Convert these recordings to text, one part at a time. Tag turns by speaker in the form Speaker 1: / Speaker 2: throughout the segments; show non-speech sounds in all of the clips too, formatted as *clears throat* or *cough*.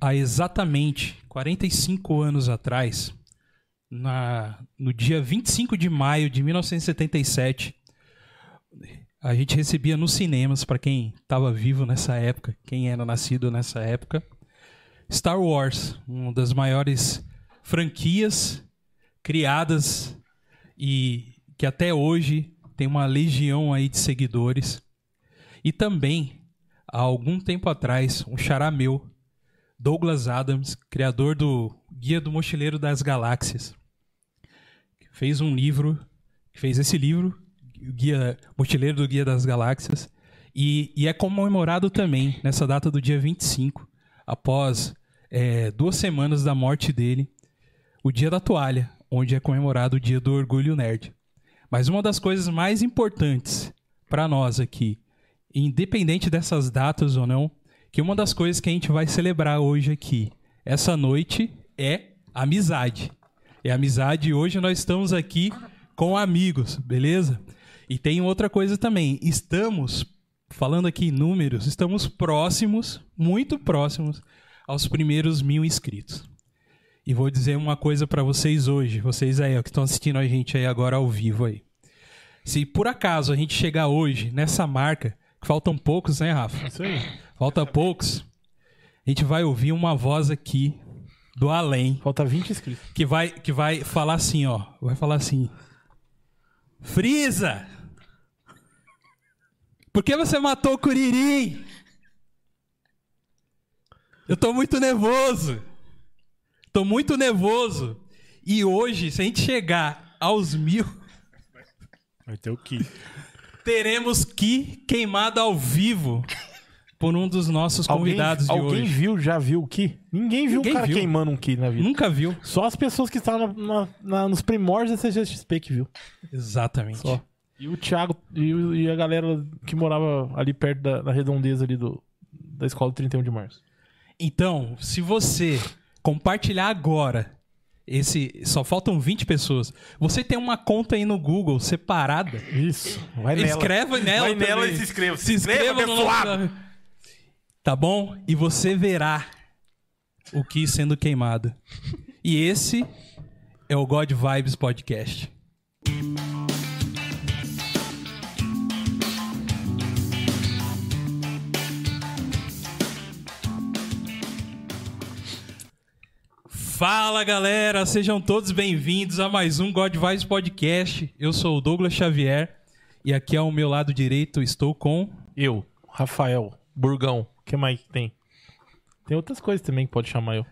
Speaker 1: há exatamente 45 anos atrás, na, no dia 25 de maio de 1977, a gente recebia nos cinemas, para quem estava vivo nessa época, quem era nascido nessa época, Star Wars, uma das maiores franquias criadas e que até hoje tem uma legião aí de seguidores. E também, há algum tempo atrás, um xará meu, Douglas Adams, criador do Guia do Mochileiro das Galáxias, fez um livro, fez esse livro, o Guia Mochileiro do Guia das Galáxias, e, e é comemorado também nessa data do dia 25, após é, duas semanas da morte dele, o Dia da Toalha, onde é comemorado o Dia do Orgulho Nerd. Mas uma das coisas mais importantes para nós aqui, independente dessas datas ou não, que uma das coisas que a gente vai celebrar hoje aqui, essa noite, é amizade. É amizade. Hoje nós estamos aqui com amigos, beleza? E tem outra coisa também. Estamos falando aqui em números, estamos próximos, muito próximos aos primeiros mil inscritos. E vou dizer uma coisa para vocês hoje, vocês aí ó, que estão assistindo a gente aí agora ao vivo aí. Se por acaso a gente chegar hoje nessa marca, que faltam poucos, né, Rafa?
Speaker 2: Isso aí.
Speaker 1: Falta poucos. A gente vai ouvir uma voz aqui do além
Speaker 2: Falta 20 inscritos.
Speaker 1: que vai que vai falar assim, ó, vai falar assim: Frieza! Por que você matou o Curirim? Eu tô muito nervoso. Tô muito nervoso. E hoje, se a gente chegar aos mil,
Speaker 2: Vai ter o que?
Speaker 1: teremos que queimado ao vivo por um dos nossos convidados
Speaker 2: *laughs* alguém,
Speaker 1: de
Speaker 2: alguém
Speaker 1: hoje.
Speaker 2: viu, já viu o que? Ninguém viu
Speaker 1: Ninguém
Speaker 2: um cara
Speaker 1: viu.
Speaker 2: queimando um que na vida.
Speaker 1: Nunca viu.
Speaker 2: Só as pessoas que estavam na- na- na- nos primórdios da CGXP que viu.
Speaker 1: Exatamente.
Speaker 2: Só. E o Thiago e, o- e a galera que morava ali perto da, da redondeza ali do, da escola do 31 de março.
Speaker 1: Então, se você compartilhar agora esse, só faltam 20 pessoas. Você tem uma conta aí no Google separada.
Speaker 2: Isso. Vai nela.
Speaker 1: Escreve nela,
Speaker 3: Vai nela
Speaker 1: também.
Speaker 3: e se inscreva.
Speaker 1: Se
Speaker 3: Se
Speaker 1: inscreva
Speaker 3: inscreva,
Speaker 1: no
Speaker 3: abençoado.
Speaker 1: nosso- Tá bom? E você verá o que sendo queimado. E esse é o God Vibes Podcast. Fala galera, sejam todos bem-vindos a mais um God Vibes Podcast. Eu sou o Douglas Xavier e aqui ao meu lado direito estou com.
Speaker 2: Eu, Rafael, Burgão. O que mais que tem? Tem outras coisas também que pode chamar eu.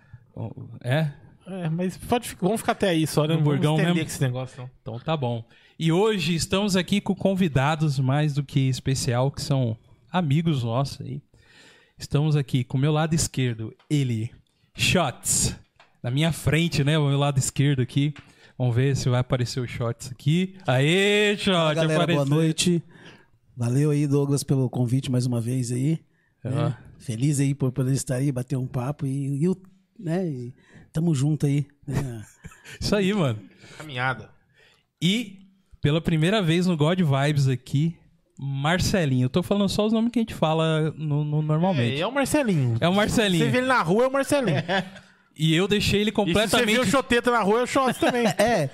Speaker 1: É?
Speaker 2: É, mas pode, fi- vamos ficar até aí só, né?
Speaker 1: No
Speaker 2: Não vamos
Speaker 1: Burgão
Speaker 2: estender
Speaker 1: mesmo?
Speaker 2: com esse negócio, não.
Speaker 1: Então tá bom. E hoje estamos aqui com convidados mais do que especial, que são amigos nossos aí. Estamos aqui com o meu lado esquerdo, ele, Shots. Na minha frente, né? O meu lado esquerdo aqui. Vamos ver se vai aparecer o Shots aqui. Aê,
Speaker 4: Fala,
Speaker 1: Shots!
Speaker 4: galera,
Speaker 1: apareceu.
Speaker 4: boa noite. Valeu aí, Douglas, pelo convite mais uma vez aí.
Speaker 2: É.
Speaker 4: né? Feliz aí por poder estar aí, bater um papo e, e o- né, e tamo junto aí. né?
Speaker 1: Isso aí, mano.
Speaker 2: Caminhada.
Speaker 1: E, pela primeira vez no God Vibes aqui, Marcelinho. Eu tô falando só os nomes que a gente fala no, no-
Speaker 2: É,
Speaker 1: normalmente.
Speaker 2: é o Marcelinho.
Speaker 1: É o
Speaker 2: Você vê
Speaker 1: Marcelinho.
Speaker 2: ele na rua, é o Marcelinho.
Speaker 1: E eu deixei ele
Speaker 2: E se você
Speaker 1: completamente
Speaker 2: vê o Choteta na rua, *laughs* é o Chotes também. *laughs*
Speaker 4: É,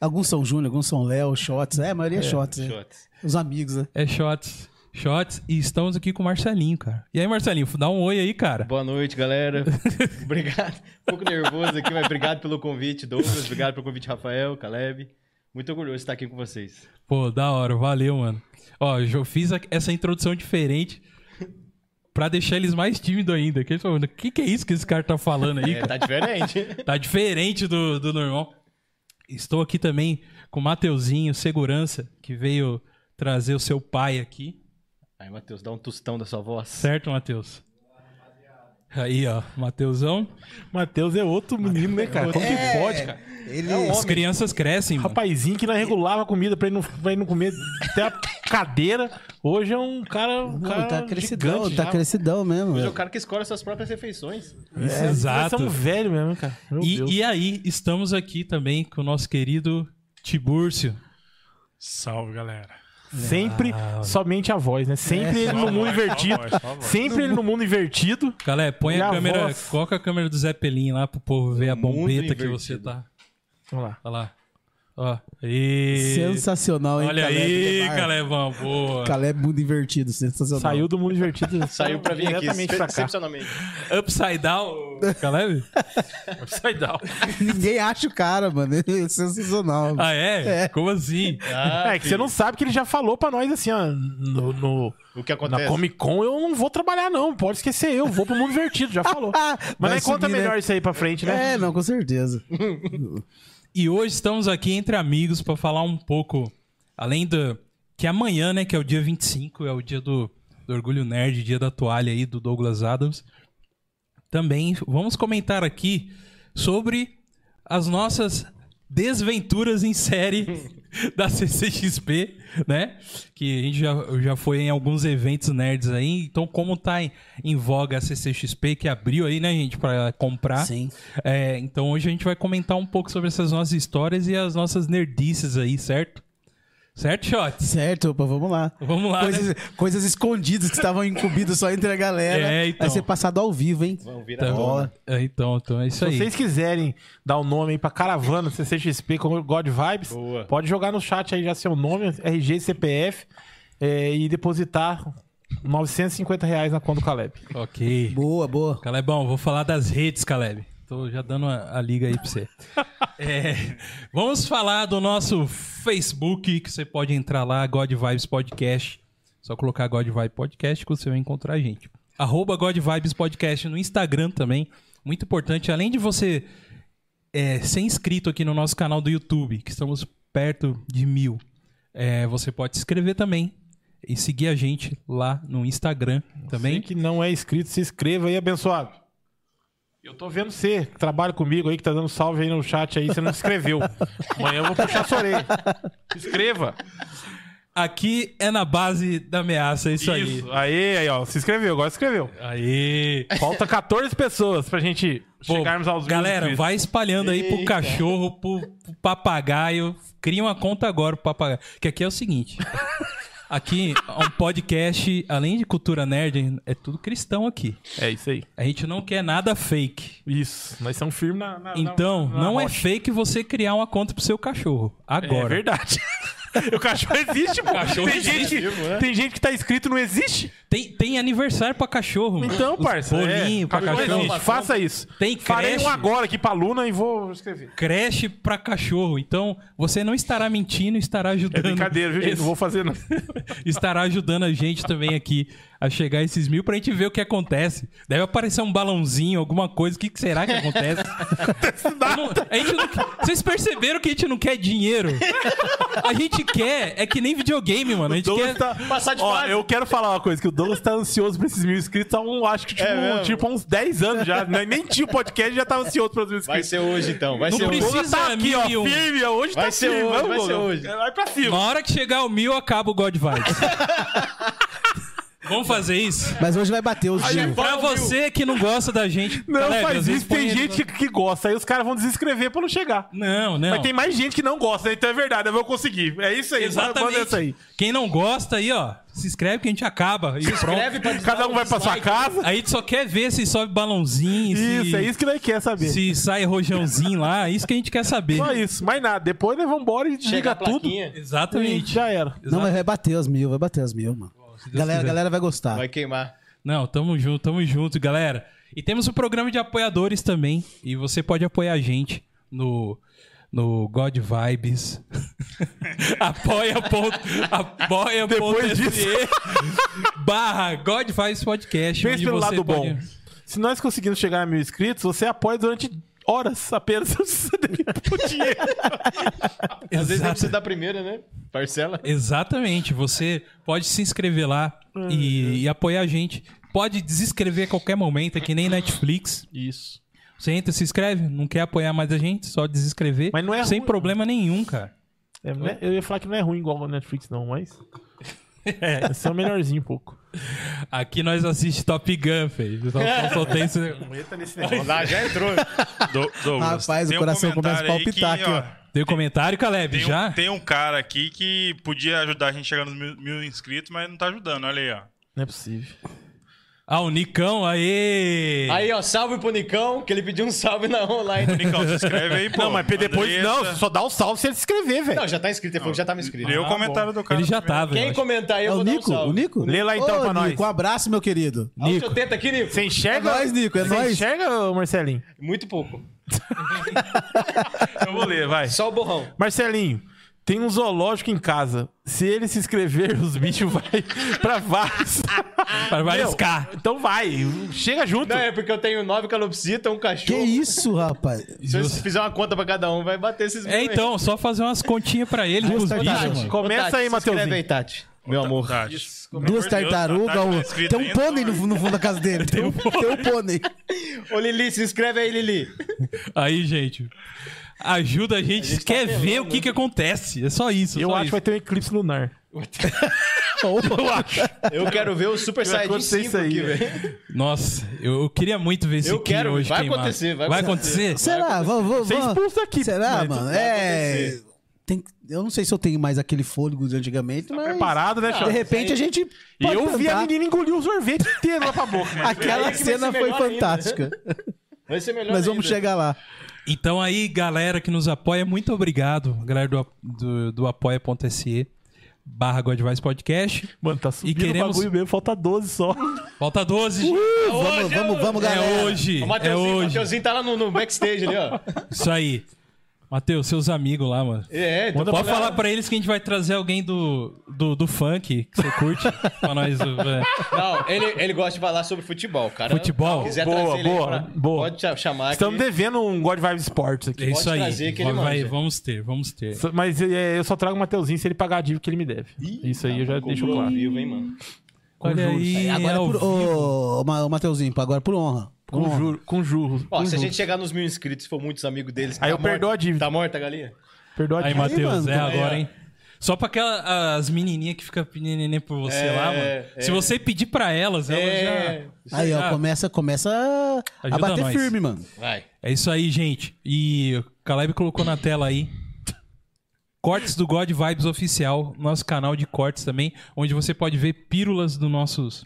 Speaker 4: alguns são Júnior, alguns são Léo, Shots, é, a maioria é Shots, é. os amigos, né?
Speaker 1: É shots. Shots. E estamos aqui com o Marcelinho, cara. E aí, Marcelinho, dá um oi aí, cara.
Speaker 5: Boa
Speaker 2: *laughs*
Speaker 5: noite, galera. obrigado. Um pouco nervoso aqui, mas obrigado pelo convite, Douglas. Obrigado pelo convite, Rafael, Caleb. Muito orgulhoso de estar aqui com vocês.
Speaker 1: Pô, da hora. Valeu, mano. Ó, eu já fiz a- essa introdução diferente pra deixar eles mais tímidos ainda. Que eles falam, o que, que é isso que esse cara tá falando aí?
Speaker 5: É, tá diferente.
Speaker 1: Tá diferente do, do normal. Estou aqui também com o Mateuzinho, segurança, que veio trazer o seu pai aqui.
Speaker 5: Aí, Matheus, dá um tostão da sua voz.
Speaker 1: Certo, Matheus? Aí, ó, Mateuzão.
Speaker 2: Matheus é outro menino, né, cara? Como que pode, É um cara?
Speaker 4: Ele, é
Speaker 1: As crianças crescem, mano.
Speaker 2: Rapazinho que não regulava a comida pra ele não, pra ele não comer até a cadeira. Hoje é um cara. Um
Speaker 4: não,
Speaker 2: cara
Speaker 4: tá crescidão,
Speaker 2: gigante
Speaker 4: tá
Speaker 2: já.
Speaker 4: crescidão mesmo.
Speaker 5: Hoje é o
Speaker 4: velho.
Speaker 5: cara que escolhe suas próprias refeições.
Speaker 1: Exato.
Speaker 2: Nós somos É, um velho mesmo, cara. Meu
Speaker 1: E,
Speaker 2: Deus.
Speaker 1: e aí, estamos aqui também com o nosso querido Tibúrcio.
Speaker 2: Salve, galera. Sempre
Speaker 1: Legal.
Speaker 2: somente a voz, né? Sempre ele no mundo invertido. Sempre ele no mundo invertido.
Speaker 1: Galera, põe
Speaker 2: E
Speaker 1: a
Speaker 2: a
Speaker 1: câmera,
Speaker 2: voz?
Speaker 1: coloca a câmera do Zé Pelim lá pro povo ver a
Speaker 5: Mundo
Speaker 1: bombeta que
Speaker 5: invertido.
Speaker 1: você tá.
Speaker 2: Vamos lá.
Speaker 1: Olha lá. Ó. E...
Speaker 4: Sensacional, hein,
Speaker 1: Olha
Speaker 4: Caleb
Speaker 1: aí,
Speaker 4: Lebar?
Speaker 1: Calebão, boa.
Speaker 4: Caleb Mundo Invertido, sensacional. *laughs*
Speaker 2: Saiu do mundo invertido.
Speaker 5: Saiu pra vir aqui,
Speaker 2: diretamente pra cá.
Speaker 5: excepcionalmente.
Speaker 1: Upside down, *laughs* Caleb? Upside down.
Speaker 4: Ninguém acha o cara, mano. *laughs* É sensacional.
Speaker 1: Ah, é? Como assim?
Speaker 5: Ah,
Speaker 2: É que você não sabe que ele já falou pra nós assim, ó. No, no-
Speaker 5: O que
Speaker 2: na
Speaker 5: acontece?
Speaker 2: Comic Con eu não vou trabalhar, não. Pode esquecer, eu vou pro mundo invertido, já falou.
Speaker 4: Ah,
Speaker 2: Mas
Speaker 4: vai
Speaker 2: aí conta
Speaker 4: subir,
Speaker 2: melhor isso aí pra frente, né?
Speaker 4: Né? É, não, com certeza.
Speaker 1: E hoje estamos aqui entre amigos para falar um pouco, além do que amanhã, né, que é o dia 25, é o dia do, do Orgulho Nerd, dia da toalha aí do Douglas Adams. Também vamos comentar aqui sobre as nossas desventuras em série *laughs* da CCXP, né? Que a gente já, já foi em alguns eventos nerds aí. Então, como tá em, em voga a CCXP, que abriu aí, né, gente, para comprar.
Speaker 4: Sim.
Speaker 1: É, então hoje a gente vai comentar um pouco sobre essas nossas histórias e as nossas nerdices aí, certo? Certo, Shots?
Speaker 4: Certo, opa, vamos lá.
Speaker 1: Vamos lá, né?
Speaker 4: Coisas, coisas escondidas que estavam incumbidas só entre a galera.
Speaker 1: É, então.
Speaker 4: Vai ser passado ao vivo, hein?
Speaker 5: Vamos vir
Speaker 1: Tá.
Speaker 5: a bola.
Speaker 1: É, então, então é isso
Speaker 2: Se
Speaker 1: aí.
Speaker 2: vocês quiserem dar o nome aí pra caravana CCXP com God Vibes,
Speaker 5: Boa.
Speaker 2: pode jogar no chat aí já seu nome, RG, CPF é, e depositar 950 reais na conta do Caleb.
Speaker 1: Ok.
Speaker 4: Boa, boa.
Speaker 1: Calebão, vou falar das redes, Caleb. Tô já dando a, a liga aí pra você. É, vamos falar do nosso Facebook, que você pode entrar lá, God Vibes Podcast. Só colocar God Vibe Podcast que você vai encontrar a gente. Arroba God Vibes Podcast no Instagram também. Muito importante, além de você é, ser inscrito aqui no nosso canal do YouTube, que estamos perto de mil, é, você pode se inscrever também e seguir a gente lá no Instagram também.
Speaker 2: Você que não é inscrito, se inscreva aí, abençoado. Eu tô vendo você, que trabalha comigo aí, que tá dando salve aí no chat aí, você não se inscreveu. Amanhã eu vou puxar sua orelha. Se inscreva.
Speaker 1: Aqui é na base da ameaça, é isso,
Speaker 2: Aí, aí, ó. Se inscreveu, agora se inscreveu. *laughs*
Speaker 1: aí. Aí.
Speaker 2: Falta 14 pessoas pra gente
Speaker 1: Pô,
Speaker 2: chegarmos aos mil
Speaker 1: galera,
Speaker 2: inscritos.
Speaker 1: vai espalhando aí pro
Speaker 5: Eita.
Speaker 1: cachorro, pro, pro papagaio. Cria uma conta agora pro papagaio. Que aqui é o seguinte. Aqui é um podcast, além de cultura nerd, é tudo cristão aqui.
Speaker 2: É isso aí.
Speaker 1: A gente não quer nada fake.
Speaker 2: Isso. Nós somos firmes na. na-
Speaker 1: Então,
Speaker 2: na- na
Speaker 1: não é
Speaker 2: rocha.
Speaker 1: fake você criar uma conta pro seu cachorro.
Speaker 2: É
Speaker 1: Agora.
Speaker 2: verdade. *laughs* o cachorro existe, pô.
Speaker 1: cachorro
Speaker 2: tem, gente,
Speaker 1: existe, é.
Speaker 2: que-
Speaker 5: vivo, né?
Speaker 2: tem gente que tá inscrito e não existe.
Speaker 1: tem, tem aniversário pra cachorro.
Speaker 2: Então,
Speaker 1: Os
Speaker 2: parça.
Speaker 1: Bolinho
Speaker 2: é,
Speaker 1: pra
Speaker 2: cachorro
Speaker 1: cachorro.
Speaker 2: existe. Faça isso.
Speaker 1: Tem
Speaker 2: Farei
Speaker 1: creche.
Speaker 2: um agora aqui pra Luna e
Speaker 1: *laughs*
Speaker 2: vou escrever.
Speaker 1: creche pra cachorro. Então, você não estará mentindo, estará
Speaker 2: É
Speaker 1: ajudando. *laughs*
Speaker 2: brincadeira, viu, gente? Não vou fazer, não.
Speaker 1: estará ajudando a gente também aqui a chegar a esses mil pra gente ver o que acontece. Deve aparecer um balãozinho, alguma coisa. O que, que será que
Speaker 2: *laughs*
Speaker 1: acontece? Eu não- a gente não- vocês perceberam que a gente não quer dinheiro? A gente quer, é que nem videogame, mano. A gente
Speaker 2: Douglas
Speaker 1: quer.
Speaker 2: tá-
Speaker 5: passar de
Speaker 2: Ó,
Speaker 5: fase.
Speaker 2: eu quero falar uma coisa, que o Douglas tá ansioso pra esses mil inscritos há um, acho que tipo,
Speaker 5: É mesmo?
Speaker 2: tipo, há uns 10 anos já. né? Nem tinha o podcast já tava ansioso pra mil inscritos.
Speaker 5: Vai ser hoje então, vai
Speaker 1: Não
Speaker 5: ser
Speaker 1: precisa.
Speaker 5: hoje.
Speaker 2: Douglas tá aqui, ó,
Speaker 1: mil e um.
Speaker 2: firme, ó, hoje
Speaker 5: Vai
Speaker 2: tá
Speaker 5: ser
Speaker 2: firme.
Speaker 5: hoje,
Speaker 2: vamos,
Speaker 5: vai ser
Speaker 2: Douglas. É,
Speaker 5: hoje.
Speaker 2: Vai pra
Speaker 1: Na
Speaker 2: cima.
Speaker 1: hora que chegar o mil, acaba o God Vibes. Vamos fazer isso?
Speaker 4: Mas hoje vai bater os dias.
Speaker 1: Pra você que não gosta da gente.
Speaker 2: Não
Speaker 1: Caleb, às
Speaker 2: faz
Speaker 1: vezes
Speaker 2: isso, tem
Speaker 1: põe ele-
Speaker 2: gente que gosta, aí os caras vão desinscrever pra não chegar.
Speaker 1: Não, não.
Speaker 2: Mas tem mais gente que não gosta, né? então é verdade, eu vou conseguir. É isso aí, manda
Speaker 1: Exatamente.
Speaker 2: essa aí.
Speaker 1: Quem não gosta aí, ó, se inscreve que a gente acaba. E pronto.
Speaker 5: Escreve pra desligar
Speaker 2: Cada um
Speaker 5: o
Speaker 2: vai pra sua
Speaker 5: dislike.
Speaker 2: casa.
Speaker 1: Aí a gente só quer ver se sobe balãozinho,
Speaker 2: Isso,
Speaker 1: se,
Speaker 2: é isso que nós quer saber.
Speaker 1: se sai rojãozinho lá. É isso que a gente quer saber.
Speaker 2: Só isso, mais nada. Depois nós vamos embora e
Speaker 5: Chega
Speaker 2: desliga
Speaker 5: a
Speaker 2: tudo.
Speaker 5: plaquinha,
Speaker 2: E
Speaker 1: Exatamente.
Speaker 2: já era.
Speaker 4: Não, mas vai bater as mil, vai bater as mil, mano. Galera,
Speaker 1: quiser.
Speaker 4: galera vai gostar.
Speaker 5: vai queimar.
Speaker 1: Não, tamo junto, tamo junto, galera. E temos o programa de apoiadores também. E você pode apoiar a gente no, no God Vibes. *laughs* apoia. ponto- apoia.
Speaker 2: Depois
Speaker 1: ponto SE barra God Vibes Podcast.
Speaker 2: Pense
Speaker 1: onde
Speaker 2: pelo
Speaker 1: você
Speaker 2: lado
Speaker 1: pode-
Speaker 2: bom. Se nós conseguirmos chegar a mil inscritos, você apoia durante horas apenas. *laughs* Você deve o dinheiro.
Speaker 5: Às vezes nem
Speaker 1: Exato.
Speaker 5: precisa da primeira, né? Parcela.
Speaker 1: Exatamente. Você pode se inscrever lá e, e apoiar a gente. Pode desescrever a qualquer momento, é que nem Netflix.
Speaker 2: Isso.
Speaker 1: Você entra, se inscreve, não quer apoiar mais a gente, só desescrever.
Speaker 2: Mas não é
Speaker 1: Sem
Speaker 2: ruim.
Speaker 1: problema nenhum, cara.
Speaker 2: É, né? Eu ia falar que não é ruim igual a Netflix, não, mas. É, esse é o melhorzinho um pouco.
Speaker 1: Aqui nós assiste Top Gun, feio. Só, só- só tem esse-
Speaker 5: Lá já entrou.
Speaker 3: Do, Douglas,
Speaker 4: Rapaz, o
Speaker 3: tem
Speaker 4: coração
Speaker 3: comentário
Speaker 4: começa a
Speaker 3: aí
Speaker 4: palpitar
Speaker 3: que,
Speaker 4: aqui,
Speaker 3: ó.
Speaker 1: Deu comentário, Caleb,
Speaker 3: Tem,
Speaker 1: já?
Speaker 3: Um, tem um cara aqui que podia ajudar a gente chegando nos mil, mil inscritos, mas não tá ajudando. Olha aí, ó.
Speaker 2: Não é possível.
Speaker 1: Ah, o Nicão, aê!
Speaker 5: Aí, ó, salve pro Nicão, que ele pediu um salve na online.
Speaker 3: Nicão, se inscreve aí, pô.
Speaker 2: não, mas depois. Não,
Speaker 3: Andressa.
Speaker 2: só dá o salve se ele se inscrever, velho.
Speaker 5: *laughs* Não, já tá inscrito, ele falou que já tava inscrito.
Speaker 3: Lê o
Speaker 2: Ah,
Speaker 3: comentário do cara.
Speaker 1: Ele já
Speaker 3: primeiro.
Speaker 1: tava. eu
Speaker 5: Quem
Speaker 1: acho.
Speaker 5: comentar aí,
Speaker 4: É
Speaker 5: eu
Speaker 4: o
Speaker 5: vou
Speaker 4: Nico,
Speaker 5: dar um salve.
Speaker 4: o Nico?
Speaker 2: Lê lá então
Speaker 4: Ô,
Speaker 2: pra nós.
Speaker 4: Nico, um abraço, meu querido.
Speaker 5: Dá um 70 aqui, Nico.
Speaker 2: Você enxerga?
Speaker 4: É nóis, Nico, é
Speaker 2: Você
Speaker 4: nóis.
Speaker 2: enxerga, ô, Marcelinho?
Speaker 5: Muito pouco.
Speaker 2: Eu vou ler, vai.
Speaker 5: Só o borrão.
Speaker 2: Marcelinho, tem um zoológico em casa. Se ele se inscrever, os bichos *laughs* vão pra vários.
Speaker 1: Para
Speaker 2: Meu,
Speaker 1: Varescar.
Speaker 2: Então vai, chega junto.
Speaker 5: Não, é porque eu tenho nove calopsita, um
Speaker 4: Que
Speaker 5: cachorro.
Speaker 4: isso, rapaz?
Speaker 5: Se eu fizer uma conta pra cada um, vai bater esses
Speaker 1: É,
Speaker 5: mil aí.
Speaker 1: então, só fazer umas continhas pra ele, pros
Speaker 4: tá
Speaker 1: bichos.
Speaker 4: tarde.
Speaker 1: mano.
Speaker 2: Começa
Speaker 5: Ô, Tati,
Speaker 2: aí,
Speaker 5: se
Speaker 2: Mateuzinho.
Speaker 5: inscreve aí, Tati, meu amor.
Speaker 3: Tati.
Speaker 4: Duas
Speaker 3: Pelo amor de Deus,
Speaker 4: tartarugas,
Speaker 3: Tati tá
Speaker 4: um-
Speaker 3: inscrito
Speaker 4: tem um
Speaker 3: ainda,
Speaker 4: pônei no,
Speaker 3: mano.
Speaker 4: no fundo da casa dele. Tem um, tem um pônei.
Speaker 5: Ô, Lili, se inscreve aí, Lili.
Speaker 1: Aí, gente. Ajuda a gente,
Speaker 5: gente tá
Speaker 1: quer ver
Speaker 5: apelando,
Speaker 1: o que, que acontece. É só isso.
Speaker 2: Eu
Speaker 1: só
Speaker 2: acho que
Speaker 1: isso.
Speaker 2: vai ter um eclipse
Speaker 4: *laughs*
Speaker 2: lunar. Eu acho.
Speaker 5: Eu quero ver o Super
Speaker 2: Vai
Speaker 5: Saiyajin
Speaker 2: acontecer
Speaker 5: 5
Speaker 2: isso aí,
Speaker 5: aqui,
Speaker 2: velho.
Speaker 5: velho.
Speaker 1: Nossa, eu, eu queria muito ver esse
Speaker 5: Eu
Speaker 1: Kim
Speaker 5: quero,
Speaker 1: hoje
Speaker 5: vai
Speaker 1: queimado.
Speaker 5: acontecer, vai
Speaker 1: acontecer.
Speaker 4: Será? Vamos, vamos,
Speaker 2: Você é
Speaker 4: vamos-
Speaker 2: expulso aqui.
Speaker 4: Será,
Speaker 2: mas
Speaker 4: mano?
Speaker 2: tudo
Speaker 4: É. tem- eu não sei se eu tenho mais aquele fôlego de antigamente, mas.
Speaker 2: Preparado, né,
Speaker 4: É De
Speaker 2: Chão?
Speaker 4: repente a gente.
Speaker 2: E
Speaker 4: pode
Speaker 2: eu vi a
Speaker 4: tentar.
Speaker 2: menina engolir o sorvete inteiro lá pra boca. Mas...
Speaker 5: Aí é
Speaker 4: Aquela
Speaker 5: que É vai
Speaker 4: cena
Speaker 5: ser
Speaker 4: foi
Speaker 5: melhor ainda.
Speaker 4: fantástica.
Speaker 5: Vai ser melhor
Speaker 4: Nós vamos
Speaker 5: ainda.
Speaker 4: chegar lá.
Speaker 1: Então aí, galera que nos apoia, muito obrigado. Galera do, do, do apoia.se barra Godvice Podcast.
Speaker 2: Mano, tá subindo
Speaker 1: queremos-
Speaker 2: o bagulho mesmo, falta 12 só.
Speaker 1: Falta 12. gente.
Speaker 4: Vamos, vamos, vamos,
Speaker 1: é
Speaker 4: galera.
Speaker 1: hoje.
Speaker 5: O
Speaker 1: É
Speaker 5: Mateuzinho, o
Speaker 1: hoje.
Speaker 5: Mateuzinho tá lá no, no backstage ali, ó.
Speaker 1: Isso aí. Matheus, seus amigos lá, mano.
Speaker 5: É, então
Speaker 1: Pode falar pra eles que a gente vai trazer alguém do, do, do funk que você curte pra nós.
Speaker 5: *laughs*
Speaker 1: é.
Speaker 5: Não, ele, ele gosta de falar sobre futebol, cara.
Speaker 1: Futebol?
Speaker 5: Se quiser
Speaker 2: Boa,
Speaker 5: trazer ele aí
Speaker 2: boa,
Speaker 5: pra-
Speaker 2: boa.
Speaker 5: Pode cha- chamar
Speaker 2: Estamos
Speaker 5: aqui.
Speaker 2: devendo um God Vibes Sports
Speaker 1: É
Speaker 2: aqui.
Speaker 1: isso aí.
Speaker 5: trazer que ele
Speaker 1: Vai-
Speaker 5: manja.
Speaker 1: vamos ter, vamos ter.
Speaker 2: Só- Mas é, eu só trago o Mateuzinho se ele pagar a dívida que ele me deve. Isso
Speaker 1: tá
Speaker 2: aí eu já deixo
Speaker 5: Cobrou
Speaker 1: um
Speaker 2: claro.
Speaker 5: tá ao vivo, hein, mano.
Speaker 2: Com
Speaker 1: Olha
Speaker 2: juros.
Speaker 1: aí,
Speaker 4: Agora
Speaker 1: é ao
Speaker 4: por.
Speaker 1: vivo.
Speaker 4: Ô, Ma- ô, Mateuzinho, agora por honra. Por
Speaker 2: Com,
Speaker 4: honra.
Speaker 2: juro, com juros.
Speaker 5: Ó,
Speaker 2: com
Speaker 5: se a
Speaker 2: juros.
Speaker 5: gente chegar nos mil inscritos, se for muitos amigos deles...
Speaker 2: Aí eu perdoo a dívida.
Speaker 5: Tá morta a galinha?
Speaker 2: Perdoa a
Speaker 1: Aí,
Speaker 2: dívida.
Speaker 1: Matheus,
Speaker 4: mano,
Speaker 1: é
Speaker 4: aí,
Speaker 1: agora,
Speaker 5: ó.
Speaker 1: hein? Só pra aquela, as menininhas que ficam pequenininha por você
Speaker 5: É,
Speaker 1: lá, mano. Se
Speaker 5: é.
Speaker 1: você pedir pra elas, elas
Speaker 5: É.
Speaker 1: já.
Speaker 4: Aí, ó,
Speaker 1: Já.
Speaker 4: começa, começa a
Speaker 1: Ajuda
Speaker 4: bater
Speaker 1: nós.
Speaker 4: firme, mano.
Speaker 5: Vai.
Speaker 1: É isso aí, gente. E o Caleb colocou na tela aí. Cortes do God Vibes Oficial, nosso canal de cortes também, onde você pode ver pílulas do nossos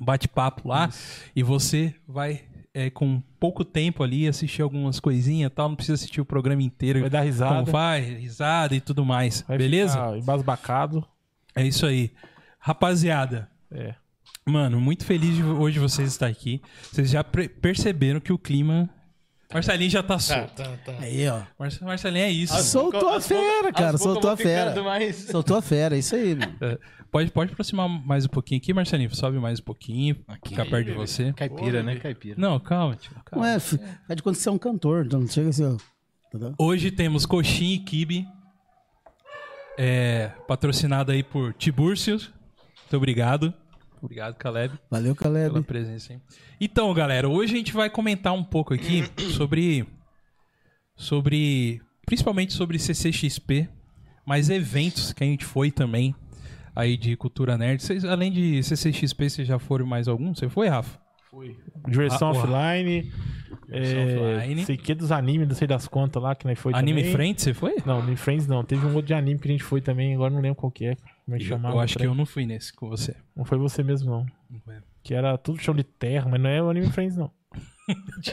Speaker 1: bate-papo lá. E você vai, é, com pouco tempo ali, assistir algumas coisinhas e tal. Não precisa assistir o programa inteiro.
Speaker 2: Vai dar risada.
Speaker 1: Como vai, risada e tudo mais.
Speaker 2: Vai
Speaker 1: beleza?
Speaker 2: ficar Embasbacado.
Speaker 1: É isso aí. Rapaziada,
Speaker 2: É.
Speaker 1: mano, muito feliz de hoje vocês estar aqui. Vocês já pre- perceberam que o clima. Marcelinho já tá solto.
Speaker 4: Aí, ó.
Speaker 1: Mar- Marcelinho é
Speaker 4: Ah,
Speaker 1: isso.
Speaker 5: As-
Speaker 4: Soltou a
Speaker 5: as boca-
Speaker 4: fera,
Speaker 2: Ah,
Speaker 5: as
Speaker 4: cara.
Speaker 5: boca
Speaker 4: Soltou
Speaker 5: vão
Speaker 4: a fera.
Speaker 5: ficando mais-
Speaker 4: Soltou a fera, isso aí, mano.
Speaker 1: É, Pode, pode aproximar mais um pouquinho aqui, Marcelinho. Sobe mais um pouquinho. ficar perto de você.
Speaker 5: Caipira, né? Caipira.
Speaker 1: Não, calma, tio.
Speaker 4: Não
Speaker 1: calma.
Speaker 4: é, fi- é de quando você é um cantor, então não chega assim, ó. Entendeu?
Speaker 1: Hoje temos coxinha e kibe. É, patrocinado aí por Tibúrcio. Muito obrigado. Obrigado, Caleb.
Speaker 4: Valeu, Caleb.
Speaker 1: pela presença. hein? Então, galera, hoje a gente vai comentar um pouco
Speaker 4: *clears throat*
Speaker 1: aqui sobre sobre principalmente sobre CCXP, mas eventos que a gente foi também aí de cultura nerd. Vocês, além de CCXP, vocês já foram em mais algum? Você foi, Rafa?
Speaker 2: Diversão
Speaker 1: Ah, porra.
Speaker 2: offline. É,
Speaker 1: offline.
Speaker 2: Sei que dos animes, não sei das contas lá que nós foi
Speaker 1: Anime
Speaker 2: também.
Speaker 1: Friends, você foi?
Speaker 2: Não, Anime Friends não. Teve um outro de anime que a gente foi também, agora não lembro qual que é. Como é que chamava?
Speaker 1: eu acho que eu é. não fui nesse com você.
Speaker 2: Não foi você mesmo, não. Que era tudo chão de terra, mas não é o Anime Friends, não.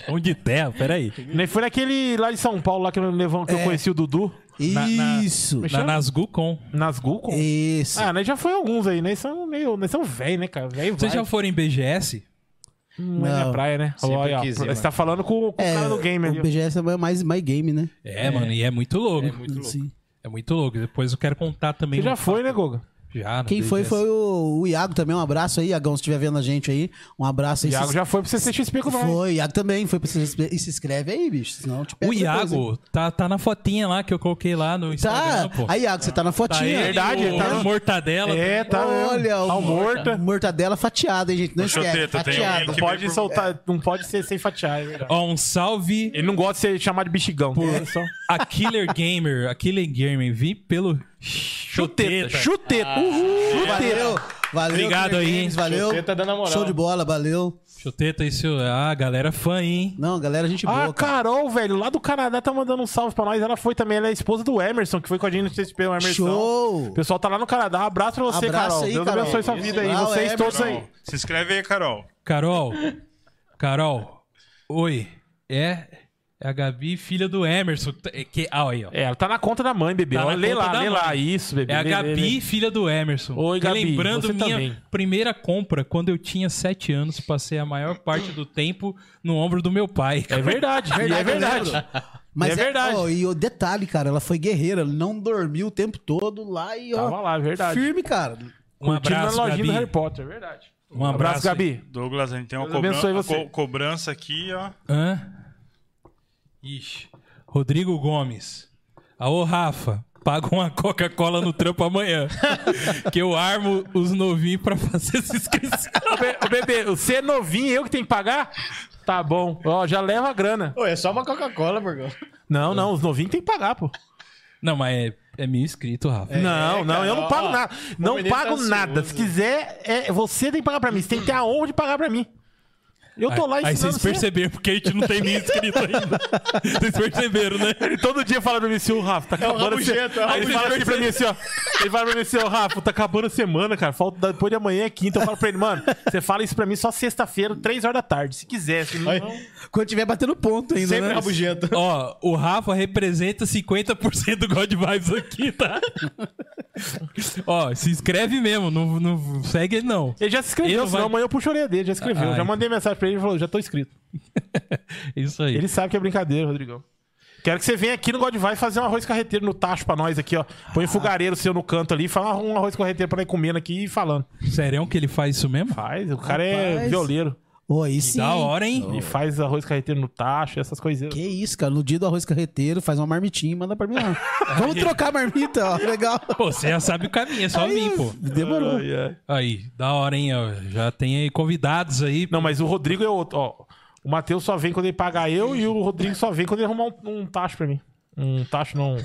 Speaker 1: Onde terra? Peraí.
Speaker 2: Nem foi naquele lá de São Paulo, lá que eu, levamos,
Speaker 4: É.
Speaker 2: que eu conheci o Dudu, é
Speaker 1: Na- na-
Speaker 4: Isso!
Speaker 1: Na Nasgucon.
Speaker 2: nas Google.
Speaker 4: Isso!
Speaker 2: Ah, nós já foi alguns aí, nós são meio. Nós são velho, né, cara? Velho vai.
Speaker 1: Vocês já foram em BGS?
Speaker 2: Não é minha
Speaker 4: Não. É,
Speaker 2: praia, né?
Speaker 5: Sempre
Speaker 1: um
Speaker 2: Olha, ó,
Speaker 5: quis ir,
Speaker 2: você
Speaker 5: mano.
Speaker 2: tá falando com, com o cara do game ali.
Speaker 4: o
Speaker 2: ó.
Speaker 4: BGS é mais my game, né?
Speaker 1: É, mano, e é muito louco. É muito,
Speaker 4: Sim.
Speaker 1: louco. Depois eu quero contar também.
Speaker 2: Você já
Speaker 1: um-
Speaker 2: foi, né, Goga?
Speaker 1: Já, na
Speaker 4: Quem foi
Speaker 1: BGS.
Speaker 4: foi o, o Iago também. Um abraço aí, Iagão, se estiver vendo a gente aí. Um abraço aí.
Speaker 2: Iago
Speaker 4: se...
Speaker 2: já foi pro CCXP com nós.
Speaker 4: Foi, Iago também. Foi pra se... E se inscreve aí, bicho. Senão eu te pego
Speaker 1: O Iago tá, tá na fotinha lá que eu coloquei lá no
Speaker 4: Depois,
Speaker 1: Instagram,
Speaker 4: hein?
Speaker 1: pô.
Speaker 4: Tá. Aí, Iago, você tá na
Speaker 1: Tá
Speaker 4: fotinha.
Speaker 1: ele,
Speaker 2: verdade,
Speaker 1: o,
Speaker 2: ele tá no-
Speaker 1: mortadela.
Speaker 2: É, tá.
Speaker 4: Olha,
Speaker 2: mesmo.
Speaker 4: o
Speaker 2: Tá morta.
Speaker 4: Mortadela fatiada, hein, gente? Não
Speaker 3: Ô,
Speaker 4: esquece.
Speaker 3: Choteta, tem
Speaker 4: Fatiada.
Speaker 3: alguém
Speaker 2: Não
Speaker 3: que
Speaker 2: pode
Speaker 3: veio por-
Speaker 2: soltar, não pode ser sem fatiar, é verdade.
Speaker 1: Ó, um salve
Speaker 2: Ele não gosta de ser chamado de bexigão. É só-
Speaker 1: a Killer Gamer, a Killer Gamer, vi pelo chuteta.
Speaker 2: Chuteta, Ah, chuteta. Uhul.
Speaker 4: Valeu. Valeu,
Speaker 1: Obrigado
Speaker 4: Killer
Speaker 1: aí,
Speaker 4: Games,
Speaker 1: hein?
Speaker 4: Valeu.
Speaker 5: Você tá dando a moral.
Speaker 4: Show de bola, valeu.
Speaker 1: Chuteta aí, seu. Ah, galera fã, hein?
Speaker 4: Não, galera, gente
Speaker 2: Ah,
Speaker 4: boa. cara.
Speaker 2: Carol, velho, lá do Canadá tá mandando um salve pra nós. Ela foi também, ela é esposa do Emerson, que foi com a gente no CSP, o Emerson.
Speaker 4: Show!
Speaker 2: O pessoal tá lá no Canadá. Abraço pra você,
Speaker 4: Abraço
Speaker 2: Carol.
Speaker 4: aí,
Speaker 2: Deus
Speaker 4: Carol.
Speaker 2: abençoe sua vida aí.
Speaker 4: Legal,
Speaker 2: Vocês
Speaker 4: Emerson.
Speaker 2: todos aí.
Speaker 3: Carol, Se inscreve aí, Carol.
Speaker 1: Carol. Carol. Oi. É. É a Gabi, filha do Emerson. É Que, ah, aí, ó.
Speaker 2: É, ela tá na conta da mãe, bebê.
Speaker 1: Tá
Speaker 2: Ó,
Speaker 1: na
Speaker 2: lê
Speaker 1: conta
Speaker 2: lá,
Speaker 1: da
Speaker 2: lê
Speaker 1: mãe.
Speaker 2: lá. Isso, bebê.
Speaker 1: É a
Speaker 2: Lê, lê,
Speaker 1: Gabi,
Speaker 2: lê.
Speaker 1: filha do Emerson.
Speaker 2: Oi, Gabi,
Speaker 1: Lembrando
Speaker 2: você tá
Speaker 1: minha
Speaker 2: também.
Speaker 1: primeira compra, quando eu tinha 7 anos, passei a maior parte do tempo no ombro do meu pai.
Speaker 2: É
Speaker 1: *laughs*
Speaker 2: verdade, e é verdade.
Speaker 4: Mas
Speaker 2: É verdade.
Speaker 4: ó, e o detalhe, cara, ela foi guerreira, não dormiu o tempo todo lá e ó.
Speaker 2: Tava lá, é verdade.
Speaker 4: firme, cara.
Speaker 1: Um
Speaker 2: Curtindo
Speaker 1: abraço,
Speaker 2: na lojinha
Speaker 1: Gabi.
Speaker 2: do Harry Potter, é verdade.
Speaker 1: Um abraço,
Speaker 2: Gabi.
Speaker 3: Douglas, a gente tem uma
Speaker 2: Deus abençoe
Speaker 3: cobran- uma co-
Speaker 2: você.
Speaker 3: cobrança, aqui, ó.
Speaker 1: Hã? Ixi. Rodrigo Gomes. Alô, Rafa. Paga uma Coca-Cola no trampo amanhã. *laughs* que eu armo os novinhos pra fazer essa inscrição. *laughs*
Speaker 2: Ô, be- ô, bebê, você é novinho, eu que tenho que pagar? Tá bom. Ó, já leva a grana.
Speaker 5: Ô, é só uma Coca-Cola, Borgão.
Speaker 2: Não, não, os novinhos tem que pagar, pô.
Speaker 1: Não, mas é, é mil inscrito, Rafa.
Speaker 2: não, não,
Speaker 5: cara,
Speaker 2: eu não
Speaker 5: ó,
Speaker 2: pago
Speaker 5: ó,
Speaker 2: nada.
Speaker 5: o
Speaker 2: Não
Speaker 5: menino tá
Speaker 2: pago
Speaker 5: ansioso.
Speaker 2: nada. Se quiser, é, você tem que pagar pra mim. Você tem que ter a honra de pagar pra mim. Eu tô lá
Speaker 1: Aí-
Speaker 2: ensinando
Speaker 1: Aí vocês
Speaker 2: você.
Speaker 1: perceberam, porque a gente não tem mil inscrito ainda. Vocês perceberam, né?
Speaker 2: Ele todo dia fala pra mim assim, ô Rafa, tá acabando a semana.
Speaker 5: rabugento, é um
Speaker 2: Aí ele fala assim pra mim assim, ó. Ele fala pra mim assim, ô Rafa, tá acabando a semana, cara. Falta depois de amanhã é quinta. Eu falo pra ele, mano, você fala isso pra mim só sexta-feira, três horas da tarde, se quiser. Se não,
Speaker 5: Aí,
Speaker 4: Quando tiver batendo ponto ainda,
Speaker 5: Sempre
Speaker 4: né?
Speaker 5: rabugento.
Speaker 1: Ó, o Rafa representa 50% do God Vibes aqui, tá? Ó, se inscreve mesmo, não, não segue ele não. *laughs*
Speaker 2: Ele já se inscreveu,
Speaker 1: Ele
Speaker 2: senão
Speaker 1: vai-
Speaker 2: amanhã eu puxo a orelha dele, já escreveu.
Speaker 1: Ah,
Speaker 2: já
Speaker 1: então.
Speaker 2: mandei mensagem pra ele e falou, já tô inscrito.
Speaker 1: Isso aí.
Speaker 2: Ele sabe que é brincadeira, Rodrigão. Quero que você venha aqui no God Vai fazer um arroz carreteiro no tacho pra nós aqui, ó. Põe um fogareiro seu no canto ali, fala um arroz carreteiro pra nós comendo aqui e falando.
Speaker 1: Sério que ele faz isso mesmo?
Speaker 2: Faz, o cara é
Speaker 4: Rapaz.
Speaker 2: violeiro.
Speaker 4: Ô, aí sim.
Speaker 1: Da hora, hein?
Speaker 2: Ele faz arroz carreteiro no tacho, essas coisinhas.
Speaker 4: Que isso, cara. No dia do arroz carreteiro, faz uma marmitinha e manda pra mim
Speaker 1: *laughs*
Speaker 4: lá. Vamos trocar a marmita, ó. Legal.
Speaker 1: Pô, você já sabe o caminho, é só vir, pô.
Speaker 4: Demorou.
Speaker 2: Ai, ai.
Speaker 1: Aí, da hora, hein? ó. Já tem aí convidados aí.
Speaker 2: Não, mas o Rodrigo é outro, ó. O Matheus só vem quando ele pagar eu e o Rodrigo só vem quando ele arrumar um, um tacho pra mim. Um tacho, não.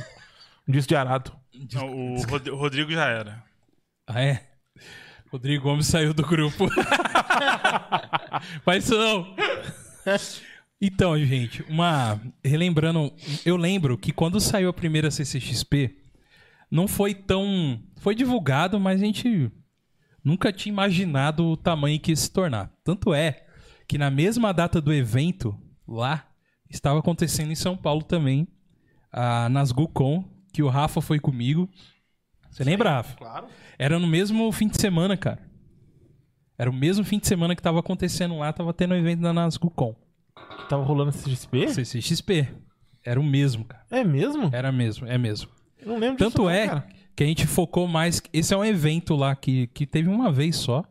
Speaker 2: Um disco de arado.
Speaker 3: Não, o Rod- o Rodrigo já era.
Speaker 1: Ah, é? Rodrigo Gomes saiu do grupo. *laughs* Mas isso não. Então, gente, uma. Relembrando, eu lembro que quando saiu a primeira CCXP, não foi tão. Foi divulgado, mas a gente nunca tinha imaginado o tamanho que ia se tornar. Tanto é que na mesma data do evento, lá, estava acontecendo em São Paulo também, ah, a Nasgucon, que o Rafa foi comigo. Você lembra, Rafa?
Speaker 2: Claro.
Speaker 1: Era no mesmo fim de semana, cara. Era o mesmo fim de semana que tava acontecendo lá, tava tendo o evento da Nasgucon.
Speaker 2: Tava rolando esse XP?
Speaker 1: CCXP. é Era o mesmo, cara.
Speaker 2: É mesmo?
Speaker 1: Era mesmo, é mesmo.
Speaker 2: Eu não lembro disso.
Speaker 1: Tanto
Speaker 2: não,
Speaker 1: é
Speaker 2: cara.
Speaker 1: que a gente focou mais. Esse é um evento lá que, que teve uma vez só.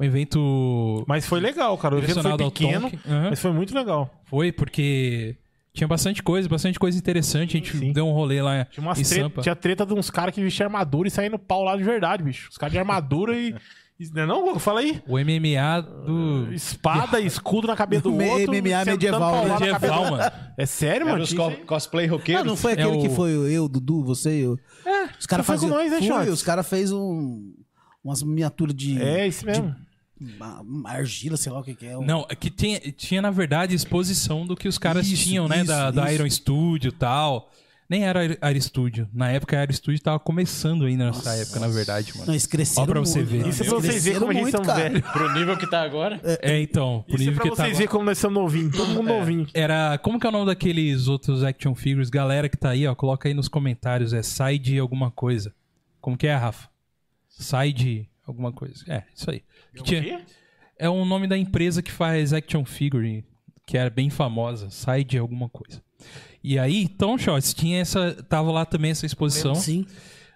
Speaker 1: Um evento.
Speaker 2: Mas foi legal, cara. O evento foi
Speaker 1: direcionado ao
Speaker 2: pequeno,
Speaker 1: Tonk. né? Aham.
Speaker 2: mas foi muito legal.
Speaker 1: Foi, porque tinha bastante coisa, bastante coisa interessante. A gente
Speaker 2: Sim.
Speaker 1: deu um rolê lá
Speaker 2: Tinha, umas
Speaker 1: em
Speaker 2: treta-
Speaker 1: Sampa.
Speaker 2: tinha treta de uns caras que vestiam armadura e saindo pau lá de verdade, bicho. Os caras de armadura e. e- Não, é não, Hugo? fala aí.
Speaker 1: O MMA do. *laughs*
Speaker 2: Espada e escudo na cabeça do
Speaker 4: Me-
Speaker 2: outro.
Speaker 4: MMA
Speaker 2: sentando
Speaker 4: medieval,
Speaker 2: paulada
Speaker 4: né?
Speaker 2: na cabeça do
Speaker 1: Medieval, mano.
Speaker 2: outro. É sério,
Speaker 5: Era
Speaker 2: mano?
Speaker 5: os
Speaker 2: Tinha isso aí?
Speaker 5: co- cosplay
Speaker 4: Ah,
Speaker 5: roqueiros.
Speaker 4: não foi aquele
Speaker 1: É
Speaker 4: que
Speaker 1: o-
Speaker 4: foi eu, Dudu, você e eu.
Speaker 2: É,
Speaker 4: Os caras
Speaker 2: você foi com
Speaker 4: faziam.
Speaker 2: nós, né,
Speaker 4: Fui,
Speaker 2: Shots?
Speaker 4: os caras fez um, umas miniaturas de
Speaker 2: É, isso mesmo.
Speaker 4: ma- ma- argila, sei lá o que, que é.
Speaker 1: Não, é que tinha, tinha, na verdade, exposição do que os caras
Speaker 4: Isso,
Speaker 1: tinham, né?
Speaker 4: isso,
Speaker 1: da, da
Speaker 4: isso.
Speaker 1: Iron Studio e tal. Nem era Air- Air Studio. Na época, a Air Studio tava começando ainda nessa época, na verdade, mano.
Speaker 4: Não, eles cresceram
Speaker 1: Ó pra você
Speaker 4: muito,
Speaker 1: ver.
Speaker 4: né?
Speaker 2: Isso é
Speaker 4: Eles
Speaker 2: pra vocês verem
Speaker 4: cresceram
Speaker 2: como a gente
Speaker 1: tá
Speaker 4: muito,
Speaker 1: um
Speaker 2: são
Speaker 4: cara.
Speaker 2: velho.
Speaker 5: Pro nível que tá agora.
Speaker 1: É, então, por
Speaker 2: Isso é
Speaker 1: nível
Speaker 2: pra
Speaker 1: que
Speaker 2: vocês
Speaker 1: tava... É.
Speaker 2: verem como nós somos novinhos. Todo
Speaker 1: *laughs*
Speaker 2: mundo novinho.
Speaker 1: Era... Como que é o nome daqueles outros action figures? Galera que tá aí, ó, coloca aí nos comentários. É side alguma coisa. Como que é, Rafa? Side alguma coisa. É, isso aí. Que tinha- É o nome da empresa que faz action figure, que era bem famosa, Side alguma coisa. E aí, então, Shots, tinha essa. Tava lá também essa exposição,
Speaker 4: Sim.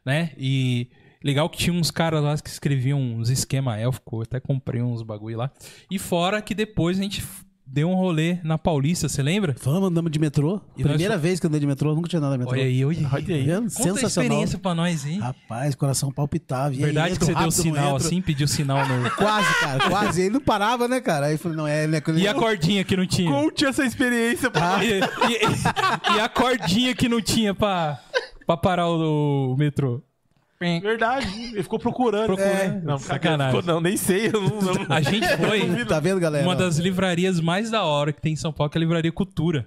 Speaker 1: né? E legal que tinha uns caras lá que escreviam uns esquema élfico, eu até comprei uns bagulho lá. E fora que depois a gente f- deu um rolê na Paulista, você lembra?
Speaker 4: Vamos, andamos de metrô.
Speaker 1: E nós
Speaker 4: Primeira vez que eu andei de metrô, eu nunca tinha andado de metrô.
Speaker 1: Então é Olha aí, olha aí.
Speaker 2: Olha aí.
Speaker 4: Tá vendo?
Speaker 1: Conta a
Speaker 4: Sensacional.
Speaker 1: experiência pra nós, hein?
Speaker 4: Rapaz, coração palpitava. E aí,
Speaker 1: Verdade que
Speaker 4: entro
Speaker 1: você deu
Speaker 4: rápido, não
Speaker 1: sinal
Speaker 4: entro.
Speaker 1: assim, pediu sinal no.
Speaker 4: *laughs* Quase, cara, quase. Aí não parava, né, cara? Aí eu falei, não, é... Não é
Speaker 1: E a cordinha que não tinha?
Speaker 2: Conte essa experiência pra
Speaker 1: E, e- e a cordinha que não tinha pra, pra parar o, o metrô.
Speaker 2: Verdade. Ele ficou procurando. É.
Speaker 1: Procurando.
Speaker 2: Não,
Speaker 1: Sacanagem.
Speaker 2: Pô, não, nem sei. Eu não, eu não-
Speaker 1: A gente foi
Speaker 4: Tá vendo, galera?
Speaker 1: uma das livrarias mais da hora que tem em São Paulo, que é a Livraria Cultura.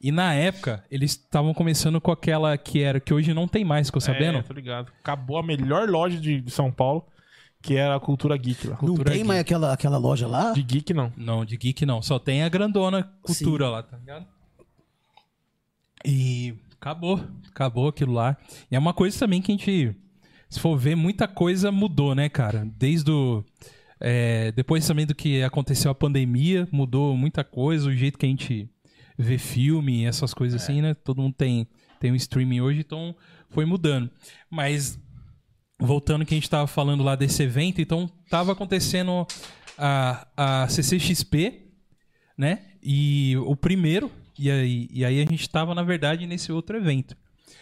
Speaker 1: E na época, eles estavam começando com aquela que era, que hoje não tem mais, ficou sabendo?
Speaker 2: É, tô ligado. Acabou a melhor loja de de São Paulo, que era a Cultura Geek lá.
Speaker 4: Não
Speaker 1: cultura
Speaker 4: tem
Speaker 1: geek.
Speaker 4: mais aquela, aquela loja lá?
Speaker 2: De geek, não.
Speaker 1: Não, de geek não. Só tem a grandona cultura lá, tá ligado? E acabou. Acabou aquilo lá. E é uma coisa também que a gente. Se for ver, muita coisa mudou, né, cara? Desde o. é, depois também do que aconteceu a pandemia, mudou muita coisa, o jeito que a gente vê filme, essas coisas assim, né? Todo mundo tem, tem um streaming hoje, então foi mudando. Mas voltando que a gente tava falando lá desse evento, então tava acontecendo a, a CCXP, né? E o primeiro, e aí, e aí a gente tava, na verdade, nesse outro evento.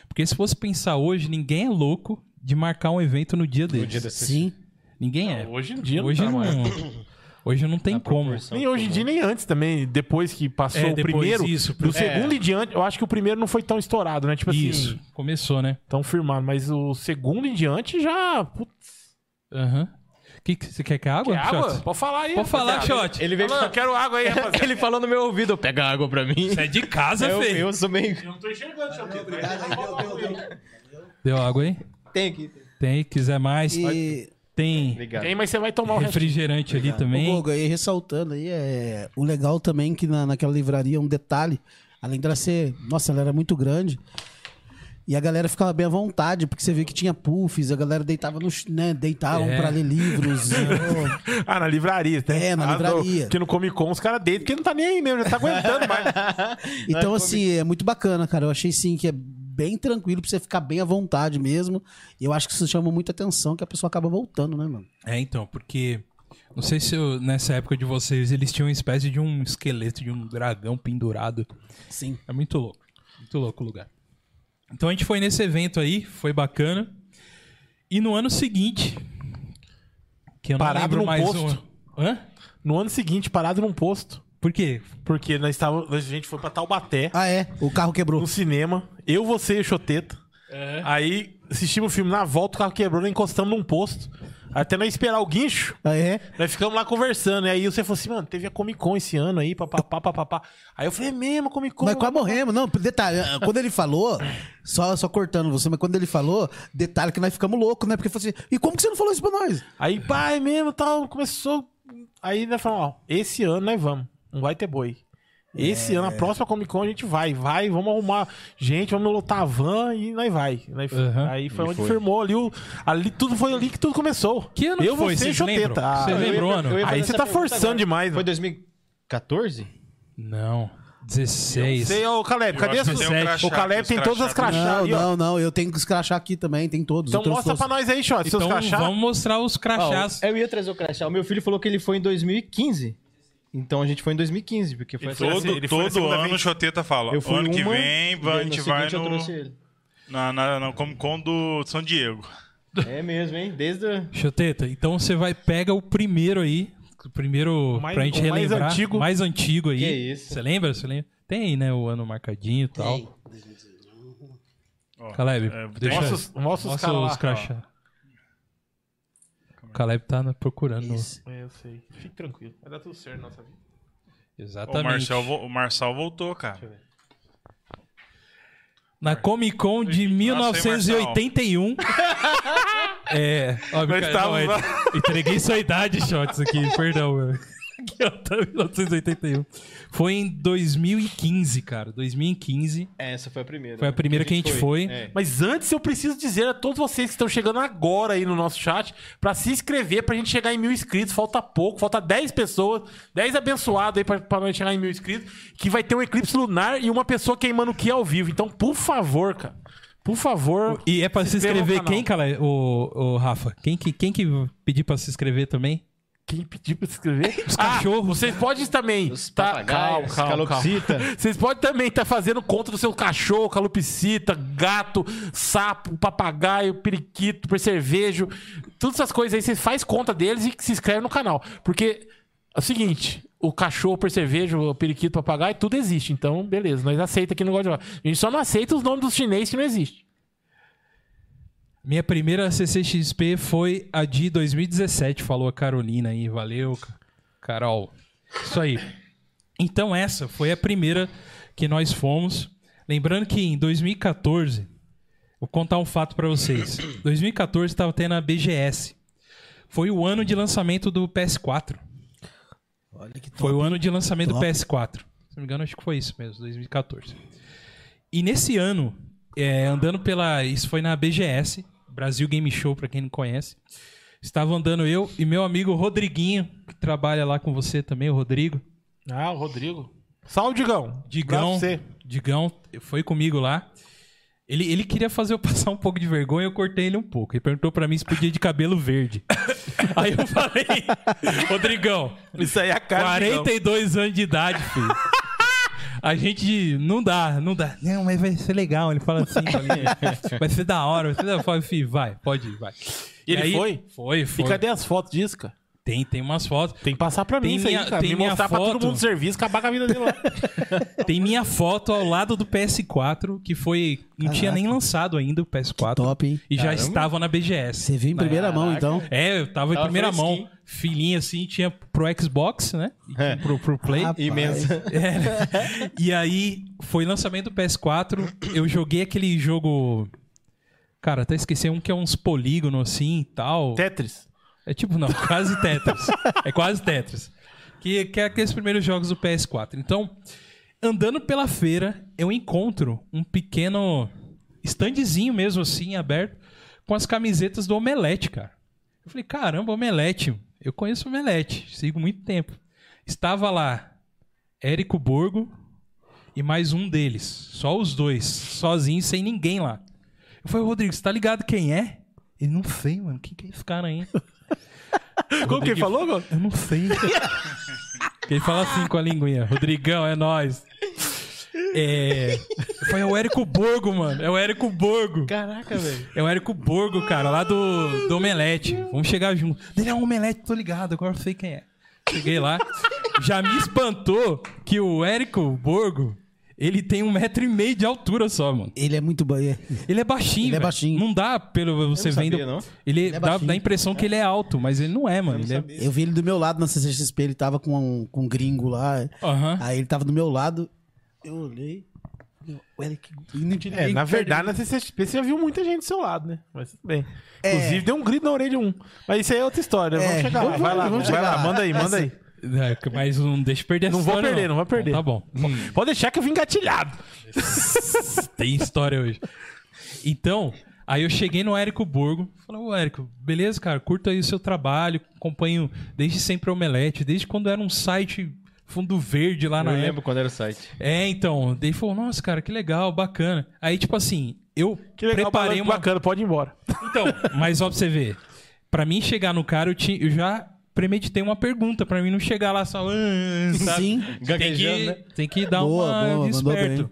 Speaker 1: Porque se fosse pensar hoje, ninguém é louco de marcar um evento no dia desse.
Speaker 5: dia da CCXP.
Speaker 4: Sim.
Speaker 1: Ninguém é.
Speaker 2: Não, hoje em dia
Speaker 1: Hoje
Speaker 2: não tá
Speaker 1: não,
Speaker 2: mais.
Speaker 1: hoje não tem
Speaker 5: Na
Speaker 1: como.
Speaker 5: proporção
Speaker 2: Nem hoje em
Speaker 5: que
Speaker 2: dia, nem antes também. Depois que passou
Speaker 1: É,
Speaker 2: o
Speaker 1: depois
Speaker 2: primeiro.
Speaker 1: isso,
Speaker 2: do
Speaker 1: é.
Speaker 2: segundo em diante, eu acho que o primeiro não foi tão estourado, né? Tipo
Speaker 1: Isso,
Speaker 2: assim,
Speaker 1: começou, né?
Speaker 2: tão firmado. Mas o segundo em diante já. Putz,
Speaker 1: Aham. Que, que- você quer que é água?
Speaker 2: quer água?
Speaker 1: Shots?
Speaker 2: Pode falar aí.
Speaker 1: Pode falar,
Speaker 2: rapaziada.
Speaker 1: Shot.
Speaker 5: Ele veio
Speaker 2: Alan, eu quero água aí, rapaziada.
Speaker 5: Ele falou no meu ouvido, pega água pra mim.
Speaker 1: É de casa,
Speaker 5: Eu,
Speaker 1: feio.
Speaker 5: eu sou meio...
Speaker 2: Eu não tô enxergando, Shot.
Speaker 1: Deu água aí?
Speaker 5: Tem aqui.
Speaker 1: Tem, quiser mais.
Speaker 4: E,
Speaker 1: Tem
Speaker 5: Obrigado.
Speaker 2: Tem, mas você vai tomar um o refri.
Speaker 1: refrigerante ali
Speaker 4: o
Speaker 1: também.
Speaker 4: Gogo, aí ressaltando aí, é, o legal também que na, naquela livraria, um detalhe, além dela ser, nossa, ela era muito grande, e a galera ficava bem à vontade, porque você vê que tinha puffs, a galera deitava no, ch- né, deitavam
Speaker 1: É.
Speaker 4: pra
Speaker 1: *laughs*
Speaker 4: ler livros, né?
Speaker 2: Ah, na livraria, né?
Speaker 4: É, na
Speaker 2: Ah, não.
Speaker 4: livraria.
Speaker 2: Que no Comic Con os caras deitam, porque não tá nem aí mesmo, já tá aguentando mais.
Speaker 4: Então, assim, é muito bacana, cara. Eu achei sim que é bem tranquilo pra você ficar bem à vontade mesmo. E eu acho que isso chama muita atenção, que a pessoa acaba voltando, né, mano?
Speaker 1: É, então, porque. Não sei se eu- nessa época de vocês eles tinham uma espécie de um esqueleto de um dragão pendurado.
Speaker 4: Sim.
Speaker 1: É muito louco. Muito louco o lugar. Então a gente foi nesse evento aí, foi bacana. E no ano seguinte. Que eu não
Speaker 2: Parado
Speaker 1: lembro
Speaker 2: num
Speaker 1: mais
Speaker 2: posto.
Speaker 1: um. Hã?
Speaker 2: No ano seguinte, parado num posto,
Speaker 1: Por quê?
Speaker 2: porque nós estávamos, a gente foi pra Taubaté,
Speaker 4: Ah, é? O carro quebrou.
Speaker 2: *laughs* no cinema, eu, você e o Choteta. Aí assistimos o filme, na volta o carro quebrou, nós encostamos num posto, até nós esperar o guincho.
Speaker 4: Ah, é?
Speaker 2: Nós ficamos lá conversando, e aí você falou assim, mano, teve a Comic Con esse ano aí, papapá, papapá. Aí eu falei, é mesmo, Comic Con.
Speaker 4: Mas quase morremos. Não, detalhe, ah, quando ele falou, só, só cortando você, mas quando ele falou, detalhe que nós ficamos loucos, né? Porque eu falei assim, e como que você não falou isso pra nós?
Speaker 2: Aí, pai, mesmo, tal, começou. Aí nós falamos, ó, esse ano nós vamos, não vai ter boi.
Speaker 5: É.
Speaker 2: Esse ano, a próxima Comic Con a gente vai, vai, vamos arrumar gente, vamos lotar a van e nós vai. Nós-
Speaker 1: Uhum.
Speaker 2: Aí foi
Speaker 5: E
Speaker 2: onde
Speaker 5: foi.
Speaker 2: firmou ali, o, ali tudo foi ali que tudo começou.
Speaker 1: Que ano
Speaker 2: eu,
Speaker 1: que foi?
Speaker 2: Você e
Speaker 1: Vocês lembram?
Speaker 2: Choteta. Ah,
Speaker 1: Vocês
Speaker 2: eu-
Speaker 1: lembram? Bruno,
Speaker 5: ia fazer
Speaker 2: aí
Speaker 5: essa
Speaker 2: você tá
Speaker 5: pergunta
Speaker 2: forçando
Speaker 5: agora.
Speaker 2: demais,
Speaker 5: Foi
Speaker 2: né?
Speaker 5: 2014?
Speaker 1: Não. 16.
Speaker 2: Você, ô Caleb, cadê
Speaker 3: acho
Speaker 2: as
Speaker 3: que tem um
Speaker 1: sucesso?
Speaker 3: crachá
Speaker 2: O Caleb
Speaker 3: os
Speaker 2: tem todas as
Speaker 3: crachá.
Speaker 2: crachá
Speaker 4: Não,
Speaker 2: ali, ó.
Speaker 4: não, não. Eu tenho que escrachar aqui também, tem todos.
Speaker 2: Então
Speaker 4: eu trouxe
Speaker 2: mostra pra
Speaker 4: todos.
Speaker 2: nós aí, Shot, seus
Speaker 1: Então
Speaker 2: crachá.
Speaker 1: vamos mostrar os crachás.
Speaker 5: Ó, eu ia trazer o crachá. O meu filho falou que ele foi em 2015. Então a gente foi em 2015, porque foi
Speaker 2: E
Speaker 5: essa...
Speaker 2: foi-
Speaker 3: Todo,
Speaker 2: ele foi na
Speaker 3: todo
Speaker 2: segunda
Speaker 3: ano
Speaker 2: vez.
Speaker 3: o Choteta fala.
Speaker 5: Eu fui
Speaker 3: ano que
Speaker 5: uma,
Speaker 3: vem
Speaker 5: e
Speaker 3: a
Speaker 5: no
Speaker 3: gente
Speaker 5: seguinte
Speaker 3: vai
Speaker 5: eu
Speaker 3: no,
Speaker 5: trouxe ele.
Speaker 3: na, na, na Comic Con do São Diego.
Speaker 5: É mesmo, hein? Desde... a-
Speaker 1: Choteta, então você vai, pega o primeiro aí. O primeiro,
Speaker 2: O mais-
Speaker 1: pra gente
Speaker 2: o mais
Speaker 1: relembrar.
Speaker 2: antigo.
Speaker 1: mais antigo aí.
Speaker 5: Que isso.
Speaker 1: Você lembra? Você lembra? Tem, aí, né? O ano marcadinho e tal.
Speaker 3: Ó,
Speaker 1: Caleb,
Speaker 3: é,
Speaker 1: deixa
Speaker 2: Mostra os- mostra os
Speaker 1: mostra
Speaker 2: caras
Speaker 1: os
Speaker 2: lá.
Speaker 1: crachá. O Caleb tá na- procurando.
Speaker 4: Isso.
Speaker 2: É, eu sei. Fique tranquilo. Vai dar tudo certo na nossa vida.
Speaker 1: Exatamente.
Speaker 3: o, Marcel, vo- o Marçal voltou, cara.
Speaker 1: Na Comic Con de
Speaker 3: Nossa, hein, Marcel?
Speaker 1: 1981. *laughs* é, ó,
Speaker 2: Nós
Speaker 1: Micael,
Speaker 2: estávamos
Speaker 1: não, é- entreguei sua idade, Shots, aqui, perdão, meu. *laughs* Aqui, ó, tá 1981. Foi em 2015, cara. 2015.
Speaker 5: Essa foi a primeira.
Speaker 1: Foi a
Speaker 5: né?
Speaker 1: primeira que a gente foi.
Speaker 5: É.
Speaker 2: Mas antes eu preciso dizer a todos vocês que estão chegando agora aí no nosso chat pra se inscrever pra gente chegar em mil inscritos. Falta pouco, falta 10 pessoas, 10 abençoados aí pra, pra nós chegar em mil inscritos. Que vai ter um eclipse lunar e uma pessoa queimando o que ao vivo. Então, por favor, cara, por favor.
Speaker 1: E é pra se,
Speaker 2: Se inscreva no
Speaker 1: inscrever
Speaker 2: canal.
Speaker 1: quem, cara? O, Rafa? Quem que, quem que pedir pra se inscrever também?
Speaker 2: Quem pediu pra se *laughs* inscrever?
Speaker 1: Os
Speaker 2: Ah,
Speaker 1: cachorros.
Speaker 2: vocês podem também.
Speaker 5: Os
Speaker 2: Tá, calma,
Speaker 5: papagaios,
Speaker 2: calma, calma.
Speaker 5: calopsita.
Speaker 2: *laughs* Vocês podem também estar fazendo conta do seu cachorro, calopsita, gato, sapo, papagaio, periquito, percevejo. Todas essas coisas aí, vocês faz conta deles e se inscreve no canal. Porque é o seguinte, o cachorro, percevejo, o periquito, papagaio, tudo existe. Então, beleza, nós aceita aqui no negócio de A gente só não aceita os nomes dos chineses que não existem.
Speaker 1: Minha primeira CCXP foi a de 2017, falou a Carolina aí. Valeu, Ca- Carol. Isso aí. Então, essa foi a primeira que nós fomos. Lembrando que em 2014, vou contar um fato pra vocês: 2014 estava tendo a BGS. Foi o ano de lançamento do PS4.
Speaker 4: Olha que top.
Speaker 1: Foi o ano de lançamento
Speaker 4: Top.
Speaker 1: do PS4. Se não me engano, acho que foi isso mesmo, 2014. E nesse ano, é, andando pela. Isso foi na BGS, Brasil Game Show, pra quem não conhece. Estava andando eu e meu amigo Rodriguinho, que trabalha lá com você também, o Rodrigo.
Speaker 2: Ah, o Rodrigo. Salve, Digão.
Speaker 1: Digão.
Speaker 2: Abraço pra você.
Speaker 1: Digão foi comigo lá. Ele, ele queria fazer eu *laughs* passar um pouco de vergonha, eu cortei ele um pouco. Ele perguntou pra mim se podia ir de cabelo verde. *laughs* Aí eu falei, Rodrigão,
Speaker 2: Isso aí é a cara do Digão.
Speaker 1: 42 anos de idade, filho. A gente não dá, não dá. Não, mas vai ser legal. Ele fala assim,
Speaker 2: *laughs*
Speaker 1: Paulinho. vai ser da hora. Vai ser da hora. Eu falo, "Filho, vai, pode ir, vai.
Speaker 2: E ele foi?
Speaker 1: Foi,
Speaker 2: E
Speaker 1: foi.
Speaker 2: cadê as fotos disso, cara?
Speaker 1: Tem, tem umas fotos.
Speaker 2: Tem que passar pra
Speaker 1: Tem
Speaker 2: mim isso
Speaker 1: minha-
Speaker 2: aí, cara.
Speaker 1: tem
Speaker 2: Me
Speaker 1: minha
Speaker 2: mostrar pra todo
Speaker 1: foto.
Speaker 2: mundo do serviço, acabar com a vida dele lá.
Speaker 1: Tem minha foto ao lado do PS4, que foi. Não tinha nem lançado ainda o PS4.
Speaker 4: Top, hein?
Speaker 1: E já
Speaker 5: Caramba.
Speaker 1: estava na BGS.
Speaker 4: Você viu em primeira mão,
Speaker 5: Caraca.
Speaker 4: então.
Speaker 1: É, eu tava, em
Speaker 5: Tava
Speaker 1: primeira
Speaker 5: fresquinho.
Speaker 1: mão. Filhinha assim, tinha pro Xbox, né? E
Speaker 2: É.
Speaker 1: tinha pro, pro Play.
Speaker 4: Rapaz.
Speaker 5: Imensa.
Speaker 1: *laughs* É. E aí, foi lançamento do PS4. Eu joguei aquele jogo. Cara, até esqueci um que é uns polígonos assim e tal.
Speaker 2: Tetris.
Speaker 1: É tipo, não, quase Tetris. é quase Tetris. Que, que é aqueles primeiros jogos do PS4. Então, andando pela feira, eu encontro um pequeno standzinho mesmo assim, aberto, com as camisetas do Omelete, cara. Eu falei, caramba, Omelete. Eu conheço Omelete, sigo muito tempo. Estava lá Érico Borgo e mais um deles. Só os dois, sozinhos, sem ninguém lá. Eu falei, Rodrigo, você tá ligado quem é? Ele não sei, mano. Quem que é esse cara aí?
Speaker 2: *laughs* Como que ele falou, Gol?
Speaker 1: Eu não
Speaker 2: *laughs*
Speaker 1: sei. Ele fala assim com a linguinha. Rodrigão, é nóis. É. Foi o Érico Borgo, mano. É o Érico Borgo.
Speaker 5: Caraca, velho.
Speaker 1: É o Érico Borgo, cara, lá do, do Omelete. Vamos chegar junto. Dele é um Omelete, tô ligado, agora eu sei quem é. Cheguei lá. Já me espantou que o Érico Borgo, ele tem um metro e meio de altura só, mano.
Speaker 4: Ele é muito bom. é.
Speaker 1: Ele é baixinho.
Speaker 4: Ele é
Speaker 1: velho.
Speaker 4: baixinho.
Speaker 1: Não dá pelo você
Speaker 5: não
Speaker 1: vendo.
Speaker 5: sabia, não.
Speaker 1: Ele,
Speaker 4: é
Speaker 1: dá,
Speaker 4: baixinho.
Speaker 1: dá a impressão que ele é alto, mas ele não é, mano. Ele é...
Speaker 4: Eu vi ele do meu lado na CCXP, ele tava com um, com um gringo lá.
Speaker 1: Aham.
Speaker 4: Aí ele tava do meu lado, eu olhei. eu, O Eric. e não tinha
Speaker 2: *laughs* É,
Speaker 4: ninguém
Speaker 2: na
Speaker 4: perto
Speaker 2: verdade, na CCXP você já viu muita gente do seu lado, né? Mas tudo bem. Inclusive, deu um grito na orelha de um. Mas isso aí é outra história. Vamos
Speaker 4: É,
Speaker 2: chegar lá.
Speaker 4: vamos-
Speaker 2: Vai lá,
Speaker 4: vamos
Speaker 2: vai
Speaker 4: chegar
Speaker 2: lá.
Speaker 4: lá.
Speaker 2: Manda aí, manda aí.
Speaker 1: É, mas não deixa perder essa
Speaker 2: Não vou
Speaker 1: história,
Speaker 2: perder, não vou perder. Hum.
Speaker 1: Então Tá bom.
Speaker 2: Pode deixar que eu vim gatilhado.
Speaker 1: Tem história hoje. Então, aí eu cheguei no Érico Borgo. Falei, ô Érico, beleza, cara? Curto aí o seu trabalho. Acompanho desde sempre o Omelete. Desde quando era um site fundo verde lá Tá na
Speaker 5: eu
Speaker 1: época.
Speaker 5: lembro quando era o site.
Speaker 1: É, então. Daí ele falou, nossa, cara, que legal, bacana. Aí, tipo assim, eu
Speaker 2: Que legal,
Speaker 1: preparei
Speaker 2: Preparei
Speaker 1: uma...
Speaker 2: bacana, pode ir embora.
Speaker 1: Então, mas só pra você ver. Pra mim chegar no cara, eu, ti- eu já premeditei uma pergunta. Pra mim não chegar lá só... "Ah",
Speaker 4: dele.
Speaker 1: sabe?
Speaker 4: Sim.
Speaker 1: Tem que,
Speaker 5: Gaguejando, né?
Speaker 1: tem que dar
Speaker 4: Boa,
Speaker 1: uma
Speaker 4: boa,
Speaker 1: de
Speaker 4: mandou
Speaker 1: esperto.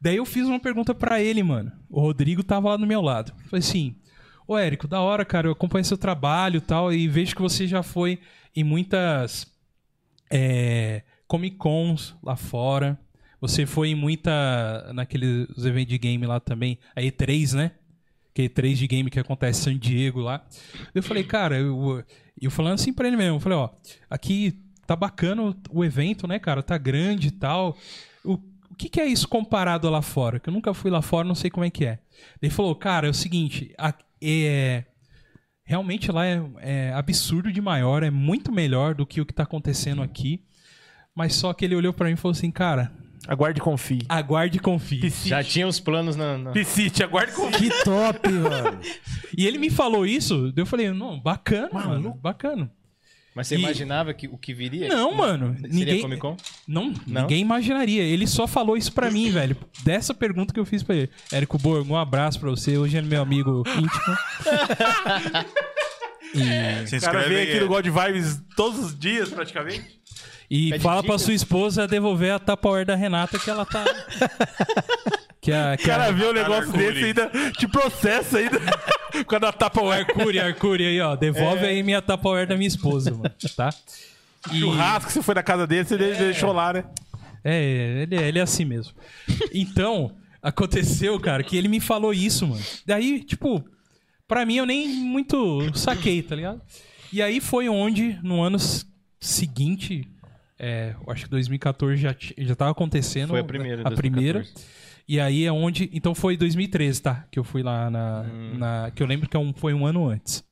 Speaker 1: Daí eu fiz uma pergunta pra ele, mano. O Rodrigo tava lá do meu lado. Falei assim: Ô Érico, da hora, cara, eu acompanho seu trabalho e tal, e vejo que você já foi em muitas é, Comic Cons lá fora. Você foi em muita. naqueles eventos de game lá também. A E3, né? Que é E3 de game que acontece em San Diego lá. Eu falei, cara, eu, eu falando assim pra ele mesmo, eu falei, ó, aqui tá bacana o- o evento, né, cara? Tá grande e tal. O, o que, que é isso comparado lá fora? Que eu nunca fui lá fora, não sei como é que é. Ele falou, cara, é o seguinte, a- é, realmente lá é, é absurdo de maior, é muito melhor do que o que tá acontecendo aqui. Mas só que ele olhou pra mim e falou assim, cara,
Speaker 2: Aguarde e confie.
Speaker 1: aguarde e confie.
Speaker 5: Já tinha os planos na. na-
Speaker 2: Piscite, aguarde e confie.
Speaker 4: Que *laughs* top, mano.
Speaker 1: E ele me falou isso, daí eu falei, não, bacana, mano, bacana.
Speaker 5: Mas você
Speaker 1: E-
Speaker 5: imaginava que, o que viria?
Speaker 1: Não, mano,
Speaker 5: Seria
Speaker 1: ninguém,
Speaker 5: Comic Con?
Speaker 1: Não, ninguém imaginaria. Ele só falou isso pra mim, velho. Dessa pergunta que eu fiz pra ele. Érico Borgo, um abraço pra você. Hoje é meu amigo íntimo.
Speaker 3: Se
Speaker 2: O cara
Speaker 3: inscreve
Speaker 2: veio
Speaker 3: aí.
Speaker 2: aqui no God Vibes todos os dias, praticamente.
Speaker 1: E
Speaker 2: É
Speaker 5: Pede
Speaker 1: fala pra
Speaker 5: dicas.
Speaker 1: sua esposa devolver a Tupperware da Renata que ela
Speaker 2: *laughs*
Speaker 1: tá... que a...
Speaker 2: O
Speaker 1: Que
Speaker 2: cara
Speaker 1: a...
Speaker 2: vê o negócio
Speaker 3: Mercúrio.
Speaker 2: desse e ainda te processa *laughs* ainda. Quando a tapa o
Speaker 1: Arcuri, Arcuri aí, ó.
Speaker 2: É.
Speaker 1: Devolve aí minha Tupperware da minha esposa, mano. Tá? E-
Speaker 2: churrasco, você foi na casa dele, você deixou lá, né?
Speaker 1: É, ele, é- ele é assim mesmo. Então, aconteceu, cara, que ele me falou isso, mano. Daí, tipo, Pra mim, eu nem muito saquei, tá ligado? E aí foi onde, no ano s- seguinte, é, eu acho que 2014 já, ti- já tava acontecendo.
Speaker 5: Foi a primeira,
Speaker 1: A
Speaker 5: 2014.
Speaker 1: primeira. E aí é onde. Então foi 2013, tá? Que eu fui lá na.
Speaker 5: Hum.
Speaker 1: na- que eu lembro que é um- foi um ano antes.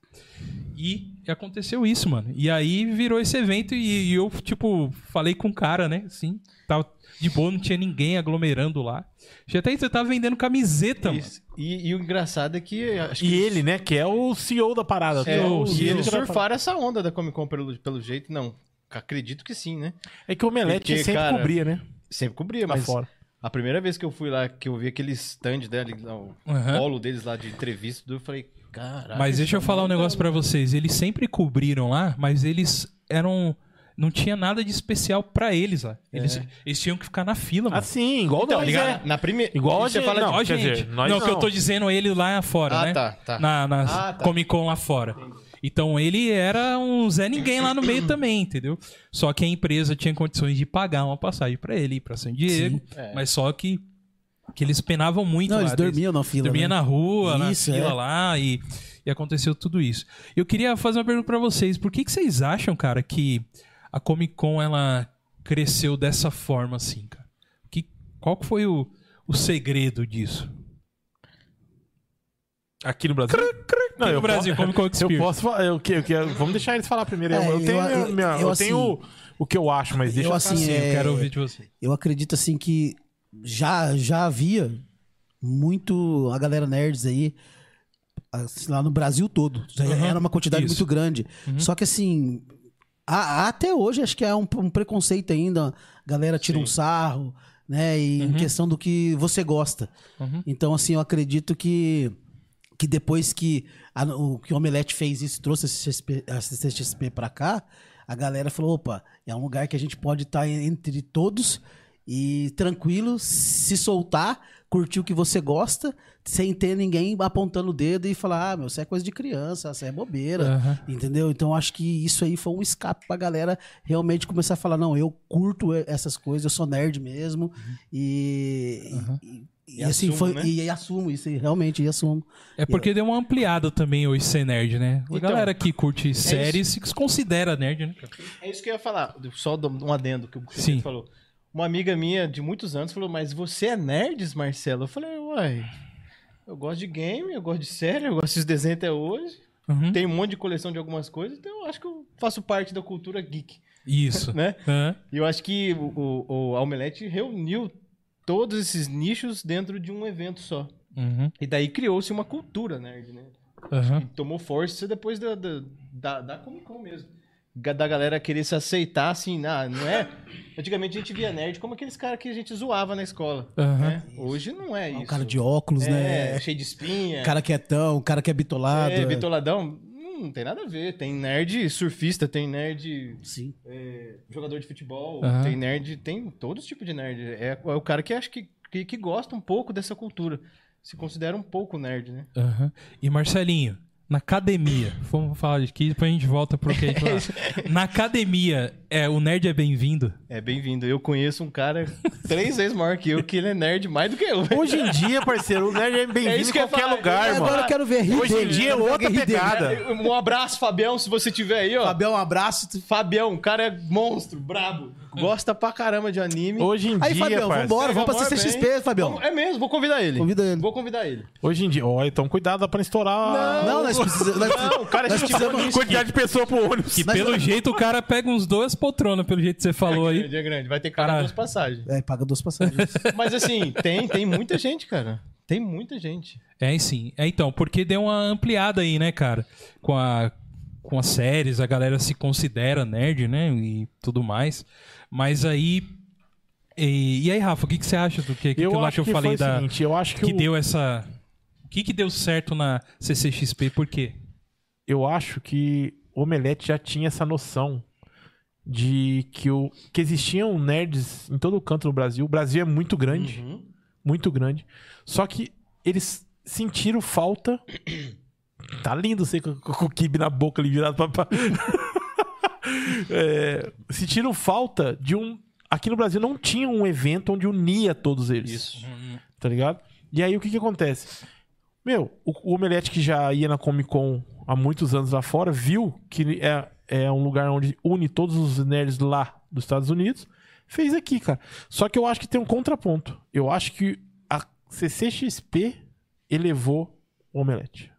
Speaker 1: E aconteceu isso, mano. E aí virou esse evento e, e eu, tipo, falei com o cara, né? Assim. Tava de boa, não tinha ninguém aglomerando lá. Já até isso, eu tava vendendo camiseta, mano.
Speaker 5: Isso. E, e o engraçado é que. Acho
Speaker 2: E
Speaker 5: que
Speaker 2: ele, né? Que é o CEO da parada.
Speaker 5: É,
Speaker 2: É,
Speaker 1: CEO,
Speaker 2: o
Speaker 5: e
Speaker 2: CEO.
Speaker 5: eles surfaram essa onda da Comic Con pelo, pelo jeito, não. Acredito que sim, né?
Speaker 2: é que o Omelete
Speaker 5: Porque,
Speaker 2: sempre
Speaker 5: cara,
Speaker 2: cobria, né?
Speaker 5: Sempre cobria,
Speaker 2: Lá
Speaker 5: mas
Speaker 2: fora.
Speaker 5: a primeira vez que eu fui lá, que eu vi aquele stand dele, lá, o
Speaker 1: Aham.
Speaker 5: polo deles lá de entrevista, eu falei, caralho.
Speaker 1: Mas deixa eu
Speaker 5: essa
Speaker 1: falar um
Speaker 5: onda-
Speaker 1: negócio pra vocês. Eles sempre cobriram lá, mas eles eram. Não tinha nada de especial pra eles lá. Eles,
Speaker 5: É.
Speaker 1: eles tinham que ficar na fila, mano.
Speaker 2: Assim, igual
Speaker 5: Então,
Speaker 2: nós,
Speaker 5: ligado?
Speaker 2: é.
Speaker 5: Na primeira.
Speaker 2: Igual a
Speaker 5: você
Speaker 2: gente-
Speaker 5: fala
Speaker 2: não,
Speaker 1: Ó,
Speaker 2: quer
Speaker 1: gente.
Speaker 2: dizer, nós
Speaker 1: não, que eu
Speaker 2: não.
Speaker 1: tô dizendo é ele lá fora,
Speaker 5: Ah,
Speaker 1: né?
Speaker 5: tá, tá.
Speaker 1: Na, nas
Speaker 5: Ah, tá.
Speaker 1: Comic Con lá fora. Então ele era um Zé Ninguém lá no meio
Speaker 2: Uhum.
Speaker 1: também, entendeu? Só que a empresa tinha condições de pagar uma passagem pra ele ir pra São Diego.
Speaker 5: É.
Speaker 1: Mas só que, que eles penavam muito
Speaker 4: Não,
Speaker 1: lá.
Speaker 4: eles
Speaker 1: deles-
Speaker 4: dormiam na fila.
Speaker 1: Dormia
Speaker 4: né?
Speaker 1: na rua,
Speaker 4: Isso,
Speaker 1: na fila
Speaker 4: é.
Speaker 1: lá e, e aconteceu tudo isso. Eu queria fazer uma pergunta pra vocês. Por que, que vocês acham, cara, que a Comic Con ela cresceu dessa forma assim, cara? Que, qual que foi o, o segredo disso?
Speaker 2: Aqui no Brasil. Não,
Speaker 1: Aqui no
Speaker 2: eu
Speaker 1: Brasil,
Speaker 2: posso,
Speaker 1: Comic Con
Speaker 2: *laughs* Eu
Speaker 1: Experience.
Speaker 2: posso falar. Eu, que- eu, que- vamos deixar eles falar primeiro. Eu-
Speaker 4: É,
Speaker 2: eu,
Speaker 4: eu-
Speaker 2: tenho,
Speaker 4: eu-
Speaker 2: minha- eu
Speaker 4: eu, assim,
Speaker 2: tenho o que eu acho, mas deixa eu,
Speaker 4: eu,
Speaker 2: falar.
Speaker 4: assim,
Speaker 1: Sim, eu
Speaker 4: é-
Speaker 1: quero ouvir de você.
Speaker 4: eu acredito assim que já já havia muito a galera nerds aí assim, lá no Brasil todo Já
Speaker 1: Uhum.
Speaker 4: era uma quantidade
Speaker 1: Isso.
Speaker 4: muito grande só que assim a- a- até hoje acho que é um, um preconceito ainda a galera tira um sarro né e em questão do que você gosta
Speaker 1: Uhum.
Speaker 4: então assim eu acredito que que depois que a- o que o Omelete fez isso trouxe a CXP a CCXP pra cá a galera falou opa é um lugar que a gente pode estar entre todos e tranquilo se soltar curtir o que você gosta sem ter ninguém apontando o dedo e falar ah meu você é coisa de criança você é bobeira
Speaker 1: Aham.
Speaker 4: Entendeu? Então acho que isso aí foi um escape pra galera realmente começar a falar: não, eu curto e- essas coisas, eu sou nerd mesmo. E, e- e
Speaker 5: Uhum. E
Speaker 4: assim
Speaker 5: assumo,
Speaker 4: foi.
Speaker 5: né?
Speaker 4: E, e assumo isso, aí, realmente, e assumo.
Speaker 1: É porque deu uma ampliada também hoje ser nerd, né? A
Speaker 5: Então,
Speaker 1: galera que curte séries se considera nerd, né? cara?
Speaker 5: É isso que eu ia falar. Só dou um adendo que o que
Speaker 1: Sim.
Speaker 5: você falou. Uma amiga minha de muitos anos falou, mas você é nerds, Marcelo? Eu falei, uai, eu gosto de game, eu gosto de série, eu gosto de desenho até hoje.
Speaker 1: Uhum.
Speaker 5: Tenho um monte de coleção de algumas coisas, então eu acho que eu faço parte da cultura geek,
Speaker 4: Tá.
Speaker 5: *laughs*
Speaker 1: Isso.
Speaker 5: né?
Speaker 1: Aham.
Speaker 5: E eu acho que o, o, o a Omelete reuniu todos esses nichos dentro de um evento só.
Speaker 1: Uhum.
Speaker 5: E daí criou-se uma cultura nerd, né?
Speaker 1: Aham.
Speaker 4: Uhum.
Speaker 5: E tomou força depois da, da, da, da Comic Con mesmo. Ga- Da galera querer se aceitar, assim, na- não é? Antigamente a gente via nerd como aqueles caras que a gente zoava na escola.
Speaker 1: Aham.
Speaker 5: né? Hoje não é isso.
Speaker 4: Um Uhum. cara de óculos,
Speaker 5: é,
Speaker 4: né?
Speaker 5: cheio de espinha.
Speaker 4: Cara quietão, o cara que é bitolado.
Speaker 1: né?
Speaker 5: é,
Speaker 4: é.
Speaker 5: bitoladão. Hum, não tem nada a ver. Tem nerd surfista, tem nerd
Speaker 4: Sim.
Speaker 5: jogador de futebol,
Speaker 1: Aham.
Speaker 5: tem nerd, tem todos os tipos de nerd. É, é o cara que acho que, que, que gosta um pouco dessa cultura. Se considera um pouco nerd, né?
Speaker 1: Aham. E Marcelinho, na academia, vamos falar de aqui, depois a gente volta pro que a gente falar. Na academia, é, o nerd é bem-vindo?
Speaker 5: É, bem-vindo. Eu conheço um cara *laughs* três vezes maior que eu, que ele é nerd mais do que eu.
Speaker 2: assim, *laughs* Hoje em dia, parceiro, o nerd é bem-vindo
Speaker 5: isso
Speaker 2: em
Speaker 5: que eu ia
Speaker 2: qualquer
Speaker 5: falar.
Speaker 2: lugar,
Speaker 5: Eu-
Speaker 2: mano.
Speaker 4: Agora eu quero ver rir
Speaker 2: Hoje em
Speaker 4: dele,
Speaker 2: dia é
Speaker 4: eu quero
Speaker 2: outra
Speaker 4: ver rir dele.
Speaker 2: pegada.
Speaker 5: Um abraço, Fabião, se você tiver aí, ó.
Speaker 4: Fabião, um abraço.
Speaker 5: Fabião, o cara é monstro, brabo. Gosta pra caramba de anime.
Speaker 2: Hoje em
Speaker 4: Aí,
Speaker 2: dia,
Speaker 4: Fabião,
Speaker 2: parceiro.
Speaker 4: vambora, vamos pra
Speaker 5: Agora,
Speaker 4: CCXP,
Speaker 5: bem.
Speaker 4: Fabião.
Speaker 5: Vamos- É mesmo, vou convidar ele.
Speaker 4: Convida ele.
Speaker 5: Vou convidar ele.
Speaker 2: Hoje em dia. Ó, então cuidado, dá pra estourar.
Speaker 4: Não, nós precisamos. nós-
Speaker 5: Não, o cara é
Speaker 4: nós
Speaker 5: gente
Speaker 2: *laughs*
Speaker 4: precisamos-
Speaker 5: boníssima.
Speaker 2: Quantidade tipo, de pessoa pro ônibus.
Speaker 1: Que pelo jeito o cara pega uns dois poltronas, pelo jeito que você falou aí.
Speaker 5: Grande, é grande. Vai ter cara
Speaker 1: Caralho.
Speaker 5: duas passagens.
Speaker 4: É, paga duas passagens.
Speaker 5: Mas assim, tem, tem muita gente, cara. Tem muita gente.
Speaker 1: É, sim. É, então, porque deu uma ampliada aí, né, cara? Com, a, com as séries, a galera se considera nerd, né? E tudo mais. Mas aí. E, e aí, Rafa, o que, que você acha do que, que
Speaker 2: Eu
Speaker 1: aquilo lá
Speaker 2: acho
Speaker 1: que eu falei
Speaker 2: foi o
Speaker 1: da.
Speaker 2: seguinte, eu acho que,
Speaker 1: que
Speaker 2: o-
Speaker 1: deu essa. O que, que deu certo na CCXP? Por quê?
Speaker 2: eu acho que o Omelete já tinha essa noção de que, o, que existiam nerds em todo canto no Brasil. O Brasil é muito grande, muito grande. Só que eles sentiram falta. Tá lindo você com, com o kibe na boca ali virado pra. pra... É, sentiram falta de um. Aqui no Brasil não tinha um evento onde unia todos eles.
Speaker 5: Isso.
Speaker 2: Tá ligado? E aí o que que acontece? Meu, o, o Omelete que já ia na Comic Con há muitos anos lá fora, viu que é, é um lugar onde une todos os nerds lá dos Estados Unidos, fez aqui, cara. Só que eu acho que tem um contraponto. Eu acho que a CCXP elevou o Omelete.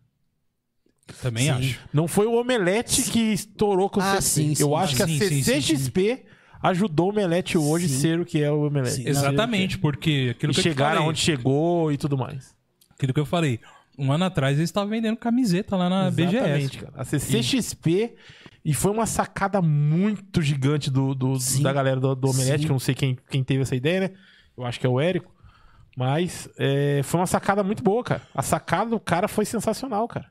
Speaker 1: Também
Speaker 4: Sim.
Speaker 1: acho.
Speaker 2: Não foi o Omelete que estourou com o
Speaker 4: Ah,
Speaker 2: CC.
Speaker 4: sim, sim.
Speaker 2: Eu acho que a
Speaker 1: Sim, sim, sim,
Speaker 2: CCXP ajudou o Omelete hoje
Speaker 4: Sim.
Speaker 2: ser o que é o Omelete.
Speaker 4: Sim.
Speaker 2: Ser o que
Speaker 1: Exatamente, porque
Speaker 2: é.
Speaker 1: aquilo
Speaker 2: E
Speaker 1: que, eu te
Speaker 2: chegaram
Speaker 1: falei,
Speaker 2: onde chegou e tudo mais.
Speaker 1: aquilo que eu falei, um ano atrás eles estavam vendendo camiseta lá na BGS.
Speaker 2: Exatamente, cara. A CCXP. E foi uma sacada muito gigante do, do-
Speaker 4: Sim.
Speaker 2: da galera do, do Omelete,
Speaker 4: Sim.
Speaker 2: que eu não sei quem, quem teve essa ideia, né? Eu acho que é o Érico. Mas é, foi uma sacada muito boa, cara. A sacada do cara foi sensacional, cara.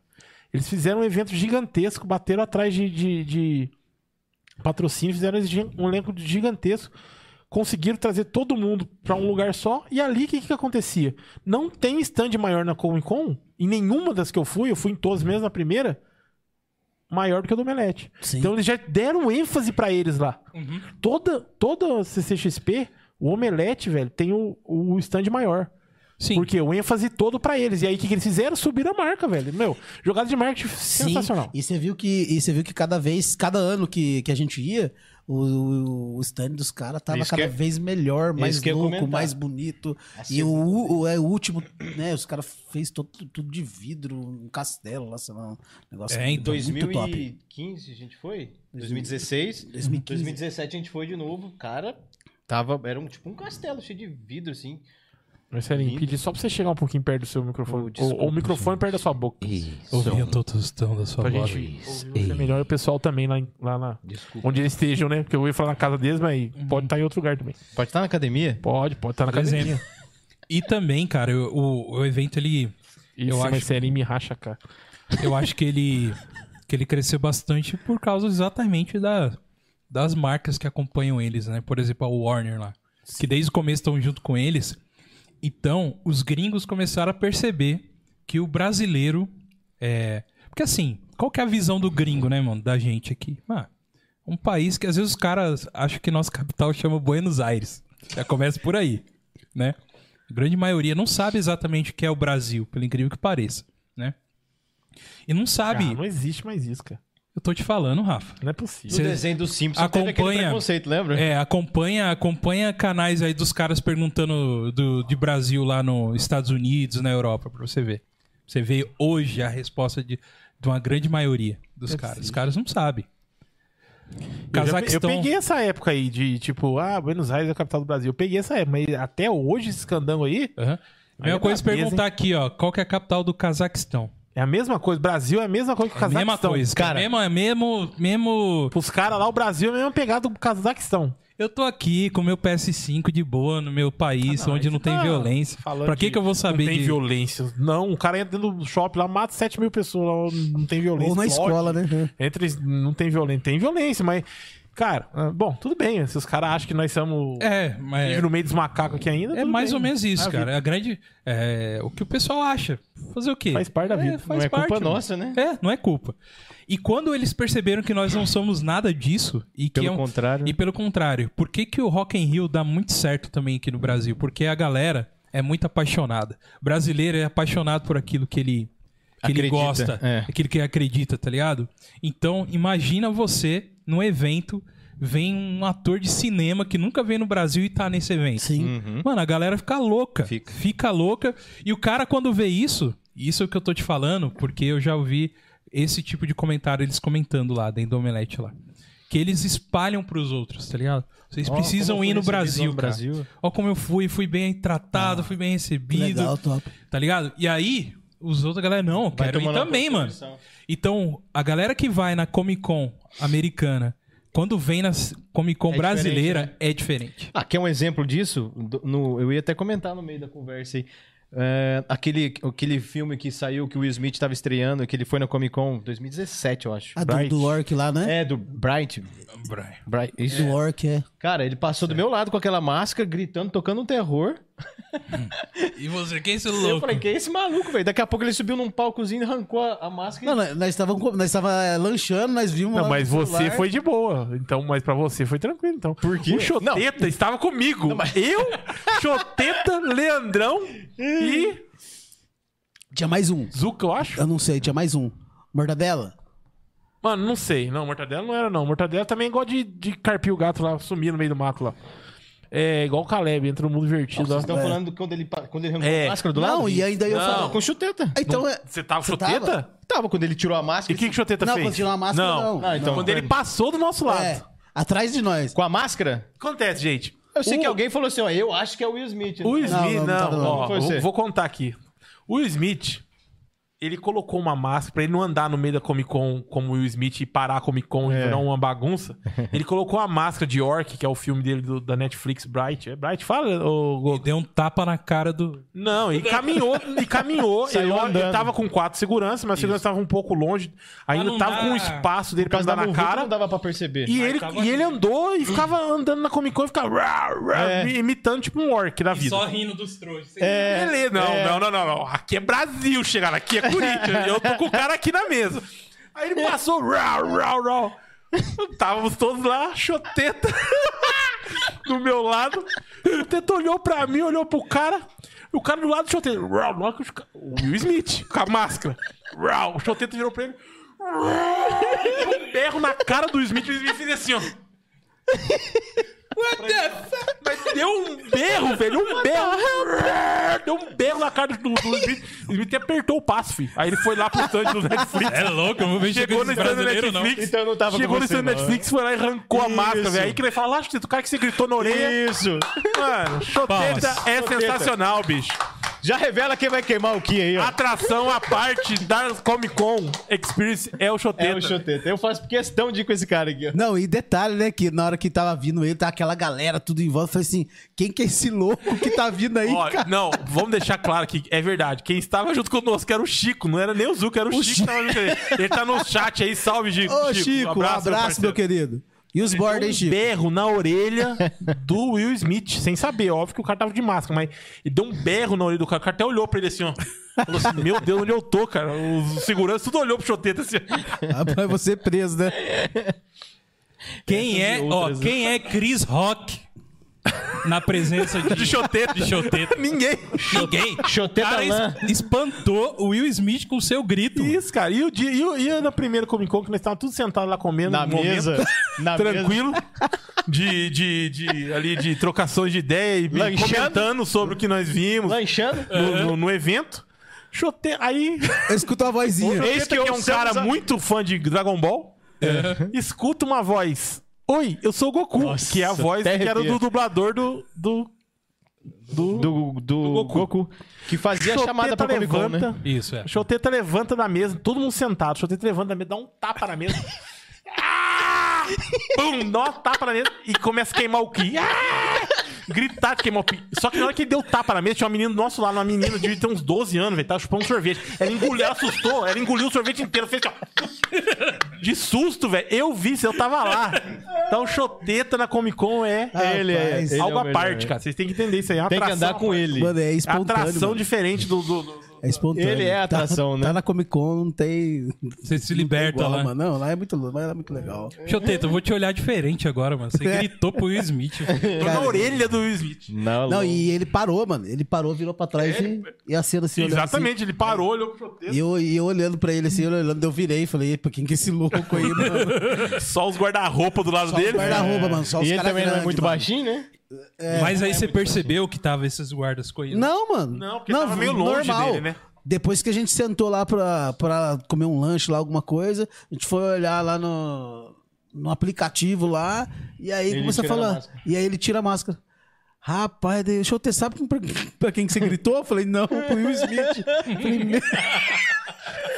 Speaker 2: Eles fizeram um evento gigantesco, bateram atrás de, de, de patrocínio, fizeram gi- um elenco gigantesco. Conseguiram trazer todo mundo pra um lugar só. E ali, o que, que acontecia? Não tem stand maior na Comic Con. Em nenhuma das que eu fui, eu fui em todas, menos na primeira, maior do que o do Omelete.
Speaker 4: Sim.
Speaker 2: Então eles já deram ênfase pra eles lá.
Speaker 1: Uhum.
Speaker 2: Toda, toda CCXP, o Omelete, velho, tem o, o stand maior.
Speaker 1: Sim.
Speaker 2: Porque o ênfase todo pra eles. E aí o que, que eles fizeram? Subiram a marca, velho. Meu, jogada de marketing
Speaker 4: Sim,
Speaker 2: sensacional.
Speaker 4: E você viu que, e você viu que cada vez, cada ano que, que a gente ia, o, o stand dos caras tava
Speaker 5: Isso
Speaker 4: cada
Speaker 5: que é-
Speaker 4: vez melhor, mais
Speaker 5: isso que eu ia
Speaker 4: louco,
Speaker 5: comentar.
Speaker 4: mais bonito.
Speaker 5: Assim,
Speaker 4: E o, o, é, o último, né? Os caras fez todo, tudo de vidro, um castelo lá, sei lá, um negócio
Speaker 1: É,
Speaker 4: muito
Speaker 1: em
Speaker 2: então.
Speaker 4: top.
Speaker 5: 2015 a gente foi? 2016?
Speaker 4: 2015.
Speaker 5: 2017 a gente foi de novo, cara. Tava, era um, tipo um castelo cheio de vidro, assim.
Speaker 2: Marcelinho,
Speaker 5: Lindo.
Speaker 2: pedi só pra você chegar um pouquinho perto do seu microfone.
Speaker 5: Oh,
Speaker 2: Ou- ou, o
Speaker 5: desculpa,
Speaker 2: microfone perto da sua boca.
Speaker 1: Ouvi o tostão da sua
Speaker 2: Pra
Speaker 1: voz.
Speaker 2: gente ouvir você melhor e o pessoal também lá, em- lá na.
Speaker 5: Desculpa.
Speaker 2: Onde eles estejam, né? Porque eu ia falar na casa deles, mas pode estar em outro lugar também.
Speaker 5: Pode estar na academia?
Speaker 2: Pode, pode estar na
Speaker 1: Por
Speaker 2: casa
Speaker 1: exemplo. E também, cara, eu- o, o evento ele.
Speaker 2: Isso,
Speaker 1: Eu acho-
Speaker 2: Marcelinho me racha, cara.
Speaker 1: Eu acho que ele. que ele cresceu bastante por causa exatamente da, das marcas que acompanham eles, né? Por exemplo, a Warner lá. Que desde o começo estão junto com eles. Então, os gringos começaram a perceber que o brasileiro. É... Porque assim, qual que é a visão do gringo, né, mano? Da gente aqui. Ah, um país que às vezes os caras acham que nossa capital chama Buenos Aires. Já começa por aí, né? A grande maioria não sabe exatamente o que é o Brasil, pelo incrível que pareça, né? E não sabe.
Speaker 2: Ah, não existe mais isso, cara.
Speaker 1: Eu tô te falando, Rafa.
Speaker 2: Não é possível.
Speaker 5: No
Speaker 1: Cê
Speaker 5: desenho do Simpsons teve aquele
Speaker 1: acompanha-
Speaker 5: preconceito, lembra?
Speaker 1: É, acompanha, acompanha canais aí dos caras perguntando do, de Brasil lá nos Estados Unidos, na Europa, pra você ver. Você vê hoje a resposta de, de uma grande maioria dos
Speaker 2: É
Speaker 1: caras. Os
Speaker 2: possível.
Speaker 1: caras não sabem.
Speaker 2: Eu, já-
Speaker 1: Cazaquistão.
Speaker 2: eu peguei essa época aí de, tipo, ah, Buenos Aires é a capital do Brasil. Eu peguei essa época, mas até hoje esse candango aí
Speaker 1: Aham. A
Speaker 2: Aí
Speaker 1: Mesma
Speaker 2: é
Speaker 1: coisa
Speaker 2: brabeza,
Speaker 1: perguntar aqui, ó. Qual que é a capital do Cazaquistão?
Speaker 2: é a mesma coisa. Brasil é a mesma coisa que o
Speaker 1: É a
Speaker 2: Cazaquistão.
Speaker 1: mesma coisa.
Speaker 5: cara.
Speaker 1: É mesmo, é mesmo, mesmo.
Speaker 2: Pros caras lá, o Brasil é a mesma pegada do Cazaquistão.
Speaker 1: Eu tô aqui com o meu PS5 de boa no meu país,
Speaker 2: Ah, não,
Speaker 1: onde
Speaker 2: aí
Speaker 1: não
Speaker 2: você
Speaker 1: tem
Speaker 2: tá
Speaker 1: violência.
Speaker 2: falando
Speaker 1: Pra que,
Speaker 2: de-
Speaker 1: que eu vou
Speaker 2: Não
Speaker 1: saber
Speaker 2: tem
Speaker 1: de-
Speaker 2: violência. Não, o cara entra dentro do shopping lá, mata 7 mil pessoas lá, não tem violência.
Speaker 4: Ou na
Speaker 2: Lógico.
Speaker 4: escola, né?
Speaker 2: Entre eles, não tem violência. Tem violência, mas. Cara, ah, bom, tudo bem. Se os caras acham que nós somos.
Speaker 1: É, mas.
Speaker 2: vive no meio dos macacos aqui ainda.
Speaker 1: É
Speaker 2: tudo
Speaker 1: mais
Speaker 2: bem.
Speaker 1: ou menos isso,
Speaker 2: Ah,
Speaker 1: cara. É a grande. é, o que o pessoal acha. Fazer o quê?
Speaker 2: Faz parte da vida.
Speaker 1: É, faz
Speaker 2: Não é
Speaker 1: parte,
Speaker 2: culpa
Speaker 1: mano.
Speaker 5: nossa, né?
Speaker 1: É, não é culpa. E quando eles perceberam que nós não somos nada disso e que
Speaker 5: Pelo
Speaker 1: é um,
Speaker 5: contrário.
Speaker 1: e pelo contrário, por que, que o Rock in Rio dá muito certo também aqui no Brasil? Porque a galera é muito apaixonada. O brasileiro é apaixonado por aquilo que ele, que ele
Speaker 5: Acredita,
Speaker 1: gosta,
Speaker 5: é.
Speaker 1: aquilo que ele acredita, tá ligado? Então, imagina você num evento, vem um ator de cinema que nunca veio no Brasil e tá nesse evento.
Speaker 4: Sim.
Speaker 5: Uhum.
Speaker 1: Mano, a galera fica louca.
Speaker 5: Fica.
Speaker 1: louca. E o cara, quando vê isso, isso é o que eu tô te falando, porque eu já ouvi esse tipo de comentário eles comentando lá dentro do Omelete lá. Que eles espalham pros outros, tá ligado? Vocês
Speaker 5: Ó,
Speaker 1: precisam
Speaker 5: como
Speaker 1: ir
Speaker 5: eu
Speaker 1: no
Speaker 5: fui recebido
Speaker 1: Brasil,
Speaker 5: no
Speaker 1: cara.
Speaker 5: Brasil. Ah,
Speaker 1: Ó como eu fui, fui bem tratado, fui bem recebido,
Speaker 4: Legal, top.
Speaker 1: tá ligado? E aí, os outros, a galera, não, eu quero ir
Speaker 5: tomando uma
Speaker 1: também, mano.
Speaker 5: contribuição.
Speaker 1: Então, a galera que vai na Comic Con americana, quando vem na Comic Con
Speaker 5: É diferente,
Speaker 1: brasileira,
Speaker 5: né?
Speaker 1: é diferente.
Speaker 5: Ah, quer um exemplo disso? Do- no- eu ia até comentar no meio da conversa aí. É, aquele, aquele filme que saiu que o Will Smith estava estreando, que ele foi na Comic Con 2017, eu acho.
Speaker 4: Ah, do,
Speaker 2: Bright.
Speaker 4: do Orc lá, né?
Speaker 5: É, do Bright.
Speaker 1: Brian.
Speaker 5: Bright isso.
Speaker 4: Do Orc, é.
Speaker 5: Cara, ele passou do meu lado com aquela máscara, gritando, tocando um terror.
Speaker 1: E você, quem é esse
Speaker 5: Eu
Speaker 1: louco?
Speaker 5: falei, que é esse maluco, velho? Daqui a pouco ele subiu num palcozinho, arrancou a, a máscara
Speaker 4: Não, nós- nós estávamos nós tava é, lanchando, nós vimos.
Speaker 2: Não,
Speaker 4: lá
Speaker 2: mas
Speaker 4: no
Speaker 2: você
Speaker 4: celular.
Speaker 2: foi de boa. Então, mas pra você foi tranquilo, então. Por
Speaker 5: quê?
Speaker 2: O Choteta estava *laughs* comigo. Eu, Choteta, Leandrão e...
Speaker 5: e...
Speaker 4: Tinha mais um.
Speaker 2: Zuca, eu acho?
Speaker 4: Eu não sei, tinha mais um. Mortadela?
Speaker 2: Mano, não sei. Não, mortadela não era, não. Mortadela também é igual de, de carpir o gato lá, sumir no meio do mato lá. É igual o Caleb, entra no mundo invertido
Speaker 5: Vocês
Speaker 2: lá.
Speaker 5: estão
Speaker 4: É.
Speaker 5: falando quando ele, pa- quando ele arrancou
Speaker 2: É.
Speaker 5: a máscara do lado?
Speaker 4: Não, e ainda eu
Speaker 2: Não.
Speaker 4: falava.
Speaker 5: Com chuteta.
Speaker 4: Então é.
Speaker 2: Você tá tava
Speaker 4: Você
Speaker 2: chuteta?
Speaker 4: tava?
Speaker 5: Tava quando ele tirou a
Speaker 2: E
Speaker 5: máscara.
Speaker 2: o que, que o chuteta
Speaker 4: Não,
Speaker 2: fez?
Speaker 4: quando tirou a máscara, não.
Speaker 5: Ah, então.
Speaker 2: Quando ele passou do nosso lado.
Speaker 4: É, atrás de nós.
Speaker 5: Com a máscara?
Speaker 2: O que acontece, gente?
Speaker 5: Eu sei
Speaker 2: O-
Speaker 5: que alguém falou assim, ó, eu acho que é o Will Smith.
Speaker 2: O Will
Speaker 4: Não,
Speaker 2: Smith, não,
Speaker 4: não, tá não, não,
Speaker 2: ó,
Speaker 5: não foi
Speaker 2: vou-
Speaker 5: você.
Speaker 2: vou contar aqui. O Will Smith, ele colocou uma máscara pra ele não andar no meio da Comic Con como o Will Smith e parar a Comic Con e
Speaker 5: É.
Speaker 2: virar uma *laughs* bagunça. Ele colocou a máscara de Orc, que é o filme dele do- da Netflix, Bright. É Bright? Fala, ô, Gogo.
Speaker 1: E deu um tapa na cara do.
Speaker 2: Não, e caminhou, e caminhou.
Speaker 5: *laughs* Saiu
Speaker 2: ele, ele
Speaker 5: andando.
Speaker 2: tava com quatro seguranças, mas a segurança tava um pouco longe. Ainda
Speaker 1: não
Speaker 2: tava
Speaker 1: dá-
Speaker 2: com um espaço dele
Speaker 5: Por
Speaker 2: pra
Speaker 5: causa
Speaker 2: andar
Speaker 5: da
Speaker 2: na
Speaker 5: muvuca
Speaker 2: cara.
Speaker 5: um não dava pra perceber.
Speaker 2: E
Speaker 1: Mas
Speaker 2: ele,
Speaker 1: tava
Speaker 2: e ele
Speaker 1: ali.
Speaker 2: andou e ficava andando na Comic Con e ficava rá, rá,
Speaker 5: É.
Speaker 2: *laughs* imitando tipo um orc da vida.
Speaker 1: rindo dos trouxas.
Speaker 5: É,
Speaker 2: Beleza, não, não, não, não, não. Aqui é Brasil, chegar aqui é Corinthians. eu tô com o cara aqui na mesa. Aí ele passou, rau, rau, rau. Távamos todos lá, choteta *laughs* do meu lado. O Teta olhou pra mim, olhou pro cara. O cara do lado do choteta. Rau, na hora que os ca- o Will Smith, com a máscara. Rau, o choteta virou pra ele. *laughs* rau, e deu um berro na cara do Smith. O Smith fez assim, ó. Mas deu um berro, velho. Um berro. Deu um berro na cara do, do Smith. O Smith apertou o passo, filho. Aí ele foi lá pro stand do Netflix.
Speaker 1: É louco, eu vou ver
Speaker 2: Chegou no stand do
Speaker 1: brasileiro, não.
Speaker 2: Netflix.
Speaker 5: Então eu não tava com
Speaker 2: chegou no
Speaker 5: você,
Speaker 2: stand do
Speaker 5: não.
Speaker 2: Netflix, foi lá e arrancou a
Speaker 5: Isso.
Speaker 2: máscara, velho. Aí que ele fala, acho que o cara que você gritou na orelha.
Speaker 5: Isso.
Speaker 2: Mano,
Speaker 1: Palmas.
Speaker 2: choteta é
Speaker 5: Choteta.
Speaker 2: sensacional, bicho.
Speaker 5: Já revela quem vai queimar o que aí, ó.
Speaker 2: Atração à parte da Comic Con Experience é o choteta.
Speaker 5: É o chuteta. Eu faço questão de ir com esse cara aqui, ó.
Speaker 4: Não, e detalhe, né? Que na hora que tava vindo ele, tá aquela galera tudo em volta. Eu falei assim: quem que é esse louco que tá vindo aí,
Speaker 2: *laughs* Ó,
Speaker 4: cara?
Speaker 2: não, vamos deixar claro que é verdade. Quem estava junto conosco era o Chico, não era nem o Zuko, era o, Chico. que tava junto com ele. ele tá no chat aí, salve, Chico.
Speaker 4: Ô, Chico, um abraço, meu
Speaker 2: parceiro.
Speaker 4: querido. E os bordes, hein,
Speaker 2: Um
Speaker 4: Chico?
Speaker 2: berro na *laughs* orelha do Will Smith, sem saber, óbvio que o cara tava de máscara, mas ele deu um berro na orelha do cara, o cara até olhou pra ele assim, ó. Falou assim, meu Deus, onde eu tô, cara? Os seguranças tudo olhou pro choteta assim.
Speaker 4: Ah, Vai você preso, né?
Speaker 1: Quem é,
Speaker 2: Essas e
Speaker 1: ó,
Speaker 2: outras, né?
Speaker 1: quem é Chris Rock na presença de,
Speaker 2: De choteta.
Speaker 1: de choteta?
Speaker 2: Ninguém.
Speaker 1: Ninguém.
Speaker 5: Choteta
Speaker 1: Cara,
Speaker 5: lã.
Speaker 1: es- espantou o Will Smith com seu grito.
Speaker 2: Isso, cara. E, o dia, e, o- e na primeira Comic Con, que nós estávamos todos sentados lá comendo.
Speaker 5: Na
Speaker 2: um momento.
Speaker 5: mesa. Na mesa.
Speaker 2: tranquilo *laughs* de, de, de- ali de trocações de ideia e
Speaker 5: Lanchando.
Speaker 2: comentando sobre o que nós vimos
Speaker 5: Lanchando.
Speaker 2: no, no- no evento. Chote... Aí,
Speaker 4: Eu escuto a vozinha.
Speaker 2: eis que é um
Speaker 5: ouçamos
Speaker 2: cara
Speaker 5: a-
Speaker 2: muito fã de Dragon Ball. Escuta uma voz. Oi, eu sou o Goku.
Speaker 5: Nossa,
Speaker 2: que é a voz que
Speaker 5: até
Speaker 2: era do
Speaker 5: arrepia.
Speaker 2: dublador do. do... Do,
Speaker 5: Do, do,
Speaker 2: Goku.
Speaker 5: Goku. Que fazia a
Speaker 2: Choteta
Speaker 5: chamada pra Comic Con, né?
Speaker 2: levanta,
Speaker 1: Isso, é.
Speaker 2: Choteta levanta da mesa, todo mundo sentado. Choteta levanta da mesa, dá um tapa na mesa. Ah! Pum! Dá um tapa na mesa e começa a queimar o Ki. Ah! Gritar de queimar o Ki. Só que na hora que ele deu tapa na mesa, tinha uma menina do nosso lado, uma menina de ter uns 12 anos, velho, tava chupando um sorvete. Ela engoliu, ela assustou, ela engoliu o sorvete inteiro, fez assim, ó. De susto, velho. Eu vi, eu tava lá. Então, choteta na Comic Con é
Speaker 5: Ele é,
Speaker 4: Rapaz,
Speaker 5: ele é
Speaker 2: algo
Speaker 5: o
Speaker 2: à
Speaker 5: melhor.
Speaker 2: parte, cara. Vocês têm que entender isso aí. É uma
Speaker 5: Tem que
Speaker 2: atração,
Speaker 5: andar com
Speaker 2: rapaz.
Speaker 5: ele.
Speaker 4: Mano, é
Speaker 2: É uma
Speaker 4: espontâneo.
Speaker 2: atração
Speaker 4: mano.
Speaker 2: diferente do- do- do,
Speaker 4: É espontâneo.
Speaker 5: Ele é a atração,
Speaker 4: tá,
Speaker 5: né?
Speaker 4: Tá na Comic Con, não tem.
Speaker 1: Você se
Speaker 4: não tem
Speaker 1: liberta
Speaker 4: igual,
Speaker 1: lá.
Speaker 4: Mano. Não, lá é muito, lou- lá é muito legal.
Speaker 1: Choteta, eu vou te olhar diferente agora, mano. Você
Speaker 4: É.
Speaker 1: gritou pro Will
Speaker 2: *laughs*
Speaker 1: Smith.
Speaker 2: Tô na orelha do Will Smith.
Speaker 5: Não,
Speaker 4: Não, e ele parou, mano. Ele parou, virou pra trás e, e a cena assim, olhando assim.
Speaker 2: É? Exatamente, ele parou, olhou pro
Speaker 4: E
Speaker 2: protesto.
Speaker 4: eu, e eu olhando pra ele assim, ele olhando, eu virei e falei, pra quem que é esse louco aí,
Speaker 5: *laughs*
Speaker 4: mano?
Speaker 2: É Só os guarda-roupa do lado
Speaker 4: Só
Speaker 2: dele.
Speaker 4: guarda-roupa, mano. Só os
Speaker 5: E ele
Speaker 4: cara
Speaker 5: também não é
Speaker 4: grande,
Speaker 5: muito
Speaker 4: mano.
Speaker 5: baixinho, né?
Speaker 1: Mas aí você percebeu que tava esses guardas com ele.
Speaker 4: Não, mano.
Speaker 2: É. Não, porque tava meio longe dele, né?
Speaker 4: Depois que a gente sentou lá pra, pra comer um lanche lá, alguma coisa, a gente foi olhar lá no, no aplicativo lá, e aí
Speaker 5: Ele
Speaker 4: começa a
Speaker 5: tira a
Speaker 4: falar.
Speaker 5: máscara.
Speaker 4: e aí ele tira a máscara. Rapaz, deixa eu testar pra, pra quem que você gritou. Eu falei, não, pro Will Smith. Eu falei, "Meu."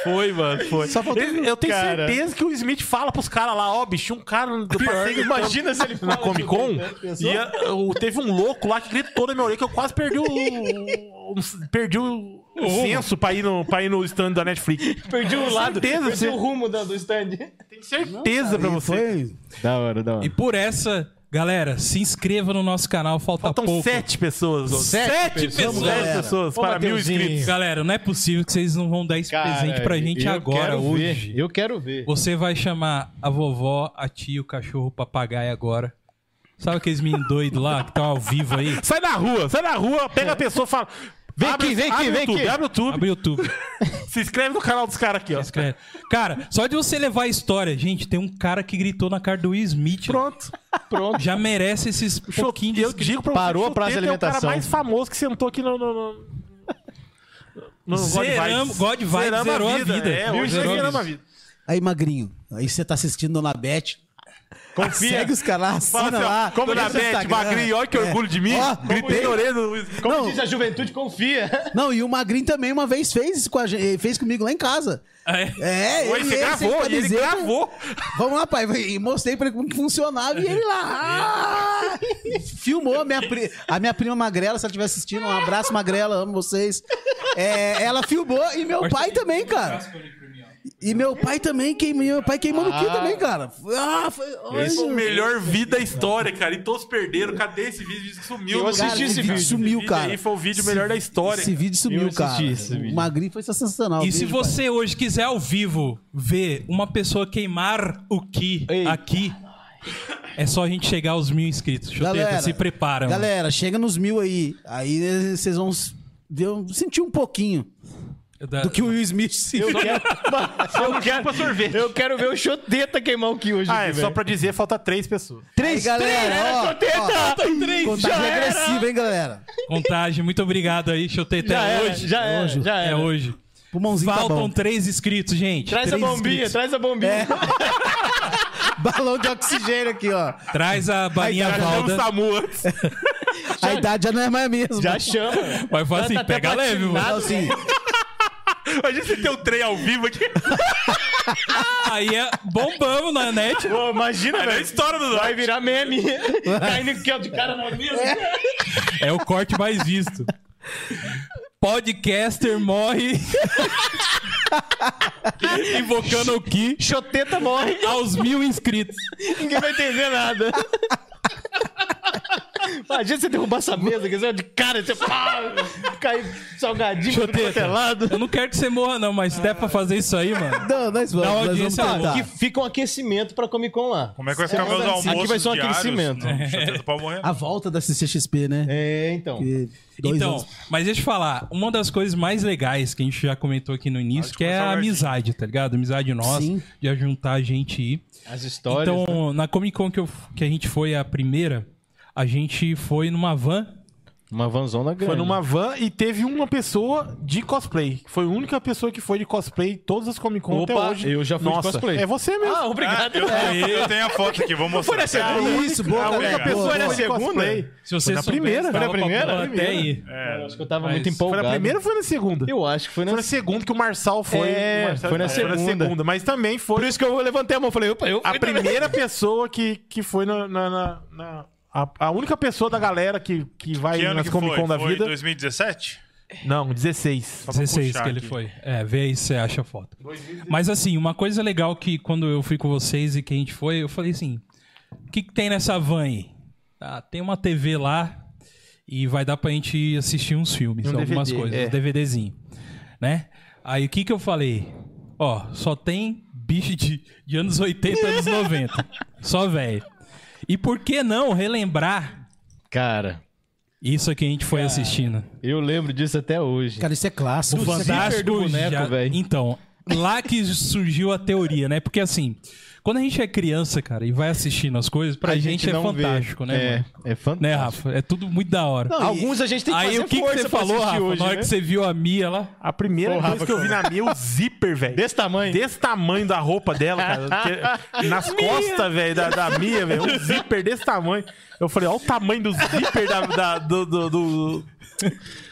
Speaker 2: Foi, mano, foi.
Speaker 4: Só faltou-
Speaker 2: Ele- eu tenho
Speaker 5: Cara.
Speaker 2: certeza que o Smith fala pros caras lá, ó, bicho, um cara do passeio
Speaker 5: Imagina se ele
Speaker 2: na
Speaker 5: fala
Speaker 2: Comic
Speaker 5: chuteta.
Speaker 2: Con. E a- eu- teve um louco lá que gritou na minha orelha que eu quase perdi o. o- perdi o. o senso pra ir, no, pra ir no stand da Netflix.
Speaker 5: Perdi o lado,
Speaker 2: certeza,
Speaker 5: perdi
Speaker 2: você-
Speaker 5: o rumo da- do stand.
Speaker 2: Tenho certeza pra
Speaker 4: Aí
Speaker 2: você.
Speaker 4: Foi,
Speaker 5: Da hora, da
Speaker 1: E por essa, galera, se inscreva no nosso canal, falta
Speaker 2: Faltam
Speaker 1: pouco.
Speaker 2: sete pessoas.
Speaker 1: Sete pessoas.
Speaker 2: Sete
Speaker 4: galera.
Speaker 2: pessoas
Speaker 5: Ô,
Speaker 2: para mil
Speaker 5: Mateuzinho.
Speaker 2: inscritos.
Speaker 1: Galera, não é possível que vocês não vão dar esse presente pra gente
Speaker 5: eu
Speaker 1: agora,
Speaker 5: quero ver,
Speaker 1: hoje.
Speaker 5: Eu quero ver.
Speaker 1: Você vai chamar a vovó, a tia, o cachorro, o papagaio agora. Sabe aqueles meninos doidos lá que estão ao vivo aí?
Speaker 2: Sai na rua, sai na rua, pega a pessoa e fala.
Speaker 6: Vem
Speaker 2: Abre-
Speaker 6: aqui, vem
Speaker 2: abre
Speaker 6: aqui,
Speaker 2: o
Speaker 6: vem
Speaker 2: YouTube,
Speaker 6: aqui.
Speaker 2: Abre o YouTube.
Speaker 1: Abre o YouTube.
Speaker 2: Se inscreve no canal dos caras aqui, ó.
Speaker 1: Escreve. Cara, só de você levar a história, gente, tem um cara que gritou na cara do Will Smith.
Speaker 2: Pronto.
Speaker 5: Pronto.
Speaker 1: Já merece esses
Speaker 2: Um
Speaker 1: pouquinho de
Speaker 2: eu digo pra
Speaker 6: Parou
Speaker 2: você,
Speaker 6: a praça de
Speaker 2: Chuteta é o cara
Speaker 6: alimentação.
Speaker 2: mais famoso que sentou aqui no... no, no... no
Speaker 1: Zeramos- God Vibes zerou a vida.
Speaker 2: É, hoje
Speaker 1: Zerou
Speaker 2: nós
Speaker 1: a
Speaker 2: zeramos a
Speaker 1: vida.
Speaker 2: vida.
Speaker 4: Aí, magrinho, aí você tá assistindo Dona Beth.
Speaker 6: Confia.
Speaker 4: Segue os caras,
Speaker 2: Fala assim,
Speaker 4: assina
Speaker 2: ó,
Speaker 4: lá.
Speaker 2: como
Speaker 4: no
Speaker 2: na
Speaker 4: seu
Speaker 2: Beth,
Speaker 4: Instagram.
Speaker 2: magrinho, olha que
Speaker 4: É.
Speaker 2: orgulho de mim.
Speaker 4: Ó,
Speaker 2: Gritei na orelha do Luiz.
Speaker 5: Como diz a juventude, confia.
Speaker 4: Não, e o magrinho também uma vez fez isso com a gente, fez comigo lá em casa.
Speaker 1: É.
Speaker 4: É,
Speaker 2: Oi,
Speaker 4: ele,
Speaker 2: você
Speaker 4: ele,
Speaker 2: gravou,
Speaker 4: sem
Speaker 2: e ele
Speaker 4: camiseta.
Speaker 2: gravou.
Speaker 4: Vamos lá, pai. E mostrei pra ele como que funcionava e
Speaker 2: *laughs*
Speaker 4: ele lá. ah! Filmou a minha, pri- a minha prima Magrela, se ela estiver assistindo. Um abraço, Magrela, amo vocês. É, ela filmou e meu pai também, cara. E meu pai também, queimou, meu pai queimou no Q também, cara. Ah, foi. Ai,
Speaker 2: Esse é o
Speaker 4: meu-
Speaker 2: melhor vídeo da história, cara. E todos perderam. Cadê esse vídeo? Diz que sumiu.
Speaker 5: Eu
Speaker 2: Não
Speaker 5: assisti
Speaker 2: tem.
Speaker 5: esse vídeo.
Speaker 4: Sumiu,
Speaker 2: vídeo
Speaker 4: cara.
Speaker 2: Aí foi o vídeo melhor da história.
Speaker 4: Esse vídeo sumiu,
Speaker 5: assisti
Speaker 4: cara.
Speaker 5: esse vídeo.
Speaker 4: O magrinho foi sensacional.
Speaker 1: E se
Speaker 4: Beijo, pai.
Speaker 1: você hoje quiser ao vivo ver uma pessoa queimar o Ki
Speaker 5: Ei.
Speaker 1: aqui, é só a gente chegar aos mil inscritos. Chuteta,
Speaker 4: Galera,
Speaker 1: se prepara. mano.
Speaker 4: Galera, chega nos mil aí. Aí eh, vocês vão s- ver um- sentir um pouquinho
Speaker 1: Da-
Speaker 4: do que o Will Smith se
Speaker 5: Eu quero. *laughs* Mano, eu quero sorvete. Eu quero ver o Choteta queimar o Ki hoje.
Speaker 2: Ah, é,
Speaker 5: aqui,
Speaker 2: só
Speaker 5: velho.
Speaker 2: pra dizer, falta três pessoas.
Speaker 4: Três, galera.
Speaker 5: três,
Speaker 4: ó,
Speaker 5: era,
Speaker 4: ó,
Speaker 5: Chuteta!
Speaker 1: Três,
Speaker 4: Contagem regressiva, hein, galera?
Speaker 1: Contagem, muito obrigado aí, Chuteta.
Speaker 5: Já
Speaker 1: É
Speaker 5: era,
Speaker 1: hoje.
Speaker 5: já era,
Speaker 1: hoje.
Speaker 5: já
Speaker 1: É
Speaker 5: era.
Speaker 1: hoje.
Speaker 4: Pulmãozinho tá
Speaker 1: Faltam
Speaker 4: bom.
Speaker 1: três inscritos, gente.
Speaker 5: Traz a
Speaker 4: Três
Speaker 5: bombinha,
Speaker 4: inscritos.
Speaker 5: traz a bombinha.
Speaker 4: Balão de oxigênio aqui, ó.
Speaker 5: tá?
Speaker 1: Traz a balinha
Speaker 2: Já
Speaker 5: um
Speaker 2: chama o
Speaker 1: Valda.
Speaker 2: Samu *laughs* antes.
Speaker 4: A idade já não é mais a mesma.
Speaker 5: Já chama.
Speaker 1: Vai falar assim,
Speaker 5: tá até
Speaker 1: pega leve,
Speaker 5: platinado.
Speaker 1: mano.
Speaker 4: Não, assim,
Speaker 2: Imagina se tem um trem ao vivo aqui.
Speaker 1: Aí é bombamos na net.
Speaker 5: Pô, imagina,
Speaker 2: É a
Speaker 5: velho.
Speaker 2: história do
Speaker 5: Vai virar meme. Caindo que é de cara na mesa.
Speaker 1: É o corte mais visto. Podcaster morre *laughs* invocando o Ki
Speaker 5: Choteta morre.
Speaker 1: aos mil inscritos.
Speaker 5: Ninguém vai entender nada. Imagina você derrubar essa mesa, quer dizer, de cara, você pá, cai salgadinho, é
Speaker 1: Chuteta,
Speaker 5: protelado.
Speaker 1: eu não quero que você morra, não, mas se der pra fazer isso aí, mano.
Speaker 4: não, nós
Speaker 1: Dá
Speaker 4: vamos,
Speaker 1: uma
Speaker 4: nós vamos
Speaker 1: audiência,
Speaker 4: tentar.
Speaker 5: Que fica um aquecimento pra Comic Con lá.
Speaker 3: Como é que vai ficar
Speaker 5: É,
Speaker 3: meus
Speaker 5: aqui
Speaker 3: almoços
Speaker 5: vai ser um
Speaker 3: diários?
Speaker 5: aquecimento.
Speaker 3: Não, Chuteta pode morrer.
Speaker 4: A volta da CCXP, né?
Speaker 5: É, então.
Speaker 4: Que Dois
Speaker 1: Então,
Speaker 4: anos.
Speaker 1: mas deixa eu te falar, uma das coisas mais legais que a gente já comentou aqui no início, que é
Speaker 3: começar
Speaker 1: a
Speaker 3: o
Speaker 1: amizade, tá ligado? Amizade nossa,
Speaker 4: Sim.
Speaker 1: de juntar a gente e ir.
Speaker 5: As histórias.
Speaker 1: então, na Comic Con que, eu- que a gente foi a primeira, a gente foi numa van.
Speaker 5: Uma vanzona grande.
Speaker 2: Foi numa van e teve uma pessoa de cosplay. Foi a única pessoa que foi de cosplay em todas as Comic Con até
Speaker 5: Opa,
Speaker 2: hoje.
Speaker 5: eu já fui de
Speaker 2: Nossa,
Speaker 5: cosplay.
Speaker 2: É você mesmo. É
Speaker 5: Ah, obrigado.
Speaker 3: Ah, eu, tenho- eu tenho a foto aqui, vou mostrar.
Speaker 5: segunda?
Speaker 2: a única-
Speaker 4: Isso, boa,
Speaker 2: A única
Speaker 3: galera.
Speaker 2: pessoa
Speaker 4: Boa,
Speaker 2: que
Speaker 4: boa.
Speaker 2: foi de
Speaker 5: Foi na segunda?
Speaker 2: cosplay.
Speaker 1: Se você
Speaker 2: Foi na
Speaker 1: soubesse,
Speaker 2: primeira, foi
Speaker 1: dava
Speaker 2: na
Speaker 1: pra
Speaker 2: primeira,
Speaker 1: pular
Speaker 2: primeira.
Speaker 1: Até aí.
Speaker 5: Eu acho que eu tava
Speaker 1: Mas
Speaker 5: muito
Speaker 2: Foi
Speaker 5: empolgado.
Speaker 2: na primeira ou foi na segunda?
Speaker 5: Eu acho que foi na
Speaker 2: Foi na segunda que o Marçal foi.
Speaker 5: É,
Speaker 2: o Marçal-
Speaker 5: foi na segunda.
Speaker 2: Mas também
Speaker 5: Por
Speaker 2: foi
Speaker 5: isso que eu levantei a mão e falei, opa, eu fui
Speaker 2: a primeira pessoa que, que foi na... na- na- na- a, a única pessoa da galera que, que vai
Speaker 3: Que ano
Speaker 2: nas
Speaker 3: que
Speaker 2: Comic
Speaker 3: foi?
Speaker 2: Con da
Speaker 3: Foi
Speaker 2: vida.
Speaker 3: 2017?
Speaker 2: Não, 16.
Speaker 3: Só pra
Speaker 1: 16
Speaker 3: puxar
Speaker 1: que ele
Speaker 3: aqui.
Speaker 1: foi. É, vê aí se você acha a foto. Mas assim, uma coisa legal que quando eu fui com vocês e que a gente foi, eu falei assim: o que, que tem nessa van aí? Ah, tem uma TV lá e vai dar pra gente assistir uns filmes,
Speaker 2: Um
Speaker 1: algumas
Speaker 2: DVD,
Speaker 1: coisas,
Speaker 2: é.
Speaker 1: um DVDzinho. Né? Aí o que, que eu falei? Ó, só tem bicho de, de anos 80, anos
Speaker 2: *laughs*
Speaker 1: 90. Só velho. E por que não relembrar
Speaker 5: Cara,
Speaker 1: isso que a gente foi assistindo?
Speaker 5: eu lembro disso até hoje.
Speaker 4: Cara, isso é
Speaker 1: O
Speaker 4: clássico. Isso é-
Speaker 1: Fantástico
Speaker 5: do boneco,
Speaker 1: já...
Speaker 5: velho.
Speaker 1: Então, lá que surgiu a teoria, né? Porque assim, quando a gente é criança, cara, e vai assistindo as coisas, pra gente, é
Speaker 5: não
Speaker 1: fantástico,
Speaker 5: vê.
Speaker 1: né, mano?
Speaker 5: É, é fantástico.
Speaker 1: Né, Rafa? É tudo muito da hora.
Speaker 4: Não, e-
Speaker 5: Alguns a gente tem que
Speaker 1: Aí
Speaker 5: fazer
Speaker 1: o que, que
Speaker 5: força
Speaker 1: você
Speaker 5: pra
Speaker 1: falou,
Speaker 5: assistir
Speaker 1: Rafa?
Speaker 5: hoje,
Speaker 1: na hora
Speaker 5: né?
Speaker 1: que você viu a Mia lá.
Speaker 2: A primeira
Speaker 5: Porra,
Speaker 2: coisa que eu vi na minha, o zíper, velho.
Speaker 5: Desse tamanho.
Speaker 2: Desse tamanho da roupa dela, cara. Que- nas costas, velho, da, da minha, velho. Um zíper desse tamanho. Eu falei, olha o tamanho do zíper da, da- do, do- do-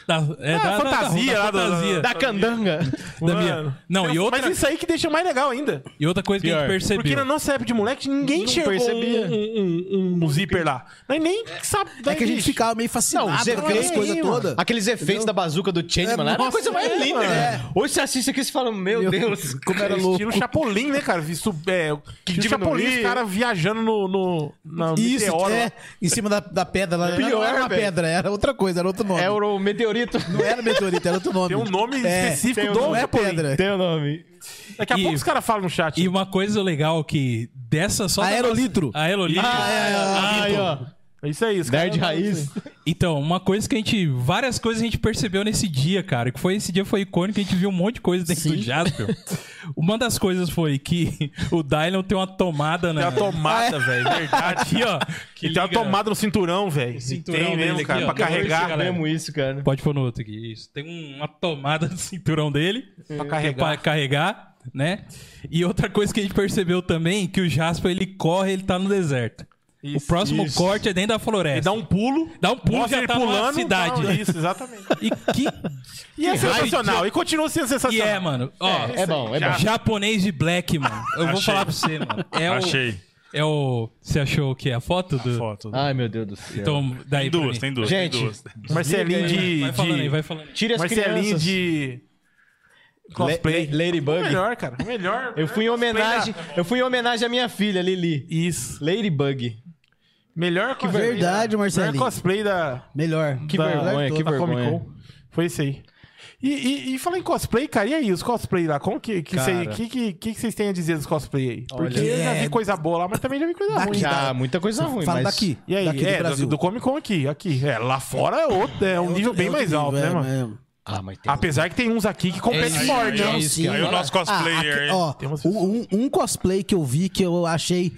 Speaker 1: Da, é,
Speaker 2: Ah, fantasia lá do-
Speaker 1: fantasia.
Speaker 5: Da candanga.
Speaker 1: da Mia.
Speaker 2: Mano.
Speaker 1: Não, e outra,
Speaker 2: Mas isso aí que deixa mais legal ainda.
Speaker 1: e outra coisa que a
Speaker 5: Pior.
Speaker 1: gente percebeu.
Speaker 2: Porque na nossa época de moleque, ninguém
Speaker 5: Não
Speaker 2: enxergou
Speaker 5: percebia.
Speaker 2: um, um, um, um zíper lá. Nós nem sabe. né,
Speaker 4: É que a gente ficava meio fascinado
Speaker 5: Não,
Speaker 4: com
Speaker 5: os efeitos,
Speaker 4: aquelas coisas
Speaker 5: mano.
Speaker 4: todas.
Speaker 5: Aqueles efeitos da bazuca do Changeman lá. Era uma
Speaker 4: nossa,
Speaker 5: coisa mais
Speaker 4: é,
Speaker 5: linda,
Speaker 4: mano.
Speaker 5: né? Hoje você assiste aqui e você fala, meu, Deus, como era louco.
Speaker 2: Estilo Chapolin, né, cara? Isso, é, estilo
Speaker 5: diminuía.
Speaker 2: Chapolin, os caras viajando no, no, na
Speaker 4: Isso,
Speaker 2: um meteoro.
Speaker 4: é, em cima da, da pedra lá.
Speaker 5: Pior,
Speaker 4: não era uma
Speaker 5: velho.
Speaker 4: pedra, era outra coisa, era outro nome.
Speaker 5: É o meteorito.
Speaker 4: Não era meteorito, era outro nome.
Speaker 2: Tem um nome
Speaker 4: É,
Speaker 2: específico
Speaker 4: tem um
Speaker 2: do
Speaker 4: nome, é
Speaker 2: Chapolin.
Speaker 4: pedra.
Speaker 5: Tem o nome.
Speaker 2: Daqui a
Speaker 1: E-
Speaker 2: pouco os caras falam no chat.
Speaker 1: E uma coisa legal que dessa só. da nossa-
Speaker 4: Aerolitro.
Speaker 1: Aerolitro.
Speaker 4: Ah, é, é, é.
Speaker 5: Aí, ó.
Speaker 2: É isso aí. Os
Speaker 5: Nerd
Speaker 2: caras-
Speaker 5: raiz.
Speaker 1: Então, uma coisa que a gente. Várias coisas a gente percebeu nesse dia, cara. Que foi esse dia foi icônico, a gente viu um monte de coisa dentro
Speaker 4: Sim.
Speaker 1: do Jasper. uma das coisas foi que *laughs* o Dylan tem uma tomada
Speaker 2: Tem
Speaker 1: na.
Speaker 2: a tomada, velho. Verdade.
Speaker 1: Aqui, ó.
Speaker 2: Que
Speaker 1: Que
Speaker 2: tem a
Speaker 1: liga-
Speaker 2: tomada no cinturão, velho.
Speaker 1: cinturão
Speaker 2: Tem
Speaker 1: dele
Speaker 2: mesmo,
Speaker 1: aqui,
Speaker 2: cara.
Speaker 1: ó.
Speaker 2: pra carregar,
Speaker 5: Eu
Speaker 1: galera.
Speaker 5: mesmo isso, cara.
Speaker 1: Pode pôr no outro aqui. Isso. Tem um- uma tomada no cinturão dele.
Speaker 2: pra
Speaker 1: Pra
Speaker 2: carregar.
Speaker 1: carregar, né? E outra coisa que a gente percebeu também, que o Jasper ele corre, ele tá no deserto. o
Speaker 2: Isso,
Speaker 1: próximo
Speaker 2: isso.
Speaker 1: corte é dentro da
Speaker 2: Ele
Speaker 1: floresta.
Speaker 2: dá um pulo.
Speaker 1: Dá um pulo,
Speaker 2: mostra
Speaker 1: já
Speaker 2: ele
Speaker 1: tá numa
Speaker 2: pulando.
Speaker 1: cidade.
Speaker 2: tá- isso, exatamente.
Speaker 1: E que,
Speaker 2: E é
Speaker 1: Que raio
Speaker 2: sensacional. E continua sendo
Speaker 1: que
Speaker 2: sensacional.
Speaker 1: é, mano? Ó,
Speaker 5: É bom, é
Speaker 3: Já.
Speaker 5: bom.
Speaker 1: japonês de black, mano. Eu vou
Speaker 3: Achei.
Speaker 1: falar pra você, mano. É
Speaker 3: Achei.
Speaker 1: o é o você achou o que a foto do
Speaker 2: Foto.
Speaker 5: Ai, meu Deus do céu.
Speaker 1: Então, daí
Speaker 3: Tem
Speaker 1: pra
Speaker 3: duas,
Speaker 1: mim.
Speaker 3: tem duas.
Speaker 5: Gente,
Speaker 3: tem duas.
Speaker 2: Marcelinho
Speaker 5: Desliga
Speaker 2: de.
Speaker 1: Vai falando aí,
Speaker 2: de
Speaker 1: vai falando. aí.
Speaker 5: Tire as
Speaker 2: Marcelinho
Speaker 5: crianças.
Speaker 2: de. Cosplay.
Speaker 5: La- Ladybug.
Speaker 2: Melhor, cara. Melhor.
Speaker 5: Eu fui em
Speaker 2: cosplay
Speaker 5: homenagem,
Speaker 2: da-
Speaker 5: eu fui em homenagem à minha filha, Lili.
Speaker 2: Isso.
Speaker 5: Ladybug.
Speaker 2: Melhor que
Speaker 4: verdade,
Speaker 2: Melhor
Speaker 4: Marcelinho.
Speaker 2: cosplay da.
Speaker 4: Melhor.
Speaker 5: Que
Speaker 2: da-
Speaker 5: vergonha, que
Speaker 2: da Comic
Speaker 5: vergonha.
Speaker 2: Con. Foi isso aí. E, e, e falar em cosplay, cara, e aí, os cosplay lá? Como que que
Speaker 5: Cara.
Speaker 2: vocês que, que, que vocês têm a dizer dos cosplay aí? Porque
Speaker 4: Olha,
Speaker 2: eu já
Speaker 4: é-
Speaker 2: vi coisa boa lá, mas também já vi coisa ruim.
Speaker 4: Daqui.
Speaker 5: Já, muita coisa ruim,
Speaker 4: Fala
Speaker 5: mas...
Speaker 4: daqui.
Speaker 2: E aí,
Speaker 4: daqui
Speaker 2: é,
Speaker 4: do Brasil.
Speaker 2: do, do Comic Con aqui, aqui. É, lá fora é, outro, é um
Speaker 4: É
Speaker 2: nível
Speaker 4: outro-
Speaker 2: bem
Speaker 4: é outro
Speaker 2: mais
Speaker 4: nível,
Speaker 2: alto,
Speaker 4: é,
Speaker 2: né, mano?
Speaker 4: mesmo.
Speaker 5: Ah, mas tem...
Speaker 2: Apesar que tem uns aqui que competem
Speaker 3: Aí,
Speaker 2: forte,
Speaker 3: aí,
Speaker 2: né?
Speaker 3: aí,
Speaker 4: sim,
Speaker 3: aí o
Speaker 4: mano.
Speaker 3: nosso cosplayer.
Speaker 4: Ah,
Speaker 2: Tem umas
Speaker 4: aqui, ó, um, um- um cosplay que eu vi que eu achei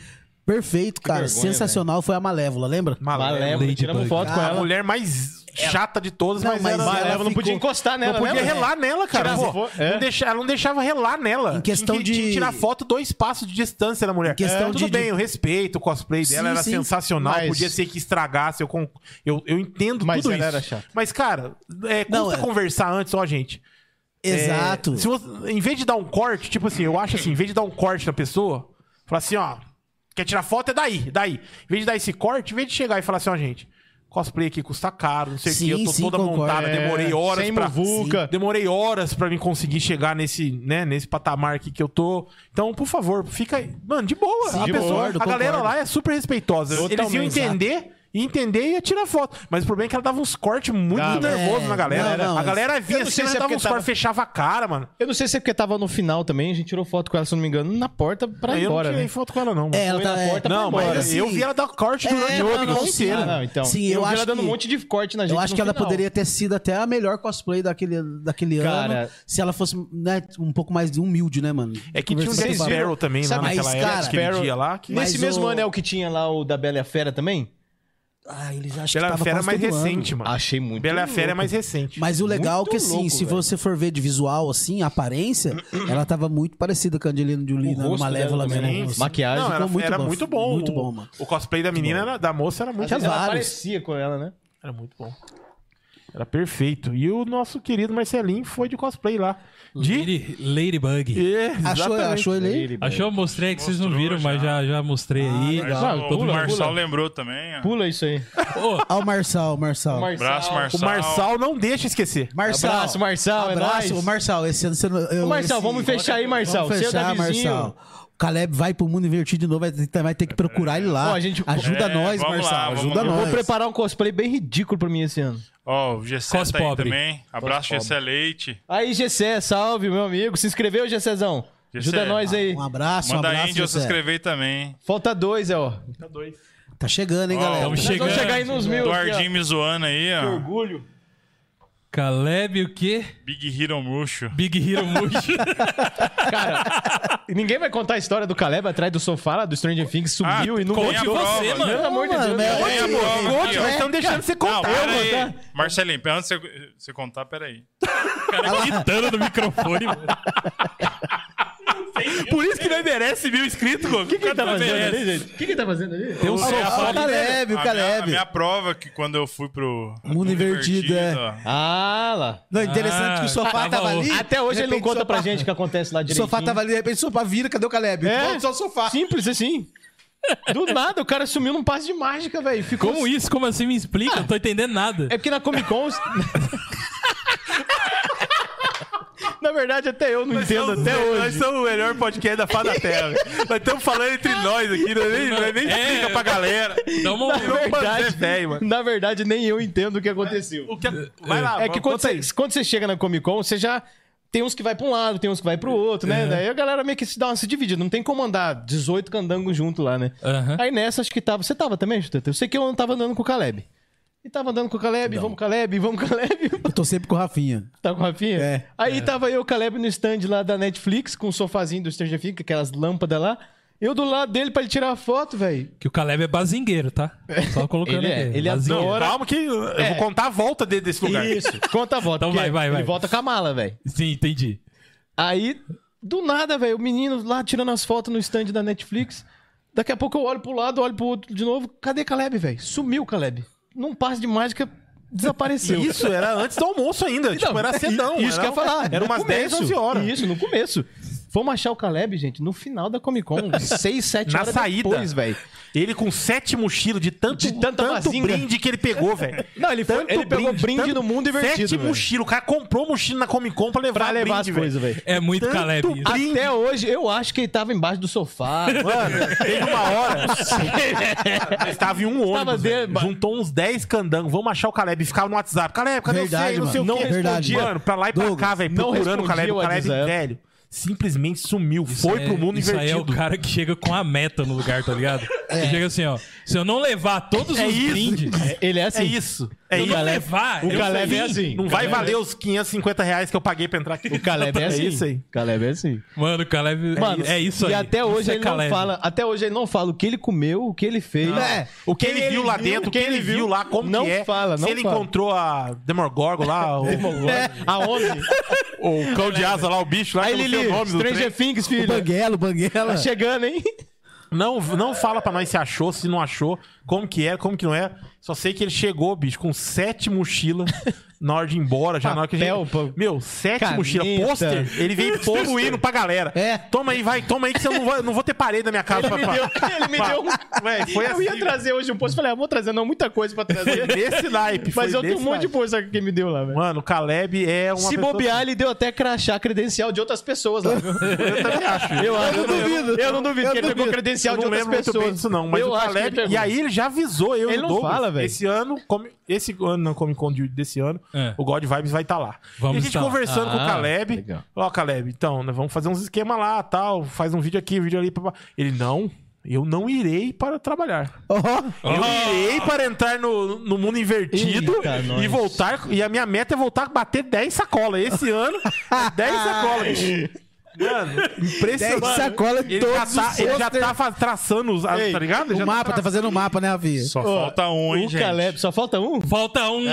Speaker 4: perfeito, cara,
Speaker 5: vergonha,
Speaker 4: sensacional, foi a Malévola, lembra?
Speaker 2: Malévola.
Speaker 5: Malévola, tiramos
Speaker 1: Ladybug.
Speaker 5: foto com
Speaker 2: A
Speaker 5: ela.
Speaker 2: Ah, mulher mais chata de todas,
Speaker 4: Não,
Speaker 2: mas,
Speaker 4: mas
Speaker 2: era...
Speaker 4: ela né?
Speaker 5: Malévola não podia
Speaker 4: ficou-
Speaker 5: encostar
Speaker 2: Não
Speaker 5: nela, né?
Speaker 2: podia
Speaker 5: lembra?
Speaker 2: relar nela, cara. Pô,
Speaker 5: Tirar fo- é.
Speaker 2: não deixa- ela não deixava relar nela.
Speaker 4: Em questão
Speaker 2: tinha que,
Speaker 4: de-
Speaker 2: tinha que tirar foto dois passos de distância da mulher. É,
Speaker 4: questão
Speaker 2: Tudo
Speaker 4: de-
Speaker 2: bem, eu respeito o cosplay dela,
Speaker 4: Sim,
Speaker 2: era
Speaker 4: sim.
Speaker 2: sensacional.
Speaker 5: Mas-
Speaker 2: Podia ser que estragasse, eu, con- eu, eu entendo
Speaker 5: Mas
Speaker 2: tudo
Speaker 5: ela
Speaker 2: isso.
Speaker 5: era chata.
Speaker 2: Mas, cara, é, custa
Speaker 4: Não, é-
Speaker 2: conversar antes, ó, gente. É,
Speaker 4: Exato.
Speaker 2: se você- em vez de dar um corte, tipo assim, eu acho assim, em vez de dar um corte na pessoa, falar assim, ó, quer tirar foto, é daí, daí. Em vez de dar esse corte, em vez de chegar e falar assim, ó, gente, cosplay aqui custa caro, não sei o
Speaker 4: Sim,
Speaker 2: que, eu tô
Speaker 4: sim,
Speaker 2: toda
Speaker 4: concordo.
Speaker 2: montada,
Speaker 5: É,
Speaker 2: demorei horas
Speaker 5: sem
Speaker 2: pra...
Speaker 5: muvuca.
Speaker 2: Sim. Demorei horas pra me conseguir chegar nesse, né, nesse patamar aqui que eu tô. Então, por favor, fica aí. Mano, de boa. a
Speaker 4: de
Speaker 2: pessoa,
Speaker 4: boa.
Speaker 2: a galera
Speaker 4: Concordo.
Speaker 2: lá é super respeitosa. Eles iam
Speaker 4: Totalmente.
Speaker 2: entender... E entender e ia tirar foto. Mas o problema é que ela dava uns cortes muito
Speaker 5: Dava.
Speaker 2: nervosos
Speaker 4: É,
Speaker 2: na galera.
Speaker 4: não, não,
Speaker 2: a galera
Speaker 5: Eu
Speaker 2: vinha
Speaker 5: não
Speaker 2: assim,
Speaker 5: sei
Speaker 2: ela
Speaker 5: se é
Speaker 2: dava
Speaker 5: porque
Speaker 2: uns cortes,
Speaker 5: tava-
Speaker 2: fechava a cara, mano.
Speaker 5: Eu não sei se é porque tava no final também, a gente tirou foto com ela, se eu não me engano, na porta pra ir
Speaker 2: Ah, eu
Speaker 5: embora,
Speaker 2: não tirei
Speaker 5: né?
Speaker 2: foto com ela, não. mano.
Speaker 4: É, ela
Speaker 5: Foi na
Speaker 4: tá, é,
Speaker 5: porta,
Speaker 2: não,
Speaker 5: foi
Speaker 2: mas
Speaker 5: embora.
Speaker 4: assim,
Speaker 2: eu vi ela dar corte durante
Speaker 4: É,
Speaker 2: o outro,
Speaker 4: não,
Speaker 2: não
Speaker 4: não, sim,
Speaker 5: Ah,
Speaker 2: inteira.
Speaker 5: não, então.
Speaker 4: Sim,
Speaker 5: eu,
Speaker 4: eu
Speaker 5: vi ela
Speaker 4: acho
Speaker 5: dando um
Speaker 4: que-
Speaker 5: monte de corte na gente
Speaker 4: Eu acho
Speaker 5: no
Speaker 4: que ela
Speaker 5: final.
Speaker 4: poderia ter sido até a melhor cosplay daquele, daquele
Speaker 5: Cara.
Speaker 4: ano, se ela fosse né, um pouco mais humilde, né, mano?
Speaker 2: É que tinha um
Speaker 4: Conversando
Speaker 2: Jack
Speaker 4: com a-
Speaker 5: viram?
Speaker 2: Sparrow também lá
Speaker 5: Sabe,
Speaker 4: mas,
Speaker 2: naquela
Speaker 4: cara,
Speaker 2: época, aquele
Speaker 5: Sparrow-
Speaker 2: dia lá. Que...
Speaker 4: Mas
Speaker 5: Nesse
Speaker 4: o-
Speaker 5: mesmo anel que tinha lá o da Bela e a Fera também?
Speaker 4: Ah, eles acham que
Speaker 2: Bela
Speaker 4: tava
Speaker 2: Fera é
Speaker 4: quase
Speaker 2: mais
Speaker 4: todo ano.
Speaker 2: recente, mano.
Speaker 5: Achei muito
Speaker 2: Bela Fera é
Speaker 5: louco.
Speaker 2: mais recente.
Speaker 4: Mas o legal
Speaker 5: Muito
Speaker 4: é que, assim,
Speaker 5: louco,
Speaker 4: se
Speaker 5: velho.
Speaker 4: você for ver de visual, assim, a
Speaker 5: *clears throat*
Speaker 4: aparência, ela tava muito parecida com a Angelina Jolie
Speaker 5: O
Speaker 4: na
Speaker 5: rosto
Speaker 4: Malévola
Speaker 5: dela
Speaker 4: mesmo.
Speaker 5: também,
Speaker 4: o rosto.
Speaker 5: maquiagem,
Speaker 2: não,
Speaker 4: ficou
Speaker 2: era,
Speaker 4: muito
Speaker 2: era
Speaker 4: bom,
Speaker 2: muito bom.
Speaker 4: muito
Speaker 2: o-
Speaker 4: bom, mano.
Speaker 2: O cosplay da menina, era- da moça, era
Speaker 5: Às
Speaker 2: muito
Speaker 4: Tinha
Speaker 5: vezes
Speaker 2: bom.
Speaker 5: ela
Speaker 4: vários.
Speaker 5: parecia com ela, né?
Speaker 2: Era muito bom. Era perfeito. E o nosso querido Marcelinho foi de cosplay lá. De...
Speaker 1: Lady- Ladybug.
Speaker 4: Achou,
Speaker 2: Exatamente.
Speaker 4: achou ele aí?
Speaker 1: Achou? Eu Mostrei que vocês não
Speaker 3: Mostrou
Speaker 1: viram, mas já, já mostrei
Speaker 5: Ah,
Speaker 1: aí.
Speaker 3: Mas
Speaker 5: Não,
Speaker 3: o,
Speaker 5: pula,
Speaker 3: o Marçal
Speaker 5: pula.
Speaker 3: lembrou também. ó.
Speaker 5: Pula isso aí.
Speaker 1: Ô,
Speaker 4: Ah, o Marçal, o Marçal.
Speaker 3: Abraço,
Speaker 2: O
Speaker 3: Marçal.
Speaker 2: Marçal não deixa esquecer.
Speaker 4: Marçal.
Speaker 5: Abraço, Marçal, é
Speaker 4: Abraço, o
Speaker 5: nóis.
Speaker 4: Marçal. Esse ano você não. eu-
Speaker 5: Ô, Marçal,
Speaker 4: esse-
Speaker 5: vamos fechar aí,
Speaker 4: Vamos
Speaker 5: Marçal. Você é o
Speaker 4: fechar,
Speaker 5: Davizinho.
Speaker 4: Marçal. O Caleb vai pro mundo invertido de novo, vai ter, vai ter que procurar ele lá.
Speaker 5: Ó, a gente-
Speaker 4: Ajuda
Speaker 3: É,
Speaker 4: nós,
Speaker 3: vamos lá,
Speaker 4: Marçal.
Speaker 3: vamos
Speaker 4: ajuda
Speaker 3: lá.
Speaker 5: Eu
Speaker 4: nós.
Speaker 5: vou preparar um cosplay bem ridículo pra mim esse ano.
Speaker 3: Ó, o Gessé
Speaker 1: Cos
Speaker 3: tá aí
Speaker 1: pobre.
Speaker 3: também. Abraço,
Speaker 5: Cos
Speaker 3: Gessé Leite.
Speaker 5: Aí, Gessé, salve, meu amigo. Se inscreveu, Gessézão? Ajuda
Speaker 3: Gessé.
Speaker 5: nós aí.
Speaker 4: Um abraço,
Speaker 3: Manda
Speaker 4: um abraço.
Speaker 3: Angel se
Speaker 4: José.
Speaker 3: inscrever também.
Speaker 5: Falta dois, é, ó.
Speaker 4: Tá chegando, hein,
Speaker 3: Ó,
Speaker 4: galera?
Speaker 3: vamos
Speaker 1: Tamo
Speaker 5: Nós
Speaker 1: chegando.
Speaker 5: vamos chegar aí nos mil. *laughs*
Speaker 3: Eduardinho me zoando aí, ó.
Speaker 5: Orgulho.
Speaker 1: Caleb, o quê?
Speaker 3: Big Hero Murcho.
Speaker 1: Big Hero
Speaker 3: *laughs*
Speaker 1: Mush.
Speaker 5: E ninguém vai contar a história do Caleb atrás do sofá lá do Stranger Things, subiu
Speaker 3: Ah,
Speaker 5: e não
Speaker 3: conte
Speaker 5: voltou.
Speaker 3: você, mano.
Speaker 5: Pelo amor de
Speaker 4: Mano, é- mas-
Speaker 5: Deus. né?
Speaker 3: Olha, amor,
Speaker 2: Conte,
Speaker 3: aqui,
Speaker 2: nós
Speaker 3: ó.
Speaker 5: tá
Speaker 2: estamos deixando você contar.
Speaker 3: Não,
Speaker 2: Eu
Speaker 3: pera
Speaker 2: vou dar-
Speaker 3: aí. Marcelinho, antes de você- você contar, pera aí.
Speaker 1: cara gritando no microfone, mano.
Speaker 2: Por isso que não merece mil inscritos, mano.
Speaker 5: *laughs* O que ele tá
Speaker 1: Cadê
Speaker 5: fazendo
Speaker 1: esse?
Speaker 5: ali, gente? O que ele tá fazendo ali?
Speaker 1: Tem um sofá
Speaker 4: Ah, o
Speaker 1: ali.
Speaker 4: Caleb, o
Speaker 3: a, minha, a
Speaker 4: Caleb.
Speaker 3: minha prova que quando eu fui pro
Speaker 4: Mundo Invertido, é.
Speaker 3: ó.
Speaker 5: Ah, lá.
Speaker 4: Não, interessante que o sofá
Speaker 1: Ah,
Speaker 4: tava
Speaker 1: tava
Speaker 4: ali.
Speaker 5: tá Até hoje
Speaker 4: de
Speaker 5: ele não
Speaker 4: repente o
Speaker 5: conta pra
Speaker 4: sofá-
Speaker 5: gente o que acontece lá
Speaker 4: O
Speaker 5: direitinho.
Speaker 4: sofá tava ali, de repente o sofá vira, cadê o Caleb?
Speaker 5: É.
Speaker 4: Volta só o sofá.
Speaker 5: Simples assim. Do nada, o cara sumiu num passe de mágica, velho. Ficou
Speaker 1: Como isso? Como assim? Me explica, eu não tô entendendo nada.
Speaker 5: É porque na Comic Con. *laughs* na verdade, até eu não
Speaker 2: é um
Speaker 5: entendo até hoje.
Speaker 2: Nós somos o melhor podcast da Fada Terra. velho. nós estamos falando entre nós aqui, nós nem, nós nem
Speaker 1: É.
Speaker 2: explica pra galera.
Speaker 5: É,
Speaker 1: Dá uma-
Speaker 2: Virou um
Speaker 5: verdade.
Speaker 2: bandé velho, mano.
Speaker 5: Na verdade, nem eu entendo o que aconteceu.
Speaker 2: O que- Vai lá,
Speaker 5: É que
Speaker 2: Ah, conta
Speaker 5: quando você, quando você chega na Comic Con, você já. tem uns que vai pra um lado, tem uns que vai pro outro, né? Daí a galera meio que se dá uma se divide. Não tem como andar 18 candangos junto lá, né?
Speaker 1: Aham.
Speaker 5: Aí nessa, acho que tava. Você tava também, Chuteta? Eu sei que eu não tava andando com o Caleb. E tava andando com o Caleb, vamos Caleb, vamos Caleb.
Speaker 4: Eu
Speaker 5: *laughs*
Speaker 4: tô sempre com o Rafinha.
Speaker 5: Tá com o Rafinha?
Speaker 4: É.
Speaker 5: Aí tava eu e o Caleb no stand lá da Netflix, com o sofazinho do Stranger Things, com aquelas lâmpadas lá. Eu do lado dele pra ele tirar a foto, velho.
Speaker 1: Que o Caleb é bazingueiro, tá? Só colocando
Speaker 5: Ele é,
Speaker 1: aqui.
Speaker 5: ele adora-
Speaker 1: bazingueiro.
Speaker 2: Calma que eu
Speaker 5: É.
Speaker 2: vou contar a volta de- desse lugar.
Speaker 5: Isso, conta a volta.
Speaker 1: Então
Speaker 5: porque
Speaker 1: vai, vai, vai.
Speaker 5: Ele volta com a mala, velho.
Speaker 1: Sim, entendi.
Speaker 5: Aí, do nada, velho, o menino lá tirando as fotos no stand da Netflix. Daqui a pouco eu olho pro lado, olho pro outro de novo. Cadê Caleb, velho? Sumiu, Caleb. Num passe de mágica, desapareceu.
Speaker 2: Isso, era antes do almoço ainda. tipo, era cedão. era,
Speaker 5: Isso que eu ia falar.
Speaker 2: Era
Speaker 5: no
Speaker 2: umas 10,
Speaker 5: começo.
Speaker 2: 11 horas.
Speaker 5: Isso, no começo. Vamos achar o Caleb, gente, no final da Comic Con. 6, 7
Speaker 2: Na
Speaker 5: horas
Speaker 2: saída.
Speaker 5: depois, velho.
Speaker 2: Ele com sete mochilas de tanto,
Speaker 5: De tanta
Speaker 2: tanto
Speaker 5: mazinga.
Speaker 2: brinde que ele pegou, velho.
Speaker 5: Não, ele foi- ele pegou brinde no mundo invertido,
Speaker 2: Sete
Speaker 5: velho.
Speaker 2: mochilas. O cara comprou mochila na Comic Con pra levar,
Speaker 5: Pra levar as
Speaker 2: brinde, velho.
Speaker 5: coisas, velho.
Speaker 1: É muito
Speaker 2: Tanto
Speaker 1: Caleb isso.
Speaker 2: brin- brinde.
Speaker 5: Até hoje, eu acho que ele tava embaixo do sofá.
Speaker 2: Mano, teve uma *laughs* hora. Nós tava em um
Speaker 5: Tava
Speaker 2: ônibus.
Speaker 5: dele-
Speaker 2: velho. Juntou uns 10 candangos. Vamos achar o Caleb. E ficava no WhatsApp. Caleb, cadê
Speaker 4: Verdade,
Speaker 2: você? Não sei
Speaker 4: mano.
Speaker 2: o que.
Speaker 4: Verdade.
Speaker 2: Mano, pra lá e pra
Speaker 4: Douglas,
Speaker 2: cá, velho.
Speaker 5: é não
Speaker 2: Procurando o
Speaker 5: respondia
Speaker 2: Caleb. O
Speaker 5: o
Speaker 2: Caleb,
Speaker 5: WhatsApp.
Speaker 2: velho. Simplesmente sumiu. foi
Speaker 1: É,
Speaker 2: pro mundo
Speaker 1: isso aí é o
Speaker 2: invertido.
Speaker 1: cara que chega com a meta no lugar, tá ligado? Ele chega assim, ó. Se eu não levar todos
Speaker 2: É
Speaker 1: os
Speaker 2: isso.
Speaker 1: brindes, se
Speaker 5: Ele é assim.
Speaker 2: É isso. É
Speaker 1: eu
Speaker 2: isso.
Speaker 1: não levar,
Speaker 5: o
Speaker 1: eu
Speaker 5: Caleb
Speaker 1: vim.
Speaker 5: é assim.
Speaker 2: Não vai valer os 550 reais que eu paguei pra entrar aqui.
Speaker 5: O Caleb
Speaker 2: *laughs*
Speaker 5: é assim.
Speaker 2: isso aí.
Speaker 5: Caleb é assim.
Speaker 1: Mano, o Caleb
Speaker 5: Mano,
Speaker 1: é isso aí.
Speaker 5: E até hoje
Speaker 1: Isso é
Speaker 5: ele
Speaker 1: Caleb.
Speaker 5: não fala, até hoje ele não fala o que ele comeu, o que ele fez. Né?
Speaker 4: É.
Speaker 2: O que ele, viu lá dentro, o que ele viu lá, como
Speaker 5: não
Speaker 2: que é.
Speaker 5: fala, não
Speaker 2: se ele
Speaker 5: fala.
Speaker 2: encontrou a Demogorgon lá, o, *laughs*
Speaker 5: É, aonde?
Speaker 2: o cão de asa lá, o bicho lá, que
Speaker 5: Aí
Speaker 2: eu não sei
Speaker 5: Lili,
Speaker 2: o nome do trem.
Speaker 5: Stranger Things,
Speaker 4: O
Speaker 5: filho.
Speaker 4: Banguela, o Banguela.
Speaker 5: Tá chegando, hein?
Speaker 2: Não, não fala pra nós se achou, se não achou, como que era, como que não era. Só sei que ele chegou, bicho, com sete mochilas na hora de ir embora, já na hora que a gente...
Speaker 5: Papel, pô.
Speaker 2: Meu, sete
Speaker 5: Caneta.
Speaker 2: mochilas, pôster, ele veio distribuindo pra galera.
Speaker 4: É.
Speaker 2: Toma aí, vai, toma aí que você não vai, não vou ter parede na minha casa.
Speaker 5: Ele me
Speaker 2: pra-
Speaker 5: deu,
Speaker 2: pra-
Speaker 5: ele me deu um...
Speaker 2: Véi, foi
Speaker 5: eu ia
Speaker 2: assim,
Speaker 5: trazer hoje um post, falei, ah, vou trazer não, muita coisa pra
Speaker 2: Foi
Speaker 5: trazer.
Speaker 2: desse naipe. foi
Speaker 5: Mas eu tenho um
Speaker 2: desse
Speaker 5: monte de
Speaker 2: naipe.
Speaker 5: post que ele me deu lá, velho.
Speaker 2: Mano, o Caleb é uma
Speaker 5: Se
Speaker 2: pessoa-
Speaker 5: bobear, ele deu até crachá credencial de outras pessoas lá.
Speaker 2: Eu também acho.
Speaker 5: Eu, acho,
Speaker 4: não duvido.
Speaker 5: Eu não duvido
Speaker 4: Eu
Speaker 5: que ele pegou
Speaker 4: duvido.
Speaker 5: credencial
Speaker 2: Eu
Speaker 5: de
Speaker 2: não
Speaker 5: outras
Speaker 2: lembro muito
Speaker 5: pessoas.
Speaker 2: bem disso, não. Mas
Speaker 5: eu
Speaker 2: o
Speaker 5: acho que ele
Speaker 2: Caleb.
Speaker 5: pegou.
Speaker 2: E aí ele já avisou eu e
Speaker 5: Ele
Speaker 2: o
Speaker 5: não
Speaker 2: Douglas,
Speaker 5: fala, velho.
Speaker 2: Esse ano, como- esse ano, não, Comic Con de- desse ano,
Speaker 1: É.
Speaker 2: o God Vibes vai estar lá.
Speaker 1: Vamos
Speaker 2: e a gente
Speaker 1: tá lá.
Speaker 2: conversando com o
Speaker 5: Ah,
Speaker 2: Caleb.
Speaker 5: legal.
Speaker 2: Ó, Caleb, então, nós vamos fazer uns esquemas lá, tal. Faz um vídeo aqui, vídeo ali. Papá. Ele, não, eu não irei para trabalhar.
Speaker 4: Ó, é
Speaker 2: Eu irei para entrar no, no mundo invertido
Speaker 5: Eita,
Speaker 2: e
Speaker 5: nós.
Speaker 2: voltar. E a minha meta é voltar a bater 10 sacolas. Esse ano, 10 sacolas. bicho. Mano, impressionante.
Speaker 4: 10 sacolas
Speaker 2: Ele já
Speaker 4: todos
Speaker 2: tá,
Speaker 4: os
Speaker 2: ele já
Speaker 4: posters.
Speaker 2: tá fa- traçando os. ah, tá ligado? Já
Speaker 4: O mapa, tá fazendo o mapa, né, Rafinha?
Speaker 3: Só falta um, hein,
Speaker 5: o
Speaker 3: gente?
Speaker 5: Caleb, É. só falta um?
Speaker 1: Falta um.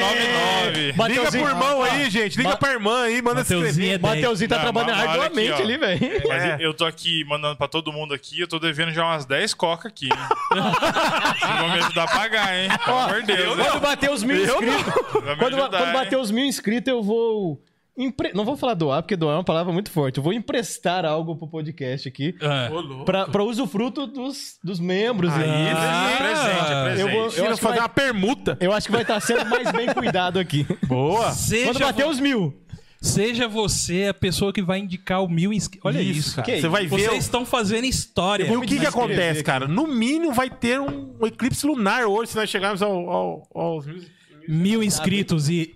Speaker 3: 999.
Speaker 2: Liga pro irmão aí, gente. Liga pra irmã aí, manda se
Speaker 1: Mateuzinho é
Speaker 2: inscrever.
Speaker 1: 10.
Speaker 5: Mateuzinho tá
Speaker 3: Não,
Speaker 5: trabalhando
Speaker 3: mas olha aqui,
Speaker 5: arduamente
Speaker 3: ó.
Speaker 5: ali, velho.
Speaker 3: Mas
Speaker 2: É.
Speaker 3: eu tô aqui mandando pra todo mundo aqui, eu tô devendo já umas 10 coca
Speaker 5: *laughs*
Speaker 3: aqui, hein? Vocês vão me ajudar a pagar, hein? Pelo amor de Deus.
Speaker 5: Quando
Speaker 3: hein?
Speaker 5: bater os mil inscritos.
Speaker 3: Vai me
Speaker 5: Quando,
Speaker 3: ajudar,
Speaker 5: quando bater um-
Speaker 3: hein?
Speaker 5: os mil inscritos, eu vou. empre- Não vou falar doar, porque doar é uma palavra muito forte. Eu vou emprestar algo pro podcast aqui.
Speaker 1: Ah.
Speaker 5: Pra, pra usufruto dos, dos membros.
Speaker 2: Aí
Speaker 5: né?
Speaker 3: Isso,
Speaker 1: Ah,
Speaker 3: presente, é presente.
Speaker 5: eu vou-
Speaker 2: Eu
Speaker 5: acho que
Speaker 2: fazer
Speaker 5: vai-
Speaker 2: uma permuta.
Speaker 5: Eu acho que vai estar sendo mais bem cuidado aqui.
Speaker 2: Boa.
Speaker 5: Quando
Speaker 1: Seja,
Speaker 5: bater
Speaker 1: vo-
Speaker 5: os mil.
Speaker 1: seja você a pessoa que vai indicar o mil inscritos. Olha isso, cara.
Speaker 5: que
Speaker 2: Você vai ver.
Speaker 1: Vocês estão fazendo história.
Speaker 2: E o que, que
Speaker 3: né?
Speaker 2: acontece, cara? No mínimo vai ter um, um eclipse lunar hoje se nós chegarmos ao, ao- aos. mil-
Speaker 1: Mil inscritos e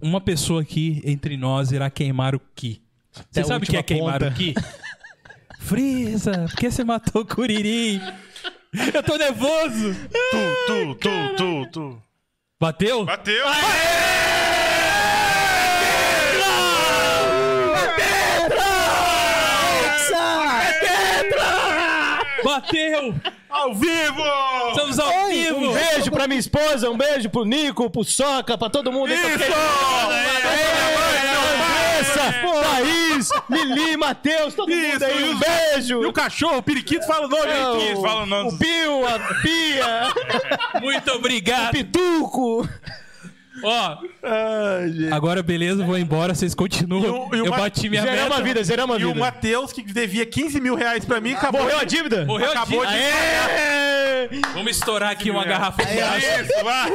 Speaker 1: uma pessoa aqui entre nós irá queimar o Ki. Você
Speaker 5: a
Speaker 1: sabe o que é
Speaker 5: última
Speaker 1: queimar
Speaker 5: ponta.
Speaker 1: o Ki? Frieza, por que você matou o Curirim? Eu tô nervoso.
Speaker 3: Tu, tu, tu, tu, tu.
Speaker 1: Bateu?
Speaker 3: Bateu!
Speaker 1: Bateu!
Speaker 3: Ao vivo!
Speaker 1: Estamos ao
Speaker 5: Um
Speaker 1: vivo!
Speaker 5: beijo pra minha esposa, um beijo pro Nico, pro Soca, pra todo mundo. aí que eu
Speaker 3: Isso! É,
Speaker 5: quero-
Speaker 3: Andressa,
Speaker 5: Thaís, Lili, Matheus, todo mundo
Speaker 2: Isso,
Speaker 5: aí.
Speaker 2: isso.
Speaker 5: Um beijo.
Speaker 2: E o cachorro, o periquito, fala o nome.
Speaker 5: Eu-
Speaker 2: Periquito.
Speaker 3: Isso, fala o nome
Speaker 5: O
Speaker 3: dos-
Speaker 5: Pio, a Pia,
Speaker 1: Muito
Speaker 5: Um
Speaker 1: obrigado!
Speaker 5: Pituco.
Speaker 1: Ó,
Speaker 2: Ai, gente.
Speaker 1: agora beleza, vou embora, vocês continuam.
Speaker 2: E o- e o
Speaker 1: eu
Speaker 2: Mat-
Speaker 1: bati minha meta.
Speaker 5: Zeramos a vida, zeramos a
Speaker 2: E o
Speaker 5: vida.
Speaker 2: Matheus, que devia 15 mil reais pra mim, acabou.
Speaker 5: Morreu a dívida?
Speaker 1: Morreu
Speaker 2: Acabou
Speaker 1: de... Vamos estourar aqui uma garrafa.
Speaker 3: Isso, vai!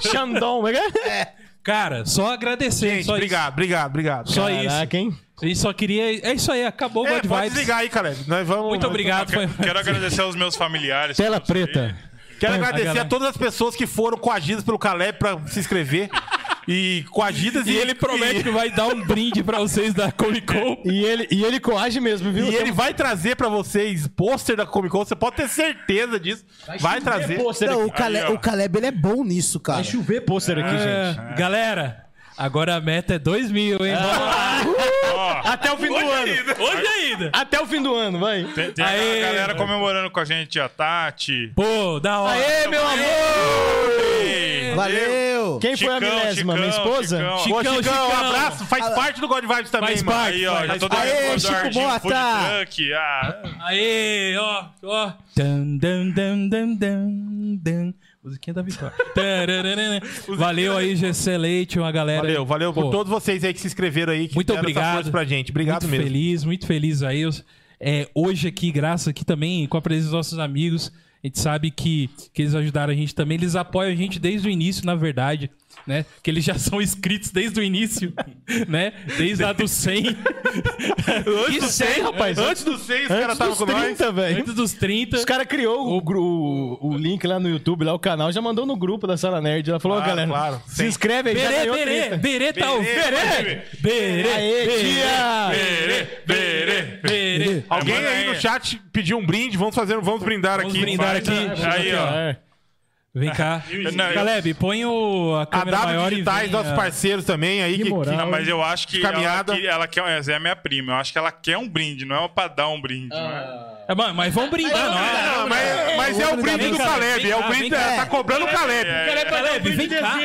Speaker 5: Xandão, como é que é?
Speaker 1: Cara, só agradecer.
Speaker 2: Gente,
Speaker 1: só
Speaker 2: obrigado, obrigado, obrigado.
Speaker 1: Isso. Só isso.
Speaker 5: Caraca, hein?
Speaker 1: E só queria. É isso aí, acabou o
Speaker 2: É,
Speaker 1: Bad
Speaker 2: pode
Speaker 1: Vibes.
Speaker 2: desligar aí, Caleb. Nós vamos.
Speaker 1: Muito obrigado. Foi...
Speaker 3: Quero, quero agradecer aos meus familiares.
Speaker 5: Tela
Speaker 3: todos aí.
Speaker 5: preta.
Speaker 2: Quero agradecer
Speaker 1: galera.
Speaker 2: a todas as pessoas que foram coagidas pelo Caleb pra se inscrever. e
Speaker 1: *laughs*
Speaker 2: coagidas
Speaker 1: E ele promete que vai dar um brinde pra vocês da Comic Con.
Speaker 5: E ele, e ele coage mesmo,
Speaker 2: E
Speaker 5: viu?
Speaker 2: ele vai trazer pra vocês pôster da Comic Con, você pode ter certeza disso. Vai trazer.
Speaker 5: pôster
Speaker 4: Não,
Speaker 5: aqui.
Speaker 4: o, Cale-
Speaker 3: ó.
Speaker 4: o Caleb, ele é bom nisso, cara.
Speaker 5: Vai chover pôster aqui, gente.
Speaker 1: É, Galera, agora a meta é 2 mil, hein? Vamos lá.
Speaker 5: Até o fim do ano.
Speaker 1: Hoje ainda.
Speaker 5: Até o fim do ano, vai.
Speaker 3: Tem, tem
Speaker 1: Aê.
Speaker 3: a galera comemorando com a gente, a Tati.
Speaker 1: Pô, da hora.
Speaker 5: Aê, meu
Speaker 3: Ei,
Speaker 4: Valeu!
Speaker 5: Quem foi a
Speaker 3: Chicão,
Speaker 5: milésima? Minha
Speaker 3: Chicão,
Speaker 5: esposa?
Speaker 3: Chicão.
Speaker 2: Ô, Chicão,
Speaker 1: Chicão.
Speaker 2: um abraço. Faz parte do God Vibes também,
Speaker 1: Faz
Speaker 2: mano.
Speaker 1: parte.
Speaker 3: Aí, ó, já todo
Speaker 4: Aê,
Speaker 3: mundo
Speaker 4: Chico
Speaker 3: Jardim,
Speaker 4: Mota.
Speaker 3: food truck. Ah,
Speaker 1: Aê, ó, ó. Dan, dan, dan, dan, dan, dan. Musiquinha da vitória. Tarararana. Valeu aí, GC Leite, uma galera.
Speaker 2: Valeu, valeu
Speaker 1: Pô,
Speaker 2: por todos vocês aí que se inscreveram aí. Que
Speaker 1: Muito
Speaker 2: deram essa
Speaker 1: obrigado.
Speaker 2: força pra gente. Obrigado
Speaker 1: muito
Speaker 2: mesmo.
Speaker 1: feliz, muito feliz aí. Eu, é, hoje aqui, graças aqui também, com a presença dos nossos amigos, a gente sabe que, que eles ajudaram a gente também. Eles apoiam a gente desde o início, na verdade, né? Que eles já *laughs* são inscritos desde o início, né? Desde lá do 100.
Speaker 2: Antes
Speaker 1: Que
Speaker 2: do 100,
Speaker 1: cem,
Speaker 2: rapaz. Antes do 100, os caras
Speaker 5: Antes
Speaker 2: estavam
Speaker 5: dos
Speaker 2: com nós.
Speaker 5: 30, velho.
Speaker 1: Antes dos 30.
Speaker 5: Os caras criou o, gru- o, o link lá no YouTube, lá o canal, já mandou no grupo da Sala Nerd. Ela falou, ó,
Speaker 2: Claro,
Speaker 5: galera,
Speaker 2: claro.
Speaker 5: se
Speaker 2: Sim.
Speaker 5: inscreve aí, já
Speaker 1: Berê,
Speaker 5: ganhou
Speaker 1: berê,
Speaker 5: 30.
Speaker 1: berê, tá ouvindo.
Speaker 3: Berê,
Speaker 1: berê,
Speaker 5: Aê, tia!
Speaker 3: Berê, berê,
Speaker 1: berê.
Speaker 2: Alguém
Speaker 3: Manda
Speaker 2: aí no chat pediu um brinde. Vamos fazer, vamos brindar
Speaker 1: Vamos
Speaker 2: aqui.
Speaker 1: brindar
Speaker 2: Vai.
Speaker 1: aqui.
Speaker 3: Aí, ó.
Speaker 5: É.
Speaker 1: Vem cá.
Speaker 3: Não, eu-
Speaker 1: Caleb, põe o, a
Speaker 2: A
Speaker 1: câmera
Speaker 2: W
Speaker 1: maior e
Speaker 2: Digitais,
Speaker 1: vem,
Speaker 2: nossos
Speaker 1: ah,
Speaker 2: parceiros também aí.
Speaker 5: Que
Speaker 2: Que,
Speaker 5: moral.
Speaker 3: Não, mas eu acho que ela,
Speaker 2: Caminhada.
Speaker 3: que ela quer. Essa é a minha prima. Eu acho que ela quer um brinde, não é pra dar um brinde. não é?
Speaker 1: É, mano, mas vamos brindar, não é?
Speaker 2: Não, mas, mas é o brinde
Speaker 1: Vem
Speaker 2: do
Speaker 1: cá,
Speaker 2: Caleb.
Speaker 1: vem
Speaker 2: É o
Speaker 1: cá,
Speaker 2: brinde.
Speaker 1: vem cá. É,
Speaker 2: Ela tá cobrando o Caleb.
Speaker 1: Caleb, vem cá.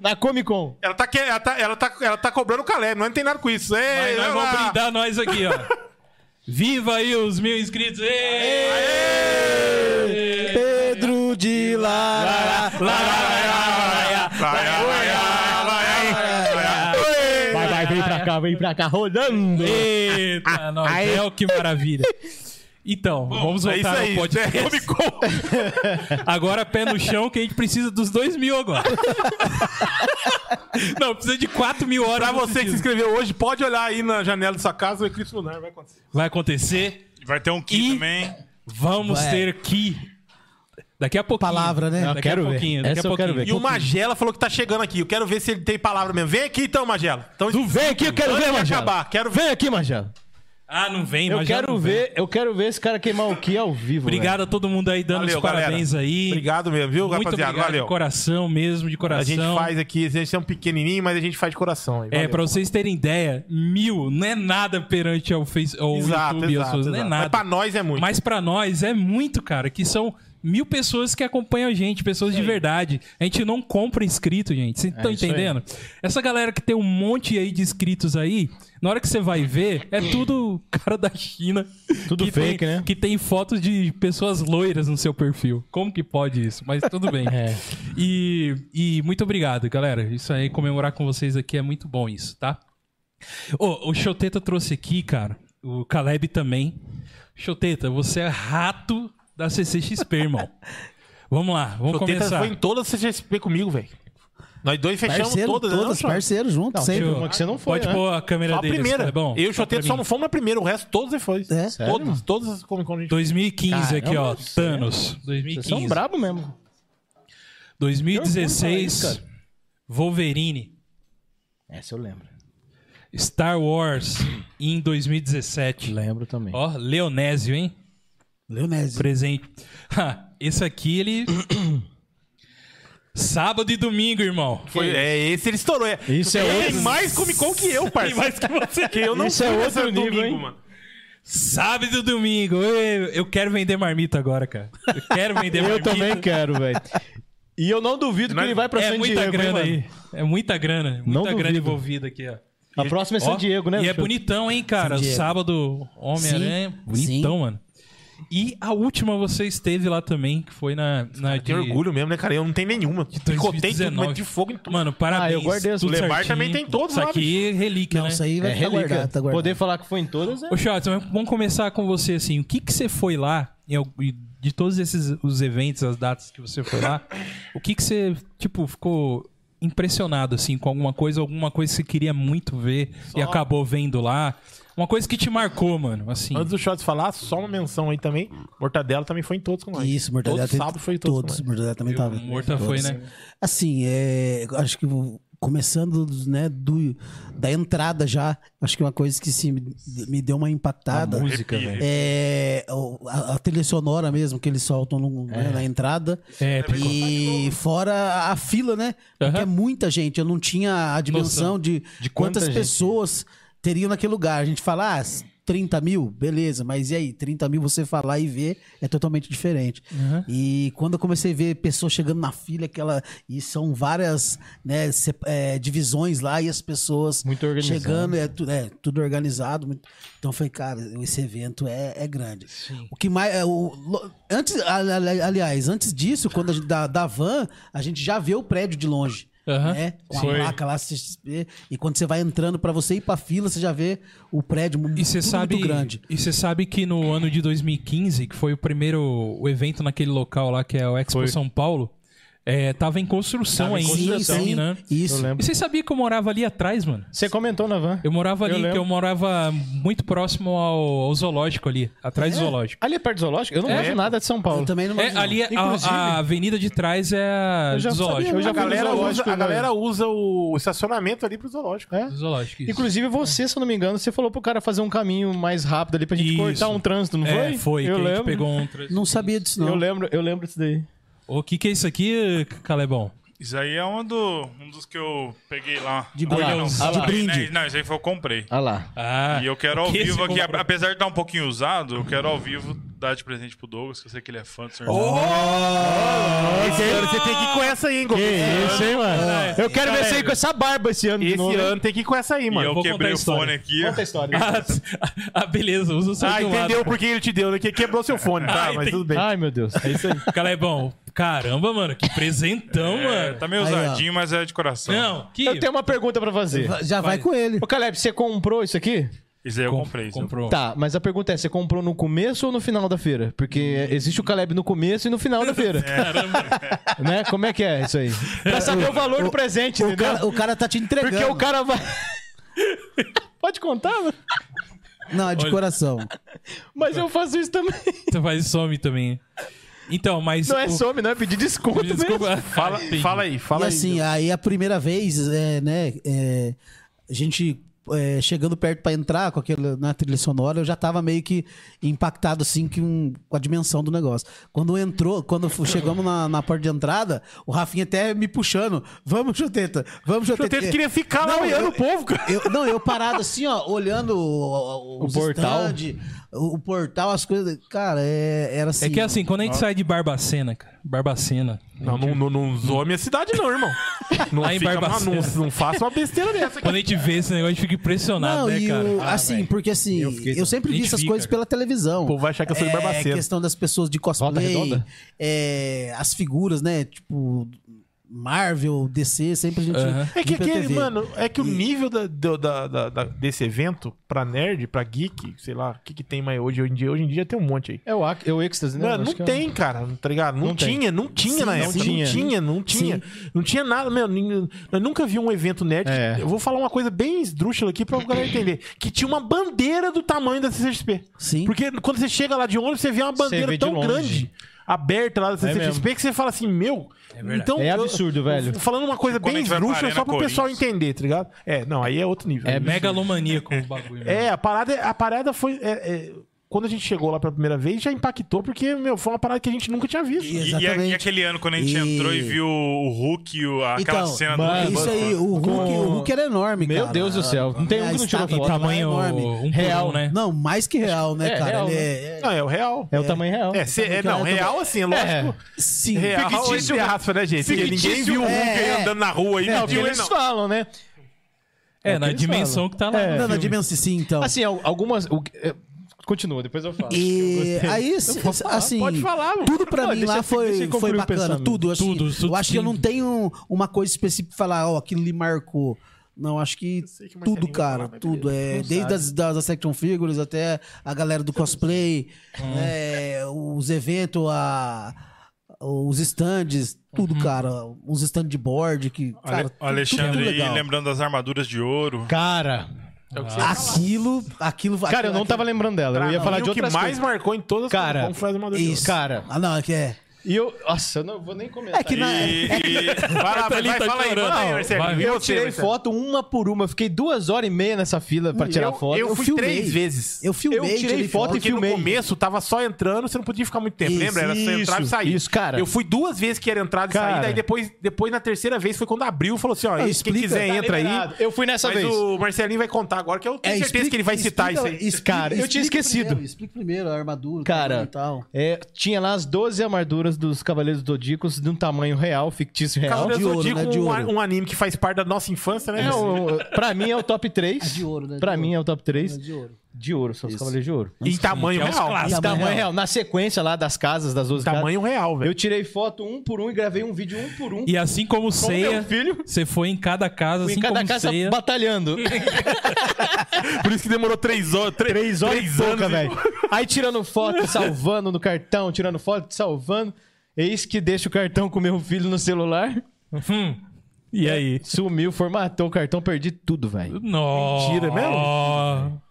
Speaker 5: Na Comic Con.
Speaker 2: Ela tá, que- ela, tá, ela, tá, ela tá cobrando o Caleb, não tem nada com isso. Ei,
Speaker 1: Aí É, nós
Speaker 2: vai
Speaker 1: vamos
Speaker 2: lá.
Speaker 1: brindar nós aqui, ó. *laughs* Viva aí os mil inscritos. Ei!
Speaker 4: Pedro de Lara.
Speaker 1: Lá, lá, lá, lá, lá, lá.
Speaker 2: Vai, vai, vai, vai, vai, vai.
Speaker 5: Vai, vai, vem pra cá, vem pra cá, rodando.
Speaker 1: Eita, Nobel, que maravilha. Então, vamos
Speaker 2: É isso
Speaker 1: voltar ao
Speaker 2: aí,
Speaker 1: podcast.
Speaker 2: *laughs* né? Comic Con.
Speaker 1: Agora pé no chão que a gente precisa dos dois mil
Speaker 2: *laughs*
Speaker 1: agora. Não, precisa de 4 mil horas.
Speaker 2: Pra você que se
Speaker 1: assistidas.
Speaker 2: inscreveu hoje, pode olhar aí na janela da sua casa o eclipse lunar, vai acontecer.
Speaker 1: Vai acontecer.
Speaker 3: Vai ter um
Speaker 1: E-
Speaker 3: kit também.
Speaker 1: Vamos
Speaker 4: Vai.
Speaker 1: ter que. Daqui a pouquinho.
Speaker 4: Palavra, né?
Speaker 1: Daqui
Speaker 4: Eu
Speaker 1: a
Speaker 5: quero ver.
Speaker 1: pouquinho. Daqui
Speaker 5: Essa
Speaker 1: a
Speaker 5: eu quero
Speaker 1: pouquinho.
Speaker 5: ver.
Speaker 2: E o Magela falou que tá chegando aqui. Eu quero ver se ele tem palavra mesmo. Vem aqui então, Magela. Então,
Speaker 5: Tu vem aqui, eu quero
Speaker 2: antes
Speaker 5: ver,
Speaker 2: de
Speaker 5: Magela.
Speaker 2: acabar, quero ver.
Speaker 5: Vem aqui, Magela.
Speaker 1: Ah, não vem,
Speaker 5: Eu
Speaker 1: mas já
Speaker 5: quero
Speaker 1: não vem.
Speaker 5: ver, eu quero ver esse cara queimar o Ki ao vivo.
Speaker 1: Obrigado a todo mundo aí dando
Speaker 2: Valeu,
Speaker 1: os parabéns
Speaker 2: galera.
Speaker 1: aí.
Speaker 2: Obrigado mesmo, viu,
Speaker 1: Muito
Speaker 2: rapaziada?
Speaker 1: obrigado,
Speaker 2: Valeu.
Speaker 1: de coração mesmo, de coração.
Speaker 2: A gente faz aqui, a gente é um pequenininho, mas a gente faz de coração. Aí.
Speaker 1: É,
Speaker 2: Valeu.
Speaker 1: pra vocês terem ideia, mil não é nada perante ao, face, ao
Speaker 2: Exato,
Speaker 1: YouTube e as
Speaker 2: exato,
Speaker 1: coisas, não é
Speaker 2: exato.
Speaker 1: nada.
Speaker 2: Mas pra nós é muito.
Speaker 1: Mas pra nós é muito, cara, que são mil pessoas que acompanham a gente, pessoas de verdade. A gente não compra inscrito, gente. Vocês estão
Speaker 5: É isso aí.
Speaker 1: entendendo? Essa galera que tem um monte aí de inscritos aí, na hora que você vai ver, é tudo cara da China.
Speaker 5: Tudo
Speaker 1: que
Speaker 5: fake,
Speaker 1: tem-
Speaker 5: né?
Speaker 1: Que tem fotos de pessoas loiras no seu perfil. Como que pode isso? Mas tudo bem.
Speaker 5: *laughs* É.
Speaker 1: E, e muito obrigado, galera. Isso aí, comemorar com vocês aqui é muito bom isso, tá? Ô, o Choteta trouxe aqui, cara. O Caleb também. Choteta, você é rato da CCXP,
Speaker 5: *laughs*
Speaker 1: irmão. Vamos lá, vamos
Speaker 2: O Teta
Speaker 1: começar.
Speaker 2: foi em todas as CGSP comigo, velho. Nós dois fechamos
Speaker 4: Parceiro,
Speaker 2: todas,
Speaker 4: todas,
Speaker 2: né,
Speaker 4: todas
Speaker 2: não,
Speaker 4: parceiro junto, sempre.
Speaker 5: teve uma que você não foi,
Speaker 1: Pode
Speaker 5: né?
Speaker 1: pôr a câmera
Speaker 2: Só a
Speaker 1: dele.
Speaker 2: primeira.
Speaker 1: É bom.
Speaker 2: eu e o Choteto
Speaker 5: um
Speaker 2: só
Speaker 1: mim.
Speaker 2: não fomos na primeira, o resto todos depois.
Speaker 4: É?
Speaker 2: Todos, todas as Comic Con a gente
Speaker 1: 2015 aqui, ó.
Speaker 5: Caramba, é um sério?
Speaker 1: Thanos.
Speaker 5: Vocês são
Speaker 1: 2015.
Speaker 5: brabo mesmo. Eu não vou
Speaker 1: 2016.
Speaker 5: falar isso, é um cara.
Speaker 1: Wolverine.
Speaker 5: Essa eu lembro.
Speaker 1: Star Wars em 2017.
Speaker 5: Lembro também.
Speaker 1: Ó, Leonésio, hein?
Speaker 4: Leonésio.
Speaker 1: Presente. Ha, esse aqui
Speaker 5: *coughs*
Speaker 1: ele. Sábado e domingo, irmão.
Speaker 2: Foi, é, esse ele estourou. É.
Speaker 5: Isso é
Speaker 2: Tem
Speaker 5: outro-
Speaker 2: mais Comic Con que eu, parceiro. mais que você. Que eu não
Speaker 5: Isso é
Speaker 2: fui
Speaker 5: outro
Speaker 2: nessa
Speaker 5: nível,
Speaker 2: domingo,
Speaker 5: hein?
Speaker 2: mano.
Speaker 1: Sábado e domingo. Eu, eu quero vender marmita agora, cara. Eu quero vender
Speaker 5: *laughs* Eu
Speaker 1: marmita.
Speaker 5: também quero, velho. E eu não duvido que
Speaker 2: Mas
Speaker 5: ele vai pra
Speaker 1: É
Speaker 5: San
Speaker 1: muita
Speaker 5: Diego, hein,
Speaker 1: grana
Speaker 5: mano?
Speaker 1: aí. É muita grana. Muita
Speaker 5: Não
Speaker 1: grana
Speaker 5: duvido.
Speaker 1: envolvida aqui, ó.
Speaker 5: A próxima é San
Speaker 1: Ó,
Speaker 5: Diego, né?
Speaker 1: E é
Speaker 5: bicho?
Speaker 1: bonitão, hein, cara?
Speaker 4: San Diego.
Speaker 1: Sábado, Homem-Aranha.
Speaker 4: Sim,
Speaker 1: Bonitão, mano. E a última você esteve lá também, que foi na. na
Speaker 2: Eu tenho orgulho mesmo, né, cara? Eu não tenho nenhuma. Picotei tudo,
Speaker 1: 2019.
Speaker 2: mas de fogo em tudo.
Speaker 1: Mano, parabéns.
Speaker 5: Ah, eu guardei as
Speaker 1: tudo
Speaker 5: minhas.
Speaker 1: certinho.
Speaker 2: Lebar também tem todos
Speaker 1: Isso
Speaker 2: lá,
Speaker 1: aqui é relíquia,
Speaker 4: Não,
Speaker 1: né?
Speaker 4: isso aí vai
Speaker 5: É
Speaker 4: ficar
Speaker 5: relíquia.
Speaker 4: guardado, tá guardado.
Speaker 5: Poder falar que foi em todas é...
Speaker 1: Ô, Shots, mas vamos começar com você, assim. O que que você foi lá, em al- e de todos esses os eventos, as datas que você foi
Speaker 2: *laughs*
Speaker 1: lá, o que que você, tipo, ficou impressionado, assim, com alguma coisa, alguma coisa que você queria muito ver e acabou vendo lá? Uma coisa que te marcou, mano, assim.
Speaker 2: Antes do Shots falar, só uma menção aí também. Mortadela também foi em todos com nós.
Speaker 4: Isso, Mortadela
Speaker 2: Todo
Speaker 4: tem-
Speaker 2: sábado foi em todos.
Speaker 4: todos.
Speaker 2: todos
Speaker 4: Mortadela também tava.
Speaker 1: Morta foi, né?
Speaker 4: Assim, é, acho que o começando né, do, da entrada já, acho que é uma coisa que sim, me- me deu uma impactada.
Speaker 5: A música,
Speaker 3: Arrepia.
Speaker 5: velho.
Speaker 4: É, o- a, a trilha sonora mesmo que eles soltam no- né, na entrada.
Speaker 1: É,
Speaker 4: e fora a fila, né? Porque
Speaker 1: Aham.
Speaker 4: é muita gente. Eu não tinha a dimensão de,
Speaker 5: De quanta
Speaker 4: quantas
Speaker 5: gente.
Speaker 4: pessoas teriam naquele lugar. A gente fala, ah, 30 mil, beleza, mas e aí? 30 mil você falar e ver é totalmente diferente.
Speaker 1: Aham.
Speaker 4: E quando eu comecei a ver pessoas chegando na fila, aquela, e são várias né, sep- é, divisões lá e as pessoas
Speaker 5: Muito organizado.
Speaker 4: chegando, é, tu- é, tudo organizado. muito- Então eu falei, cara, esse evento é, é grande. O que mais. é, o, lo- antes, ali- ali- aliás, antes disso, quando a gente, da, da van, a gente já vê o prédio de longe.
Speaker 1: Aham.
Speaker 4: Né? Com a
Speaker 3: Sim.
Speaker 4: placa lá, CXP, e quando você vai entrando pra você ir pra fila, você já vê o prédio mu-
Speaker 1: E você
Speaker 4: tudo
Speaker 1: sabe,
Speaker 4: muito grande.
Speaker 1: e você sabe que no ano de 2015, que foi o primeiro o evento naquele local lá que é o Expo
Speaker 2: Foi.
Speaker 1: São Paulo, é, tava em construção
Speaker 2: Tava em
Speaker 1: ainda,
Speaker 2: construção.
Speaker 1: né?
Speaker 4: Isso.
Speaker 5: Eu lembro.
Speaker 1: E você sabia que eu morava ali atrás, mano?
Speaker 5: Você comentou na van.
Speaker 1: Eu morava
Speaker 5: Eu
Speaker 1: ali,
Speaker 5: lembro.
Speaker 1: que eu morava muito próximo ao, ao zoológico ali, atrás do zoológico.
Speaker 5: Ali é perto do zoológico? Eu não
Speaker 1: É.
Speaker 5: vejo nada de São
Speaker 4: Eu
Speaker 5: Paulo.
Speaker 4: também não
Speaker 1: É,
Speaker 4: imagino.
Speaker 1: ali a,
Speaker 5: Inclusive-
Speaker 1: a avenida de trás é a
Speaker 5: Eu já
Speaker 1: do zoológico.
Speaker 5: sabia, eu já
Speaker 2: A
Speaker 5: fui no
Speaker 2: galera, usa,
Speaker 5: zoológico,
Speaker 2: a
Speaker 5: né?
Speaker 2: galera usa o estacionamento ali pro zoológico.
Speaker 5: É?
Speaker 1: Do zoológico, isso.
Speaker 5: Inclusive você, se eu não me engano, você falou pro cara fazer um caminho mais rápido ali pra gente
Speaker 1: Isso.
Speaker 5: cortar um trânsito, não foi?
Speaker 1: É, foi,
Speaker 5: eu
Speaker 1: que a
Speaker 5: lembro.
Speaker 1: gente pegou um... trans-
Speaker 4: Não sabia disso, não.
Speaker 5: Eu lembro, eu lembro disso daí.
Speaker 1: O que que é isso aqui, Calebão?
Speaker 3: Isso aí é um, do, um dos que eu peguei lá.
Speaker 4: De
Speaker 3: Não,
Speaker 4: brinde.
Speaker 3: não,
Speaker 4: Ah, de
Speaker 3: não, peguei,
Speaker 4: brinde.
Speaker 3: né? Não, isso aí foi eu comprei.
Speaker 5: Ah lá.
Speaker 1: Ah,
Speaker 3: E eu quero ao
Speaker 1: que
Speaker 3: vivo
Speaker 1: você
Speaker 3: aqui,
Speaker 1: comprou?
Speaker 3: apesar de estar um pouquinho usado, eu quero ao vivo dar de presente pro Douglas, que eu sei que ele é fã do Sr.
Speaker 2: É, Esse ano você tem que ir com essa aí, hein,
Speaker 5: Que
Speaker 2: Gomes?
Speaker 5: isso, hein, mano? eu quero ver você aí com essa barba Ah, esse ano de
Speaker 2: Esse
Speaker 5: novo. hein?
Speaker 2: ano tem que ir com essa aí,
Speaker 3: E
Speaker 2: mano.
Speaker 3: eu
Speaker 1: vou contar
Speaker 3: quebrei
Speaker 1: a
Speaker 3: o
Speaker 1: história.
Speaker 3: fone aqui.
Speaker 5: Conta a história.
Speaker 1: *laughs* Ah, ah, beleza, usa o seu
Speaker 2: Ah,
Speaker 1: de um lado.
Speaker 2: entendeu por que ele te deu, né? Que quebrou seu fone, tá?
Speaker 1: Ah,
Speaker 2: Mas
Speaker 1: entendi.
Speaker 2: tudo bem.
Speaker 5: Ai, meu Deus. É isso aí.
Speaker 1: Calebão, caramba, mano, que presentão,
Speaker 3: É,
Speaker 1: mano.
Speaker 3: tá meio
Speaker 4: Aí, ó.
Speaker 3: usadinho, mas é de coração.
Speaker 1: Não, que...
Speaker 5: Eu tenho uma pergunta pra fazer.
Speaker 4: Já vai, com ele.
Speaker 5: Ô, Caleb, você comprou isso aqui?
Speaker 3: Isso aí eu
Speaker 1: Com-
Speaker 3: comprei. isso eu-
Speaker 1: Comprou.
Speaker 5: Tá, mas a pergunta é, você comprou no começo ou no final da feira? Porque existe o Caleb no começo e no final da *laughs* feira. Né? Como é que é isso aí? Pra saber o valor do presente,
Speaker 4: O
Speaker 5: entendeu?
Speaker 4: cara, o cara tá te entregando.
Speaker 5: Porque o cara vai... Pode contar, mano?
Speaker 4: Não, é de coração.
Speaker 5: Mas eu faço isso também.
Speaker 1: Você faz Então some também. Então, mas...
Speaker 5: Não é
Speaker 1: o-
Speaker 5: some, não é pedir desconto mesmo.
Speaker 1: *laughs* Desculpa.
Speaker 2: Fala,
Speaker 1: Entendi.
Speaker 2: fala aí, fala
Speaker 4: e
Speaker 2: aí.
Speaker 4: assim, aí a primeira vez, é, né, é, a gente é, chegando perto pra entrar com aquela na trilha sonora, eu já tava meio que impactado assim que um- com a dimensão do negócio. Quando entrou, quando fu- chegamos na, na porta de entrada, o Rafinha até me puxando, vamos chuteta, vamos chuteta.
Speaker 2: Chuteta queria ficar lá
Speaker 4: é Não,
Speaker 2: olhando
Speaker 4: eu-
Speaker 2: o povo, cara.
Speaker 4: Eu- não, eu parado assim, ó, olhando o,
Speaker 5: O portal.
Speaker 4: stand, o, o portal, as coisas. Cara, é- era assim.
Speaker 1: É que assim, quando a gente sai de Barbacena, cara, Barbacena,
Speaker 2: Não, não, não, não zoa minha cidade, não, *laughs* irmão. Não,
Speaker 1: Lá em
Speaker 2: fica, uma- não,
Speaker 1: Barbacena.
Speaker 2: não faça uma besteira dessa.
Speaker 1: quando a gente vê esse negócio, a gente fica impressionado,
Speaker 4: Não,
Speaker 1: né,
Speaker 4: e
Speaker 1: cara?
Speaker 4: o-
Speaker 1: Ah,
Speaker 4: assim,
Speaker 1: velho.
Speaker 4: porque assim,
Speaker 1: Eu
Speaker 4: eu,
Speaker 1: fiquei-
Speaker 4: sempre vi
Speaker 1: Gente
Speaker 4: essas
Speaker 1: fica,
Speaker 4: coisas
Speaker 1: cara.
Speaker 4: pela televisão.
Speaker 2: O povo vai achar que eu sou de Barbacena.
Speaker 4: É, questão das pessoas de cosplay,
Speaker 5: Redonda?
Speaker 4: é, as figuras, né? Tipo, Marvel, DC, sempre a gente.
Speaker 1: Aham.
Speaker 2: É que
Speaker 4: viu pela
Speaker 2: aquele,
Speaker 4: TV.
Speaker 2: mano, é que o nível da- do- da- da- da- desse evento pra nerd, pra geek, sei lá, o que, que tem mais hoje, hoje em dia? Hoje em dia tem um monte aí.
Speaker 5: É o, ac- é o êxtase, né?
Speaker 2: Mano,
Speaker 5: Acho
Speaker 2: não
Speaker 5: que é o-
Speaker 2: tem, cara, tá ligado? Não,
Speaker 5: Não tem.
Speaker 2: tinha, não tinha
Speaker 4: Sim,
Speaker 2: na
Speaker 4: não
Speaker 2: época.
Speaker 5: tinha.
Speaker 2: Não tinha, não tinha. Não tinha nada, meu. nin- Eu nunca vi um evento nerd.
Speaker 5: É.
Speaker 2: Eu vou falar uma coisa bem esdrúxula aqui pra galera entender. Que tinha uma bandeira do tamanho da CCXP.
Speaker 4: Sim.
Speaker 2: Porque quando você chega lá de ônibus, você vê uma bandeira
Speaker 5: vê de
Speaker 2: tão
Speaker 5: longe.
Speaker 2: grande, aberta lá da CCXP, que você fala assim, meu...
Speaker 1: verdade.
Speaker 2: então,
Speaker 5: É
Speaker 2: eu-
Speaker 5: absurdo, velho.
Speaker 2: Falando uma coisa
Speaker 3: Quando
Speaker 2: bem
Speaker 3: a gente vai pra
Speaker 2: esdrúxula,
Speaker 3: Arena
Speaker 2: só pro pessoal
Speaker 3: Corinthians.
Speaker 2: entender, tá ligado? É, não, aí é outro nível.
Speaker 5: É
Speaker 1: Megalomaníaco o bagulho. né?
Speaker 2: *laughs* É, a parada, a parada foi. é, é, quando a gente chegou lá pela primeira vez, já impactou, porque, meu, foi uma parada que a gente nunca tinha visto.
Speaker 3: E- E,
Speaker 4: Exatamente.
Speaker 3: e aquele ano, quando a gente
Speaker 4: E-
Speaker 3: entrou e viu o Hulk, o, aquela
Speaker 4: Então,
Speaker 3: cena
Speaker 5: mano,
Speaker 3: do
Speaker 4: Isso aí, o Hulk,
Speaker 5: Com-
Speaker 4: o Hulk era enorme,
Speaker 5: Meu
Speaker 4: cara.
Speaker 5: Deus do céu, não tem
Speaker 4: A
Speaker 5: um que não tirou
Speaker 4: estátua
Speaker 1: Em
Speaker 5: foto.
Speaker 4: lá é
Speaker 1: tamanho
Speaker 4: enorme.
Speaker 1: um
Speaker 5: Real.
Speaker 1: real, né?
Speaker 4: Não, mais que real, né,
Speaker 5: É,
Speaker 4: cara?
Speaker 5: real,
Speaker 4: Ele
Speaker 5: né?
Speaker 4: é,
Speaker 2: Não, é o real.
Speaker 5: É o tamanho real.
Speaker 2: É, cê- é, não, real assim, é
Speaker 5: É.
Speaker 2: lógico.
Speaker 4: Sim.
Speaker 2: Real
Speaker 3: Fictício-
Speaker 2: entre aspas, né, gente? Porque ninguém
Speaker 3: Fictício
Speaker 2: viu o Hulk aí
Speaker 4: é.
Speaker 2: andando na rua aí,
Speaker 5: É
Speaker 2: não
Speaker 5: o que
Speaker 2: viu ele,
Speaker 5: eles
Speaker 2: não.
Speaker 5: falam, né?
Speaker 1: É,
Speaker 5: o que
Speaker 1: na
Speaker 5: eles
Speaker 1: dimensão que tá lá.
Speaker 5: É.
Speaker 1: no
Speaker 4: Não, na
Speaker 1: filme.
Speaker 4: dimensão, sim, então.
Speaker 5: Assim, al- algumas. o que- é, Continua, depois eu falo.
Speaker 4: E aí, assim,
Speaker 2: pode falar, mano.
Speaker 4: tudo pra
Speaker 5: Não,
Speaker 4: mim
Speaker 5: deixa-
Speaker 4: lá
Speaker 5: deixa eu
Speaker 4: foi,
Speaker 5: concluir
Speaker 4: foi
Speaker 5: o
Speaker 4: bacana.
Speaker 5: pensamento.
Speaker 4: Tudo, assim,
Speaker 1: Tudo, tudo,
Speaker 4: Eu acho que eu
Speaker 1: sim.
Speaker 4: não tenho uma coisa específica pra falar, ó, aquilo lhe marcou. Não, acho que
Speaker 2: sei que o
Speaker 4: tudo,
Speaker 2: Marcelinho vai
Speaker 4: cara,
Speaker 2: falar, mas
Speaker 4: tudo. É, desde as, das, das action figures até a galera do cosplay, né, os eventos, a, os stands, tudo, cara. Os stands de board, que, cara,
Speaker 3: Ale-
Speaker 4: tudo-
Speaker 3: Alexandre
Speaker 4: tudo
Speaker 3: aí,
Speaker 4: legal.
Speaker 3: lembrando das armaduras de ouro.
Speaker 5: Cara.
Speaker 4: Aquilo, aquilo... é
Speaker 5: Cara, eu não tava lembrando dela. Eu ia falar
Speaker 2: E
Speaker 5: de
Speaker 2: o que
Speaker 5: outras
Speaker 2: mais
Speaker 5: coisas.
Speaker 2: marcou em todas as
Speaker 5: Cara,
Speaker 2: coisas, como foi a armadura de
Speaker 4: Isso.
Speaker 5: Cara.
Speaker 4: Ah, não, é que é...
Speaker 5: E eu. Nossa, eu não vou nem comentar.
Speaker 4: É que na...
Speaker 3: E, e... Vai lá, vai, vai, fala aí, manda aí, Marcelo.
Speaker 2: Vai.
Speaker 3: E
Speaker 5: Eu
Speaker 3: você,
Speaker 5: tirei
Speaker 2: Marcelo?
Speaker 5: foto uma por uma. Eu Fiquei duas horas e meia nessa fila pra tirar
Speaker 4: Eu-
Speaker 5: foto.
Speaker 2: então. Eu fui
Speaker 4: filmei.
Speaker 2: três vezes.
Speaker 4: Eu filmei,
Speaker 5: Eu tirei foto e
Speaker 2: Porque
Speaker 5: filmei.
Speaker 2: no começo tava só entrando, você não podia ficar muito tempo,
Speaker 4: Isso,
Speaker 2: lembra? Era só entrar e
Speaker 5: isso,
Speaker 2: sair.
Speaker 5: isso, cara.
Speaker 2: Eu fui duas vezes que era entrada e
Speaker 5: Cara.
Speaker 2: saída, aí depois, depois na terceira vez foi quando abriu e falou assim: ó,
Speaker 4: Não,
Speaker 2: quem
Speaker 4: explica.
Speaker 2: quiser
Speaker 5: Tá
Speaker 2: entra aí.
Speaker 5: liberado. Eu fui nessa
Speaker 2: Mas
Speaker 5: vez.
Speaker 2: o Marcelinho vai contar agora, que eu tenho
Speaker 4: É,
Speaker 2: certeza
Speaker 4: explica-
Speaker 2: que ele vai citar
Speaker 4: explica-
Speaker 2: isso aí.
Speaker 4: explica-
Speaker 5: Cara, eu tinha
Speaker 4: explica
Speaker 5: esquecido.
Speaker 4: primeiro, explica primeiro a armadura
Speaker 5: Cara,
Speaker 4: e tal.
Speaker 5: É, tinha lá as 12 armaduras dos Cavaleiros Zodíacos de um tamanho real, fictício real.
Speaker 2: Cavaleiros
Speaker 4: de ouro,
Speaker 2: Zodíaco,
Speaker 4: né? De
Speaker 2: um,
Speaker 4: ouro.
Speaker 2: um anime que faz parte da nossa infância, né?
Speaker 5: É, o- pra mim é o top 3.
Speaker 4: É de ouro, né?
Speaker 5: Pra
Speaker 4: De
Speaker 5: mim
Speaker 4: ouro.
Speaker 5: é o top 3.
Speaker 4: De ouro.
Speaker 5: De ouro, são os Cavaleiros de Ouro.
Speaker 2: em tamanho
Speaker 1: que é os
Speaker 2: real.
Speaker 1: clássicos.
Speaker 5: Em um tamanho real. tá Na sequência lá das casas, das 12 casas.
Speaker 2: Tamanho real, velho.
Speaker 5: Eu tirei foto um por um e gravei um vídeo um por um.
Speaker 1: E assim como
Speaker 5: com meu
Speaker 1: ceia,
Speaker 5: filho.
Speaker 1: você foi em cada casa,
Speaker 5: Em
Speaker 1: assim
Speaker 5: cada
Speaker 1: como
Speaker 5: casa
Speaker 1: ceia.
Speaker 2: *laughs*
Speaker 5: batalhando.
Speaker 2: Por isso que demorou três horas. Três,
Speaker 5: Três horas e pouca,
Speaker 2: anos,
Speaker 5: velho. Aí tirando foto, salvando no cartão, tirando foto, salvando. Eis que deixa o cartão com meu filho no celular.
Speaker 1: Hum. E aí?
Speaker 5: Sumiu, formatou o cartão, perdi tudo, velho.
Speaker 1: Nossa.
Speaker 2: Mentira, é
Speaker 1: mesmo?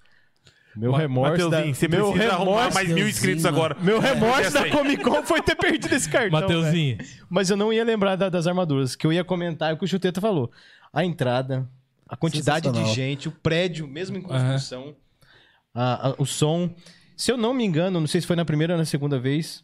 Speaker 5: Meu remorso da...
Speaker 2: Mateuzinho, você
Speaker 5: meu
Speaker 2: precisa arrumar É, assim-
Speaker 5: remorso,
Speaker 2: mais mil inscritos
Speaker 4: Mateuzinho,
Speaker 2: agora.
Speaker 5: meu remorso
Speaker 2: Essa
Speaker 5: da
Speaker 2: aí.
Speaker 5: Comic Con foi ter perdido
Speaker 2: *laughs*
Speaker 5: esse cartão, velho.
Speaker 1: Mateuzinho,
Speaker 5: Mas eu não ia lembrar da- das armaduras, que eu ia comentar o que o Chuteta falou. A entrada, a quantidade de
Speaker 4: Sensacional.
Speaker 5: gente, o prédio, mesmo em construção, a- a- o som. Se eu não me engano, não sei se foi na primeira ou na segunda vez,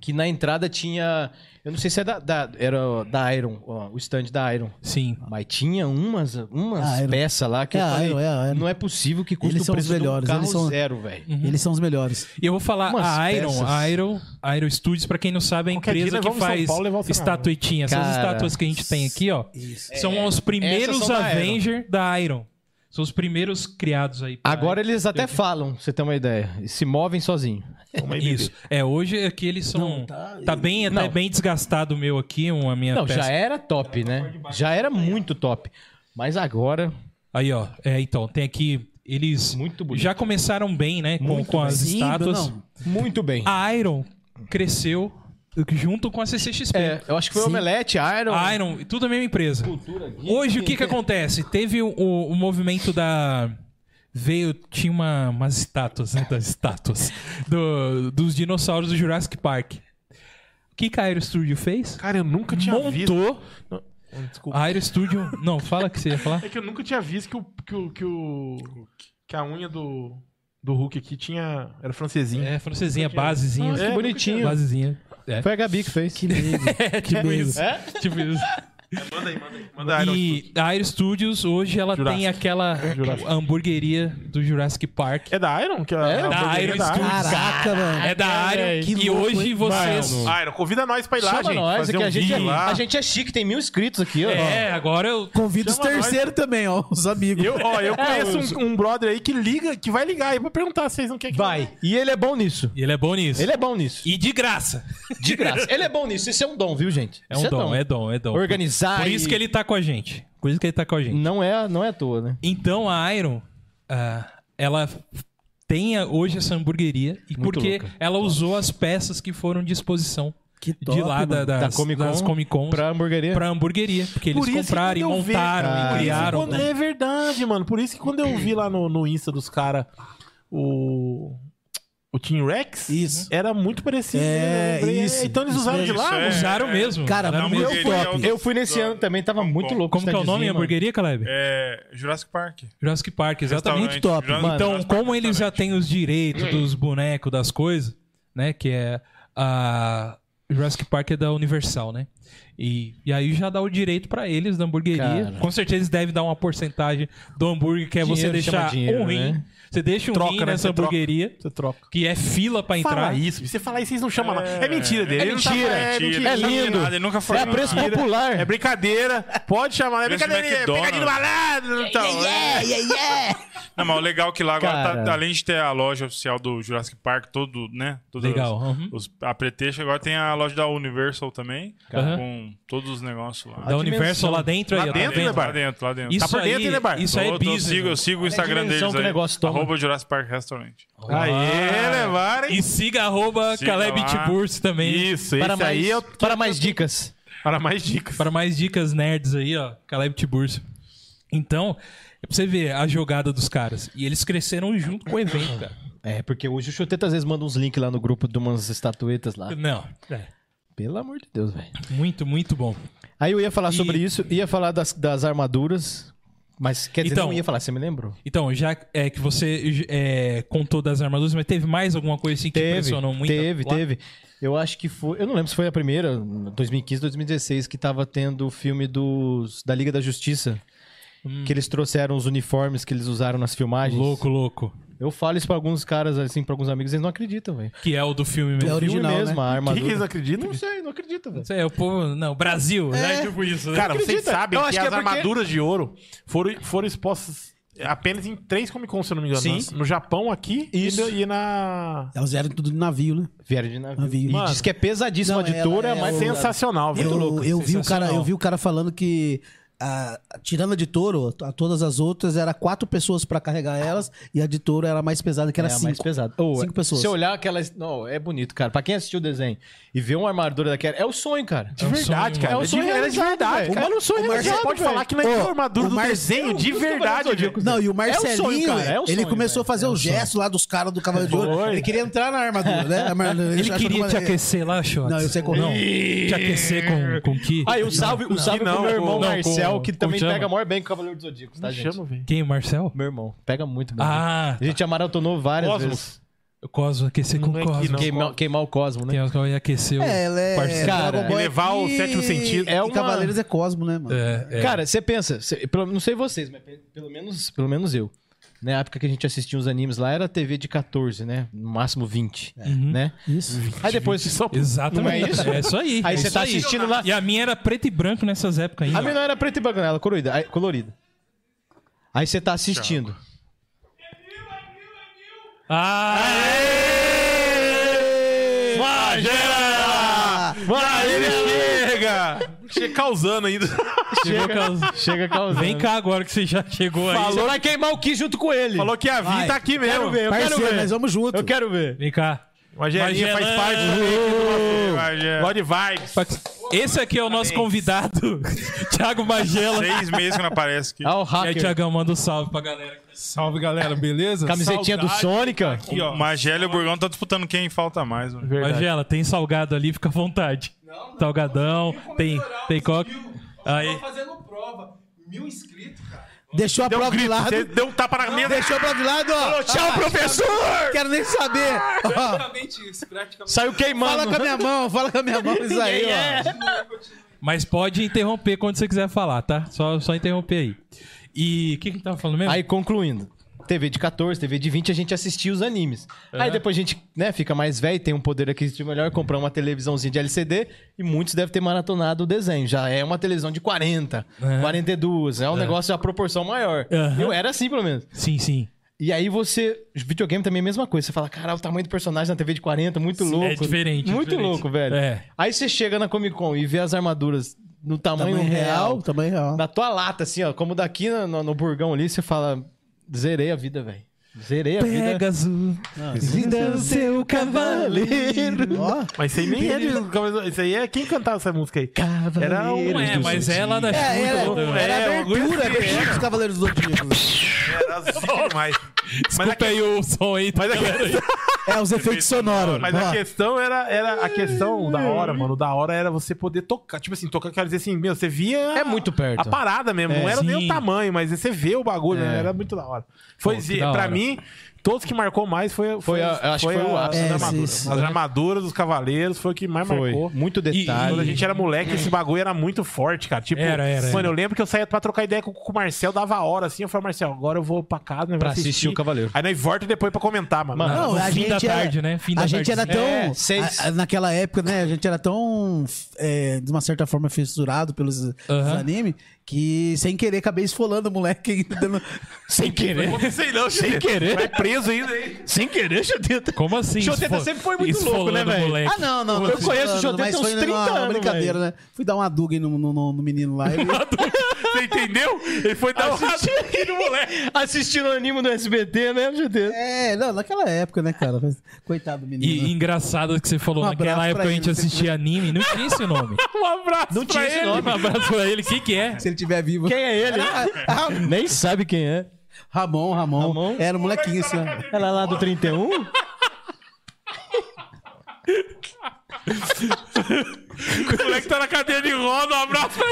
Speaker 5: que na entrada tinha. Eu não sei se é da, da- era da Iron, ó, o stand da Iron.
Speaker 1: sim.
Speaker 5: Mas tinha umas, umas
Speaker 4: A Iron.
Speaker 5: peças lá que
Speaker 4: É
Speaker 5: eu
Speaker 4: a
Speaker 5: falei,
Speaker 4: Iron, é a Iron.
Speaker 5: não é possível que custe
Speaker 4: Eles
Speaker 5: o
Speaker 4: são os
Speaker 5: preço
Speaker 4: melhores,
Speaker 5: do carro
Speaker 4: eles são-
Speaker 5: zero, velho.
Speaker 4: é- Eles são os melhores.
Speaker 1: E eu vou falar,
Speaker 5: Umas
Speaker 1: a Iron,
Speaker 5: peças.
Speaker 1: a Iron, a Iron Studios, pra quem não sabe, é a
Speaker 2: Qualquer dia
Speaker 1: empresa
Speaker 2: nós
Speaker 1: que
Speaker 2: vamos em São
Speaker 1: faz
Speaker 2: Paulo levar o Sinara.
Speaker 1: estatuetinha. Essas
Speaker 5: Cara,
Speaker 1: estátuas que a gente tem aqui, ó,
Speaker 4: Isso.
Speaker 1: É, são os
Speaker 5: essas
Speaker 1: primeiros
Speaker 5: são da Iron.
Speaker 1: Avenger da Iron. São os primeiros criados aí. pra
Speaker 5: Agora eles até falam, pra você ter uma ideia. E se movem sozinhos.
Speaker 2: Toma aí,
Speaker 1: Isso. É, hoje aqui eles são.
Speaker 4: Não,
Speaker 1: tá,
Speaker 4: tá-
Speaker 1: bem, até
Speaker 5: Não.
Speaker 1: bem desgastado o meu aqui, uma minha
Speaker 5: Não,
Speaker 1: peça.
Speaker 5: já é. era top, né? Já era muito top. Mas agora.
Speaker 1: Aí, ó. É, então, tem aqui. Eles
Speaker 5: Muito bonito.
Speaker 1: já começaram bem, né? Com,
Speaker 5: Muito
Speaker 1: com as
Speaker 4: Sim,
Speaker 1: estátuas.
Speaker 4: não.
Speaker 5: Muito bem.
Speaker 1: A Iron cresceu junto com a CCXP.
Speaker 5: É, eu acho que foi o
Speaker 4: Sim.
Speaker 5: Omelete, Iron.
Speaker 1: A Iron, tudo a mesma empresa. Hoje, o que que acontece? Teve o, o movimento da... Veio, tinha uma, umas estátuas, né? Das estátuas. do- dos dinossauros do Jurassic Park. O que que a Iron Studio fez?
Speaker 2: Cara, eu nunca tinha visto.
Speaker 1: Montou
Speaker 2: Não, oh, Desculpa.
Speaker 1: a Iron Studio... Não, fala o que você ia falar.
Speaker 2: É que eu nunca tinha visto que o. que, o, que, o, que a unha do, do Hulk aqui tinha. Era francesinha.
Speaker 1: É, francesinha, basezinha.
Speaker 5: Que bonitinho.
Speaker 1: Basezinha. É.
Speaker 5: Foi a Gabi que fez.
Speaker 4: Que
Speaker 5: *laughs*
Speaker 4: medo.
Speaker 1: *laughs*
Speaker 4: que
Speaker 1: tipo
Speaker 4: medo.
Speaker 1: isso. Tipo isso.
Speaker 2: É. Manda aí, manda aí. Manda Iron Studios.
Speaker 1: E a Aero Studios hoje ela
Speaker 2: Jurassic.
Speaker 1: tem aquela
Speaker 2: Jurassic.
Speaker 1: hamburgueria do Jurassic Park.
Speaker 2: É da Iron? Que
Speaker 5: É?
Speaker 2: a, a
Speaker 1: Da
Speaker 2: hamburgueria
Speaker 1: Iron
Speaker 2: é da
Speaker 1: Studios.
Speaker 4: Caraca, mano.
Speaker 1: É da Aero
Speaker 4: que
Speaker 1: e
Speaker 4: louco,
Speaker 1: hoje
Speaker 4: hein?
Speaker 1: vocês.
Speaker 2: Iron. Iron, convida nós pra ir lá,
Speaker 5: Chama
Speaker 2: gente.
Speaker 5: nós, é
Speaker 2: fazer
Speaker 5: que
Speaker 2: um
Speaker 5: a, gente é,
Speaker 2: vídeo lá.
Speaker 5: a gente é chique, tem mil inscritos aqui, ó.
Speaker 1: É, agora eu.
Speaker 4: Convida os
Speaker 2: Chama nós.
Speaker 4: terceiros também, ó. Os amigos.
Speaker 2: Eu, ó, eu
Speaker 5: É,
Speaker 2: conheço um, um brother aí que liga, que vai ligar aí pra perguntar se vocês não querem que
Speaker 5: Vai. E ele é bom nisso.
Speaker 1: E ele é bom nisso.
Speaker 5: Ele é bom nisso.
Speaker 1: E de graça.
Speaker 5: De graça. Ele é bom nisso. Isso é um dom, viu, gente?
Speaker 1: É
Speaker 5: Isso
Speaker 1: um dom, é dom, é dom.
Speaker 5: Organizar.
Speaker 1: Por isso
Speaker 5: e-
Speaker 1: que ele tá com a gente. Por isso que ele tá com a gente.
Speaker 5: Não é, não é à toa, né?
Speaker 1: Então a Iron, ah, ela tem a- hoje essa hamburgueria e
Speaker 5: Muito
Speaker 1: porque
Speaker 5: louca.
Speaker 1: ela usou as peças que foram de exposição
Speaker 4: Que top,
Speaker 1: de lá da,
Speaker 4: mano.
Speaker 1: das,
Speaker 5: Da Comic Con
Speaker 1: das Comic Cons
Speaker 5: Pra hamburgueria.
Speaker 1: pra hamburgueria. Porque
Speaker 2: Por
Speaker 1: eles
Speaker 2: isso que
Speaker 1: compraram e
Speaker 2: quando eu vi-
Speaker 1: montaram
Speaker 5: Cara,
Speaker 1: e
Speaker 2: Por isso que
Speaker 1: criaram.
Speaker 2: quando- É verdade, mano. Por isso que quando eu vi lá no, no Insta dos caras o. O Team Rex
Speaker 4: Isso.
Speaker 2: era muito parecido.
Speaker 4: É,
Speaker 2: eu lembrei.
Speaker 4: isso,
Speaker 2: Então eles
Speaker 4: isso
Speaker 2: usaram de
Speaker 4: mesmo.
Speaker 2: lá,
Speaker 3: Isso é-
Speaker 2: mano.
Speaker 1: Usaram mesmo.
Speaker 4: Cara,
Speaker 1: usaram
Speaker 4: meu
Speaker 1: mesmo.
Speaker 3: hamburgueria
Speaker 4: top.
Speaker 3: é o-
Speaker 5: Eu fui nesse ano também, tava muito louco.
Speaker 1: Como que é o nome?
Speaker 5: standzinho, mano.
Speaker 1: Hamburgueria, Caleb?
Speaker 3: É, Jurassic Park.
Speaker 1: Jurassic Park, exatamente.
Speaker 3: Restaurante,
Speaker 4: top,
Speaker 3: Jurassic-
Speaker 5: mano.
Speaker 1: Então,
Speaker 3: Jurassic
Speaker 1: como
Speaker 3: Park
Speaker 1: eles já
Speaker 3: restaurante.
Speaker 1: têm os direitos
Speaker 2: Hum.
Speaker 1: dos bonecos, das coisas, né? Que é a. Jurassic Park é da Universal, né? E, e aí já dá o direito pra eles da hamburgueria.
Speaker 5: Cara.
Speaker 1: Com certeza eles devem dar uma porcentagem do hambúrguer, que é você
Speaker 5: Dinheiro chama
Speaker 1: deixar
Speaker 5: dinheiro,
Speaker 1: um rim.
Speaker 5: né?
Speaker 1: Você deixa um
Speaker 2: Troca,
Speaker 1: rim
Speaker 2: né?
Speaker 1: nessa
Speaker 2: Você troca.
Speaker 1: hamburgueria,
Speaker 2: Você troca.
Speaker 1: que é fila pra entrar.
Speaker 2: Fala isso. Você falar isso, vocês não chamam lá. É mentira dele.
Speaker 5: É
Speaker 2: ele não tá-
Speaker 5: mentira.
Speaker 2: é,
Speaker 3: Mentira,
Speaker 2: mentira.
Speaker 5: É
Speaker 3: ele não sabia
Speaker 5: lindo.
Speaker 3: nada, ele nunca foi
Speaker 5: É a
Speaker 3: lá.
Speaker 5: preço popular.
Speaker 2: É brincadeira. Pode chamar. É
Speaker 3: Preço
Speaker 2: brincadeira. É
Speaker 3: McDonald's.
Speaker 2: pegadinha do malandro. Então.
Speaker 4: Yeah, yeah, yeah.
Speaker 3: Não, mas o legal é que lá agora,
Speaker 5: Cara.
Speaker 3: tá- além de ter a loja oficial do Jurassic Park, todo, né? Todas
Speaker 1: Legal,
Speaker 3: as-
Speaker 1: uhum.
Speaker 3: os- a pretexto, agora tem a loja da Universal também,
Speaker 1: Uhum.
Speaker 3: com todos os negócios lá.
Speaker 1: Da Universal lá dentro
Speaker 2: Lá
Speaker 1: aí, ó,
Speaker 2: dentro,
Speaker 1: tá vendo?
Speaker 2: né, Bar?
Speaker 3: lá dentro, lá dentro.
Speaker 1: Isso
Speaker 2: por dentro,
Speaker 1: aí,
Speaker 2: hein, né, Bar?
Speaker 1: Isso aí é
Speaker 3: Eu- eu, sigo, eu
Speaker 1: business.
Speaker 3: sigo o Instagram
Speaker 5: dimensão
Speaker 3: deles
Speaker 5: que o
Speaker 3: aí.
Speaker 5: negócio toma.
Speaker 3: Arroba Jurassic Park Restaurant.
Speaker 2: Aê,
Speaker 1: Ah.
Speaker 2: levaram. hein?
Speaker 1: E siga arroba
Speaker 3: Siga
Speaker 1: Caleb
Speaker 3: lá.
Speaker 1: Tiburcio também.
Speaker 2: Isso,
Speaker 5: Para
Speaker 2: esse
Speaker 5: mais,
Speaker 2: aí é o-
Speaker 5: para mais dicas.
Speaker 2: Para mais dicas.
Speaker 1: Para mais dicas nerds aí, ó, Caleb Tiburcio. Então, é pra você ver a jogada dos caras. E eles cresceram junto com o evento, cara.
Speaker 5: É, porque hoje o Chuteta às vezes manda uns links lá no grupo de umas estatuetas lá.
Speaker 1: Não. é.
Speaker 5: Pelo amor de Deus, velho.
Speaker 1: Muito, muito bom.
Speaker 5: Aí eu ia falar
Speaker 1: E-
Speaker 5: sobre isso, ia falar das, das armaduras, mas quer dizer,
Speaker 1: Então-
Speaker 5: não ia falar, você me lembrou?
Speaker 1: Então, já é que você é, contou das armaduras, mas teve mais alguma coisa assim que te
Speaker 5: Teve,
Speaker 1: impressionou muito?
Speaker 5: teve,
Speaker 1: lá?
Speaker 5: teve. Eu acho que foi, eu não lembro se foi a primeira, 2015, 2016, que tava tendo o filme dos, da Liga da Justiça.
Speaker 1: Hum.
Speaker 5: Que eles trouxeram os uniformes que eles usaram nas filmagens.
Speaker 1: Louco, louco.
Speaker 5: Eu falo isso pra alguns caras, assim, pra alguns amigos, eles não acreditam, velho.
Speaker 1: Que é o do filme
Speaker 4: É
Speaker 1: mesmo.
Speaker 5: O filme
Speaker 4: original,
Speaker 2: O
Speaker 4: né?
Speaker 5: mesmo, a
Speaker 2: que,
Speaker 1: é
Speaker 5: armadura.
Speaker 2: que eles acreditam?
Speaker 5: Não sei, não acredito, velho.
Speaker 1: Isso aí é o povo. Não, Brasil, né?
Speaker 5: É.
Speaker 1: Tipo isso, né?
Speaker 2: Cara, vocês
Speaker 5: acredita?
Speaker 2: sabem
Speaker 5: Eu
Speaker 2: que,
Speaker 5: acho que
Speaker 2: as
Speaker 5: é porque-
Speaker 2: armaduras de ouro foram, foram expostas apenas em três Comic Con, se eu não me engano.
Speaker 5: Sim.
Speaker 2: No Japão, aqui e
Speaker 5: Isso.
Speaker 2: no- e na...
Speaker 4: Elas eram tudo no navio, né?
Speaker 5: Vieram de navio.
Speaker 4: Navio.
Speaker 5: E
Speaker 2: Mano,
Speaker 5: diz que é pesadíssimo, a
Speaker 4: não,
Speaker 5: editora
Speaker 4: ela é
Speaker 5: mas
Speaker 4: o-
Speaker 2: Sensacional, viu?
Speaker 4: Eu, eu vi o cara,
Speaker 1: sensacional.
Speaker 4: eu vi o cara falando que a, a tirana de touro, a todas as outras, era quatro pessoas pra carregar elas e a de touro era a mais pesada, que era
Speaker 5: é a
Speaker 4: cinco.
Speaker 5: mais pesada. Ô,
Speaker 4: Cinco pessoas.
Speaker 5: Se olhar aquelas... Não, é bonito, cara. Pra quem assistiu o desenho e vê uma armadura daquela, é o sonho, cara.
Speaker 2: De verdade,
Speaker 1: sonho,
Speaker 2: cara.
Speaker 5: é um
Speaker 2: É de-
Speaker 5: sonho
Speaker 2: Era de
Speaker 5: realizado,
Speaker 2: verdade,
Speaker 5: velho.
Speaker 2: cara.
Speaker 5: Cara, o sonho
Speaker 2: Mas Você
Speaker 5: realizado,
Speaker 2: pode
Speaker 5: velho.
Speaker 2: falar que não é
Speaker 4: Ô,
Speaker 2: armadura
Speaker 4: o
Speaker 2: do
Speaker 4: Marcelo-
Speaker 2: desenho, de
Speaker 5: Eu não tô
Speaker 2: verdade,
Speaker 5: falando
Speaker 2: velho.
Speaker 5: zodíaco.
Speaker 4: Não, e o
Speaker 5: É um
Speaker 4: Marcelinho,
Speaker 5: sonho, cara, é um
Speaker 4: ele
Speaker 5: sonho,
Speaker 4: começou
Speaker 5: velho.
Speaker 4: a fazer o gesto lá dos caras do Cavaleiro de Ouro.
Speaker 2: Foi.
Speaker 4: Ele queria entrar na armadura, né? A armadura-
Speaker 1: Ele
Speaker 4: achou
Speaker 1: queria
Speaker 4: uma-
Speaker 1: te aquecer lá, Shot.
Speaker 4: é. Não, eu sei como-
Speaker 1: Não, te aquecer com, com que?
Speaker 5: Aí, um salve, um salve
Speaker 2: não,
Speaker 5: pro meu irmão
Speaker 1: não,
Speaker 5: Marcel,
Speaker 1: com-
Speaker 5: que
Speaker 1: com
Speaker 5: também
Speaker 1: chama.
Speaker 5: pega maior bem com o Cavaleiro dos Zodíacos, tá,
Speaker 2: Me
Speaker 5: gente?
Speaker 2: chama, velho.
Speaker 1: Quem, o Marcel?
Speaker 5: Meu irmão, pega muito bem.
Speaker 1: Ah,
Speaker 5: a gente já maratonou várias vezes.
Speaker 2: Cosmos.
Speaker 1: o Cosmo, aquecer
Speaker 2: Não
Speaker 1: com
Speaker 2: é
Speaker 1: o
Speaker 2: que
Speaker 1: Cosmo.
Speaker 2: não.
Speaker 5: Queimar, queimar o Cosmo, né?
Speaker 1: Tem alguém que ia aquecer o
Speaker 4: É, ela é.
Speaker 1: parceiro.
Speaker 5: Cara,
Speaker 4: Dragon Ball
Speaker 2: e levar o
Speaker 4: e-
Speaker 2: sétimo sentido.
Speaker 5: É
Speaker 4: e
Speaker 5: uma-
Speaker 4: Cavaleiros é Cosmo, né, mano?
Speaker 1: É, é.
Speaker 5: Cara, você pensa, cê- pelo- não sei vocês, mas pe- pelo menos, pelo menos eu. Na época que a gente assistia os animes lá, era TV de 14, né? No máximo 20,
Speaker 1: Uhum.
Speaker 5: né?
Speaker 4: Isso.
Speaker 5: Aí depois...
Speaker 2: Só pro-
Speaker 1: Exatamente.
Speaker 5: Não é isso?
Speaker 1: É isso aí.
Speaker 5: Aí
Speaker 1: é
Speaker 5: você
Speaker 1: isso
Speaker 5: tá
Speaker 1: aí.
Speaker 5: assistindo lá...
Speaker 1: E a minha era preto e branco nessas épocas
Speaker 5: A
Speaker 1: ainda.
Speaker 5: minha não era preta e branca, né? ela era colorida. Aí, colorida. Aí você tá assistindo.
Speaker 1: Ah,
Speaker 2: Magela! Ele chega! Chega causando
Speaker 5: *laughs*
Speaker 2: ainda.
Speaker 1: chegou causa-
Speaker 5: Chega causando.
Speaker 1: Vem cá agora que você já chegou aí.
Speaker 5: Falou, vai queimar o Ki junto com ele.
Speaker 2: Falou que a Vi
Speaker 4: Vai.
Speaker 2: tá aqui mesmo.
Speaker 5: quero ver, eu quero
Speaker 4: Parceiro,
Speaker 5: ver. né?
Speaker 4: nós vamos junto.
Speaker 5: Eu quero ver.
Speaker 1: Vem cá.
Speaker 2: Magelinha faz
Speaker 1: Magelã!
Speaker 2: parte do
Speaker 3: Imagina.
Speaker 2: God Vibes.
Speaker 1: Esse aqui é o nosso convidado, Thiago Magela.
Speaker 3: Seis meses que não aparece aqui.
Speaker 5: Ah, o
Speaker 1: E aí,
Speaker 5: hacker.
Speaker 1: Thiagão, manda um salve pra galera.
Speaker 6: Salve galera, beleza?
Speaker 5: Camisetinha do
Speaker 6: Saudade.
Speaker 5: Sonic, ó.
Speaker 6: Aqui, ó.
Speaker 3: Magela e o Burgão tá disputando quem falta mais, mano.
Speaker 1: Magela, tem salgado ali, fica à vontade. Salgadão, tem, tem coque. Aí,
Speaker 6: fazendo prova. Mil inscritos, cara.
Speaker 5: é-
Speaker 4: Deixou a
Speaker 2: Deu um
Speaker 4: prova de
Speaker 2: grito,
Speaker 4: lado.
Speaker 2: você deu um tapa na minha.
Speaker 4: Deixou a prova de lado, ó.
Speaker 2: Tchau, professor!
Speaker 4: Quero nem saber. Ó,
Speaker 6: Praticamente isso, praticamente.
Speaker 5: Saiu
Speaker 4: fala
Speaker 5: queimando.
Speaker 4: com a minha mão, fala com a minha mão isso aí, ó.
Speaker 1: mas pode interromper quando você quiser falar, tá? Só, só interromper aí. E o que que tava falando mesmo?
Speaker 5: *laughs* Aí, concluindo. TV de 14, TV de 20, a gente assistia os animes. Aí depois a gente, né, fica mais velho, tem um poder aquisitivo melhor, comprar uma televisãozinha de LCD e muitos devem ter maratonado o desenho. Já é uma televisão de 40, 42, é um negócio a proporção maior.
Speaker 1: Aham.
Speaker 5: Eu era assim, pelo menos.
Speaker 1: Sim, sim.
Speaker 5: E aí você. Videogame também é a mesma coisa. Você fala, caralho, o tamanho do personagem na TV de 40, muito louco.
Speaker 1: é diferente,
Speaker 5: Muito
Speaker 1: diferente.
Speaker 5: louco, velho.
Speaker 1: É.
Speaker 5: Aí você chega na Comic Con e vê as armaduras no tamanho,
Speaker 4: Tamanho
Speaker 5: real,
Speaker 4: real, tamanho real.
Speaker 5: na tua lata, assim, ó. Como daqui no, no- no burgão ali, você fala, zerei a vida, velho. Zerei a vida.
Speaker 1: Pegasus,
Speaker 5: é
Speaker 4: é
Speaker 1: linda seu cavaleiro.
Speaker 4: Ó. é,
Speaker 2: Mas isso aí nem é de. Isso aí é. Quem cantava essa música aí? Era um.
Speaker 1: Não é, mas é lá da
Speaker 4: É, era,
Speaker 1: Xuxa, né?
Speaker 4: era
Speaker 2: É,
Speaker 4: a abertura
Speaker 2: orgulho
Speaker 4: abertura dos Cavaleiros do Zodíaco.
Speaker 2: Era zica
Speaker 5: *laughs*
Speaker 2: demais.
Speaker 1: Desculpa aí o som aí.
Speaker 2: Mas a, que-
Speaker 4: É, os efeitos sonoros.
Speaker 2: mas a questão era, era. A questão da hora, mano. Da hora era você poder tocar. Tipo assim, tocar, quero dizer assim, meu, você via.
Speaker 5: É muito perto.
Speaker 2: A parada mesmo, não
Speaker 1: É,
Speaker 2: era nem
Speaker 1: sim.
Speaker 2: o tamanho, mas você vê o bagulho, né? Era muito da hora. Foi,
Speaker 1: Pô, que
Speaker 2: zi-
Speaker 1: da
Speaker 2: pra
Speaker 1: hora.
Speaker 2: mim, todos que marcou mais foi, foi,
Speaker 5: Foi a- eu acho que foi o
Speaker 2: a-
Speaker 5: ápice
Speaker 2: as
Speaker 4: da
Speaker 2: armaduras.
Speaker 4: sim, sim.
Speaker 2: As armaduras dos cavaleiros foi o que mais
Speaker 5: Foi.
Speaker 2: marcou.
Speaker 5: Muito
Speaker 2: Quando
Speaker 5: detalhe.
Speaker 2: a gente era moleque, esse bagulho era muito forte, cara. Tipo,
Speaker 1: Era, era,
Speaker 2: mano,
Speaker 1: era.
Speaker 2: eu lembro que eu saía pra trocar ideia com, com o Marcel, dava a hora assim. Eu falei, Marcel, agora eu vou pra casa, né? vou
Speaker 5: Pra assistir o Cavaleiro.
Speaker 2: Aí nós volta depois pra comentar, mano.
Speaker 5: Mano,
Speaker 4: Não,
Speaker 1: No
Speaker 4: a
Speaker 1: fim
Speaker 4: gente
Speaker 1: da
Speaker 4: era-
Speaker 1: tarde, né? Fim da
Speaker 4: A gente era
Speaker 1: tardezinha.
Speaker 4: tão.
Speaker 5: É, seis.
Speaker 4: a- a- naquela época, né? A gente era tão, é, de uma certa forma, fissurado pelos
Speaker 1: Aham.
Speaker 4: animes que, sem querer, acabei esfolando o moleque. *laughs* ainda dando-
Speaker 5: Sem querer.
Speaker 2: não sei não, sem
Speaker 5: querer.
Speaker 2: Vai preso ainda, hein?
Speaker 5: Sem querer, *laughs* Choteta.
Speaker 1: Como assim?
Speaker 5: Choteta
Speaker 1: esfo-
Speaker 5: tá sempre foi muito louco,
Speaker 1: esfolando
Speaker 5: né,
Speaker 1: o
Speaker 5: velho?
Speaker 1: moleque?
Speaker 4: Ah, não, não.
Speaker 5: Eu conheço o
Speaker 4: esfolando,
Speaker 5: Jotê
Speaker 4: mas
Speaker 5: tem uns
Speaker 4: foi
Speaker 5: 30
Speaker 4: numa
Speaker 5: anos,
Speaker 4: brincadeira, né? Fui dar uma duga no, no, no- no menino lá.
Speaker 5: *laughs*
Speaker 4: Ele...
Speaker 2: Você entendeu? Ele foi dar um
Speaker 5: Assisti- Assistindo o anime do SBT, né, Choteta?
Speaker 4: é, não, naquela época, né, cara? Mas, Coitado do menino. né?
Speaker 1: E, e engraçado que você falou,
Speaker 4: Um
Speaker 1: naquela
Speaker 4: abraço
Speaker 1: época
Speaker 4: pra
Speaker 1: a gente
Speaker 4: ele,
Speaker 1: assistia anime, não tinha esse nome.
Speaker 2: um abraço.
Speaker 5: *laughs* Não tinha
Speaker 2: pra
Speaker 5: esse
Speaker 2: ele.
Speaker 5: nome.
Speaker 1: Um abraço pra ele, o que que é?
Speaker 4: Se ele tiver vivo. Ah,
Speaker 5: Quem é ele? *laughs* Nem sabe quem é.
Speaker 4: Ramon, Ramon,
Speaker 5: Ramon?
Speaker 4: Era um molequinho assim, ó.
Speaker 5: Ela é lá do 31?
Speaker 2: O moleque tá na cadeia de roda, um abraço pra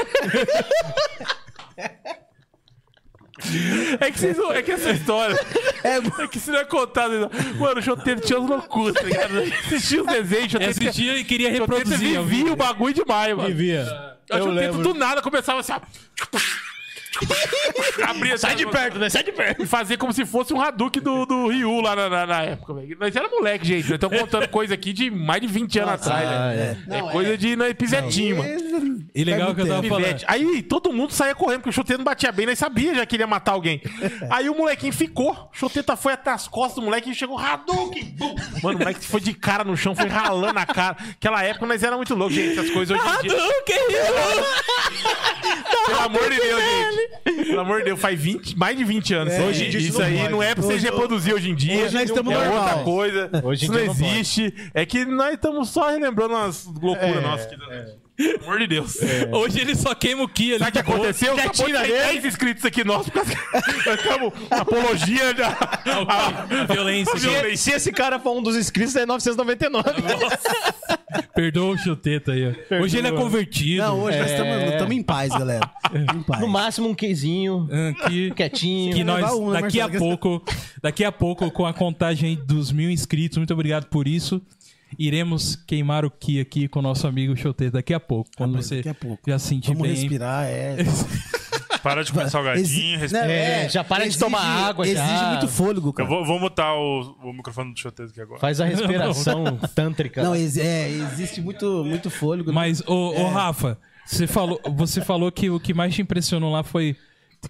Speaker 2: ele. É que, vocês, não- é que essa história.
Speaker 1: *laughs*
Speaker 2: É, que se não é contado. Mano, o Choteiro tinha umas loucuras, tá ligado? Assistia os desenhos,
Speaker 5: É
Speaker 2: Choteiro.
Speaker 1: É, Assistia e queria
Speaker 2: Choteiro
Speaker 1: reproduzir. ao
Speaker 2: vivia
Speaker 1: vivo.
Speaker 2: o bagulho demais, mano.
Speaker 5: Vivia.
Speaker 2: Eu,
Speaker 5: Eu
Speaker 2: eu
Speaker 5: lembro.
Speaker 2: do nada começava assim, ó. Abria
Speaker 5: *laughs* Sai de perto, né? Sai de perto.
Speaker 2: E fazer como se fosse um Hadouken do, do Ryu lá na, na- na época, velho. Nós era moleque, gente. Nós estamos contando coisa aqui de mais de 20 anos atrás,
Speaker 5: Ah,
Speaker 2: né? É
Speaker 4: Não,
Speaker 2: coisa de né, pivetinho, mano.
Speaker 1: E legal
Speaker 4: Faz
Speaker 1: que eu tava
Speaker 4: muito
Speaker 1: falando.
Speaker 2: Pivete. Aí todo mundo saía correndo, porque o chuteiro não batia bem, nós sabia já que ele ia matar *laughs* alguém. Aí o molequinho ficou, o chuteta foi até as costas do moleque e chegou Hadouken! Bum! Mano, o moleque foi de cara no chão, foi ralando a cara. Aquela época nós era muito louco, gente, essas coisas hoje em dia.
Speaker 1: Ah, que isso?
Speaker 2: Pelo amor de Deus, gente. Pelo amor de Deus, faz 20, mais de 20 anos. hoje em dia É, isso, aí não é pra vocês reproduzir hoje em dia.
Speaker 4: Hoje nós estamos
Speaker 2: é
Speaker 4: normal.
Speaker 2: outra coisa.
Speaker 5: Hoje em
Speaker 2: isso
Speaker 5: dia
Speaker 2: não
Speaker 5: não pode.
Speaker 2: existe. é que nós estamos só relembrando umas loucuras nossas aqui. Pelo amor de Deus.
Speaker 1: Hoje ele só queima o Ki ali.
Speaker 2: é. Sabe o que aconteceu? Já Acabou de ter 10 inscritos aqui *laughs* nossos. por causa que- Nós estamos apologia da
Speaker 1: A violência.
Speaker 5: Se, é- se esse cara for um dos inscritos, é 999.
Speaker 1: Perdoa o chuteta aí. ó. Hoje ele é convertido.
Speaker 4: Não, hoje nós
Speaker 1: É.
Speaker 4: estamos em paz, galera. Em paz.
Speaker 5: No máximo um quezinho,
Speaker 1: Ah, que-
Speaker 5: quietinho.
Speaker 1: que
Speaker 4: levar
Speaker 1: nós
Speaker 4: um, né,
Speaker 1: daqui a
Speaker 4: Marcelo?
Speaker 1: pouco, daqui a pouco com a contagem dos mil inscritos, muito obrigado por isso. Iremos queimar o Ki aqui com o nosso amigo Choteiro daqui a pouco, quando você
Speaker 4: daqui a pouco.
Speaker 1: já sentir
Speaker 4: Vamos
Speaker 1: bem.
Speaker 4: respirar, é.
Speaker 3: Para de
Speaker 2: É
Speaker 3: comer salgadinho,
Speaker 4: Exi-
Speaker 3: respira.
Speaker 4: Não,
Speaker 5: É, já para de tomar água,
Speaker 4: exige
Speaker 5: já.
Speaker 4: Exige muito fôlego,
Speaker 3: Eu
Speaker 4: cara.
Speaker 3: vou, vou mutar o, o microfone do choteiro aqui agora.
Speaker 5: Faz a respiração *laughs* tântrica.
Speaker 4: Não, exi- é, existe muito, muito fôlego. né?
Speaker 1: Mas o, Rafa, você falou, você falou que o que mais te impressionou lá foi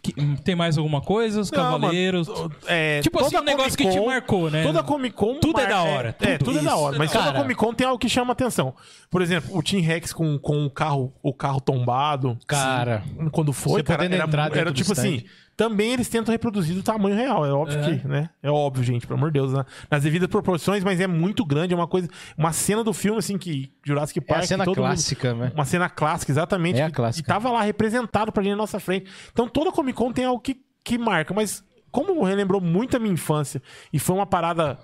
Speaker 1: que- tem mais alguma coisa, os
Speaker 2: Não,
Speaker 1: cavaleiros.
Speaker 2: mano, é,
Speaker 1: Tipo assim,
Speaker 2: toda
Speaker 1: um negócio
Speaker 2: Comic
Speaker 1: que te
Speaker 2: Con-
Speaker 1: marcou, né?
Speaker 2: Toda Comic Con.
Speaker 1: Tudo é da hora,
Speaker 2: É, é, tudo, é da hora. Mas toda
Speaker 5: Cara.
Speaker 2: Comic Con tem algo que chama atenção. Por exemplo, o Team Rex com, com o, carro, o carro tombado.
Speaker 5: Cara.
Speaker 2: Sim. Quando foi,
Speaker 5: Você
Speaker 2: cara,
Speaker 5: podendo
Speaker 2: era,
Speaker 5: entrar dentro
Speaker 2: era
Speaker 5: do
Speaker 2: tipo assim. Também eles tentam reproduzir do tamanho real, é óbvio que, né? É óbvio, gente, pelo amor de Deus, né? nas devidas proporções, mas é muito grande, é uma coisa, uma cena do filme assim que Jurassic
Speaker 5: É
Speaker 2: Park
Speaker 5: a cena
Speaker 2: todo mundo-
Speaker 5: clássica, né?
Speaker 2: uma cena clássica, exatamente.
Speaker 5: É a
Speaker 2: que-
Speaker 5: clássica.
Speaker 2: E tava lá representado pra gente na nossa frente. Então toda Comic Con tem algo que, que marca, mas como relembrou muito a minha infância e foi uma parada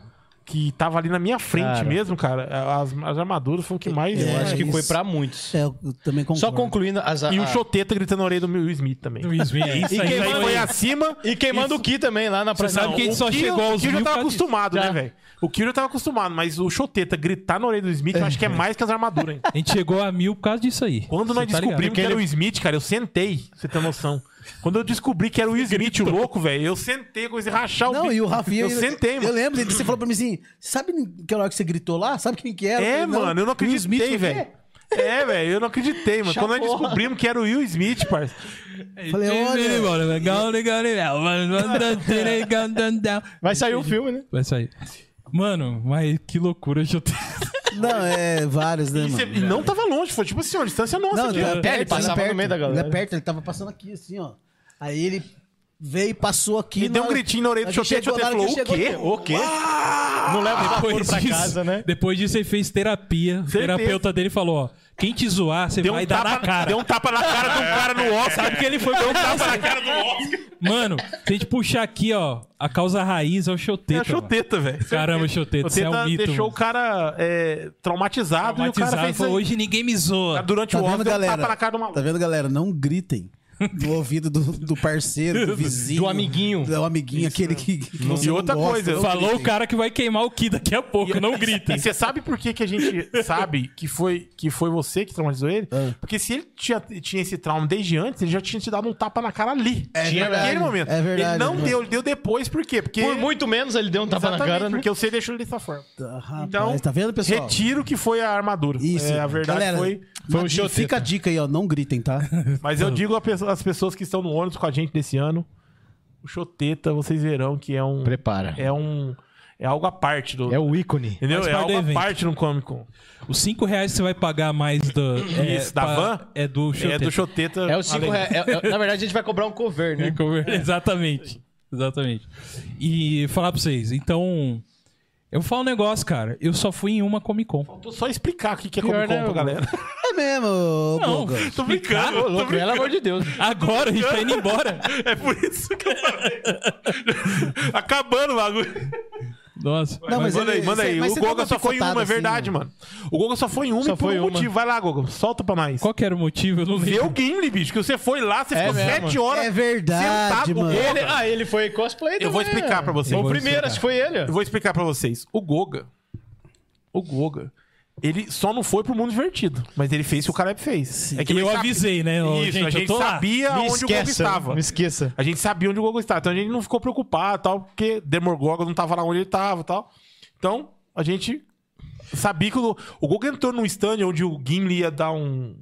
Speaker 2: que tava ali na minha frente
Speaker 5: Cara.
Speaker 2: mesmo, cara, as, as armaduras foi o que mais.
Speaker 5: Eu
Speaker 4: É,
Speaker 5: acho que foi
Speaker 4: isso.
Speaker 5: pra muitos.
Speaker 4: É, eu também concordo.
Speaker 5: Só concluindo as.
Speaker 2: E o
Speaker 5: a-
Speaker 2: Choteta gritando na orelha do Will Smith também.
Speaker 1: Do Will Smith, é isso
Speaker 2: Isso
Speaker 1: aí
Speaker 2: aí
Speaker 1: foi-
Speaker 2: foi acima.
Speaker 5: E queimando
Speaker 2: Isso-
Speaker 5: o Ki também lá na próxima.
Speaker 1: sabe que a gente só
Speaker 2: Ki-
Speaker 1: chegou aos
Speaker 2: O Kiro já
Speaker 1: mil por
Speaker 2: tava
Speaker 1: causa disso.
Speaker 2: acostumado, né,
Speaker 5: Já.
Speaker 2: velho? O Kiro já tava acostumado, mas o Choteta gritar na orelha do Smith, eu acho que é mais que as
Speaker 1: *laughs*
Speaker 2: armaduras, hein?
Speaker 1: A gente chegou a mil por causa disso aí.
Speaker 2: Quando
Speaker 1: Você
Speaker 2: nós
Speaker 1: tá
Speaker 2: descobrimos
Speaker 1: ligado?
Speaker 2: que era o Smith, cara, eu sentei. pra Você tem noção? Quando eu descobri que era o Smith, o louco, velho, eu sentei com esse
Speaker 5: um
Speaker 2: rachar o
Speaker 4: Não,
Speaker 2: bico.
Speaker 4: e o Rafinha.
Speaker 2: Eu sentei,
Speaker 4: Eu
Speaker 2: mano.
Speaker 4: lembro, ele- você falou pra mim assim: sabe que hora que você gritou lá? Sabe quem que era?
Speaker 2: É,
Speaker 4: falei,
Speaker 2: mano, eu não
Speaker 4: Will Smith,
Speaker 2: acreditei,
Speaker 4: eu falei,
Speaker 2: velho. É, velho, eu não acreditei, mano. Quando nós
Speaker 5: Chapou.
Speaker 2: descobrimos que era o Will Smith, parça.
Speaker 4: Falei, olha.
Speaker 1: *laughs*
Speaker 5: Vai sair o filme, né?
Speaker 1: Vai sair. Mano, mas que loucura,
Speaker 2: *laughs*
Speaker 1: Choteiro.
Speaker 4: Não, é vários, né,
Speaker 2: E
Speaker 4: mano?
Speaker 2: cê- e não tava longe, foi tipo assim, uma distância nossa.
Speaker 4: Não,
Speaker 2: aqui,
Speaker 4: ele
Speaker 2: ó.
Speaker 4: era perto, ele
Speaker 5: passava
Speaker 4: era perto,
Speaker 5: no meio da galera.
Speaker 4: Ele era perto, ele tava passando aqui, assim, ó. Aí ele veio e passou aqui.
Speaker 2: E
Speaker 4: na
Speaker 2: deu um
Speaker 4: hora-
Speaker 2: gritinho na orelha do
Speaker 4: a gente
Speaker 2: Choteta,
Speaker 4: chegou
Speaker 2: o Choteta falou,
Speaker 4: lá, a gente
Speaker 2: o quê?
Speaker 4: chegou-
Speaker 2: O quê?
Speaker 5: Não leva o vapor pra
Speaker 1: disso-
Speaker 5: casa, né?
Speaker 1: Depois disso, ele fez terapia. O
Speaker 2: Certeza.
Speaker 1: terapeuta dele falou: ó, quem te zoar, você
Speaker 2: Deu
Speaker 1: vai
Speaker 2: um,
Speaker 1: dar na
Speaker 2: tapa,
Speaker 1: cara.
Speaker 2: deu um tapa na cara de um
Speaker 1: *laughs*
Speaker 2: cara no Oscar.
Speaker 1: Sabe que ele foi
Speaker 2: Deu um tapa na cara do Oscar.
Speaker 1: Mano, se a gente puxar aqui, ó, a causa raiz é o
Speaker 2: É
Speaker 1: choteta.
Speaker 2: o Choteta, velho.
Speaker 1: mano. Caramba, choteta, você é um
Speaker 2: Choteta
Speaker 1: mito.
Speaker 2: deixou o
Speaker 1: mano.
Speaker 2: cara é, traumatizado, e o cara
Speaker 1: Traumatizado,
Speaker 2: fez isso
Speaker 1: falou,
Speaker 2: aí.
Speaker 1: hoje ninguém me
Speaker 2: Cara,
Speaker 1: zoa.
Speaker 2: Durante
Speaker 4: Tá
Speaker 2: o Oscar,
Speaker 4: vendo,
Speaker 2: deu um tapa
Speaker 4: galera?
Speaker 2: na cara do maluco.
Speaker 4: Tá vendo, galera? Não gritem no ouvido do,
Speaker 2: *laughs*
Speaker 4: do parceiro, do vizinho.
Speaker 5: Do amiguinho.
Speaker 4: Do amiguinho, aquele que, que você
Speaker 2: é. E
Speaker 4: não
Speaker 2: outra
Speaker 4: gosta,
Speaker 2: coisa,
Speaker 4: não
Speaker 1: Falou
Speaker 4: gritem.
Speaker 1: o cara que vai queimar o Ki daqui a pouco,
Speaker 2: *laughs*
Speaker 1: não grita.
Speaker 2: tá E você sabe por que, que a gente sabe que foi, que foi você que traumatizou ele?
Speaker 4: Ah.
Speaker 2: Porque se ele tinha, tinha esse trauma desde antes, ele já tinha te dado um tapa na cara ali. É
Speaker 4: verdade.
Speaker 2: Naquele momento.
Speaker 4: É verdade,
Speaker 2: Ele não
Speaker 4: é verdade.
Speaker 2: deu, ele deu depois, por quê? Porque.
Speaker 5: Por muito menos ele deu um tapa na
Speaker 2: Exatamente,
Speaker 5: cara, né?
Speaker 2: porque você deixou ele dessa forma.
Speaker 4: Tá, Rapaz,
Speaker 2: Então,
Speaker 4: tá vendo, pessoal?
Speaker 2: Retiro que foi a armadura.
Speaker 4: Isso.
Speaker 2: É, a verdade
Speaker 4: Galera,
Speaker 2: foi.
Speaker 5: foi um
Speaker 4: mas
Speaker 5: choteta.
Speaker 4: Fica a dica aí, ó. Não gritem,
Speaker 2: *laughs*
Speaker 4: tá?
Speaker 2: Mas eu digo a pesso- às pessoas que estão no ônibus com a gente nesse ano: o Choteta, vocês verão que é um.
Speaker 5: Prepara.
Speaker 2: É um. É algo à parte do.
Speaker 5: É o ícone.
Speaker 2: Entendeu?
Speaker 1: Faz parte
Speaker 2: É
Speaker 1: do
Speaker 2: algo à
Speaker 1: evento.
Speaker 2: parte no Comic Con.
Speaker 1: Os 5 reais que você vai pagar mais do, é,
Speaker 2: *coughs* Isso, da
Speaker 1: pra-
Speaker 2: van?
Speaker 1: É do choteta.
Speaker 2: É do Choteta.
Speaker 5: É o 5
Speaker 2: além.
Speaker 5: reais. é- é- Na verdade, a gente vai cobrar um cover,
Speaker 2: *laughs*
Speaker 5: né?
Speaker 1: *laughs* Exatamente. Exatamente. E falar pra vocês, então. Eu falo um negócio, cara. Eu só fui em uma Comic Con.
Speaker 2: Tô só explicar o que que é
Speaker 5: Pior,
Speaker 2: Comic Con
Speaker 5: né,
Speaker 2: pra
Speaker 5: mano?
Speaker 2: galera.
Speaker 4: É mesmo, ô,
Speaker 1: Não,
Speaker 4: Boga.
Speaker 2: Tô brincando,
Speaker 5: Ô, louco, pelo amor de Deus.
Speaker 1: *laughs* Agora a gente tá indo
Speaker 2: *laughs*
Speaker 1: embora.
Speaker 2: É por isso que eu falei. Acabando o bagulho.
Speaker 1: Nossa.
Speaker 4: Não, mas
Speaker 2: manda
Speaker 4: ele-
Speaker 2: aí, manda
Speaker 4: cê-
Speaker 2: aí.
Speaker 4: mas
Speaker 2: O
Speaker 4: cê
Speaker 2: Goga
Speaker 4: tava
Speaker 2: só foi em
Speaker 4: picotado
Speaker 2: uma, é
Speaker 4: assim,
Speaker 2: verdade, mano. O Goga só foi em uma
Speaker 5: Só
Speaker 2: e por
Speaker 5: foi
Speaker 2: um
Speaker 5: uma.
Speaker 2: motivo. Vai lá, Goga, solta pra nós.
Speaker 1: Qual que era o motivo? Eu não
Speaker 2: Vê
Speaker 1: lembro.
Speaker 2: o Gimli, bicho, que você foi lá, você
Speaker 5: É
Speaker 2: ficou
Speaker 5: mesmo.
Speaker 2: sete horas.
Speaker 4: É verdade,
Speaker 2: sentado.
Speaker 4: mano.
Speaker 5: Ele, ah, ele foi cosplay
Speaker 2: Eu vou
Speaker 5: também, né?
Speaker 2: explicar pra vocês.
Speaker 5: Foi
Speaker 2: Eu
Speaker 5: o
Speaker 2: vou
Speaker 5: primeiro,
Speaker 2: explicar.
Speaker 5: acho que foi ele.
Speaker 2: Eu vou explicar pra vocês. O Goga, o Goga, ele só não foi pro mundo divertido, mas ele fez o que o Caleb fez. É que
Speaker 1: E
Speaker 2: ele
Speaker 1: eu
Speaker 2: sabe-
Speaker 1: avisei, né? Ô,
Speaker 2: Isso,
Speaker 1: gente,
Speaker 2: a
Speaker 1: eu
Speaker 2: gente
Speaker 1: tô lá.
Speaker 2: sabia
Speaker 5: Me
Speaker 2: onde o Goga
Speaker 5: esqueça,
Speaker 2: estava.
Speaker 5: me esqueça.
Speaker 2: A gente sabia onde o Gogo estava, então a gente não ficou preocupado, tal, porque Demogorgon não tava lá onde ele tava, tal. Então, a gente sabia que o, o Gogo entrou num stand onde o Gimli ia dar um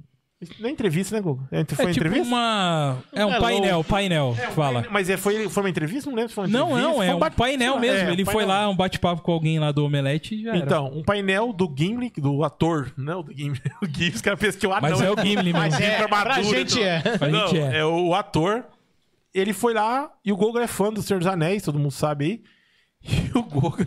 Speaker 2: não é entrevista, né, Gogo? É, Foi
Speaker 1: É tipo
Speaker 2: entrevista?
Speaker 1: uma. É um
Speaker 5: Hello.
Speaker 1: painel, painel. Fala.
Speaker 2: Mas é, foi, foi uma entrevista? Não lembro se foi uma
Speaker 1: Não,
Speaker 2: entrevista.
Speaker 1: não,
Speaker 2: foi
Speaker 1: é um
Speaker 2: bate-
Speaker 1: painel
Speaker 2: sei lá,
Speaker 1: mesmo.
Speaker 2: é,
Speaker 1: Ele foi
Speaker 2: painel.
Speaker 1: lá, um bate-papo com alguém lá do Omelete e já era.
Speaker 2: Então, um painel do Gimli, do ator, não, do Gimli, *laughs* o Gimli, os caras pensam que o
Speaker 1: Mas é o
Speaker 2: *laughs*
Speaker 1: Gimli
Speaker 2: Mas
Speaker 1: mesmo.
Speaker 2: é,
Speaker 5: pra
Speaker 2: armadura,
Speaker 5: gente
Speaker 2: então.
Speaker 5: é.
Speaker 1: Pra
Speaker 2: não,
Speaker 1: gente é.
Speaker 2: é. o ator. Ele foi lá e o Gogo é fã do Senhor dos Anéis, todo mundo sabe aí. *laughs* E o *laughs* Gogo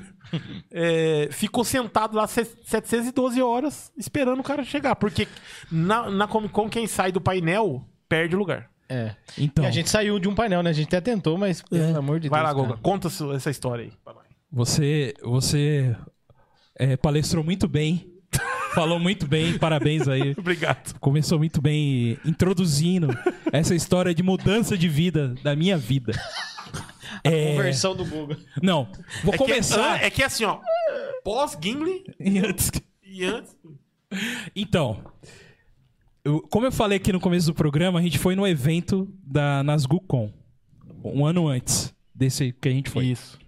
Speaker 2: é, ficou sentado lá se- 712 horas esperando o cara chegar. Porque na, na Comic Con, quem sai do painel perde o lugar.
Speaker 5: É.
Speaker 1: Então,
Speaker 5: E a gente saiu de um painel, né? A gente até tentou, mas pelo amor de
Speaker 2: É. Vai
Speaker 5: Deus.
Speaker 2: lá, Gogo,
Speaker 5: cara.
Speaker 2: conta su- essa história aí.
Speaker 1: você, você é, palestrou muito bem. Falou muito bem, parabéns aí.
Speaker 2: Obrigado.
Speaker 1: Começou muito bem introduzindo essa história de mudança de vida da minha vida. É,
Speaker 5: Conversão do Google.
Speaker 1: não, vou
Speaker 2: É que-
Speaker 1: começar.
Speaker 2: é que assim, ó. Pós-Gimli
Speaker 1: *laughs* antes que-
Speaker 2: e antes.
Speaker 1: Então, eu- como eu falei aqui no começo do programa, a gente foi no evento da Nasgucon, um ano antes desse que a gente foi.
Speaker 2: Isso.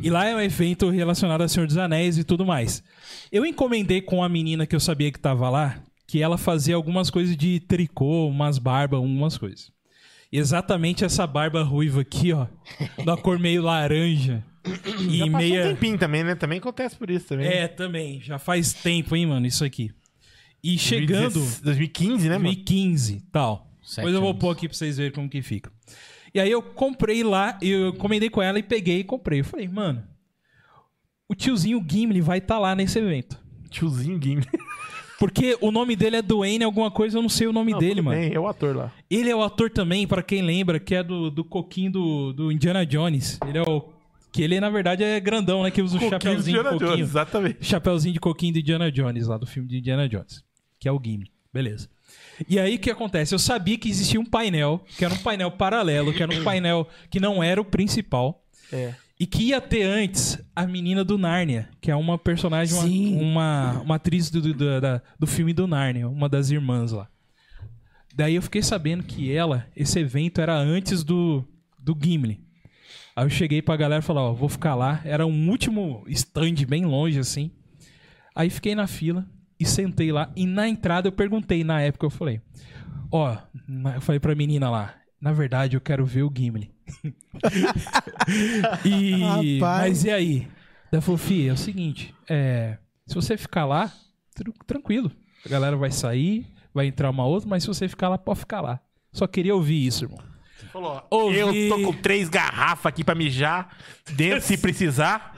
Speaker 1: E lá é um evento relacionado a Senhor dos Anéis e tudo mais. Eu encomendei com a menina que eu sabia que tava lá, que ela fazia algumas coisas de tricô, umas barbas, umas coisas. E exatamente essa barba ruiva aqui, ó, da cor meio laranja
Speaker 2: *coughs* Já
Speaker 1: e
Speaker 2: passou
Speaker 1: meia...
Speaker 2: um tempinho também, né? Também acontece por isso também.
Speaker 1: É, também. Já faz tempo, hein, mano, isso aqui. E chegando...
Speaker 2: 2015, né, mano?
Speaker 1: 2015, tal.
Speaker 5: Sete
Speaker 1: Depois eu vou
Speaker 5: anos.
Speaker 1: pôr aqui pra vocês verem como que fica. E aí eu comprei lá, eu encomendei com ela e peguei e comprei. Eu falei, mano, o tiozinho Gimli vai estar lá nesse evento.
Speaker 2: Tiozinho Gimli.
Speaker 1: Porque o nome dele é Duane alguma coisa, eu não sei o nome
Speaker 2: Não,
Speaker 1: dele,
Speaker 2: tudo
Speaker 1: mano.
Speaker 2: bem, é o ator lá.
Speaker 1: Ele é o ator também, pra quem lembra, que é do, do coquinho do, do Indiana Jones. Ele é o... Que ele, na verdade, é grandão, né? Que usa o
Speaker 2: Coquinho de
Speaker 1: chapéuzinho de
Speaker 2: Indiana Jones,
Speaker 1: coquinho.
Speaker 2: Um
Speaker 1: *laughs*
Speaker 2: exatamente.
Speaker 1: Chapeuzinho de coquinho de Indiana Jones, lá do filme de Indiana Jones, que é o Gimli. Beleza. E aí o que acontece? Eu sabia que existia um painel, que era um painel paralelo, que era um painel que não era o principal.
Speaker 2: É.
Speaker 1: E que ia ter antes a menina do Nárnia, que é uma personagem, uma-
Speaker 4: Sim.
Speaker 1: uma, uma, atriz do, do, do- da- do filme do Nárnia, uma das irmãs lá. Daí eu fiquei sabendo que ela, esse evento era antes do, do Gimli. Aí eu cheguei pra galera e falei, ó, vou ficar lá. Era um último stand bem longe, assim. Aí fiquei na fila e sentei lá. E na entrada eu perguntei, na época eu falei, ó, na- eu falei pra menina lá, na verdade eu quero ver o Gimli. *laughs* e,
Speaker 4: Rapaz.
Speaker 1: mas e aí? Daí ela falou, Fih, é o seguinte, é, se você ficar lá, tru- tranquilo. A galera vai sair, vai entrar uma outra, mas se você ficar lá, pode ficar lá. Só queria ouvir isso, irmão.
Speaker 2: Falou, ó,
Speaker 1: Ouvi.
Speaker 2: eu tô com três garrafas aqui pra mijar dentro
Speaker 1: *laughs*
Speaker 2: se precisar.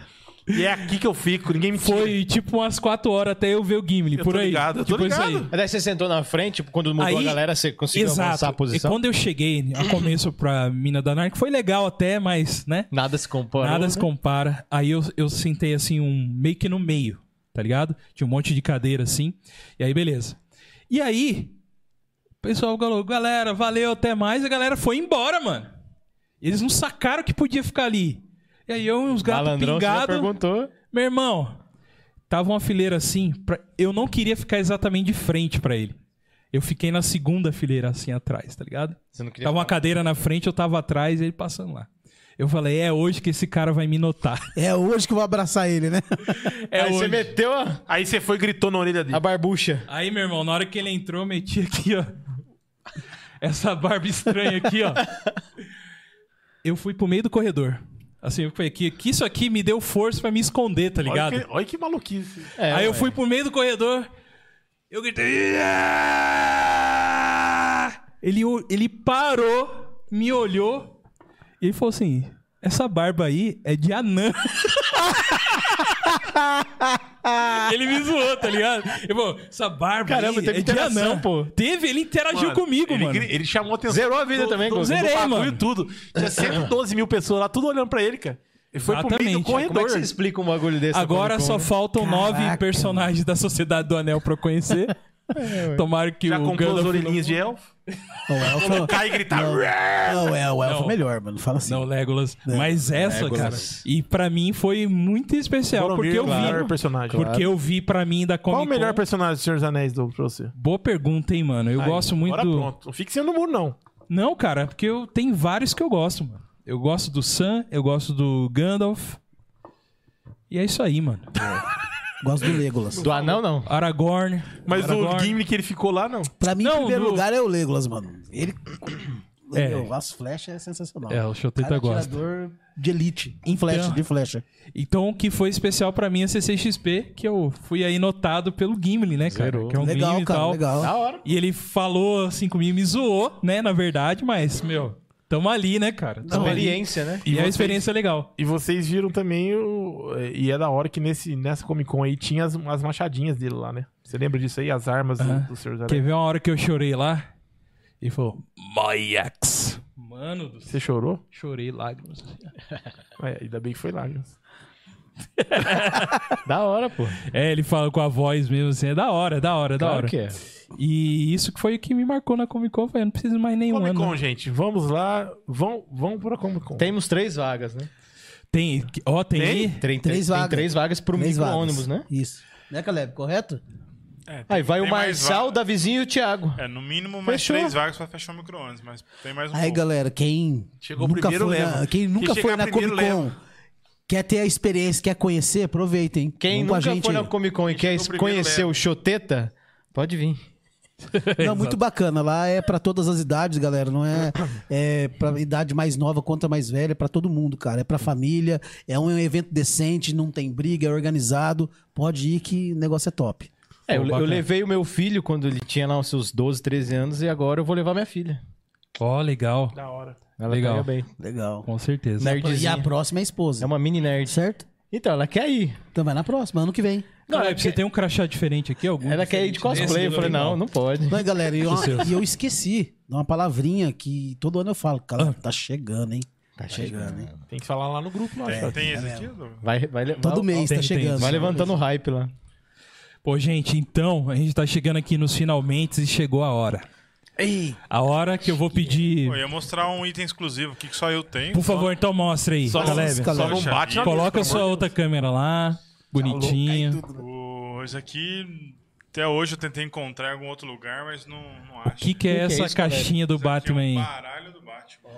Speaker 2: E é aqui que eu fico, ninguém me tira.
Speaker 1: Foi tipo umas quatro horas até eu ver o Gimli,
Speaker 2: Eu
Speaker 1: por
Speaker 2: tô
Speaker 1: aí.
Speaker 2: ligado, eu tô
Speaker 1: tipo isso
Speaker 2: ligado.
Speaker 1: aí.
Speaker 5: Mas daí você sentou na frente, tipo, quando mudou
Speaker 1: Aí-
Speaker 5: a galera, você conseguiu avançar a
Speaker 1: E
Speaker 5: posição?
Speaker 1: quando eu cheguei a começo pra Mina da Narc, foi legal até, mas, né?
Speaker 5: Nada se compara.
Speaker 1: Nada se compara. Aí eu, eu sentei assim, um meio que no meio, tá ligado? Tinha um monte de cadeira assim. E aí, beleza. E aí, o pessoal falou, galera, valeu, até mais. E a galera foi embora, mano. Eles não sacaram que podia ficar ali. E aí eu e uns gatos
Speaker 5: Malandrão, você já
Speaker 1: pingados.
Speaker 5: perguntou.
Speaker 1: Meu irmão, tava uma fileira assim, pra- eu não queria ficar exatamente de frente pra ele. Eu fiquei na segunda fileira assim atrás, tá ligado?
Speaker 5: Você não queria
Speaker 1: Tava uma cadeira na frente, eu tava atrás e ele passando lá. Eu falei, é hoje que esse cara vai me notar.
Speaker 4: É hoje que eu vou abraçar
Speaker 2: *laughs*
Speaker 4: ele, né?
Speaker 1: É
Speaker 5: *laughs* Aí
Speaker 1: hoje.
Speaker 5: você meteu a,
Speaker 2: Aí você foi e gritou na orelha dele.
Speaker 5: a barbucha.
Speaker 1: Aí, meu irmão, na hora que ele entrou, eu meti aqui, ó. Essa barba estranha aqui, ó. Eu fui pro meio do corredor. Assim, eu fui aqui. Que isso aqui me deu força pra me esconder, tá ligado?
Speaker 2: Olha que, olha que maluquice.
Speaker 5: É,
Speaker 1: Aí eu
Speaker 5: ué.
Speaker 1: fui pro meio do corredor, eu gritei. "Ia!" Ele, o- ele parou, me olhou e ele falou assim: Essa barba aí é de anã. *laughs* ele me zoou, tá ligado? Eu falou, essa barba
Speaker 5: Caramba,
Speaker 1: aí
Speaker 5: teve
Speaker 1: é de
Speaker 5: interação,
Speaker 1: anã.
Speaker 5: pô.
Speaker 1: Teve, ele interagiu
Speaker 2: Mano,
Speaker 1: comigo,
Speaker 2: ele,
Speaker 1: mano.
Speaker 2: gri- Ele chamou atenção.
Speaker 5: Zerou a vida também,
Speaker 2: do,
Speaker 5: Gogo.
Speaker 1: Zerei,
Speaker 2: do bagulho
Speaker 1: mano.
Speaker 2: tudo. Tinha 112 mil pessoas lá, tudo olhando pra ele, cara. Ele foi pro meio do
Speaker 1: Exatamente.
Speaker 2: corredor.
Speaker 5: Como é que você explica um bagulho desse? na
Speaker 1: Agora
Speaker 5: Comic
Speaker 1: só
Speaker 5: Con, né?
Speaker 1: faltam nove
Speaker 4: Caraca,
Speaker 1: personagens da Sociedade do Anel pra eu conhecer. Tomara que
Speaker 2: Já
Speaker 1: o
Speaker 2: comprou as
Speaker 1: Gandalf...
Speaker 2: orelhinhas de elfo.
Speaker 4: O elfo...
Speaker 2: Cai e grita.
Speaker 4: Não, não, é, o elfo é
Speaker 1: Não.
Speaker 4: melhor, mano. Fala assim.
Speaker 1: Não, Legolas. Mas essa, cara...
Speaker 5: Legolas.
Speaker 1: E pra mim foi muito especial, É, porque eu vi...
Speaker 2: melhor personagem.
Speaker 1: Porque eu vi pra mim da Comic
Speaker 2: Qual o
Speaker 1: Con...
Speaker 2: melhor personagem do Senhor dos Anéis do, pra você?
Speaker 1: Boa pergunta, hein, mano. Eu
Speaker 2: Aí,
Speaker 1: gosto muito
Speaker 2: Agora
Speaker 1: do...
Speaker 2: pronto. Não fique sendo muro, não.
Speaker 1: Não, cara, porque eu tem vários que eu gosto, mano. Eu gosto do Sam, eu gosto do Gandalf. E é isso aí, mano.
Speaker 4: Gosto do Legolas.
Speaker 2: Ah,
Speaker 5: Do anão, não.
Speaker 1: Aragorn.
Speaker 2: Mas o
Speaker 1: Aragorn.
Speaker 2: Gimli que ele ficou lá, não.
Speaker 4: Pra mim,
Speaker 1: Não,
Speaker 4: em primeiro
Speaker 1: do-
Speaker 4: lugar, é o Legolas, mano.
Speaker 1: *clears throat*
Speaker 4: Ele...
Speaker 1: É.
Speaker 4: Meu, as flechas é sensacional.
Speaker 1: É, o Choteta
Speaker 4: Cara,
Speaker 1: gosta.
Speaker 4: atirador de elite. Em flecha,
Speaker 1: Então-
Speaker 4: de flecha.
Speaker 1: Então, o que foi especial pra mim é CCXP, que eu fui aí notado pelo Gimli, né, cara?
Speaker 2: Zerou.
Speaker 1: Que é um
Speaker 4: legal,
Speaker 1: meme
Speaker 4: cara,
Speaker 1: e tal.
Speaker 4: legal.
Speaker 5: Da hora.
Speaker 1: E ele falou assim comigo, me zoou, né, na verdade, mas, meu, tamo ali, né, cara? Tamo ali.
Speaker 5: Experiência, né?
Speaker 1: E, a
Speaker 2: vocês?
Speaker 1: experiência é legal.
Speaker 2: E vocês viram também o. E é da hora que nesse, nessa Comic Con aí tinha as, as machadinhas dele lá, né? Você lembra disso aí? As armas do-
Speaker 1: Aham.
Speaker 2: do, Senhor dos
Speaker 1: Quer
Speaker 2: Anéis.
Speaker 1: ver uma hora que eu chorei lá? Ele falou, My ex. Mano do céu.
Speaker 2: Você chorou?
Speaker 1: Chorei lágrimas.
Speaker 2: É, ainda bem que foi lá, viu?
Speaker 5: Da hora, pô.
Speaker 1: É, ele fala com a voz mesmo assim, é da hora, é da hora, é da
Speaker 5: Da hora.
Speaker 1: hora.
Speaker 5: que é.
Speaker 1: E isso que foi o que me marcou na Comic Con, foi, eu não preciso mais nenhum
Speaker 2: Comic
Speaker 1: ano.
Speaker 2: Con, gente. Vamos lá. Vão, vão pra Comic Con.
Speaker 5: Temos três vagas, né?
Speaker 1: Tem, ó, tem,
Speaker 2: Tem?
Speaker 1: aí?
Speaker 5: Três,
Speaker 4: Três
Speaker 5: tem
Speaker 4: vagas.
Speaker 5: três vagas
Speaker 1: um
Speaker 5: pro
Speaker 4: Três vagas.
Speaker 5: micro-ônibus, né?
Speaker 4: Isso. Né, Caleb? Correto?
Speaker 5: Aí vai o
Speaker 3: É, Tem mais
Speaker 5: Marçal,
Speaker 3: vaga.
Speaker 5: Davizinho e o Thiago.
Speaker 3: É, no mínimo mais
Speaker 5: Fechou.
Speaker 3: três vagas pra fechar o micro-ônibus, mas tem mais um
Speaker 4: Aí,
Speaker 3: pouco.
Speaker 4: galera, quem
Speaker 2: Chegou
Speaker 4: nunca
Speaker 2: primeiro,
Speaker 4: foi na,
Speaker 2: leva.
Speaker 4: quem nunca
Speaker 2: Quem
Speaker 4: foi
Speaker 2: chegar
Speaker 4: na Comic
Speaker 2: primeiro,
Speaker 4: Con,
Speaker 2: leva.
Speaker 4: quer ter a experiência, quer conhecer, aproveitem. hein?
Speaker 5: Quem
Speaker 4: Vamos com
Speaker 5: nunca
Speaker 4: a gente
Speaker 5: foi na
Speaker 4: aí.
Speaker 5: Comic Con e quer
Speaker 3: chegou primeiro,
Speaker 5: conhecer
Speaker 3: leva.
Speaker 5: o Choteta, pode vir.
Speaker 4: Não, muito bacana. Lá é pra todas as idades, galera. Não é, é pra idade mais nova quanto a mais velha, é pra todo mundo, cara. É pra família, é um evento decente, não tem briga, é organizado. Pode ir que o negócio é top.
Speaker 5: É, eu,
Speaker 1: Pô,
Speaker 5: eu
Speaker 1: bacana.
Speaker 5: levei o meu filho quando ele tinha lá os seus 12, 13 anos e agora eu vou levar minha filha.
Speaker 1: Ó, legal,
Speaker 2: Da É hora.
Speaker 5: Ela
Speaker 1: Legal.
Speaker 5: pega bem.
Speaker 4: Legal.
Speaker 1: com certeza.
Speaker 5: Nerd.
Speaker 4: E a próxima é a esposa.
Speaker 5: É uma mini nerd.
Speaker 4: Certo?
Speaker 5: Então, ela quer ir.
Speaker 4: Então vai na próxima, ano que vem.
Speaker 1: Não,
Speaker 5: ela,
Speaker 1: é, você
Speaker 5: quer,
Speaker 1: tem um crachá diferente aqui, algum?
Speaker 5: ela quer ir de
Speaker 1: diferente
Speaker 5: cosplay.
Speaker 1: desse?
Speaker 5: Eu falei, não, não pode.
Speaker 4: Não, e galera, e eu,
Speaker 1: Os seus.
Speaker 4: e eu esqueci de uma palavrinha que todo ano eu falo,
Speaker 1: Ah.
Speaker 4: cara, tá chegando, hein?
Speaker 5: Tá
Speaker 4: chegando, hein?
Speaker 2: Tem que falar lá no grupo, lá.
Speaker 3: Tem,
Speaker 2: Chato.
Speaker 3: tem esse aqui, Edu?
Speaker 5: Vai, vai, le-
Speaker 4: Todo
Speaker 5: vai-
Speaker 4: mês
Speaker 1: tem,
Speaker 4: tá
Speaker 1: tem, um
Speaker 4: chegando.
Speaker 5: Vai levantando o hype lá.
Speaker 1: Pô, gente, então, a gente tá chegando aqui nos finalmente e chegou a hora.
Speaker 4: Ei,
Speaker 1: A hora que eu vou
Speaker 3: Pô, Eu
Speaker 1: pedir...
Speaker 3: ia mostrar um item exclusivo aqui que só eu tenho.
Speaker 1: Por favor, então mostra aí,
Speaker 2: Só,
Speaker 1: Caleb.
Speaker 2: só não
Speaker 3: Caleb.
Speaker 2: bate na
Speaker 1: Coloca a
Speaker 2: mesa,
Speaker 1: sua outra câmera lá, bonitinha.
Speaker 3: O- Isso aqui, até hoje eu tentei encontrar em algum outro lugar, mas não, não acho.
Speaker 1: O que, que
Speaker 5: que
Speaker 1: é
Speaker 5: é
Speaker 1: essa
Speaker 5: isso, Caleb?
Speaker 1: caixinha do
Speaker 3: Isso aqui
Speaker 1: Batman aí?
Speaker 3: É um baralho do Batman.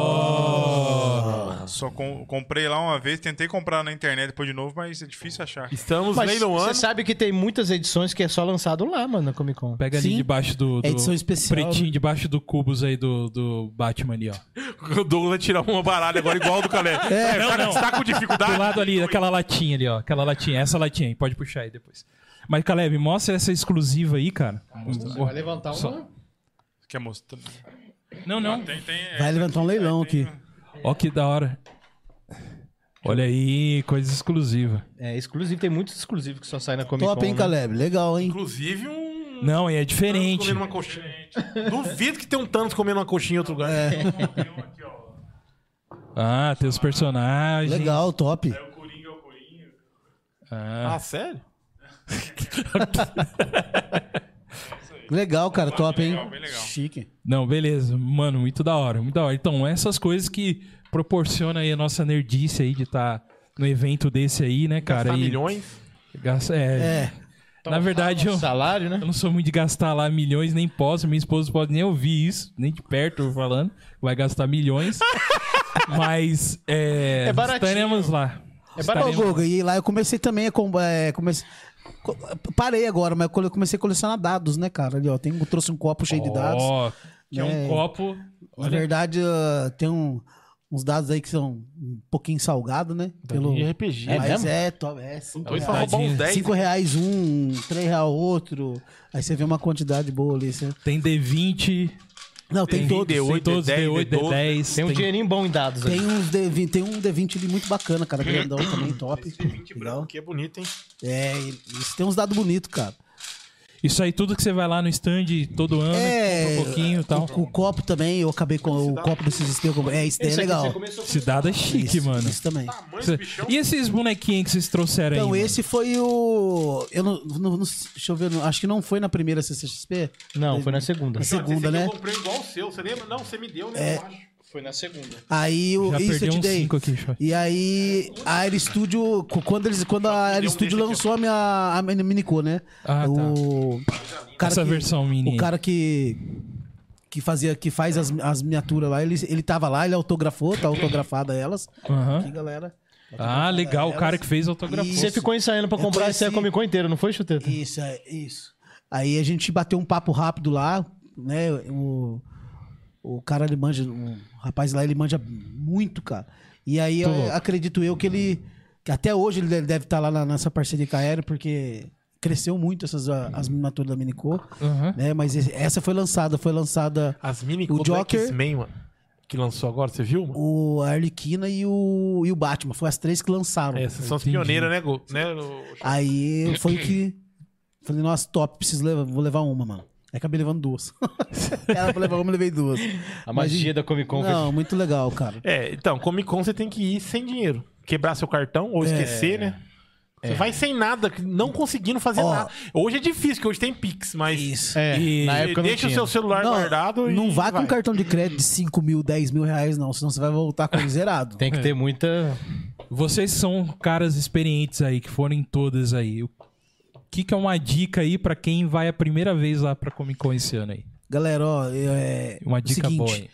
Speaker 4: Oh.
Speaker 3: Só com- comprei lá uma vez, tentei comprar na internet depois de novo, mas é difícil achar.
Speaker 2: Estamos
Speaker 5: Mas
Speaker 2: leiloando.
Speaker 5: você sabe que tem muitas edições que é só lançado lá, mano, na Comic Con.
Speaker 1: Pega ali
Speaker 4: Sim.
Speaker 1: debaixo do, do
Speaker 4: É edição especial.
Speaker 1: pretinho, debaixo do cubos aí do, do Batman ali, ó.
Speaker 2: O Douglas tirar uma baralha agora igual ao do Calé. É, o cara
Speaker 1: não.
Speaker 2: está com dificuldade.
Speaker 1: Do lado ali, aquela latinha ali, ó. Aquela latinha, essa latinha aí, pode puxar aí depois. Mas, Caleb, mostra essa exclusiva aí, cara.
Speaker 5: Vai levantar uma.
Speaker 3: Quer mostrar?
Speaker 1: Não, não.
Speaker 3: Tem, tem, é,
Speaker 4: vai levantar um leilão aqui.
Speaker 1: Ó que da hora. Olha aí, coisa exclusiva.
Speaker 5: É exclusivo, tem muitos exclusivos que só saem na Comic Con.
Speaker 4: Top, hein,
Speaker 5: né?
Speaker 4: Caleb? Legal, hein?
Speaker 2: Inclusive um.
Speaker 1: Não, e é
Speaker 2: Thanos
Speaker 1: diferente.
Speaker 2: comendo uma coxinha. Duvido que tem um Thanos comendo uma coxinha em outro lugar.
Speaker 1: É.
Speaker 3: tem um aqui, ó.
Speaker 1: Ah, tem os personagens.
Speaker 4: Legal, top.
Speaker 3: É o Coringa, é o Coringa.
Speaker 1: Ah,
Speaker 2: Ah, sério?
Speaker 4: Legal, cara, top, hein?
Speaker 3: legal, bem legal.
Speaker 4: Chique.
Speaker 1: *laughs* não, beleza. Mano, muito da hora, muito da hora. Então, essas coisas que proporciona aí a nossa nerdice aí de estar no evento desse aí, né, cara?
Speaker 2: Gastar
Speaker 1: E-
Speaker 2: milhões.
Speaker 1: Gasta- é.
Speaker 4: É,
Speaker 1: Na verdade, eu,
Speaker 5: Salário, né?
Speaker 1: Eu não sou muito de gastar lá milhões, nem posso. Minha esposa pode nem ouvir isso, nem de perto eu falando. Vai gastar milhões. Mas é,
Speaker 5: É baratinho.
Speaker 1: estaremos lá.
Speaker 5: É
Speaker 4: Ô,
Speaker 5: barato.
Speaker 4: Guga, e lá eu comecei também a. com- é, comece- co- Parei agora, mas eu cole- comecei a colecionar dados, né, cara? Ali, ó, tem, um- trouxe um copo cheio de dados.
Speaker 1: Ó, que é um
Speaker 4: É.
Speaker 1: copo.
Speaker 4: Na verdade, ah, tem um- uns dados aí que são um pouquinho salgado, né?
Speaker 1: Tá
Speaker 4: Pelo...
Speaker 2: E RPG.
Speaker 5: É
Speaker 4: mas
Speaker 5: mesmo?
Speaker 4: é, top, é, cinco
Speaker 2: Dois
Speaker 1: é
Speaker 2: pra
Speaker 4: reais.
Speaker 2: Então roubar uns
Speaker 1: verdade.
Speaker 2: 10.
Speaker 4: Cinco reais um, três reais outro. Aí você vê uma quantidade boa ali. você-
Speaker 1: Tem D20,
Speaker 4: Não, tem,
Speaker 1: tem
Speaker 4: todos.
Speaker 1: tem
Speaker 2: D8,
Speaker 1: todos,
Speaker 2: D10,
Speaker 1: D8,
Speaker 2: D12.
Speaker 1: D10.
Speaker 5: Tem um dinheirinho bom em dados assim. aí.
Speaker 4: Tem, uns D20, tem um D20 ali muito bacana, cara. Grandão também, top.
Speaker 2: Esse 20
Speaker 4: Legal.
Speaker 2: branco aqui é bonito, hein?
Speaker 4: É, isso tem uns dados bonitos, cara.
Speaker 1: Isso aí tudo que você vai lá no stand todo ano,
Speaker 4: É,
Speaker 1: compra um pouquinho e tal.
Speaker 4: O, o copo também, eu acabei com o copo desses espelhos. que eu comprei. É, isso daí é legal.
Speaker 1: Cidade é chique,
Speaker 4: Isso,
Speaker 1: mano.
Speaker 4: Isso também.
Speaker 1: Cê- E esses bonequinhos que vocês trouxeram
Speaker 4: Então,
Speaker 1: aí? mano?
Speaker 4: esse foi o. Eu não, não- não- Deixa eu ver, não- acho que não foi na primeira CCXP.
Speaker 5: Não, foi na segunda.
Speaker 4: Na segunda,
Speaker 2: Esse aqui
Speaker 4: né? É,
Speaker 2: Eu comprei igual o seu, você lembra? Não, você me deu, né? Eu acho.
Speaker 5: Foi na segunda.
Speaker 4: Aí o.
Speaker 1: Já
Speaker 4: isso
Speaker 1: perdi
Speaker 4: eu te
Speaker 1: uns
Speaker 4: dei.
Speaker 1: cinco aqui, Xô.
Speaker 4: E aí, a Air Studio. cu- Quando, eles, quando a Air
Speaker 2: um
Speaker 4: Studio
Speaker 2: desse aqui,
Speaker 4: lançou a minha, a minha Minico, né?
Speaker 1: Ah, tá.
Speaker 4: o cara
Speaker 1: Essa
Speaker 4: que-
Speaker 1: versão mini.
Speaker 4: O cara que. Que, fazia, que faz as, as miniaturas lá, ele, ele tava lá, ele autografou, tá autografada elas.
Speaker 1: Aham.
Speaker 4: Aqui, galera.
Speaker 1: Ah, legal. O cara que fez autografou.
Speaker 5: Você ficou ensaiando pra
Speaker 4: Eu
Speaker 5: comprar esse
Speaker 4: conheci-
Speaker 5: Comic Con inteiro, não foi, Chuteta?
Speaker 4: Isso, é, isso. Aí a gente bateu um papo rápido lá, né? O, o cara, ele manja, o rapaz lá, ele manja muito, cara. E aí eu- acredito eu que ele, que até hoje ele deve- deve estar lá na- nessa parceria com a Aero, porque cresceu muito essas a- as miniaturas da Minicô,
Speaker 1: Aham.
Speaker 4: né? Mas esse- essa foi lançada, foi lançada
Speaker 2: As mini
Speaker 4: O Joker-
Speaker 2: X-Men, mano. Que lançou agora, você viu, mano?
Speaker 4: o a Arlequina e o, e o Batman, foi as três que lançaram.
Speaker 2: Essas são as
Speaker 1: Entendi.
Speaker 2: pioneiras, né, Gu? Né, o-
Speaker 1: *laughs*
Speaker 4: Aí foi que. Falei, nossa, top, preciso levar, vou levar uma, mano. Aí acabei
Speaker 1: *laughs*
Speaker 4: levando duas. Ela pra levar uma, eu levei duas.
Speaker 5: A magia
Speaker 4: Mas,
Speaker 5: da Comic Con.
Speaker 4: Não, muito legal, cara.
Speaker 2: É, então, Comic Con você tem que ir sem dinheiro. Quebrar seu cartão
Speaker 4: É.
Speaker 2: ou esquecer, né? Você vai sem nada, não conseguindo fazer
Speaker 4: Ó.
Speaker 2: nada. Hoje é difícil, porque hoje tem Pix, mas.
Speaker 4: Isso.
Speaker 5: É,
Speaker 1: E-
Speaker 5: na época não
Speaker 2: deixa o
Speaker 5: tinha.
Speaker 2: seu celular guardado
Speaker 4: Não,
Speaker 2: e.
Speaker 4: não vá com
Speaker 2: vai.
Speaker 4: cartão de crédito de 5 mil, 10 mil reais, não. Senão você vai voltar com zerado.
Speaker 5: Tem que ter muita...
Speaker 1: Vocês são caras experientes aí, que foram em todas aí. O que, que é uma dica aí pra quem vai a primeira vez lá pra Comic Con esse ano aí?
Speaker 4: Galera, ó, é.
Speaker 1: Uma dica
Speaker 4: seguinte,
Speaker 1: boa aí.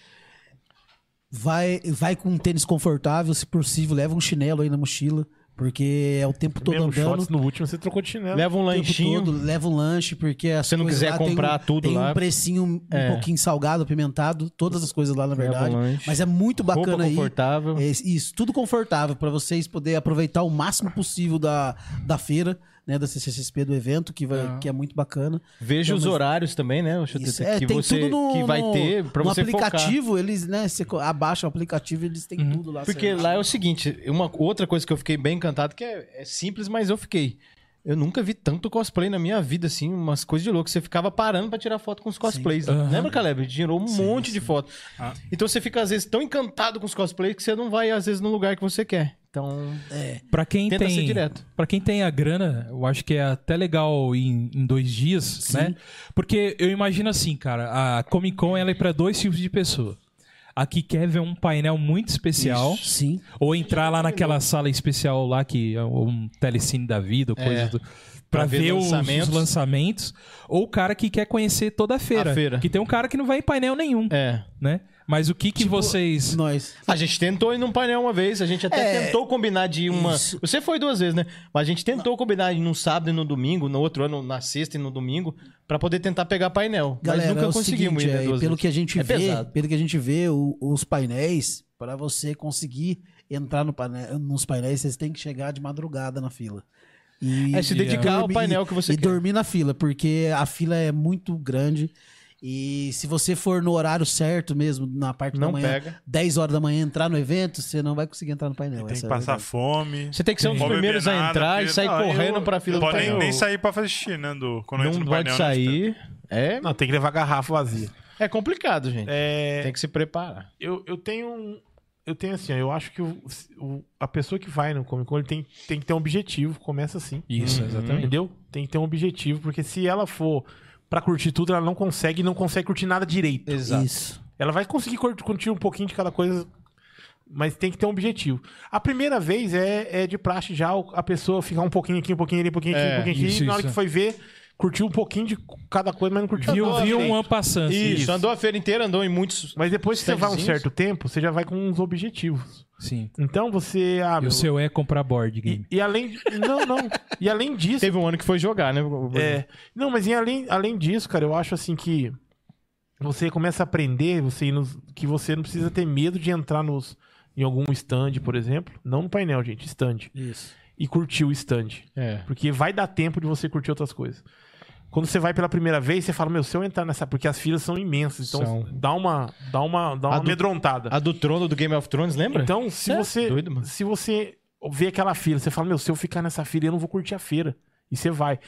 Speaker 4: Vai, vai com um tênis confortável, se possível, leva um chinelo aí na mochila. Porque é o tempo todo
Speaker 2: Mesmo
Speaker 4: andando.
Speaker 2: shorts no último, você trocou de chinelo.
Speaker 5: Leva um
Speaker 4: É, o tempo
Speaker 5: lanchinho.
Speaker 4: todo, leva um lanche, porque as
Speaker 5: Se não
Speaker 4: coisas
Speaker 5: quiser
Speaker 4: lá tem
Speaker 5: comprar
Speaker 4: um-
Speaker 5: tudo
Speaker 4: tem
Speaker 5: lá.
Speaker 4: um precinho um
Speaker 5: É.
Speaker 4: pouquinho salgado, apimentado, todas as coisas lá, na
Speaker 5: Leva um
Speaker 4: verdade.
Speaker 5: lanche.
Speaker 4: Mas é muito bacana
Speaker 5: roupa
Speaker 4: aí.
Speaker 5: confortável.
Speaker 4: É isso, tudo confortável para vocês poderem aproveitar o máximo possível da, da feira, né, da CCXP do evento, que, vai,
Speaker 5: Ah.
Speaker 4: que é muito bacana.
Speaker 5: Veja
Speaker 4: Não,
Speaker 5: os
Speaker 4: mas-
Speaker 5: horários também, né, ô Chuteta?
Speaker 4: Isso, é,
Speaker 5: que
Speaker 4: tem
Speaker 5: você,
Speaker 4: tudo no,
Speaker 5: que vai
Speaker 4: no-
Speaker 5: ter pra
Speaker 4: no
Speaker 5: você focar. Uhum.
Speaker 4: aplicativo, eles, né, você co- abaixa o aplicativo e eles têm tudo lá.
Speaker 5: Porque
Speaker 4: certo?
Speaker 5: lá é o seguinte, uma outra coisa que eu fiquei bem encantado, que é, é simples, mas eu fiquei. Eu nunca vi tanto cosplay na minha vida, assim, umas coisas de louco. Você ficava parando pra tirar foto com os cosplays.
Speaker 1: Aham.
Speaker 5: Lembra, Caleb? Tirou um monte de foto.
Speaker 1: Ah.
Speaker 5: Então você fica, às vezes, tão encantado com os cosplays que você não vai, às vezes, no lugar que você quer. Então,
Speaker 1: Pra quem
Speaker 5: tenta ser
Speaker 1: tem.
Speaker 5: direto.
Speaker 1: Pra quem tem a grana, eu acho que é até legal ir em, em dois dias, né? Porque eu imagino assim, cara, a Comic Con ela é pra dois tipos de pessoa. A que quer ver um painel muito especial,
Speaker 4: Sim.
Speaker 1: ou entrar lá naquela sala especial lá que é um telecine da vida, ou coisa
Speaker 5: É.
Speaker 1: do.
Speaker 5: Pra
Speaker 1: Pra
Speaker 5: ver
Speaker 1: ver os-
Speaker 5: lançamentos.
Speaker 1: os lançamentos, ou o cara que quer conhecer toda a feira.
Speaker 5: A feira.
Speaker 1: Que tem um cara que não vai em painel nenhum,
Speaker 5: é. Tipo,
Speaker 1: né? Mas o que que vocês.
Speaker 4: Nós.
Speaker 5: A gente tentou ir num painel uma vez, a gente até
Speaker 4: É,
Speaker 5: tentou combinar de ir uma.
Speaker 4: isso.
Speaker 5: Você foi duas vezes, né? Mas a gente tentou combinar de ir num sábado e no domingo, no outro ano, na sexta e no domingo, pra poder tentar pegar painel.
Speaker 4: Galera,
Speaker 5: Mas
Speaker 4: é
Speaker 5: nunca
Speaker 4: o
Speaker 5: conseguimos
Speaker 4: seguinte,
Speaker 5: ir, né?
Speaker 4: é,
Speaker 5: duas
Speaker 4: pelo
Speaker 5: vezes.
Speaker 4: que a gente
Speaker 5: É
Speaker 4: vê,
Speaker 5: pesado.
Speaker 4: pelo que a gente vê o- os painéis, para você conseguir entrar no painel, nos painéis, vocês têm que chegar de madrugada na fila. E
Speaker 5: É se dedicar ao painel que você
Speaker 4: e
Speaker 5: quer.
Speaker 4: dormir na fila, porque a fila é muito grande. E se você for no horário certo mesmo, na parte
Speaker 5: Não
Speaker 4: da manhã,
Speaker 5: pega.
Speaker 4: 10 horas da manhã entrar no evento, você não vai conseguir entrar no painel.
Speaker 3: Tem
Speaker 4: essa
Speaker 3: que
Speaker 4: é a
Speaker 3: passar
Speaker 4: verdade.
Speaker 3: fome.
Speaker 5: Você tem que ser um dos
Speaker 3: Não beber
Speaker 5: primeiros a
Speaker 3: nada,
Speaker 5: entrar e
Speaker 3: porque-
Speaker 5: sair
Speaker 3: Não, eu-
Speaker 5: correndo pra fila
Speaker 3: eu
Speaker 5: do
Speaker 3: pode
Speaker 5: painel.
Speaker 3: nem, nem sair pra fazer xixi, né, do, quando entra
Speaker 5: Não
Speaker 3: no
Speaker 5: pode
Speaker 3: painel. né,
Speaker 5: sair. É,
Speaker 2: Não, tem que levar garrafa vazia.
Speaker 5: é complicado, gente.
Speaker 2: É,
Speaker 5: Tem que se preparar.
Speaker 2: eu, eu tenho um. Eu tenho assim, ó, eu acho que o- o- a pessoa que vai no Comic Con ele tem, tem que ter um objetivo, começa assim.
Speaker 5: Uhum.
Speaker 1: Isso, exatamente.
Speaker 2: Entendeu? Tem que ter um objetivo, porque se ela for pra curtir tudo, ela não consegue e não consegue curtir nada direito.
Speaker 4: Isso.
Speaker 2: Ela vai conseguir cur- curtir um pouquinho de cada coisa, mas tem que ter um objetivo. A primeira vez é, é de praxe já o- a pessoa ficar um pouquinho aqui, um pouquinho ali, um pouquinho aqui,
Speaker 5: É,
Speaker 2: um pouquinho aqui.
Speaker 1: isso,
Speaker 2: e na hora
Speaker 1: isso.
Speaker 2: que foi ver, curtiu um pouquinho de cada coisa, mas não curtiu
Speaker 1: Viu,
Speaker 2: nada.
Speaker 1: viu um passando.
Speaker 5: Uhum. Isso, andou a feira inteira, andou em muitos.
Speaker 2: Mas depois que você vai um
Speaker 5: Standzinhos.
Speaker 2: certo tempo, você já vai com uns objetivos.
Speaker 1: Sim.
Speaker 2: Então você. Ah,
Speaker 1: E
Speaker 2: meu,
Speaker 1: o seu é comprar board
Speaker 2: e,
Speaker 1: game.
Speaker 2: e além. Não, não. E além disso.
Speaker 5: Teve um ano que foi jogar, né? Bruno?
Speaker 2: É. Não, mas em além, além disso, cara, eu acho assim que você começa a aprender, você ir nos- que você não precisa ter medo de entrar nos em algum stand, por exemplo, não no painel, gente, stand,
Speaker 4: Isso.
Speaker 2: e curtir o stand,
Speaker 5: É.
Speaker 2: porque vai dar tempo de você curtir outras coisas. Quando você vai pela primeira vez, você fala, meu, se eu entrar nessa, porque as filas são imensas, então
Speaker 5: São.
Speaker 2: dá uma dá uma dá uma
Speaker 5: A do-
Speaker 2: amedrontada.
Speaker 5: A do trono do Game of Thrones, lembra?
Speaker 2: Então, se
Speaker 5: É,
Speaker 2: você
Speaker 5: doido, mano.
Speaker 2: se você vê aquela fila, você fala, meu, se eu ficar nessa fila, eu não vou curtir a feira. E você vai.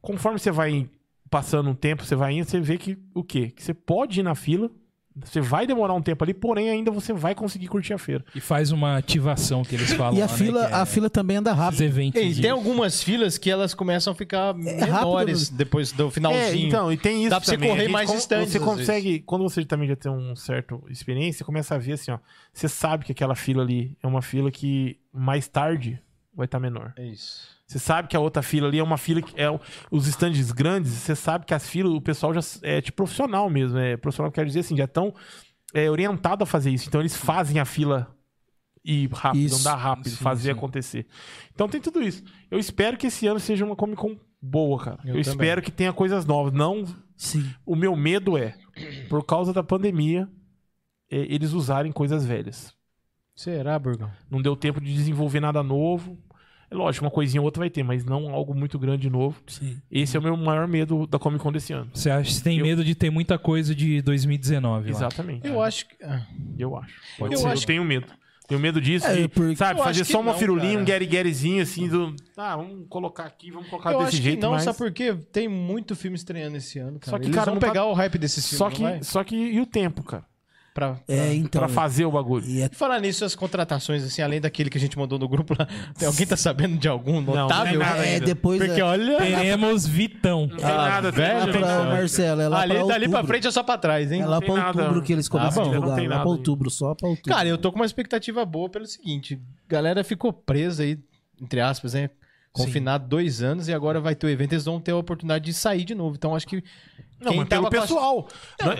Speaker 2: Conforme você vai passando um tempo, você vai indo, você vê que o quê? Que você pode ir na fila, você vai demorar um tempo ali, porém ainda você vai conseguir curtir a feira.
Speaker 1: E faz uma ativação que eles falam.
Speaker 4: E
Speaker 1: lá,
Speaker 4: a
Speaker 1: né,
Speaker 4: fila,
Speaker 1: que é
Speaker 4: a fila também anda
Speaker 1: Os
Speaker 4: rápido.
Speaker 1: eventos.
Speaker 5: E
Speaker 1: de-
Speaker 5: tem um- algumas filas que elas começam a ficar menores depois do
Speaker 2: É,
Speaker 5: finalzinho.
Speaker 2: então, e tem isso
Speaker 5: Dá pra você
Speaker 2: também.
Speaker 5: correr
Speaker 2: A gente
Speaker 5: mais
Speaker 2: con-
Speaker 5: distantes,
Speaker 2: Você
Speaker 5: às
Speaker 2: consegue, quando você também já tem um certo experiência, você começa a ver assim, ó. Você sabe que aquela fila ali é uma fila que mais tarde vai estar menor.
Speaker 5: É isso.
Speaker 2: Você sabe que a outra fila ali é uma fila que é o- os estandes grandes, você sabe que as filas, o pessoal já s- é de profissional mesmo, é profissional quer dizer assim, já estão é, orientado a fazer isso. Então eles fazem a fila ir rápido,
Speaker 4: Isso.
Speaker 2: andar rápido,
Speaker 1: Sim,
Speaker 2: fazer
Speaker 1: sim.
Speaker 2: acontecer. Então tem tudo isso. Eu espero que esse ano seja uma Comic Con boa, cara. Eu,
Speaker 5: Eu também.
Speaker 2: espero que tenha coisas novas, não
Speaker 4: Sim.
Speaker 2: o meu medo é, por causa da pandemia, é, eles usarem coisas velhas.
Speaker 5: Será, Burgão?
Speaker 2: Não deu tempo de desenvolver nada novo. É lógico, uma coisinha ou outra vai ter, mas não algo muito grande novo.
Speaker 4: Sim.
Speaker 2: Esse é o meu maior medo da Comic Con desse ano.
Speaker 1: Você acha que tem
Speaker 2: Eu-
Speaker 1: medo de ter muita coisa de 2019 lá.
Speaker 2: Exatamente.
Speaker 5: Eu acho que. ah,
Speaker 2: Eu acho.
Speaker 1: Pode
Speaker 2: eu
Speaker 1: ser.
Speaker 2: acho. Eu tenho medo. Tenho medo disso.
Speaker 4: É,
Speaker 2: de,
Speaker 4: porque-
Speaker 2: Sabe,
Speaker 5: Eu
Speaker 2: fazer
Speaker 5: acho que
Speaker 2: só uma
Speaker 5: não,
Speaker 2: firulinha, um
Speaker 5: cara.
Speaker 2: gueriguerizinho assim do. Ah, vamos colocar aqui, vamos colocar
Speaker 5: Eu
Speaker 2: desse
Speaker 5: acho
Speaker 2: jeito.
Speaker 5: que não,
Speaker 2: mas...
Speaker 5: sabe por quê? Tem muito filme estreando esse ano, cara.
Speaker 2: Só que,
Speaker 5: Eles
Speaker 2: cara,
Speaker 5: vão
Speaker 2: não tá-
Speaker 5: pegar o hype desses filmes,
Speaker 2: Só
Speaker 5: não vai?
Speaker 2: que, só que. E o tempo, cara?
Speaker 5: Pra, pra-
Speaker 4: É, então.
Speaker 2: pra fazer o bagulho.
Speaker 4: E é
Speaker 5: E falar nisso, as contratações, assim, além daquele que a gente mandou no grupo lá, tem alguém tá sabendo de algum
Speaker 2: não é
Speaker 5: notável?
Speaker 2: nada
Speaker 4: É,
Speaker 2: ainda.
Speaker 4: depois.
Speaker 5: Porque
Speaker 4: é,
Speaker 5: olha,
Speaker 1: Teremos Vitão.
Speaker 2: Não tem
Speaker 5: Ah,
Speaker 2: nada, tem
Speaker 5: velho,
Speaker 4: lá
Speaker 2: nada, tem
Speaker 5: não.
Speaker 4: pra,
Speaker 2: nada.
Speaker 4: Marcelo, é lá
Speaker 5: ali
Speaker 4: pra
Speaker 5: dali pra
Speaker 4: outubro.
Speaker 5: frente é só pra trás, hein?
Speaker 4: É lá
Speaker 2: tem
Speaker 4: pra
Speaker 2: nada.
Speaker 4: outubro que eles começam
Speaker 5: Ah, bom.
Speaker 4: a
Speaker 2: Não
Speaker 4: divulgar.
Speaker 2: tem
Speaker 4: Lá
Speaker 2: nada
Speaker 4: pra
Speaker 2: ainda.
Speaker 4: outubro, só pra outubro.
Speaker 5: Cara, eu tô com uma expectativa boa pelo seguinte: galera ficou presa aí, entre aspas, né? Confinado dois anos e agora vai ter o evento, eles vão ter a oportunidade de sair de novo. Então acho que.
Speaker 2: Não, mas pelo
Speaker 5: tava com a-
Speaker 2: pessoal.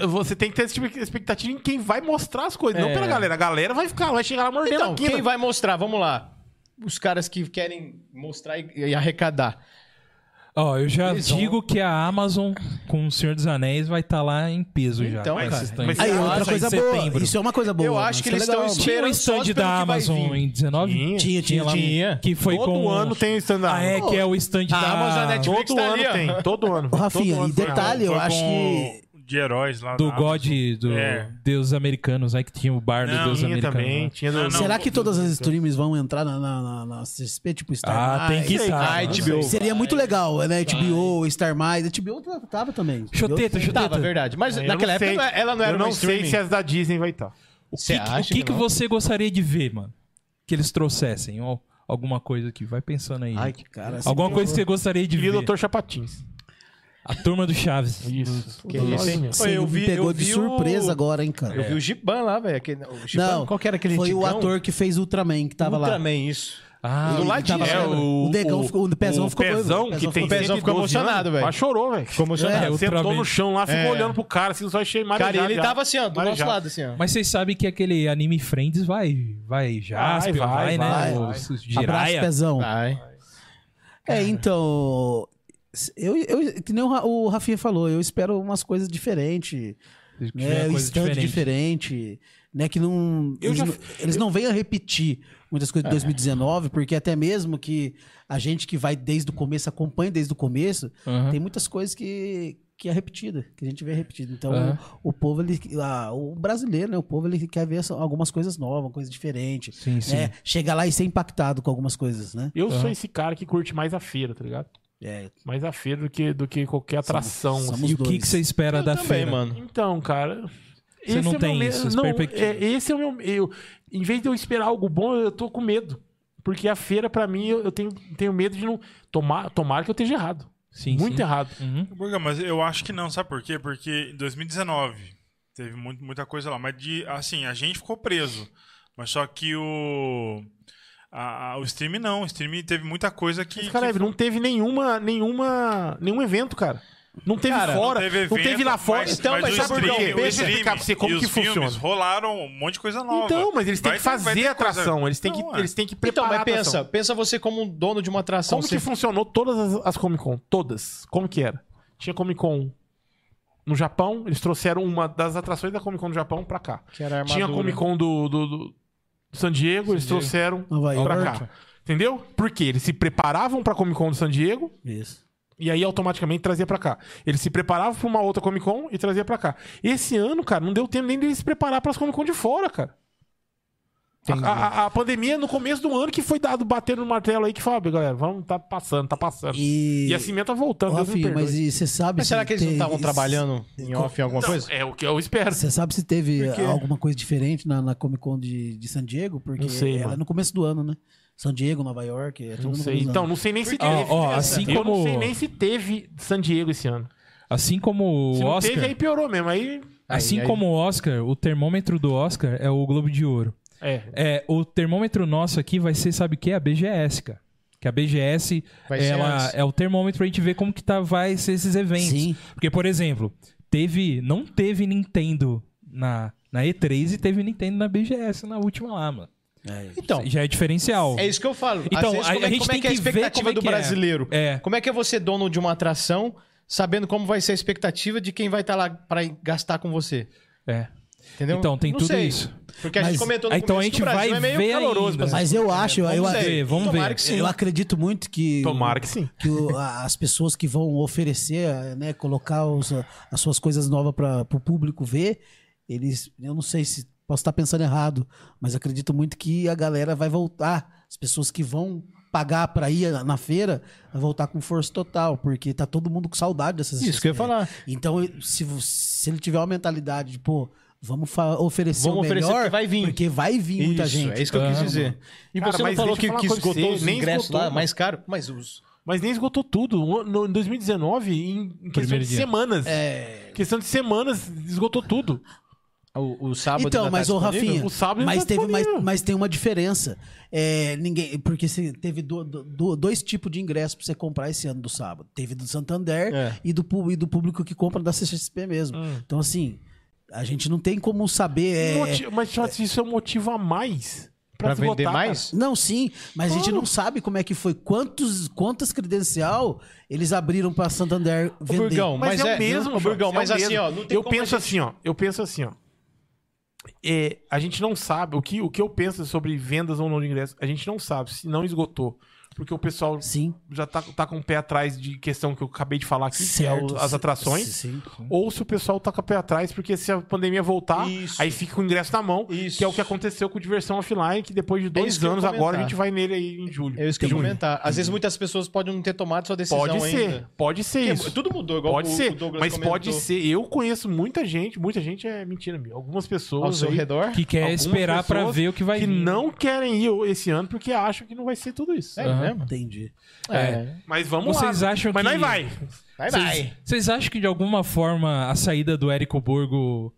Speaker 2: Não, Você tem que ter esse tipo de expectativa em quem vai mostrar as coisas, não
Speaker 5: É.
Speaker 2: pela galera. A galera vai ficar, vai chegar lá mordendo
Speaker 5: Então,
Speaker 2: a quina.
Speaker 5: quem vai mostrar? Vamos lá. Os caras que querem mostrar e, e arrecadar.
Speaker 1: Ó, eu já
Speaker 5: Eles vão-
Speaker 1: digo que a Amazon com o Senhor dos Anéis vai estar lá em peso já.
Speaker 5: Então,
Speaker 1: com
Speaker 5: cara,
Speaker 1: esses
Speaker 2: mas-
Speaker 1: tanques.
Speaker 4: Aí,
Speaker 2: eu
Speaker 4: outra
Speaker 2: acho
Speaker 1: em
Speaker 4: coisa boa.
Speaker 1: setembro.
Speaker 4: Isso é uma coisa boa.
Speaker 5: Eu acho
Speaker 4: isso
Speaker 5: que
Speaker 4: é
Speaker 5: eles
Speaker 4: legal,
Speaker 5: estão
Speaker 1: Tinha o
Speaker 5: Esperando só
Speaker 1: stand
Speaker 5: pelo que
Speaker 1: da
Speaker 5: vai
Speaker 1: Amazon
Speaker 5: vir.
Speaker 1: em 19?
Speaker 2: Tinha,
Speaker 4: tinha,
Speaker 1: lá
Speaker 5: tinha.
Speaker 1: um-
Speaker 5: Tinha.
Speaker 1: Que foi
Speaker 2: Todo
Speaker 1: com...
Speaker 2: ano tem o stand-up.
Speaker 1: Ah, é, que é o stand
Speaker 5: A
Speaker 1: da...
Speaker 5: Amazon é Netflix.
Speaker 2: Todo
Speaker 5: Tá
Speaker 2: ano
Speaker 5: ali, ó.
Speaker 2: tem. Todo ano.
Speaker 4: Ô,
Speaker 2: todo
Speaker 4: Rafinha,
Speaker 2: ano
Speaker 4: e
Speaker 2: tem.
Speaker 4: detalhe, eu
Speaker 3: Foi
Speaker 4: acho
Speaker 3: com
Speaker 4: que.
Speaker 3: De heróis lá
Speaker 1: Do
Speaker 3: na
Speaker 1: God,
Speaker 3: Amazon.
Speaker 1: do
Speaker 3: É.
Speaker 1: Deus Americanos, aí que tinha o bar do
Speaker 3: Não,
Speaker 1: Deus né?
Speaker 2: Tinha
Speaker 1: Americanos.
Speaker 2: também.
Speaker 1: lá.
Speaker 2: Tinha
Speaker 3: Não,
Speaker 2: do-
Speaker 3: não.
Speaker 4: Será que todas as streams vão entrar na, na, na, na CSP, tipo Star
Speaker 1: Ah, tem que
Speaker 4: Mais?
Speaker 1: estar.
Speaker 5: Ah,
Speaker 1: né?
Speaker 5: HBO.
Speaker 4: Seria muito legal, né? HBO, Star Mais. HBO tá, tava também.
Speaker 1: Chuteta,
Speaker 5: Tava,
Speaker 1: chuteta.
Speaker 5: verdade. Mas
Speaker 2: Eu
Speaker 5: naquela
Speaker 2: não sei.
Speaker 5: época não é- ela não era
Speaker 2: Eu
Speaker 5: uma
Speaker 2: não um sei
Speaker 5: streaming.
Speaker 2: se as da Disney vai estar.
Speaker 1: Que-
Speaker 5: Você
Speaker 1: o
Speaker 5: acha
Speaker 1: que, que,
Speaker 5: não?
Speaker 1: você gostaria de ver, mano? Que eles trouxessem? Ou alguma coisa aqui. Vai pensando aí.
Speaker 4: Ai, que cara. assim,
Speaker 1: alguma
Speaker 4: que
Speaker 1: coisa que
Speaker 4: horror.
Speaker 1: você gostaria de
Speaker 2: E
Speaker 1: ver?
Speaker 2: o Dr. Chapatins.
Speaker 1: A turma do Chaves.
Speaker 2: Isso.
Speaker 5: Que isso, hein, meu?
Speaker 4: Você
Speaker 5: Oi, eu
Speaker 4: me
Speaker 5: vi-
Speaker 4: pegou
Speaker 5: eu
Speaker 4: de
Speaker 5: vi o-
Speaker 4: surpresa agora, hein, cara.
Speaker 5: Eu vi o Giban lá, velho. aquele- o Giban,
Speaker 4: Não,
Speaker 5: qual que era aquele
Speaker 4: Foi o
Speaker 5: antigão?
Speaker 4: ator que fez Ultraman que tava lá.
Speaker 5: Ultraman, isso.
Speaker 1: Ah,
Speaker 5: Do
Speaker 4: Ele
Speaker 5: ladinho.
Speaker 4: tava-
Speaker 5: É,
Speaker 4: o- Negão ficou- o Pezão ficou doido.
Speaker 2: Pezão,
Speaker 4: O
Speaker 2: que tem
Speaker 4: Pezão ficou-
Speaker 5: O Pezão ficou
Speaker 2: 112 anos,
Speaker 5: emocionado, velho.
Speaker 2: Mas chorou, velho. Ficou
Speaker 5: emocionado.
Speaker 1: É,
Speaker 2: Sentou
Speaker 1: outra
Speaker 2: no
Speaker 1: vez.
Speaker 2: chão lá, ficou
Speaker 5: É.
Speaker 2: olhando pro cara, assim, só achei mais
Speaker 5: Cara, e ele tava assim, ó, do nosso
Speaker 2: Marejado.
Speaker 5: lado, assim, ó.
Speaker 1: Mas vocês sabem que aquele anime Friends vai, vai Jaspion,
Speaker 2: Vai, vai,
Speaker 1: vai, né?
Speaker 2: vai,
Speaker 1: O-
Speaker 2: vai.
Speaker 1: Os
Speaker 4: Abraço,
Speaker 1: Jiraiya.
Speaker 4: Pezão.
Speaker 5: Vai.
Speaker 4: É, então. Eu, eu, que nem o Ra- o Rafinha falou, eu espero umas coisas diferentes.
Speaker 1: Se tiver
Speaker 4: né, o
Speaker 1: coisa
Speaker 4: stand diferente.
Speaker 1: diferente.
Speaker 4: né, que não
Speaker 2: Eu
Speaker 4: eles,
Speaker 2: já-
Speaker 4: não, eles não venham a repetir muitas
Speaker 1: É.
Speaker 4: coisas de 2019, porque até mesmo que a gente que vai desde o começo acompanha desde o começo,
Speaker 1: Aham.
Speaker 4: tem muitas coisas que que é repetida, que a gente vê repetida. Então,
Speaker 1: Aham.
Speaker 4: o, o povo ele ah, o brasileiro, né, o povo ele quer ver só algumas coisas novas, coisas diferentes,
Speaker 1: Sim, sim.
Speaker 4: né? Chegar lá e ser impactado com algumas coisas, né?
Speaker 2: Eu sou
Speaker 1: Aham.
Speaker 2: esse cara que curte mais a feira, tá ligado?
Speaker 4: É,
Speaker 2: Mais a feira do que, do que qualquer atração.
Speaker 4: somos-
Speaker 2: assim.
Speaker 1: E o que,
Speaker 4: dois.
Speaker 1: que você espera
Speaker 5: Eu
Speaker 1: da
Speaker 5: também,
Speaker 1: feira?
Speaker 5: mano.
Speaker 2: Então, cara. é
Speaker 1: Você não
Speaker 2: meu
Speaker 1: tem
Speaker 2: me-
Speaker 1: essas
Speaker 2: não,
Speaker 1: perspectivas.
Speaker 2: é, esse é o meu. Eu, em vez de eu esperar algo bom, eu tô com medo. Porque a feira, pra mim, eu eu tenho, tenho medo de não. Tomar, tomara que eu esteja errado.
Speaker 1: Sim,
Speaker 2: Muito
Speaker 1: sim.
Speaker 2: errado.
Speaker 1: Uhum.
Speaker 3: Burga, mas eu acho que não, sabe por quê? Porque em 2019 teve muito, muita coisa lá, mas de, assim, a gente ficou preso. Mas só que o. a- a- o stream não, o stream teve muita coisa que.
Speaker 2: Mas, cara, é
Speaker 3: que-
Speaker 2: não teve nenhuma, nenhuma, nenhum evento, cara. Não teve fora. Não teve,
Speaker 3: evento,
Speaker 2: lá fora.
Speaker 3: mas-
Speaker 2: então,
Speaker 3: mas,
Speaker 2: mas,
Speaker 3: o
Speaker 2: sabe por
Speaker 3: stream,
Speaker 2: quê?
Speaker 3: o
Speaker 2: Deixa eu
Speaker 3: stream
Speaker 2: explicar pra você
Speaker 3: e
Speaker 2: como
Speaker 3: os
Speaker 2: que
Speaker 3: filmes
Speaker 2: funciona.
Speaker 3: rolaram um monte de coisa nova.
Speaker 2: Então, mas eles têm
Speaker 3: Vai
Speaker 2: que
Speaker 3: ter- vai
Speaker 2: fazer
Speaker 3: ter coisa-
Speaker 2: atração. Eles têm
Speaker 3: Não,
Speaker 2: que,
Speaker 3: é.
Speaker 2: eles têm que
Speaker 5: Então,
Speaker 2: preparar
Speaker 5: mas
Speaker 2: a atração.
Speaker 5: pensa, pensa você como um dono de uma atração.
Speaker 2: Como
Speaker 5: você
Speaker 2: que funcionou todas as, as Comic Con? Todas. Como que era? Tinha Comic Con no Japão, eles trouxeram uma das atrações da Comic Con do Japão pra cá.
Speaker 5: Que era a
Speaker 2: Tinha a
Speaker 5: armadura.
Speaker 2: Comic Con do, do, do San Diego, eles trouxeram
Speaker 4: Nova
Speaker 2: pra
Speaker 4: York.
Speaker 2: cá. Entendeu? Porque eles se preparavam pra Comic Con do San Diego
Speaker 4: isso.
Speaker 2: e aí automaticamente trazia pra cá. Eles se preparavam pra uma outra Comic Con e trazia pra cá. Esse ano, cara, não deu tempo nem de eles se preparar pras Comic Con de fora, cara.
Speaker 5: Entendi.
Speaker 2: A, a- a pandemia no começo do ano que foi dado batendo no martelo aí que Fábio, galera, vamos, tá passando, tá passando. E, assim
Speaker 4: E,
Speaker 2: a cimenta voltando,
Speaker 4: Ó,
Speaker 2: Deus me
Speaker 4: filho,
Speaker 2: perdoe.
Speaker 4: mas e você sabe
Speaker 5: Mas será que eles não estavam
Speaker 4: teve-
Speaker 5: trabalhando em off em alguma
Speaker 2: Não,
Speaker 5: coisa?
Speaker 2: é o que eu espero.
Speaker 4: Você sabe se teve
Speaker 3: Por quê?
Speaker 4: alguma coisa diferente na, na Comic Con de, de San Diego? Porque
Speaker 2: Não sei,
Speaker 4: ela
Speaker 2: mano.
Speaker 4: é no começo do ano, né? San Diego, Nova York, é tudo
Speaker 2: Não
Speaker 4: no
Speaker 2: sei.
Speaker 4: começo do
Speaker 2: Então,
Speaker 4: ano.
Speaker 2: não sei nem se
Speaker 1: Ó,
Speaker 2: teve.
Speaker 1: ó, assim
Speaker 2: eu não
Speaker 1: como-
Speaker 2: sei nem se teve San Diego esse ano.
Speaker 1: Assim como
Speaker 2: Se
Speaker 1: o
Speaker 2: não
Speaker 1: Oscar.
Speaker 2: teve, aí piorou mesmo. Aí.
Speaker 1: Assim
Speaker 5: Aí, aí-
Speaker 1: como o Oscar, o termômetro do Oscar é o Globo de Ouro.
Speaker 2: É.
Speaker 1: É, o termômetro nosso aqui vai ser, sabe o que? A BGS, cara. Que a BGS
Speaker 5: Vai ser
Speaker 1: ela
Speaker 5: antes.
Speaker 1: é o termômetro pra gente ver como que tá, vai ser esses eventos.
Speaker 4: Sim.
Speaker 1: Porque, por exemplo, teve, não teve Nintendo na, na E3 e teve Nintendo na BGS na última lá, mano.
Speaker 5: Então,
Speaker 1: Já é diferencial.
Speaker 5: é isso que eu falo. Às
Speaker 1: Então,
Speaker 5: vezes,
Speaker 1: a-
Speaker 5: como é-
Speaker 1: a gente
Speaker 5: como é
Speaker 1: tem
Speaker 5: que é a
Speaker 1: que ver como
Speaker 5: expectativa
Speaker 1: é
Speaker 5: do
Speaker 1: que é.
Speaker 5: brasileiro?
Speaker 1: É.
Speaker 5: Como é que é você dono de uma atração, sabendo como vai ser a expectativa de quem vai estar lá para gastar com você?
Speaker 1: É.
Speaker 5: Entendeu?
Speaker 1: Então, tem
Speaker 5: Não
Speaker 1: tudo
Speaker 5: sei.
Speaker 1: isso.
Speaker 5: Porque a
Speaker 4: Mas-
Speaker 5: gente comentou no
Speaker 1: Ah, então
Speaker 5: começo
Speaker 1: a gente
Speaker 5: que o Brasil
Speaker 1: vai
Speaker 5: é meio
Speaker 1: ver
Speaker 5: caloroso
Speaker 1: ainda.
Speaker 5: pra
Speaker 4: Mas eu acho, eu,
Speaker 1: Vamos ver, vamos
Speaker 5: Tomara
Speaker 1: ver.
Speaker 5: que sim.
Speaker 4: eu acredito muito que,
Speaker 2: Tomara que sim.
Speaker 4: que o- a- as pessoas que vão oferecer, né, colocar os- as suas coisas novas para o público ver, eles, eu não sei se posso estar pensando errado, mas acredito muito que a galera vai voltar, as pessoas que vão pagar para ir na feira, vai voltar com força total, porque tá todo mundo com saudade dessas
Speaker 5: Isso que eu ia
Speaker 4: experiências.
Speaker 5: falar.
Speaker 4: Então, eu- se, vo- se ele tiver uma mentalidade de, pô, vamos fa- oferecer
Speaker 5: Vamos
Speaker 4: o
Speaker 5: oferecer
Speaker 4: melhor,
Speaker 5: porque vai vir.
Speaker 4: porque vai vir muita
Speaker 5: Isso,
Speaker 4: gente.
Speaker 5: É isso que eu quis dizer. E
Speaker 2: Cara,
Speaker 5: você não
Speaker 2: mas deixa
Speaker 5: falou
Speaker 2: eu
Speaker 5: que,
Speaker 2: falar
Speaker 5: que
Speaker 2: uma coisa pra
Speaker 5: esgotou
Speaker 2: você,
Speaker 5: os
Speaker 2: nem
Speaker 5: ingressos
Speaker 2: esgotou,
Speaker 5: lá,
Speaker 2: mano.
Speaker 5: mais caro, mas os...
Speaker 2: Mas nem esgotou tudo. O- no- em 2019, em, em questão
Speaker 1: Primeiro
Speaker 2: de
Speaker 1: dia. É.
Speaker 2: semanas.
Speaker 4: É,
Speaker 2: Questão de semanas, esgotou tudo.
Speaker 5: O, o sábado
Speaker 4: Então,
Speaker 5: ainda tá
Speaker 4: mas ô
Speaker 5: disponível?
Speaker 4: Rafinha,
Speaker 2: O sábado
Speaker 4: mas,
Speaker 2: tá
Speaker 4: teve, mas,
Speaker 2: disponível.
Speaker 4: mas tem uma diferença. É, ninguém, porque se teve do- do- dois tipos de ingresso pra você comprar esse ano do sábado. Teve do Santander
Speaker 5: É.
Speaker 4: e, do, pú- e do público que compra da CXP mesmo. Então, assim, a gente não tem como saber. é,
Speaker 2: Moti- mas eu acho que isso é um motivo a mais pra,
Speaker 5: Pra
Speaker 2: esgotar,
Speaker 5: vender
Speaker 2: cara.
Speaker 5: mais?
Speaker 4: Não, sim, mas a gente não sabe como é que foi, quantos, quantas credencial eles abriram pra Santander
Speaker 5: Ô,
Speaker 4: vender.
Speaker 5: Burgão,
Speaker 2: Mas,
Speaker 5: mas,
Speaker 2: é, o mesmo,
Speaker 5: ô, Burgão,
Speaker 2: Jorge,
Speaker 5: mas
Speaker 2: é o
Speaker 5: assim,
Speaker 2: mesmo.
Speaker 5: ó, não tem
Speaker 2: eu
Speaker 5: como a
Speaker 2: penso assim, ó, eu penso assim, ó. É, a gente não sabe o que o que eu penso sobre vendas ou não de ingresso. A gente não sabe se não esgotou, porque o pessoal
Speaker 4: Sim.
Speaker 2: já tá, tá com o pé atrás de questão que eu acabei de falar aqui, que é o- as atrações.
Speaker 4: Sim.
Speaker 2: Ou se o pessoal tá com o pé atrás, porque se a pandemia voltar,
Speaker 5: Isso.
Speaker 2: aí fica com o ingresso na mão,
Speaker 5: Isso.
Speaker 2: que é o que aconteceu com o Diversão Offline, que depois de dois
Speaker 5: É isso que eu ia
Speaker 2: anos agora a
Speaker 5: comentar.
Speaker 2: gente vai nele aí em julho.
Speaker 5: É isso que eu ia
Speaker 2: Junho.
Speaker 5: comentar. Às vezes muitas pessoas podem não ter tomado sua decisão
Speaker 2: Pode ser,
Speaker 5: ainda.
Speaker 2: pode ser
Speaker 5: Porque
Speaker 2: isso.
Speaker 5: Tudo mudou, igual
Speaker 2: Pode
Speaker 5: o-
Speaker 2: ser,
Speaker 5: o Douglas
Speaker 2: mas
Speaker 5: comentou
Speaker 2: pode ser. Eu conheço muita gente, muita gente é mentira, meu. Algumas
Speaker 5: Ao
Speaker 2: pessoas
Speaker 5: seu
Speaker 2: aí
Speaker 5: redor.
Speaker 1: Que quer
Speaker 2: Algumas
Speaker 1: esperar pra
Speaker 2: pessoas
Speaker 1: ver o que vai
Speaker 2: que
Speaker 1: vir.
Speaker 2: não querem ir esse ano porque acham que não vai ser tudo isso.
Speaker 5: É
Speaker 1: Aham.
Speaker 5: mesmo?
Speaker 4: Entendi.
Speaker 5: É.
Speaker 2: Mas vamos
Speaker 1: Vocês
Speaker 2: lá.
Speaker 1: acham
Speaker 2: mas
Speaker 1: que-
Speaker 2: nós vai.
Speaker 5: Vai,
Speaker 1: Vocês,
Speaker 5: vai.
Speaker 1: vocês acham que de alguma forma a saída do Érico Borgo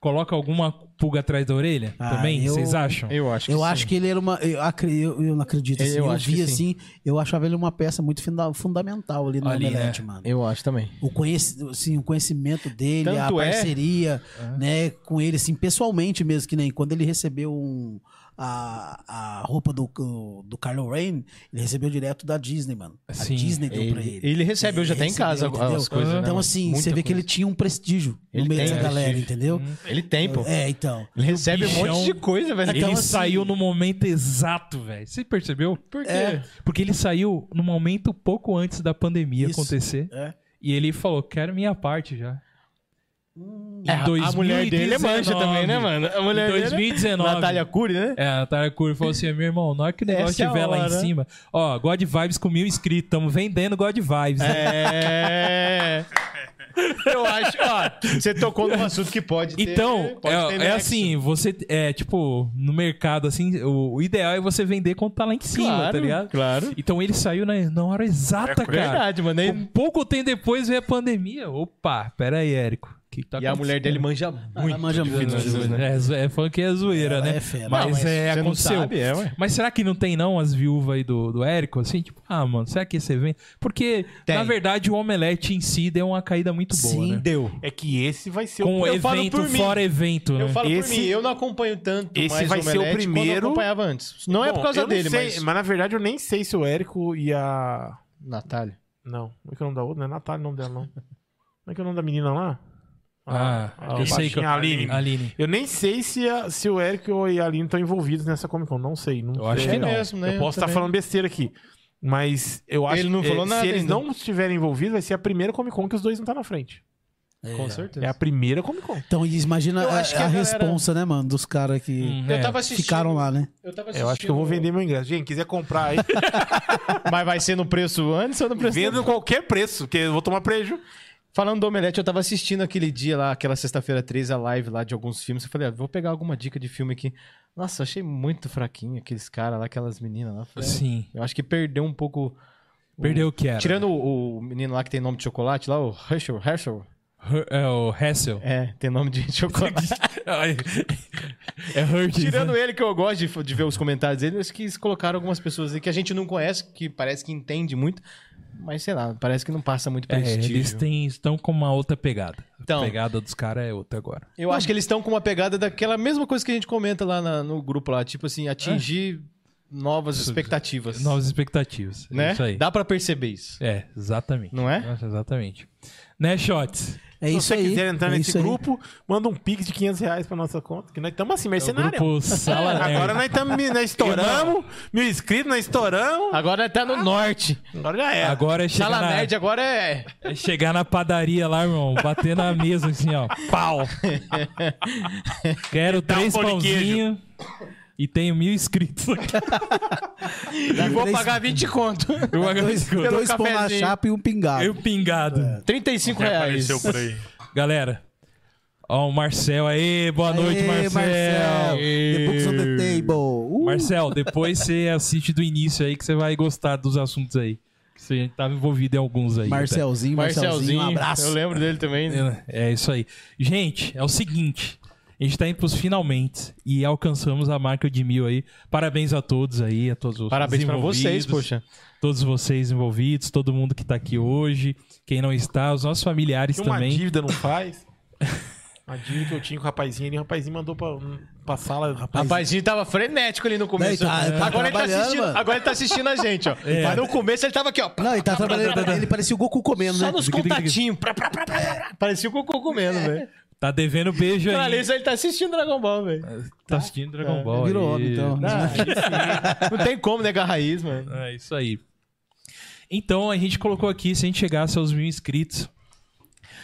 Speaker 1: coloca alguma pulga atrás da orelha?
Speaker 4: Ah,
Speaker 1: Também?
Speaker 4: eu-
Speaker 1: Vocês acham?
Speaker 5: Eu acho que
Speaker 4: eu
Speaker 5: sim.
Speaker 4: acho que ele era uma. Eu, acre- eu, eu não acredito. Assim,
Speaker 5: Eu
Speaker 4: eu
Speaker 5: acho que
Speaker 4: vi
Speaker 5: sim.
Speaker 4: assim, eu achava ele uma peça muito funda- fundamental ali no
Speaker 1: Ali,
Speaker 4: Omelete, mano.
Speaker 5: Eu acho também.
Speaker 4: O, conheci, assim, o conhecimento dele, a
Speaker 5: Tanto é-
Speaker 4: parceria né, com ele, assim, pessoalmente mesmo, que nem quando ele recebeu um- a, a roupa do, do Carlo Rain, ele recebeu direto da Disney, mano. A
Speaker 1: Sim,
Speaker 4: Disney deu pra
Speaker 5: Ele,
Speaker 4: ele.
Speaker 5: ele recebe hoje
Speaker 4: Ele
Speaker 5: até em casa
Speaker 4: recebeu,
Speaker 5: as
Speaker 4: entendeu?
Speaker 5: coisas. né,
Speaker 4: Então,
Speaker 5: mano?
Speaker 4: assim,
Speaker 5: Muita
Speaker 4: você vê que ele
Speaker 5: coisa.
Speaker 4: tinha um prestígio
Speaker 5: Ele
Speaker 4: no meio
Speaker 5: tem
Speaker 4: da
Speaker 5: um
Speaker 4: galera,
Speaker 5: prestígio.
Speaker 4: entendeu?
Speaker 5: Ele tem, pô.
Speaker 4: É, então.
Speaker 5: Ele recebe um monte de
Speaker 1: bichão- É
Speaker 5: coisa, velho.
Speaker 1: ele saiu no momento exato, velho. Você percebeu? Por quê? Porque ele saiu no momento pouco antes da pandemia
Speaker 4: Isso.
Speaker 1: acontecer.
Speaker 4: É.
Speaker 1: E ele falou, quero minha parte já.
Speaker 5: É, a- a mulher dele é mancha
Speaker 1: 2019.
Speaker 5: também, né, mano? A mulher
Speaker 1: Em 2019.
Speaker 5: dele. Natália Cury, né?
Speaker 1: É, a Tara Curi falou assim, meu irmão, na hora que o negócio
Speaker 5: Essa é a
Speaker 1: estiver lá em
Speaker 5: hora.
Speaker 1: cima... Ó, God Vibes com mil inscritos, tamo vendendo God Vibes. né?
Speaker 5: É. Eu acho, ó, você tocou num assunto que pode ter. né?
Speaker 1: Então,
Speaker 5: pode
Speaker 1: é,
Speaker 5: ter
Speaker 1: é
Speaker 5: nexo.
Speaker 1: assim, você é tipo, no mercado, assim, o, o ideal é você vender quando tá lá em cima,
Speaker 5: Claro,
Speaker 1: tá ligado?
Speaker 5: claro.
Speaker 1: Então ele saiu na, na hora exata,
Speaker 3: É
Speaker 1: cara.
Speaker 5: Verdade, mano.
Speaker 1: Um
Speaker 5: E,
Speaker 1: pouco tempo depois veio a pandemia. Opa, pera aí, Érico. O Que que tá
Speaker 5: e a mulher dele
Speaker 1: acontecendo?
Speaker 5: manja muito.
Speaker 4: Ela manja
Speaker 5: de
Speaker 4: muito,
Speaker 5: finanças,
Speaker 4: né?
Speaker 5: né?
Speaker 1: É, zo- é funk é zoeira,
Speaker 4: Ela
Speaker 1: né?
Speaker 4: é fera.
Speaker 1: Mas,
Speaker 5: Não,
Speaker 1: é,
Speaker 5: mas você não
Speaker 1: aconteceu.
Speaker 5: sabe, é, ué.
Speaker 1: Mas será que não tem, não, as viúvas aí do, do Érico? Assim, tipo, ah, mano, será que esse evento. Porque,
Speaker 5: Tem.
Speaker 1: na verdade, o omelete em si deu uma caída muito boa,
Speaker 4: Sim.
Speaker 1: né?
Speaker 5: Deu.
Speaker 2: É que esse vai ser
Speaker 1: Com
Speaker 2: o
Speaker 5: eu falo
Speaker 1: evento
Speaker 5: por mim.
Speaker 1: fora evento, né?
Speaker 5: Eu falo
Speaker 2: Esse-
Speaker 5: por mim, eu não acompanho tanto
Speaker 2: Esse
Speaker 5: mais
Speaker 2: vai ser o
Speaker 5: Omelete quanto
Speaker 2: primeiro-
Speaker 5: eu acompanhava antes. Não é
Speaker 2: Bom,
Speaker 5: por causa
Speaker 2: eu não
Speaker 5: dele,
Speaker 2: sei,
Speaker 5: mas...
Speaker 2: na verdade eu nem sei se o Érico e a
Speaker 5: Natália.
Speaker 2: não, como é que é o nome da outra? Não é Natália o nome dela não. Como é que é o nome da menina lá?
Speaker 1: Ah,
Speaker 2: a
Speaker 1: eu sei que.
Speaker 2: baixinha, a Aline.
Speaker 1: Aline.
Speaker 2: Eu nem sei se, a- se o Érico e a Aline estão envolvidos nessa Comic Con. Não sei. Não
Speaker 1: Eu tá
Speaker 2: sei.
Speaker 1: acho que
Speaker 5: É
Speaker 1: não.
Speaker 5: mesmo, né?
Speaker 2: Eu posso estar
Speaker 5: também.
Speaker 2: falando besteira aqui. Mas eu acho
Speaker 5: Ele não
Speaker 2: que
Speaker 5: falou
Speaker 2: eh,
Speaker 5: nada
Speaker 2: se eles
Speaker 5: ainda.
Speaker 2: não estiverem envolvidos, vai ser a primeira Comic Con que os dois não estão tá na frente.
Speaker 5: Com certeza.
Speaker 2: É a primeira Comic Con.
Speaker 4: Então, e imagina
Speaker 5: Eu
Speaker 4: a,
Speaker 5: acho que
Speaker 4: a
Speaker 5: a galera-
Speaker 4: responsa, né, mano, dos caras que
Speaker 1: Hum,
Speaker 5: Eu
Speaker 1: é.
Speaker 5: tava assistindo.
Speaker 4: ficaram lá, né?
Speaker 5: Eu tava assistindo.
Speaker 2: Eu acho que eu vou vender meu ingresso. Gente, quiser comprar aí,
Speaker 5: Mas vai ser no preço antes ou no preço
Speaker 2: vendo qualquer preço, porque eu vou tomar prejuízo.
Speaker 5: Falando do Omelete, eu tava assistindo aquele dia lá, aquela sexta-feira 13, a live lá de alguns filmes. Eu falei, ah, vou pegar alguma dica de filme aqui. Nossa, eu achei muito fraquinho aqueles caras lá, aquelas meninas lá. Eu falei,
Speaker 1: Sim.
Speaker 5: Eu acho que perdeu um pouco. o-
Speaker 1: Perdeu o que era.
Speaker 5: Tirando o, o menino lá que tem nome de chocolate lá, o Herschel, Herschel.
Speaker 1: Her- é o Hassel.
Speaker 5: É, tem nome de *laughs* chocolate.
Speaker 1: Ai, é Hurt.
Speaker 5: Tirando ele que eu gosto de, de ver os comentários dele, eu acho que eles colocaram algumas pessoas aí que a gente não conhece, que parece que entende muito, mas sei lá, parece que não passa muito
Speaker 1: É,
Speaker 5: prestígio.
Speaker 1: eles têm, estão com uma outra pegada.
Speaker 5: Então.
Speaker 1: a pegada dos caras é outra agora.
Speaker 5: Eu acho que eles estão com uma pegada daquela mesma coisa que a gente comenta lá na- no grupo lá, tipo assim, atingir novas expectativas.
Speaker 1: Novas expectativas. é
Speaker 5: né?
Speaker 1: Isso aí.
Speaker 5: Dá pra perceber isso.
Speaker 1: É, exatamente.
Speaker 5: Não é?
Speaker 1: Nossa, exatamente. Né, Shots?
Speaker 4: É
Speaker 2: Se
Speaker 4: isso
Speaker 2: você
Speaker 4: aí.
Speaker 2: quiser entrar
Speaker 4: é
Speaker 2: nesse
Speaker 4: isso aí.
Speaker 2: grupo, manda um pix de 500 reais pra nossa conta, que nós estamos assim,
Speaker 1: *laughs* É o
Speaker 2: mercenário.
Speaker 1: grupo
Speaker 5: *laughs*
Speaker 1: Sala Nerd.
Speaker 2: Agora
Speaker 5: é.
Speaker 2: nós, tamo, nós estouramos, mil inscritos, nós estouramos.
Speaker 5: Agora tá no norte.
Speaker 2: Agora já era.
Speaker 1: Agora é chegar,
Speaker 5: Sala
Speaker 1: na,
Speaker 5: média agora é.
Speaker 1: é chegar na padaria lá, irmão. Bater na mesa assim, ó. Pau! Quero
Speaker 2: dá um
Speaker 1: três
Speaker 2: pão de
Speaker 1: pãozinhos. E tenho mil inscritos aqui.
Speaker 5: E vou
Speaker 4: três-
Speaker 5: pagar 20 conto.
Speaker 1: Eu
Speaker 2: *laughs*
Speaker 1: agradeço.
Speaker 4: *laughs*
Speaker 5: pelo
Speaker 4: Dois pão na
Speaker 5: cafezinho.
Speaker 4: chapa e um pingado.
Speaker 1: Eu pingado.
Speaker 5: 35
Speaker 2: é
Speaker 3: Quem
Speaker 5: reais.
Speaker 3: apareceu por aí.
Speaker 2: Um
Speaker 1: Galera. Ó, o Marcel aí. Boa noite,
Speaker 4: Aê,
Speaker 1: Marcel.
Speaker 4: Marcel. The books on the table. Uh,
Speaker 1: Marcel, depois você assiste do início aí que você vai gostar dos assuntos aí. Que você tava envolvido em alguns aí.
Speaker 4: Marcelzinho, Marcelzinho,
Speaker 5: *laughs* Marcelzinho,
Speaker 4: um abraço.
Speaker 5: Eu lembro dele também.
Speaker 1: É isso aí. Gente, é o seguinte. A gente tá indo pros finalmente e alcançamos a marca de mil aí. Parabéns a todos aí, a todos os
Speaker 5: Parabéns pra vocês,
Speaker 1: envolvidos,
Speaker 5: poxa.
Speaker 1: Todos vocês envolvidos, todo mundo que tá aqui hoje, quem não está, os nossos familiares
Speaker 2: que uma
Speaker 1: também.
Speaker 2: dívida não
Speaker 1: *laughs*
Speaker 2: faz. Uma dívida que eu tinha com o rapazinho ali, o rapazinho mandou pra, um, pra sala.
Speaker 5: Rapazinho tava frenético ali no começo.
Speaker 4: Não, ele tá- tá
Speaker 5: agora, ele tá
Speaker 4: trabalhando,
Speaker 5: assistindo,
Speaker 4: mano.
Speaker 5: agora ele tá assistindo a gente, ó. Mas no começo ele tava aqui, ó.
Speaker 4: Não, ele tá trabalhando. Ele parecia o Goku comendo, né?
Speaker 5: Só nos contatinhos. pra, pra, pra, pra, pra. Parecia o Goku comendo, velho.
Speaker 1: Tá devendo beijo
Speaker 5: Pra
Speaker 1: aí.
Speaker 5: isso ele tá assistindo Dragon Ball, velho.
Speaker 1: Tá assistindo Dragon Ball.
Speaker 4: É,
Speaker 1: aí.
Speaker 4: Virou homem, então.
Speaker 5: Não tem como negar a raiz, mano.
Speaker 1: É isso aí. Então, a gente colocou aqui, se a gente chegasse aos mil inscritos,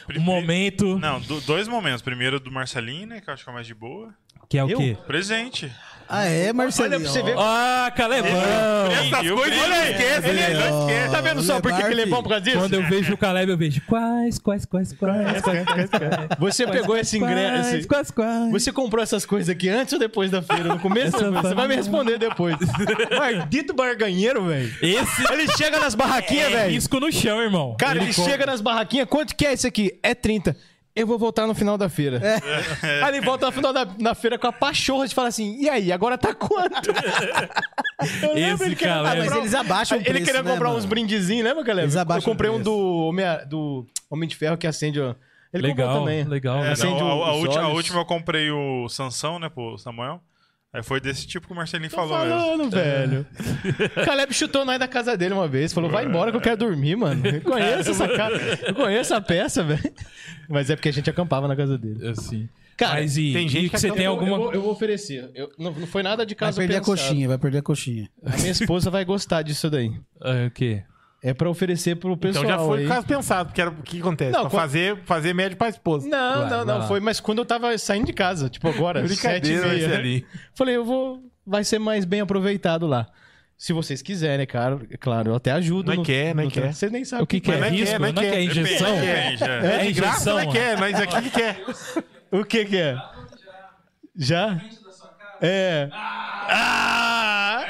Speaker 1: um
Speaker 3: Primeiro-
Speaker 1: momento
Speaker 3: Não, do- dois momentos. Primeiro do Marcelinho, né? Que eu acho que é o mais de boa.
Speaker 1: que é o
Speaker 5: Eu?
Speaker 1: quê?
Speaker 3: Presente.
Speaker 4: Ah, é, Marcelinho.
Speaker 5: Olha pra você ver.
Speaker 1: Ah, Calebão!
Speaker 2: Essas coisas eu não esqueço,
Speaker 4: Ele é-
Speaker 2: não esqueço.
Speaker 5: Tá vendo só por que que ele é bom por causa disso?
Speaker 1: Quando eu vejo o Caleb, eu vejo quais, quais, quais, quais, quais, quais,
Speaker 5: Você pegou esse ingresso.
Speaker 1: quais,
Speaker 5: esse-
Speaker 1: quais, quais.
Speaker 5: Você comprou essas coisas aqui antes ou depois da feira? No começo?
Speaker 1: Essa
Speaker 5: Você vai me responder *laughs* depois. Maldito barganheiro, velho.
Speaker 1: Esse
Speaker 5: Ele chega nas barraquinhas,
Speaker 1: é
Speaker 5: velho.
Speaker 1: risco no chão, irmão.
Speaker 5: Cara, ele, chega nas barraquinhas, quanto que é isso aqui? É 30. Eu vou voltar no final da feira. Aí ele volta no final da na feira com a pachorra de falar assim: e aí, agora tá quanto? Eu
Speaker 1: Esse
Speaker 5: querendo
Speaker 1: cara é-
Speaker 5: comprar
Speaker 4: Ah, Mas eles abaixam o
Speaker 5: Ele
Speaker 4: preço,
Speaker 5: queria
Speaker 4: né,
Speaker 5: comprar
Speaker 4: mano?
Speaker 5: uns brindezinhos, lembra, galera?
Speaker 4: Eles
Speaker 5: Eu
Speaker 4: abaixam
Speaker 5: comprei
Speaker 4: o
Speaker 5: um
Speaker 4: preço.
Speaker 5: do Homem, do Homem de Ferro que acende, ó. Ele comprou
Speaker 1: Legal,
Speaker 5: também.
Speaker 1: legal.
Speaker 3: É,
Speaker 1: legal.
Speaker 5: Acende
Speaker 3: não, a-
Speaker 5: os
Speaker 3: a, última, a
Speaker 5: olhos.
Speaker 3: última eu comprei o Sansão, né, pro Samuel. Aí foi desse tipo que o Marcelinho
Speaker 5: Tô
Speaker 3: falou mesmo.
Speaker 5: falando,
Speaker 1: É. *laughs*
Speaker 5: velho. Caleb chutou nós da casa dele uma vez, falou: vai embora que eu quero dormir, mano. Eu conheço essa casa, eu conheço a peça, velho. Mas é porque a gente acampava na casa dele.
Speaker 1: Assim.
Speaker 5: Cara,
Speaker 1: Mas e,
Speaker 2: tem
Speaker 1: e
Speaker 2: gente
Speaker 1: que
Speaker 2: que
Speaker 1: você tem
Speaker 5: Eu-
Speaker 1: alguma...
Speaker 5: Eu vou, eu vou oferecer. Eu- não, não foi nada de
Speaker 4: Vai
Speaker 5: caso
Speaker 4: perder a
Speaker 5: pensado.
Speaker 4: coxinha, vai perder a coxinha.
Speaker 5: A minha esposa vai gostar disso daí.
Speaker 1: Ah, o quê?
Speaker 5: É pra oferecer pro pessoal
Speaker 2: Então já foi
Speaker 5: aí.
Speaker 2: caso pensado, porque era o que acontece?
Speaker 5: Não,
Speaker 2: pra
Speaker 5: quando-
Speaker 2: fazer, fazer médio pra esposa.
Speaker 5: Não,
Speaker 1: Vai,
Speaker 5: não,
Speaker 1: vai
Speaker 5: não.
Speaker 1: lá.
Speaker 5: Foi, mas quando eu tava saindo de casa, tipo agora, sete e
Speaker 2: Brincadeira,
Speaker 5: meia.
Speaker 2: Marcelinho.
Speaker 5: Falei, eu vou. Vai ser mais bem aproveitado lá. Se vocês quiserem, cara, é claro, eu até ajudo.
Speaker 2: Nós
Speaker 5: no-
Speaker 2: quer,
Speaker 3: né,
Speaker 2: nós
Speaker 5: no-
Speaker 2: quer.
Speaker 5: Você nem sabe
Speaker 1: O que que
Speaker 5: vai-
Speaker 1: é
Speaker 2: não é que é,
Speaker 1: risco?
Speaker 2: não é
Speaker 1: Não é
Speaker 2: que
Speaker 1: que é
Speaker 2: é.
Speaker 1: injeção?
Speaker 3: Depende, é.
Speaker 1: É
Speaker 2: De graça,
Speaker 1: injeção?
Speaker 2: não quer, mas é aqui que quer.
Speaker 5: O que que é? Já? É. Ah!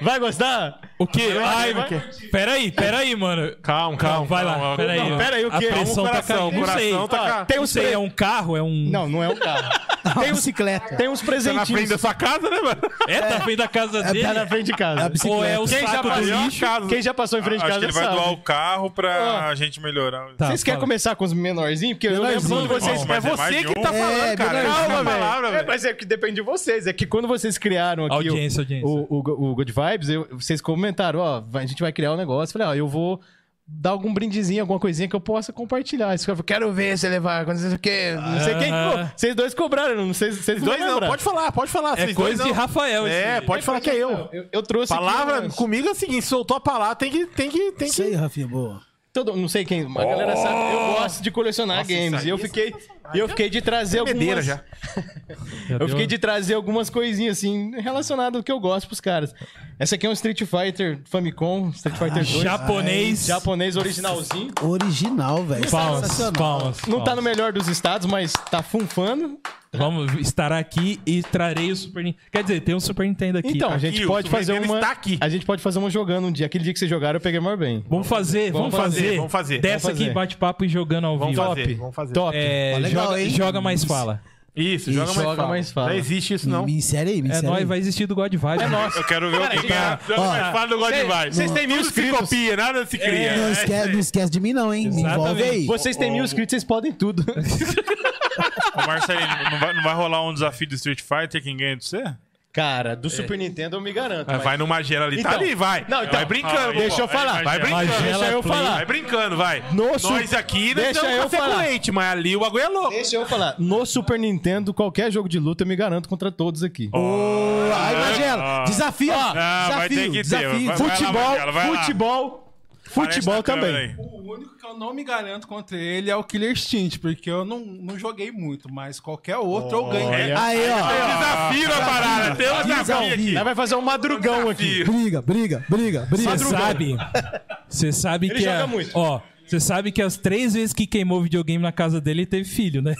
Speaker 5: Vai gostar?
Speaker 1: O quê? Ai,
Speaker 2: vai-
Speaker 1: peraí, peraí, mano.
Speaker 2: Calma,
Speaker 1: Calma, vai lá.
Speaker 2: calma.
Speaker 1: Peraí.
Speaker 2: Não,
Speaker 5: peraí, o quê?
Speaker 1: A pressão
Speaker 2: Calma, o É um
Speaker 1: tá
Speaker 2: coração,
Speaker 1: caindo.
Speaker 2: o
Speaker 1: Não sei.
Speaker 2: coração tá
Speaker 1: Ah,
Speaker 2: caindo.
Speaker 1: Tem
Speaker 5: Não
Speaker 1: uns sei,
Speaker 5: sei.
Speaker 1: é um carro, é um...
Speaker 5: Não, não é um carro.
Speaker 4: Tem Ah, bicicleta.
Speaker 5: Tem uns
Speaker 2: Tá na frente
Speaker 5: presentinhos.
Speaker 2: da sua casa, né, mano?
Speaker 1: É, tá vindo da casa dele.
Speaker 5: Tá na frente de casa.
Speaker 4: bicicleta.
Speaker 1: Ou é o
Speaker 2: Quem já
Speaker 1: saco do
Speaker 2: fazia uma
Speaker 1: lixo.
Speaker 2: casa?
Speaker 5: Quem já passou em frente de
Speaker 3: Acho que
Speaker 5: casa
Speaker 3: ele vai
Speaker 5: sabe.
Speaker 3: doar o carro pra gente melhorar.
Speaker 1: Tá,
Speaker 5: Vocês querem
Speaker 1: fala.
Speaker 5: começar com os menorzinhos? Porque eu lembro
Speaker 1: Menorzinho,
Speaker 5: quando vocês...
Speaker 3: irmão,
Speaker 2: É
Speaker 3: Mas é mais
Speaker 2: você
Speaker 3: de
Speaker 2: que
Speaker 3: um.
Speaker 2: tá
Speaker 3: É,
Speaker 2: falando, cara.
Speaker 4: verdade.
Speaker 2: Calma,
Speaker 5: Calma,
Speaker 2: palavra,
Speaker 5: velho. É,
Speaker 2: velho.
Speaker 5: mas é que depende de vocês. É que quando vocês criaram aqui o-
Speaker 1: Audiência, audiência.
Speaker 5: O, o, o Good Vibes, eu- vocês comentaram, ó, vai- a gente vai criar um negócio. Eu Falei, ó, eu vou dar algum brindezinho, alguma coisinha que eu possa compartilhar. Esse cara falou, quero ver você levar, quando você quer. Não sei quem.
Speaker 1: Ah.
Speaker 5: co- Vocês dois cobraram, não sei vocês
Speaker 2: Dois não, pode falar, pode falar.
Speaker 1: É
Speaker 2: vocês
Speaker 1: coisa
Speaker 2: dois
Speaker 1: de
Speaker 2: não.
Speaker 1: Rafael.
Speaker 2: É,
Speaker 1: esse-
Speaker 2: pode falar que é eu.
Speaker 5: Eu, eu trouxe. aqui
Speaker 2: Palavra
Speaker 5: umas-
Speaker 2: comigo é o seguinte, soltou a palavra, tem que, tem que, tem
Speaker 4: Isso aí,
Speaker 2: que.
Speaker 4: Rafinha, boa.
Speaker 5: todo, não sei quem, mas a galera sabe, eu gosto de colecionar
Speaker 2: Oh! Nossa, isso
Speaker 5: games.
Speaker 2: aí
Speaker 5: E eu
Speaker 2: é
Speaker 5: fiquei, e eu fiquei de trazer
Speaker 2: Bebedeira
Speaker 5: algumas,
Speaker 2: já.
Speaker 1: Já
Speaker 5: eu
Speaker 1: deu-
Speaker 5: fiquei de trazer algumas coisinhas assim relacionadas ao que eu gosto pros caras. Essa aqui é um Street Fighter Famicom, Street
Speaker 2: Ah,
Speaker 5: Fighter 2.
Speaker 1: Japonês.
Speaker 5: Japonês originalzinho.
Speaker 4: Original, velho.
Speaker 1: Palmas, palmas,
Speaker 4: Sensacional.
Speaker 1: palmas.
Speaker 5: Não tá no melhor dos estados, mas tá funfando.
Speaker 1: Vamos estar aqui e trarei o Super Nintendo. Quer dizer, tem um Super Nintendo aqui.
Speaker 5: Então, a
Speaker 1: Aqui.
Speaker 5: gente
Speaker 2: o
Speaker 5: pode
Speaker 2: Super
Speaker 5: fazer
Speaker 2: Nintendo
Speaker 5: uma.
Speaker 2: está aqui.
Speaker 5: A gente pode fazer uma jogando um dia. Aquele dia que vocês jogaram, eu peguei mais bem.
Speaker 1: Vamos fazer, vamos,
Speaker 2: fazer,
Speaker 1: fazer,
Speaker 2: vamos fazer.
Speaker 1: Dessa
Speaker 5: Vamos fazer.
Speaker 1: aqui, bate-papo e jogando ao
Speaker 2: Vamos
Speaker 1: vivo.
Speaker 2: fazer,
Speaker 5: Top.
Speaker 2: vamos fazer.
Speaker 5: Top.
Speaker 1: É,
Speaker 4: Ó, Tá legal,
Speaker 1: joga,
Speaker 4: hein?
Speaker 1: joga mais fala.
Speaker 2: Isso, joga, mais,
Speaker 5: joga
Speaker 2: fala.
Speaker 5: mais fala.
Speaker 2: Não existe isso, não.
Speaker 4: Me insere aí, me
Speaker 1: É
Speaker 4: insere aí.
Speaker 1: nóis, vai existir do God Vibe. É nóis.
Speaker 3: Eu quero ver alguém
Speaker 5: é.
Speaker 3: ganhar. Joga mais fala do God
Speaker 5: cê-
Speaker 3: Vibes.
Speaker 5: vocês têm mil
Speaker 3: Tudo se
Speaker 5: inscritos.
Speaker 3: copia, nada se cria.
Speaker 5: É.
Speaker 4: Não esquece, não esquece de mim, não, hein? Me envolve aí.
Speaker 5: Vocês têm mil inscritos, vocês podem tudo.
Speaker 3: Ô, Marcelinho, não vai, não vai rolar um desafio do Street Fighter quem ganha de você?
Speaker 5: *laughs* Cara, do Super Nintendo eu me garanto.
Speaker 2: Vai no Magela ali. tá
Speaker 5: Então-
Speaker 2: ali, vai.
Speaker 5: Não, então-
Speaker 2: vai brincando.
Speaker 3: Aí,
Speaker 2: pô.
Speaker 5: Deixa eu
Speaker 3: aí,
Speaker 5: falar.
Speaker 2: Vai brincando,
Speaker 1: Magela
Speaker 2: deixa eu
Speaker 1: Play.
Speaker 2: falar. Vai brincando, vai.
Speaker 5: No su-
Speaker 2: Nós aqui, nós
Speaker 5: Deixa
Speaker 2: damos
Speaker 5: eu
Speaker 2: café com
Speaker 5: falar.
Speaker 2: leite, mas ali o bagulho é louco.
Speaker 5: Deixa eu falar. No Super Nintendo, qualquer jogo de luta eu me garanto contra todos aqui.
Speaker 4: Aí, Magela, desafio, ó.
Speaker 3: Não, Ah, vai ter
Speaker 4: desafio,
Speaker 3: que ter.
Speaker 4: desafio.
Speaker 3: Vai- vai-
Speaker 5: futebol,
Speaker 3: Magela, vai lá.
Speaker 5: futebol,
Speaker 3: Aparece
Speaker 5: futebol
Speaker 3: na câmera
Speaker 5: também.
Speaker 3: aí.
Speaker 6: O único que eu não me garanto contra ele é o Killer Instinct, porque eu não, não joguei muito, mas qualquer outro eu ganho.
Speaker 4: Fu- Aí,
Speaker 5: Ah,
Speaker 4: ó.
Speaker 2: Desafio na parada. Tem um desafio aqui.
Speaker 5: Aí vai fazer um madrugão aqui.
Speaker 4: Briga, briga, briga, briga.
Speaker 1: Você sabe. Você sabe
Speaker 5: Ele
Speaker 1: que.
Speaker 5: joga
Speaker 1: a-
Speaker 5: muito.
Speaker 1: Ó, você sabe que as três vezes que queimou o videogame na casa dele, ele teve filho, né?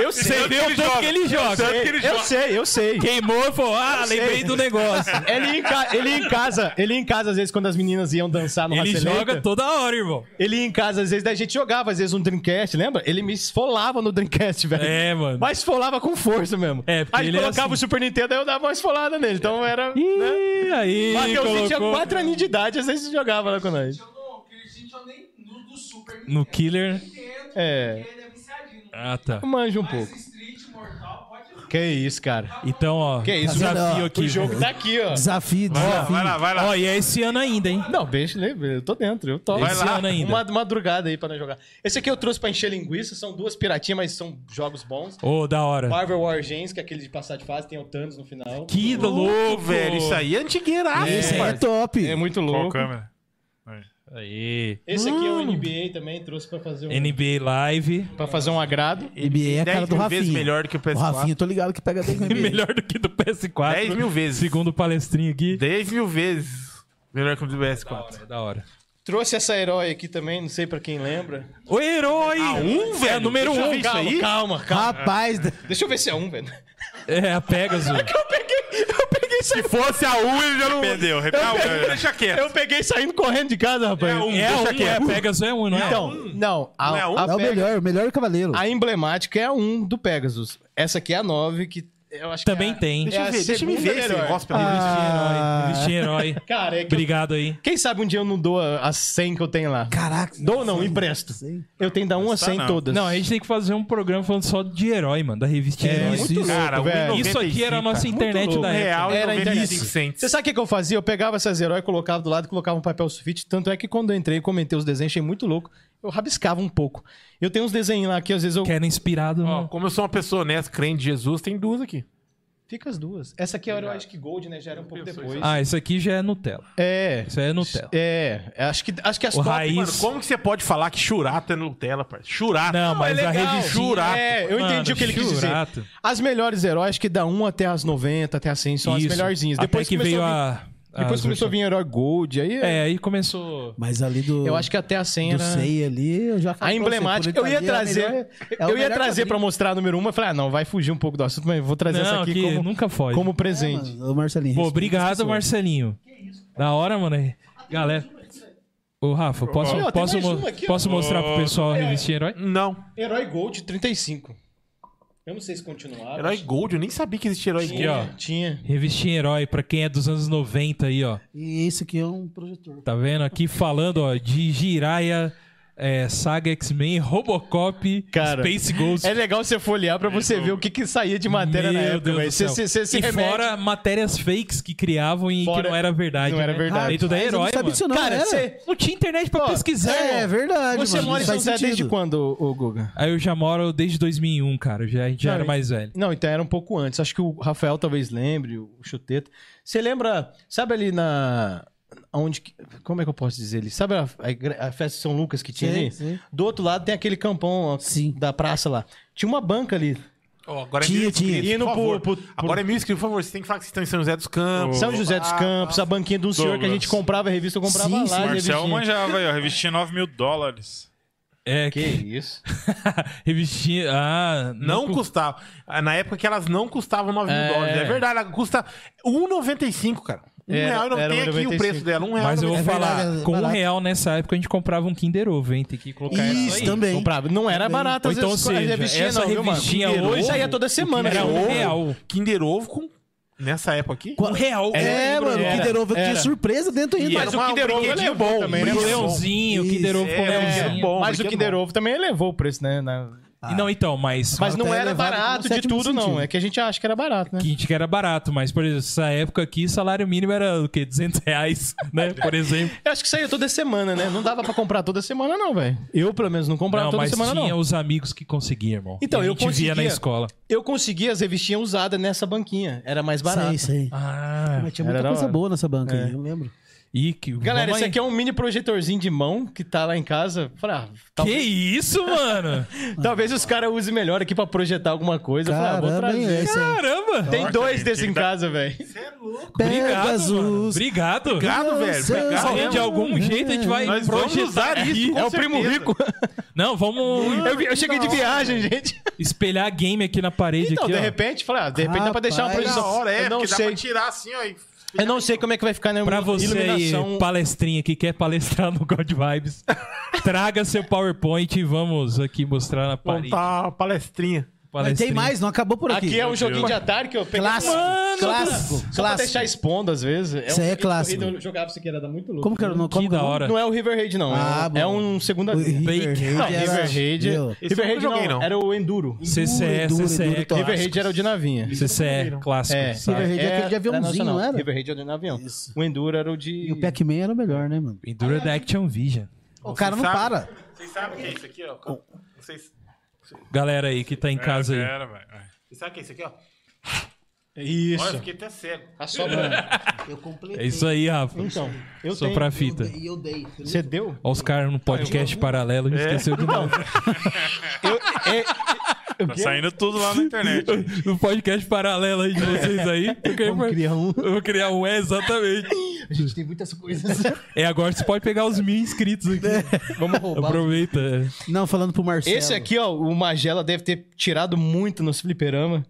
Speaker 5: Eu sei,
Speaker 1: Entendeu o tanto que ele joga.
Speaker 5: eu sei, eu sei.
Speaker 1: Queimou e falou, ah,
Speaker 5: sei.
Speaker 1: lembrei do negócio.
Speaker 5: Ele ia em, ca- ele ia em casa, ele ia em casa às vezes quando as meninas iam dançar no
Speaker 1: Ele
Speaker 5: Raceleta,
Speaker 1: joga toda hora, irmão.
Speaker 5: Ele ia em casa às vezes, daí a gente jogava às vezes um Dreamcast, lembra? Ele me esfolava no Dreamcast, velho.
Speaker 1: É, mano.
Speaker 5: Mas esfolava com força mesmo.
Speaker 1: É, porque
Speaker 5: aí
Speaker 1: ele é
Speaker 5: colocava
Speaker 1: assim.
Speaker 5: o Super Nintendo, aí eu dava uma esfolada nele. Então era. Né?
Speaker 1: Ih, aí,
Speaker 5: Mateuzinho tinha
Speaker 1: colocou
Speaker 5: 4 anos de idade, às vezes jogava lá com nós.
Speaker 6: Eu não, o Killer Instinct eu nem no do Super
Speaker 1: No Killer.
Speaker 6: Nintendo,
Speaker 5: É.
Speaker 6: porque ele é viciadinho.
Speaker 1: Ah, tá.
Speaker 5: Eu manjo um
Speaker 6: Mas
Speaker 5: pouco.
Speaker 6: Street, Mortal, pode...
Speaker 5: Que isso, cara.
Speaker 1: Então, ó,
Speaker 5: Que isso,
Speaker 1: desafio
Speaker 4: ó,
Speaker 1: aqui.
Speaker 5: o jogo tá aqui, ó.
Speaker 4: Desafio,
Speaker 3: Ó,
Speaker 4: desafio.
Speaker 3: Vai lá,
Speaker 5: Tá
Speaker 3: vai lá.
Speaker 1: Ó, e é esse ano ainda, hein?
Speaker 5: Não, deixa, eu tô dentro, eu topo.
Speaker 1: Esse ano ainda.
Speaker 5: Uma madrugada aí pra nós jogar. Esse aqui eu trouxe pra encher linguiça, são duas piratinhas, mas são jogos bons.
Speaker 1: Ô, da hora.
Speaker 5: Marvel Wargames, que é aquele de passar de fase, tem o Thanos no final.
Speaker 1: Que louco,
Speaker 2: velho. Isso aí é antigueiraço.
Speaker 4: Esse aí é
Speaker 2: parceiro.
Speaker 4: top.
Speaker 5: É muito
Speaker 3: Qual
Speaker 5: louco.
Speaker 3: câmera?
Speaker 1: Aí.
Speaker 5: Esse aqui é o NBA também, trouxe pra fazer um,
Speaker 1: NBA Live.
Speaker 5: pra fazer um agrado.
Speaker 4: NBA é a cara
Speaker 2: 10
Speaker 4: do
Speaker 2: mil vezes
Speaker 4: Rafinha.
Speaker 2: melhor do que o
Speaker 4: O
Speaker 2: PS4.
Speaker 4: Rafinha, eu tô ligado que pega
Speaker 3: *laughs*
Speaker 4: bem com o NBA.
Speaker 1: Melhor do que do PS4.
Speaker 2: 10 mil vezes.
Speaker 1: Segundo o palestrinho aqui.
Speaker 2: 10 mil vezes melhor que o do PS4.
Speaker 1: É da hora.
Speaker 5: Trouxe essa herói aqui também, não sei pra quem lembra.
Speaker 1: O herói!
Speaker 2: Ah, um, velho?
Speaker 1: É, número
Speaker 2: Deixa eu
Speaker 1: um.
Speaker 2: ver isso
Speaker 5: calma,
Speaker 2: aí?
Speaker 5: calma, calma.
Speaker 4: Rapaz,
Speaker 5: Deixa eu ver se é um, velho.
Speaker 1: É, a
Speaker 5: *laughs*
Speaker 1: Pegasus.
Speaker 5: Eu peguei, eu peguei
Speaker 2: Se
Speaker 5: saindo,
Speaker 2: fosse a 1, ele já não...
Speaker 3: Perdeu,
Speaker 2: Não,
Speaker 3: arrependeu.
Speaker 2: deixa quieto.
Speaker 5: eu peguei saindo correndo de casa, rapaz.
Speaker 2: É um,
Speaker 1: É
Speaker 2: deixa
Speaker 1: um, é,
Speaker 2: quieto.
Speaker 1: a Pegasus é um, não é?
Speaker 5: Então, não, a,
Speaker 2: Não é um?
Speaker 5: a
Speaker 4: é o
Speaker 5: Pega-
Speaker 4: melhor, o melhor cavaleiro.
Speaker 5: A emblemática é a 1 do Pegasus. Essa aqui é a 9, que eu acho
Speaker 1: Também
Speaker 5: que é a-
Speaker 1: tem.
Speaker 2: Deixa
Speaker 5: É
Speaker 2: eu
Speaker 5: a
Speaker 2: ver, deixa eu me
Speaker 5: segunda
Speaker 2: ver esse
Speaker 5: melhor.
Speaker 2: negócio. pra mim.
Speaker 4: Ah,
Speaker 1: Vestir herói.
Speaker 5: *laughs* Cara, é que eu-
Speaker 1: Obrigado aí.
Speaker 5: quem sabe um dia eu não dou a- as 100 que eu tenho lá.
Speaker 4: Caraca.
Speaker 5: Dou não, empresto.
Speaker 4: Sei.
Speaker 5: Eu tenho da 1 a
Speaker 3: Tá
Speaker 5: 100
Speaker 3: não.
Speaker 5: todas.
Speaker 1: Não, a gente tem que fazer um programa falando só de herói, mano. Da revista
Speaker 4: É,
Speaker 1: Herói.
Speaker 4: isso,
Speaker 5: muito
Speaker 4: isso.
Speaker 2: Cara,
Speaker 5: louco, velho.
Speaker 2: 1,95,
Speaker 1: Isso aqui era a nossa
Speaker 2: cara.
Speaker 1: internet
Speaker 5: louco.
Speaker 1: da época.
Speaker 2: Real
Speaker 5: Era a
Speaker 2: e
Speaker 5: internet.
Speaker 2: 95 cents.
Speaker 5: Você sabe o que, que eu fazia? Eu pegava essas heróis, colocava do lado, colocava um papel sulfite. Tanto é que quando eu entrei e comentei os desenhos, achei muito louco. Eu rabiscava um pouco. Eu tenho uns desenhos lá que às vezes eu.
Speaker 1: Que era inspirado
Speaker 2: Ó,
Speaker 1: no...
Speaker 2: como eu sou uma pessoa honesta, crente de Jesus, tem duas aqui.
Speaker 5: Fica as duas. Essa aqui é a herói, acho que Gold, né? Já era um pouco depois.
Speaker 1: Ah, isso aqui já é Nutella.
Speaker 5: É.
Speaker 1: Isso aí é Nutella.
Speaker 5: É. Acho que, acho que as
Speaker 1: O
Speaker 5: top-
Speaker 1: Raiz-
Speaker 2: Mano, como que você pode falar que Churato é Nutella, parceiro? Churato.
Speaker 1: Não, mas a
Speaker 5: legal.
Speaker 1: revista...
Speaker 2: Jurato.
Speaker 5: É, eu entendi o que ele quis dizer.
Speaker 1: Jurato.
Speaker 5: As melhores heróis, que da 1 até as 90, até as 100, são
Speaker 1: Isso.
Speaker 5: as melhorzinhas.
Speaker 1: Até
Speaker 5: Depois
Speaker 1: que
Speaker 5: começou
Speaker 1: veio
Speaker 5: a vir-
Speaker 1: a...
Speaker 5: Depois
Speaker 1: Ah, as
Speaker 5: começou a vir herói Gold, aí...
Speaker 1: É, aí começou...
Speaker 4: Mas ali do.
Speaker 5: Eu acho que até a 100
Speaker 4: do
Speaker 5: era...
Speaker 4: sei ali, eu já
Speaker 5: A
Speaker 4: falei pra você,
Speaker 5: emblemática. Eu
Speaker 4: por ele
Speaker 5: ia
Speaker 4: tá ali, é
Speaker 5: trazer...
Speaker 4: o melhor-
Speaker 1: né?
Speaker 4: é o
Speaker 5: eu ia
Speaker 4: melhor
Speaker 5: trazer pra
Speaker 4: quadrinho.
Speaker 5: mostrar a número 1, mas falei, ah, não, vai fugir um pouco do assunto, mas eu vou trazer essa
Speaker 1: Não,
Speaker 5: aqui,
Speaker 1: aqui
Speaker 5: como,
Speaker 1: nunca foge.
Speaker 5: como presente.
Speaker 4: É, Mano, Ô, Marcelinho.
Speaker 1: Pô,
Speaker 4: respeita as
Speaker 1: obrigado,
Speaker 4: pessoas.
Speaker 1: Marcelinho. Da hora, mano. Galera. Ô, Rafa, posso,
Speaker 5: Ó, tem
Speaker 1: posso,
Speaker 5: mais
Speaker 1: mo-
Speaker 5: uma aqui, ó.
Speaker 1: posso mostrar pro pessoal a revista Herói?
Speaker 2: Não.
Speaker 5: Herói Gold 35. Eu não sei se continuaram.
Speaker 2: Herói Gold, eu nem sabia que existia Herói Gold.
Speaker 1: Aqui, ó.
Speaker 5: Tinha.
Speaker 1: Revista Herói, pra quem é dos anos 90 aí, ó.
Speaker 4: E esse aqui é um projetor.
Speaker 1: Tá vendo? Aqui falando, ó, de Jiraiya, é, Saga X-Men, Robocop,
Speaker 5: Cara,
Speaker 1: Space Ghost.
Speaker 5: É legal você folhear pra você ver o que, que saía de matéria na
Speaker 1: Meu
Speaker 5: época,
Speaker 1: Deus
Speaker 5: velho.
Speaker 1: do
Speaker 5: Você-
Speaker 1: céu.
Speaker 5: você- Você se
Speaker 1: e
Speaker 5: remete-
Speaker 1: fora matérias fakes que criavam e
Speaker 5: Fora-
Speaker 1: que não era verdade.
Speaker 5: não era
Speaker 1: né?
Speaker 5: verdade.
Speaker 1: Dentro da
Speaker 4: Mas eu
Speaker 1: herói,
Speaker 4: não sabia disso,
Speaker 1: mano.
Speaker 4: não.
Speaker 5: Cara,
Speaker 4: era?
Speaker 5: você...
Speaker 1: Não tinha internet pra
Speaker 5: Ó,
Speaker 1: pesquisar,
Speaker 4: É
Speaker 1: irmão.
Speaker 4: verdade,
Speaker 5: Você
Speaker 4: mano.
Speaker 5: mora
Speaker 4: não
Speaker 5: em São
Speaker 4: faz
Speaker 5: José desde
Speaker 4: sentido.
Speaker 5: quando, ô Guga?
Speaker 1: Aí eu já moro desde 2001, cara. Já, já
Speaker 5: Não,
Speaker 1: era
Speaker 5: e-
Speaker 1: mais velho.
Speaker 5: Não, então era um pouco antes. Acho que o Rafael talvez lembre, o Chuteta. Você lembra, sabe ali na Onde, que- como é que eu posso dizer ele? Sabe a, a igre- a festa de São Lucas que tinha ali?
Speaker 4: sim.
Speaker 5: Do outro lado tem aquele campão ó,
Speaker 4: Sim.
Speaker 5: da praça lá. Tinha uma banca ali.
Speaker 2: Ó, agora
Speaker 4: Tinha,
Speaker 2: é mil
Speaker 4: tinha.
Speaker 2: inscritos,
Speaker 5: Indo
Speaker 2: por favor.
Speaker 5: pro- pro-
Speaker 2: Agora é mil inscritos, por favor. Você tem que falar que vocês estão em São José dos Campos.
Speaker 5: São José dos Campos, a banquinha de um senhor que a gente
Speaker 3: Douglas.
Speaker 5: comprava a revista, eu comprava
Speaker 4: ah, Sim,
Speaker 5: lá.
Speaker 4: sim.
Speaker 5: a
Speaker 3: Marcel
Speaker 5: revistinha.
Speaker 3: manjava aí, ó. Revistinha 9 mil dólares.
Speaker 1: É,
Speaker 5: Que isso?
Speaker 1: *laughs* revistinha. Ah,
Speaker 2: Não custava. Ah, Na época que elas não custavam 9 mil
Speaker 5: É.
Speaker 2: dólares. É verdade, ela custa 1,95, cara. Um
Speaker 5: Era-
Speaker 2: real e não
Speaker 5: era
Speaker 2: tem aqui o
Speaker 5: 1,95.
Speaker 2: preço dela. Um real
Speaker 1: Mas eu vou
Speaker 4: É
Speaker 1: falar,
Speaker 4: verdade, é
Speaker 1: com um
Speaker 4: barato.
Speaker 1: real nessa época a gente comprava um Kinder Ovo, hein? Tem que colocar essa
Speaker 4: Isso
Speaker 1: aí.
Speaker 4: também.
Speaker 5: Comprava. Não era barato,
Speaker 1: Ou
Speaker 5: às
Speaker 1: então,
Speaker 5: vezes,
Speaker 1: seja,
Speaker 5: a revistinha
Speaker 1: essa
Speaker 5: não, viu, mano?
Speaker 1: revistinha
Speaker 5: Kinder
Speaker 1: hoje-
Speaker 5: saía toda semana.
Speaker 1: Era
Speaker 5: né?
Speaker 1: um
Speaker 2: Ovo.
Speaker 1: real.
Speaker 2: Kinder Ovo com... Nessa época aqui.
Speaker 1: Um real.
Speaker 4: É, mano, o
Speaker 5: era,
Speaker 4: Kinder Ovo tinha
Speaker 5: era.
Speaker 4: surpresa dentro ainda.
Speaker 2: E
Speaker 5: Mas
Speaker 2: era
Speaker 5: o
Speaker 2: uma-
Speaker 5: Kinder
Speaker 2: um
Speaker 5: Ovo ele
Speaker 2: brinquedinho
Speaker 5: é
Speaker 2: bom
Speaker 5: bom também, né?
Speaker 1: o
Speaker 2: brinquedinho
Speaker 1: leãozinho, o
Speaker 4: Isso.
Speaker 1: Kinder Ovo com
Speaker 2: É,
Speaker 1: leãozinho.
Speaker 2: brinquedo bom.
Speaker 5: Mas o
Speaker 2: brinquedo
Speaker 5: Kinder
Speaker 2: bom.
Speaker 5: Ovo também elevou o preço, né? na-
Speaker 1: E Não, então, mas,
Speaker 5: Mas não
Speaker 4: Até
Speaker 5: era
Speaker 4: elevado no
Speaker 5: barato de
Speaker 4: sétimo
Speaker 5: tudo, não.
Speaker 4: sentido.
Speaker 5: É que a gente acha que era barato, né?
Speaker 1: que a gente que era barato, mas por exemplo, essa época aqui, salário mínimo era o quê? 200 reais, né? Por exemplo.
Speaker 5: Eu acho que saía toda semana, né? Não dava pra comprar toda semana, não, velho. Eu, pelo menos, não comprava
Speaker 1: não,
Speaker 5: toda
Speaker 1: mas
Speaker 5: semana,
Speaker 1: tinha
Speaker 5: não.
Speaker 1: os amigos que conseguiam, irmão.
Speaker 5: Então,
Speaker 1: E a
Speaker 5: eu
Speaker 1: gente via na
Speaker 5: conseguia.
Speaker 1: escola.
Speaker 5: Eu conseguia as revistinhas usadas nessa banquinha. Era mais barato.
Speaker 4: Sei, sei.
Speaker 1: Ah,
Speaker 4: Mas tinha muita
Speaker 5: Era da
Speaker 4: coisa
Speaker 5: hora.
Speaker 4: boa nessa banca
Speaker 5: É.
Speaker 4: aí, eu lembro.
Speaker 1: e que.
Speaker 5: Galera,
Speaker 1: vamos
Speaker 5: esse
Speaker 1: aí.
Speaker 5: aqui é um mini projetorzinho de mão que tá lá em casa. Falei, ah,
Speaker 1: Que
Speaker 5: talvez,
Speaker 1: isso, mano?
Speaker 5: talvez os caras usem melhor aqui pra projetar alguma coisa. Eu Falei, ah, vou
Speaker 4: Caramba, hein?
Speaker 5: trazer.
Speaker 4: Esse é...
Speaker 1: Caramba!
Speaker 5: Tem
Speaker 3: Nossa,
Speaker 5: dois
Speaker 3: gente,
Speaker 5: desses
Speaker 3: que
Speaker 5: em
Speaker 3: dá-
Speaker 5: casa, velho.
Speaker 1: Obrigado, mano.
Speaker 4: Pegasus.
Speaker 1: Obrigado.
Speaker 2: Obrigado, velho.
Speaker 4: Nossa,
Speaker 2: Obrigado.
Speaker 1: Só que de
Speaker 2: mesmo. *laughs*
Speaker 1: algum jeito a gente vai
Speaker 2: Nós vamos usar
Speaker 1: projetar
Speaker 2: isso,
Speaker 1: aqui.
Speaker 2: com
Speaker 5: É o primo
Speaker 2: certeza.
Speaker 5: rico.
Speaker 1: Não, vamos
Speaker 5: Eu, vi- eu cheguei de viagem, gente.
Speaker 1: espelhar game aqui na parede
Speaker 5: Então,
Speaker 1: aqui,
Speaker 5: de
Speaker 1: ó.
Speaker 5: repente, falei, ah, de repente dá pra deixar uma
Speaker 4: Rapaz,
Speaker 2: Da
Speaker 5: projeção.
Speaker 2: hora, é.
Speaker 5: eu não
Speaker 2: porque dá
Speaker 5: sei.
Speaker 2: pra tirar assim, ó. e-
Speaker 5: Eu não sei como é que vai ficar
Speaker 2: um
Speaker 5: na
Speaker 1: Pra você aí,
Speaker 5: iluminação.
Speaker 1: palestrinha que quer palestrar no God Vibes, traga seu PowerPoint e vamos aqui mostrar na parede.
Speaker 2: Montar uma palestrinha.
Speaker 4: Mas
Speaker 1: Palestrinha.
Speaker 4: tem mais, não acabou por aqui.
Speaker 5: Aqui é um joguinho de Atari que eu peguei.
Speaker 4: Clássico,
Speaker 5: Mano,
Speaker 4: clássico,
Speaker 5: Só pra
Speaker 4: clássico.
Speaker 5: deixar expondo, às vezes. um
Speaker 4: Isso aí é
Speaker 5: e-
Speaker 4: clássico.
Speaker 5: e Eu jogava isso aqui, era muito louco.
Speaker 4: Como que era o nome?
Speaker 1: Que
Speaker 4: Como
Speaker 1: da
Speaker 4: era o nome?
Speaker 1: hora.
Speaker 5: Não é o River Raid, não.
Speaker 4: Ah, bom.
Speaker 5: é, um, é um segunda
Speaker 4: O
Speaker 5: vez.
Speaker 4: River
Speaker 5: Não,
Speaker 4: Raid era-
Speaker 5: River Raid.
Speaker 4: Meu.
Speaker 2: Esse eu
Speaker 5: River Raid
Speaker 2: não
Speaker 5: não,
Speaker 2: joguei, não.
Speaker 5: era o Enduro.
Speaker 1: CCE,
Speaker 4: Duro, duro,
Speaker 1: CCE,
Speaker 4: duro,
Speaker 5: River Raid era o de navinha.
Speaker 1: CCE, clássico.
Speaker 5: É,
Speaker 1: sabe?
Speaker 4: River Raid é aquele de aviãozinho,
Speaker 5: nacional.
Speaker 4: não era?
Speaker 5: River Raid era de avião.
Speaker 4: Isso.
Speaker 5: O Enduro era o de.
Speaker 4: E o Pac-Man era o melhor, né, mano?
Speaker 1: Enduro da Action Vision.
Speaker 4: O cara não
Speaker 2: sabe?
Speaker 4: para.
Speaker 2: Vocês sabem o que é isso aqui, ó? Vocês
Speaker 1: Galera aí que tá em casa aí.
Speaker 3: Era, velho.
Speaker 2: vocês sabem o que é isso aqui, ó? Olha, eu
Speaker 5: Isso.
Speaker 2: fiquei até cego.
Speaker 5: A sobra.
Speaker 4: Eu
Speaker 1: É
Speaker 4: completei.
Speaker 1: isso aí, Rafa.
Speaker 5: tá Então, eu
Speaker 1: Só
Speaker 5: tenho.
Speaker 1: pra fita.
Speaker 4: E eu dei.
Speaker 5: Você deu?
Speaker 1: Ó, os caras no podcast paralelo, a
Speaker 2: É.
Speaker 1: gente esqueceu de novo.
Speaker 4: *laughs*
Speaker 5: Eu, é- eu
Speaker 3: Tá saindo tudo lá na internet.
Speaker 1: *laughs* No podcast paralelo aí de vocês aí.
Speaker 4: *laughs*
Speaker 1: Eu queria-
Speaker 4: Vamos
Speaker 1: *laughs*
Speaker 4: criar um.
Speaker 1: Eu vou criar um, é, exatamente.
Speaker 4: A gente tem muitas coisas.
Speaker 1: É, agora você pode pegar os mil inscritos aqui.
Speaker 4: É.
Speaker 5: Vamos
Speaker 1: *laughs*
Speaker 5: roubar.
Speaker 1: Aproveita. é.
Speaker 4: Não, falando pro Marcelo.
Speaker 5: Esse aqui, ó, o Magela deve ter tirado muito nos fliperama.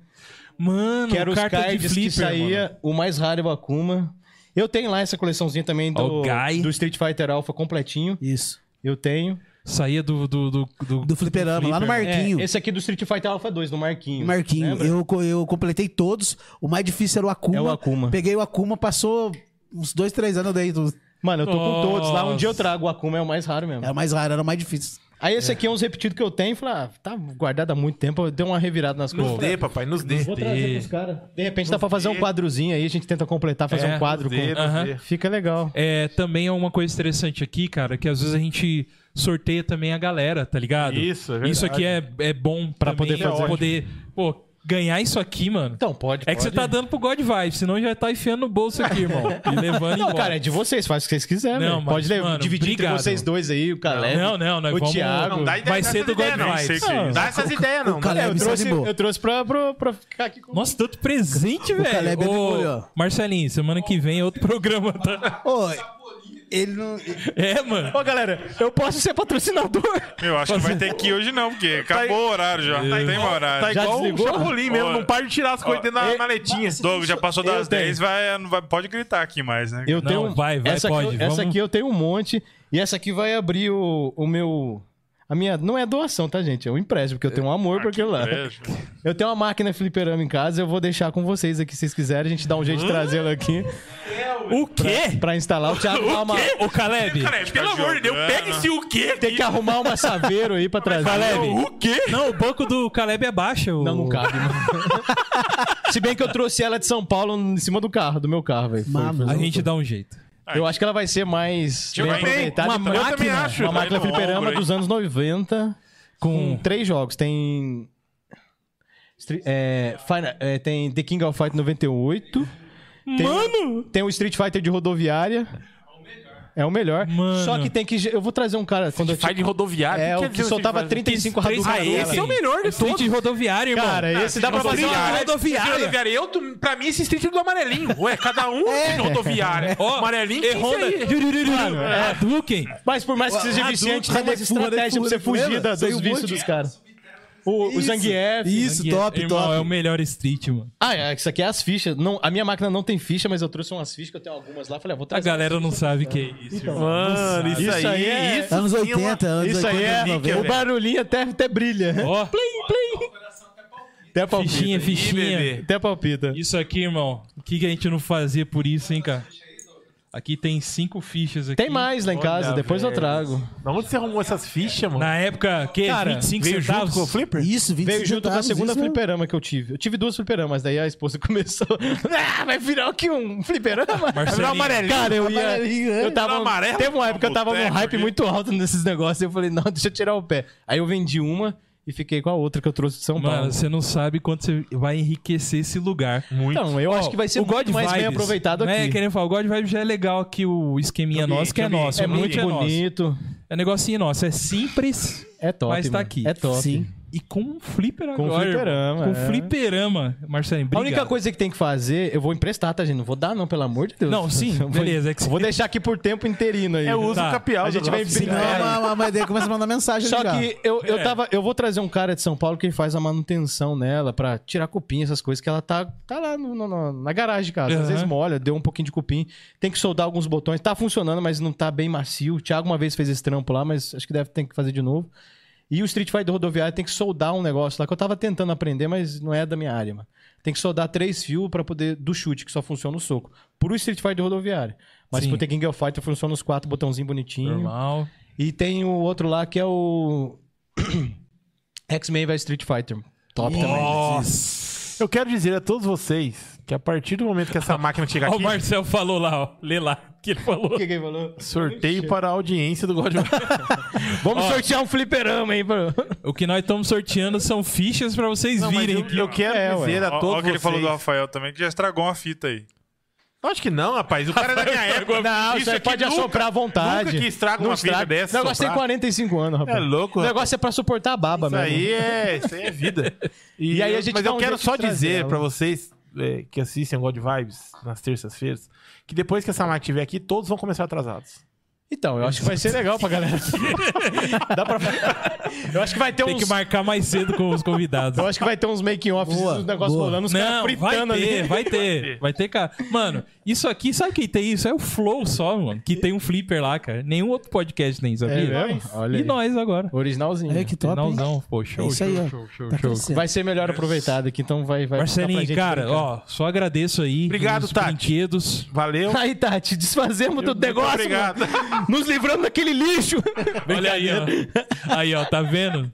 Speaker 1: Mano,
Speaker 5: que era os
Speaker 1: carta
Speaker 5: cards
Speaker 1: de flipper,
Speaker 5: que saía, o mais raro é o Akuma. Eu tenho lá essa coleçãozinha também do,
Speaker 1: Ó, o Guy.
Speaker 5: do Street Fighter Alpha completinho.
Speaker 4: Isso.
Speaker 5: Eu tenho.
Speaker 1: Saía do. Do, do, do-
Speaker 4: Do fliperama, lá no
Speaker 1: flipper.
Speaker 4: Marquinho.
Speaker 5: É, esse aqui do Street Fighter Alpha 2, do Marquinho.
Speaker 4: Marquinho,
Speaker 5: Lembra?
Speaker 4: eu, co- eu completei todos. O mais difícil era o Akuma.
Speaker 5: É o Akuma.
Speaker 4: Peguei o Akuma, passou uns dois, três anos daí. do-
Speaker 5: Mano, eu tô
Speaker 1: Nossa.
Speaker 5: com todos lá. Um dia eu trago o Akuma, é o mais raro mesmo.
Speaker 4: Era o mais raro, era o mais difícil.
Speaker 5: Aí esse aqui é uns repetidos que eu tenho. Falei, ah, tá guardado há muito tempo. Deu uma revirada nas
Speaker 2: Nos
Speaker 5: coisas.
Speaker 2: dê, papai, nos dê.
Speaker 5: Vou trazer pros caras. De repente dá pra fazer um
Speaker 2: dê.
Speaker 5: quadrozinho aí. A gente tenta completar, fazer
Speaker 1: É,
Speaker 5: um quadro.
Speaker 2: nos dê,
Speaker 5: Com...
Speaker 1: Aham.
Speaker 2: nos dê.
Speaker 5: Fica legal.
Speaker 1: É, também é uma coisa interessante aqui, cara, que às vezes a gente sorteia também a galera, tá ligado?
Speaker 2: Isso, é verdade.
Speaker 1: Isso aqui é, é bom pra
Speaker 5: poder
Speaker 1: também,
Speaker 5: fazer.
Speaker 1: poder, pô, ganhar isso aqui, mano.
Speaker 5: Então, pode,
Speaker 1: É que você
Speaker 5: pode.
Speaker 1: tá dando pro God Vibe, senão já tá enfiando no bolso aqui, irmão.
Speaker 5: *laughs*
Speaker 1: E levando
Speaker 5: Não,
Speaker 1: embora.
Speaker 5: cara, é de vocês, faz o que vocês quiserem.
Speaker 1: Não,
Speaker 5: velho.
Speaker 1: mas,
Speaker 5: Pode levar,
Speaker 1: mano,
Speaker 5: dividir
Speaker 1: obrigado.
Speaker 5: entre vocês dois aí, o Caleb.
Speaker 1: Não, não, nós
Speaker 5: o
Speaker 1: vamos-
Speaker 5: Thiago.
Speaker 2: Não, dá ideia
Speaker 1: Vai
Speaker 2: dessas
Speaker 1: ser do
Speaker 2: ideias,
Speaker 1: God
Speaker 2: não.
Speaker 1: Vibes.
Speaker 3: Sei que é isso.
Speaker 2: Dá essas ideias, não.
Speaker 4: Caleb
Speaker 5: É, eu
Speaker 4: se
Speaker 5: trouxe,
Speaker 4: animou.
Speaker 5: eu trouxe pra, pra, pra ficar aqui com
Speaker 1: Nossa, tanto presente, velho.
Speaker 4: Caleb é
Speaker 1: Ô,
Speaker 4: demônio, ó.
Speaker 1: Marcelinho, semana que vem é outro *laughs* programa, tá?
Speaker 4: Ô, ele não.
Speaker 1: É, mano.
Speaker 5: Ô, galera, eu posso ser patrocinador.
Speaker 3: Eu acho que vai ter que ir hoje não, porque
Speaker 5: Tá
Speaker 3: acabou o horário já. Não tem mais horário.
Speaker 2: Tá igual o
Speaker 5: desligou?
Speaker 2: Chapolin mesmo,
Speaker 3: Ó,
Speaker 2: não para de tirar as coisas dentro da
Speaker 3: é-
Speaker 2: maletinha.
Speaker 3: Doug, já passou das
Speaker 5: Eu tenho.
Speaker 3: 10, vai, não vai- pode gritar aqui mais, né?
Speaker 5: Eu
Speaker 1: Não, vai, vai,
Speaker 5: essa
Speaker 1: pode,
Speaker 5: Aqui, eu- Essa
Speaker 1: vamos.
Speaker 5: aqui eu tenho um monte. E essa aqui vai abrir o, o meu... A minha... Não é doação, tá, gente? É um empréstimo, porque eu tenho um amor por aquilo lá.
Speaker 3: Beijo.
Speaker 5: Eu tenho uma máquina fliperama em casa, eu vou deixar com vocês aqui, se vocês quiserem. A gente dá um jeito de trazê-la aqui
Speaker 1: O quê?
Speaker 5: pra instalar. O Thiago dá uma...
Speaker 1: Ô, Caleb.
Speaker 2: Cara, é, pelo
Speaker 3: Tá
Speaker 2: amor de Deus, pega esse o quê?
Speaker 5: Tem que arrumar uma saveiro aí pra trazer.
Speaker 1: Caleb.
Speaker 2: O quê?
Speaker 1: Não, o banco do Caleb é baixo. o-
Speaker 5: Não, não cabe, mano. *laughs* Se bem que eu trouxe ela de São Paulo em cima do carro, do meu carro, velho. Foi,
Speaker 4: Mano.
Speaker 5: foi.
Speaker 1: A gente dá um jeito.
Speaker 5: Eu acho que ela vai ser mais
Speaker 3: Eu
Speaker 5: bem
Speaker 3: também.
Speaker 5: aproveitada.
Speaker 1: Uma
Speaker 5: então.
Speaker 1: máquina.
Speaker 2: Eu também acho.
Speaker 5: Uma máquina
Speaker 3: Tá indo
Speaker 5: fliperama
Speaker 3: ombro aí.
Speaker 5: dos anos 90 com
Speaker 2: Hum.
Speaker 1: Com.
Speaker 5: três jogos. Tem. Stre- é, Final- é, tem The King of Fight 98. Tem,
Speaker 1: Mano!
Speaker 5: tem o Street Fighter de rodoviária. É o melhor.
Speaker 1: Mano.
Speaker 5: Só que tem que. Eu vou trazer um cara. Quando eu
Speaker 2: Fai de rodoviário.
Speaker 5: É, o que soltava 35
Speaker 1: Três-
Speaker 5: Hadouken.
Speaker 1: Ah,
Speaker 5: Hadouken.
Speaker 2: Esse é o melhor de
Speaker 1: Street
Speaker 2: todos.
Speaker 1: rodoviário, irmão.
Speaker 5: Cara, Ah,
Speaker 4: é
Speaker 5: esse é dá pra
Speaker 1: Street
Speaker 5: fazer uma...
Speaker 1: rodoviário.
Speaker 2: Rodoviária. Eu, tu- pra mim, esse street é do amarelinho. Ué, cada um tem rodoviária.
Speaker 1: Ó, né?
Speaker 2: amarelinho, que isso
Speaker 1: Honda.
Speaker 2: aí?
Speaker 1: Jurururu.
Speaker 4: é.
Speaker 1: Hadouken.
Speaker 5: Mas por mais que seja viciante, tem
Speaker 4: Hadouken,
Speaker 5: umas estratégias pra você
Speaker 4: Hadouken,
Speaker 5: fugir da-
Speaker 4: Saiu
Speaker 5: dos
Speaker 4: um
Speaker 5: vícios
Speaker 4: monte.
Speaker 5: dos caras. O, o
Speaker 4: Isso.
Speaker 5: Zangief. né?
Speaker 4: Isso, top,
Speaker 1: Irmão,
Speaker 4: top.
Speaker 1: é o melhor Street, mano.
Speaker 5: Ah, é, isso aqui é as fichas. Não, a minha máquina não tem ficha, mas eu trouxe umas fichas, que eu tenho algumas lá. Falei, ah, vou
Speaker 1: A
Speaker 5: trazer.
Speaker 1: galera não sabe o que é isso, irmão.
Speaker 2: Mano, isso,
Speaker 5: Isso
Speaker 2: aí,
Speaker 5: aí é-
Speaker 2: isso
Speaker 4: Anos
Speaker 2: sim é
Speaker 4: 80,
Speaker 2: uma-
Speaker 4: anos
Speaker 5: Isso aí
Speaker 4: 80,
Speaker 5: é.
Speaker 4: 90.
Speaker 5: O barulhinho até, até brilha.
Speaker 1: Ó.
Speaker 5: Plim, plim. Até palpita.
Speaker 1: Fichinha, fichinha.
Speaker 2: bebê.
Speaker 5: Até palpita.
Speaker 1: Isso aqui, irmão. O que, que a gente não fazia por isso, hein, cara? Aqui tem cinco fichas aqui.
Speaker 5: Tem mais lá em casa,
Speaker 2: Olha,
Speaker 5: depois eu
Speaker 2: velho.
Speaker 5: trago.
Speaker 2: Da onde você arrumou essas fichas, mano?
Speaker 1: Na época, que?
Speaker 5: Cara,
Speaker 1: 25
Speaker 2: Veio junto
Speaker 1: centavos?
Speaker 2: com o Flipper?
Speaker 4: Isso, 20
Speaker 5: Veio junto com a
Speaker 4: centavos,
Speaker 5: segunda
Speaker 4: isso mesmo.
Speaker 5: fliperama que eu tive. Eu tive duas fliperamas, daí a esposa *laughs* começou. Ah, vai virar aqui um fliperama?
Speaker 2: é
Speaker 1: Marcelinho.
Speaker 2: *laughs*
Speaker 5: Cara, eu ia.
Speaker 4: Amarelinho, né?
Speaker 5: Eu tava.
Speaker 2: Era amarelo?
Speaker 5: Teve uma época que eu tava num
Speaker 3: Boteco,
Speaker 5: hype
Speaker 3: né?
Speaker 5: muito alto nesses negócios. Eu falei, não, deixa eu tirar o pé. Aí eu vendi uma e fiquei com a outra que eu trouxe de São Paulo.
Speaker 1: Mano, você não sabe quanto você vai enriquecer esse lugar. é Muito.
Speaker 5: Então, eu acho que vai ser
Speaker 1: o God
Speaker 5: muito mais bem
Speaker 1: Vibes,
Speaker 5: aproveitado
Speaker 1: né,
Speaker 5: aqui.
Speaker 1: querendo falar, o God Vibes já é legal aqui, o esqueminha
Speaker 2: Ambiente,
Speaker 1: nosso, que é
Speaker 2: ambiente,
Speaker 1: nosso.
Speaker 5: É
Speaker 1: o
Speaker 5: muito
Speaker 1: ambiente nosso.
Speaker 5: bonito.
Speaker 1: É um negocinho nosso. É simples
Speaker 5: É top.
Speaker 1: Mas tá
Speaker 5: mano.
Speaker 1: aqui.
Speaker 5: É top.
Speaker 4: Sim.
Speaker 1: e com um flipper
Speaker 5: Com
Speaker 1: agora.
Speaker 5: fliperama,
Speaker 1: irmão. Com
Speaker 5: é.
Speaker 1: fliperama. Marcelinho,
Speaker 5: A
Speaker 1: obrigado.
Speaker 5: única coisa que tem que fazer, eu vou emprestar, tá, gente? Não vou dar, não, pelo amor de Deus.
Speaker 1: Não, sim,
Speaker 5: *laughs* Eu vou-
Speaker 1: beleza, é que
Speaker 5: eu Vou deixar aqui por tempo interino aí.
Speaker 2: É o uso
Speaker 1: Tá.
Speaker 2: capial.
Speaker 5: A gente
Speaker 2: do
Speaker 5: vai
Speaker 2: negócio.
Speaker 4: Senão a- a- a mãe dele começa a mandar mensagem
Speaker 5: É. Só
Speaker 4: já.
Speaker 5: que eu, eu,
Speaker 1: É.
Speaker 5: tava, eu vou trazer um cara de São Paulo que faz a manutenção nela pra tirar cupim, essas coisas, que ela tá, tá lá no- no- no- na garagem, cara. Às
Speaker 1: Aham.
Speaker 5: vezes molha, deu um pouquinho de cupim. Tem que soldar alguns botões. Tá funcionando, mas não tá bem macio. O Thiago uma vez fez esse trampo lá, mas acho que deve ter que fazer de novo. E o Street Fighter rodoviário tem que soldar um negócio lá que eu tava tentando aprender, mas não é da minha área, mano. Tem que soldar três fios pra poder. do chute, que só funciona o soco. Pro Street Fighter rodoviário. Mas
Speaker 1: Sim.
Speaker 5: pro The King of Fighter funciona os quatro botãozinhos bonitinhos.
Speaker 1: Normal.
Speaker 5: E tem o outro lá que é o. *clears throat* X-Men vs Street Fighter. Top também.
Speaker 1: Nossa.
Speaker 2: Eu quero dizer a todos vocês que a partir do momento que *laughs* essa máquina chegar
Speaker 1: Ó,
Speaker 2: aqui,
Speaker 1: o Marcel falou lá, ó. Lê lá o que ele falou.
Speaker 5: O que que ele falou?
Speaker 2: sorteio para a audiência do God of War.
Speaker 5: *laughs* Vamos sortear um fliperama aí, bro.
Speaker 1: O que nós estamos sorteando são fichas pra vocês
Speaker 2: *laughs* Não, mas
Speaker 1: virem
Speaker 2: eu,
Speaker 1: aqui.
Speaker 2: eu quero
Speaker 5: É, ué.
Speaker 2: dizer a
Speaker 3: Olha
Speaker 2: todos
Speaker 3: o que ele
Speaker 2: vocês-
Speaker 3: falou do Rafael também, que já estragou uma fita aí.
Speaker 2: Acho que não, *laughs* rapaz. O cara é da minha época.
Speaker 5: Não, isso aí
Speaker 2: aqui
Speaker 5: pode
Speaker 2: nunca-
Speaker 5: assoprar à vontade.
Speaker 2: nunca que estraga
Speaker 5: Não
Speaker 2: uma vida dessa,
Speaker 5: O negócio
Speaker 2: soprar.
Speaker 5: tem 45 anos, rapaz.
Speaker 2: É louco,
Speaker 5: O negócio é pra suportar a baba
Speaker 2: Isso
Speaker 5: mesmo.
Speaker 2: aí é, isso aí é vida. E,
Speaker 5: né? *laughs* E aí a
Speaker 2: eu-
Speaker 5: gente
Speaker 2: mas
Speaker 5: dá
Speaker 2: eu
Speaker 5: um
Speaker 2: quero
Speaker 5: jeito
Speaker 2: só
Speaker 5: de trazer
Speaker 2: dizer
Speaker 5: ela.
Speaker 2: pra vocês é, que assistem God Vibes nas terças-feiras que depois que essa máquina estiver aqui, todos vão começar atrasados.
Speaker 5: Então, eu acho que vai ser legal
Speaker 2: *laughs*
Speaker 5: pra galera. Dá pra. Eu acho que vai ter
Speaker 1: Tem
Speaker 5: uns.
Speaker 1: que marcar mais cedo com os convidados.
Speaker 5: Eu acho que vai ter uns making-offs,
Speaker 4: Boa,
Speaker 5: os negócios
Speaker 4: boa.
Speaker 5: rolando, os caras
Speaker 1: Não, vai
Speaker 5: fritando ali.
Speaker 1: ter, vai ter, vai ter, cara. Mano, isso aqui, sabe quem tem isso? É o Flow só, mano. Que tem um flipper lá, cara. Nenhum outro podcast tem, sabia?
Speaker 5: É mesmo? Olha
Speaker 1: e
Speaker 5: aí.
Speaker 1: nós agora.
Speaker 5: Originalzinho.
Speaker 4: É, que top, hein?
Speaker 1: Finalzão, pô, show,
Speaker 4: É isso
Speaker 1: show,
Speaker 4: aí, ó.
Speaker 1: show, show,
Speaker 4: Tá
Speaker 1: show.
Speaker 4: crescendo.
Speaker 5: Vai ser melhor aproveitado aqui, então vai. vai ficar pra
Speaker 1: Marcelinho,
Speaker 5: gente
Speaker 1: cara,
Speaker 5: brincar.
Speaker 1: ó, só agradeço aí.
Speaker 2: Obrigado,
Speaker 1: pelos
Speaker 2: Tati.
Speaker 1: brinquedos.
Speaker 5: *laughs*
Speaker 2: Valeu.
Speaker 5: Aí, Tati, desfazemos do negócio.
Speaker 2: obrigado.
Speaker 5: *laughs* mano. Nos livramos
Speaker 1: *laughs*
Speaker 5: daquele lixo.
Speaker 1: Olha aí, ó. Aí, ó, tá vendo?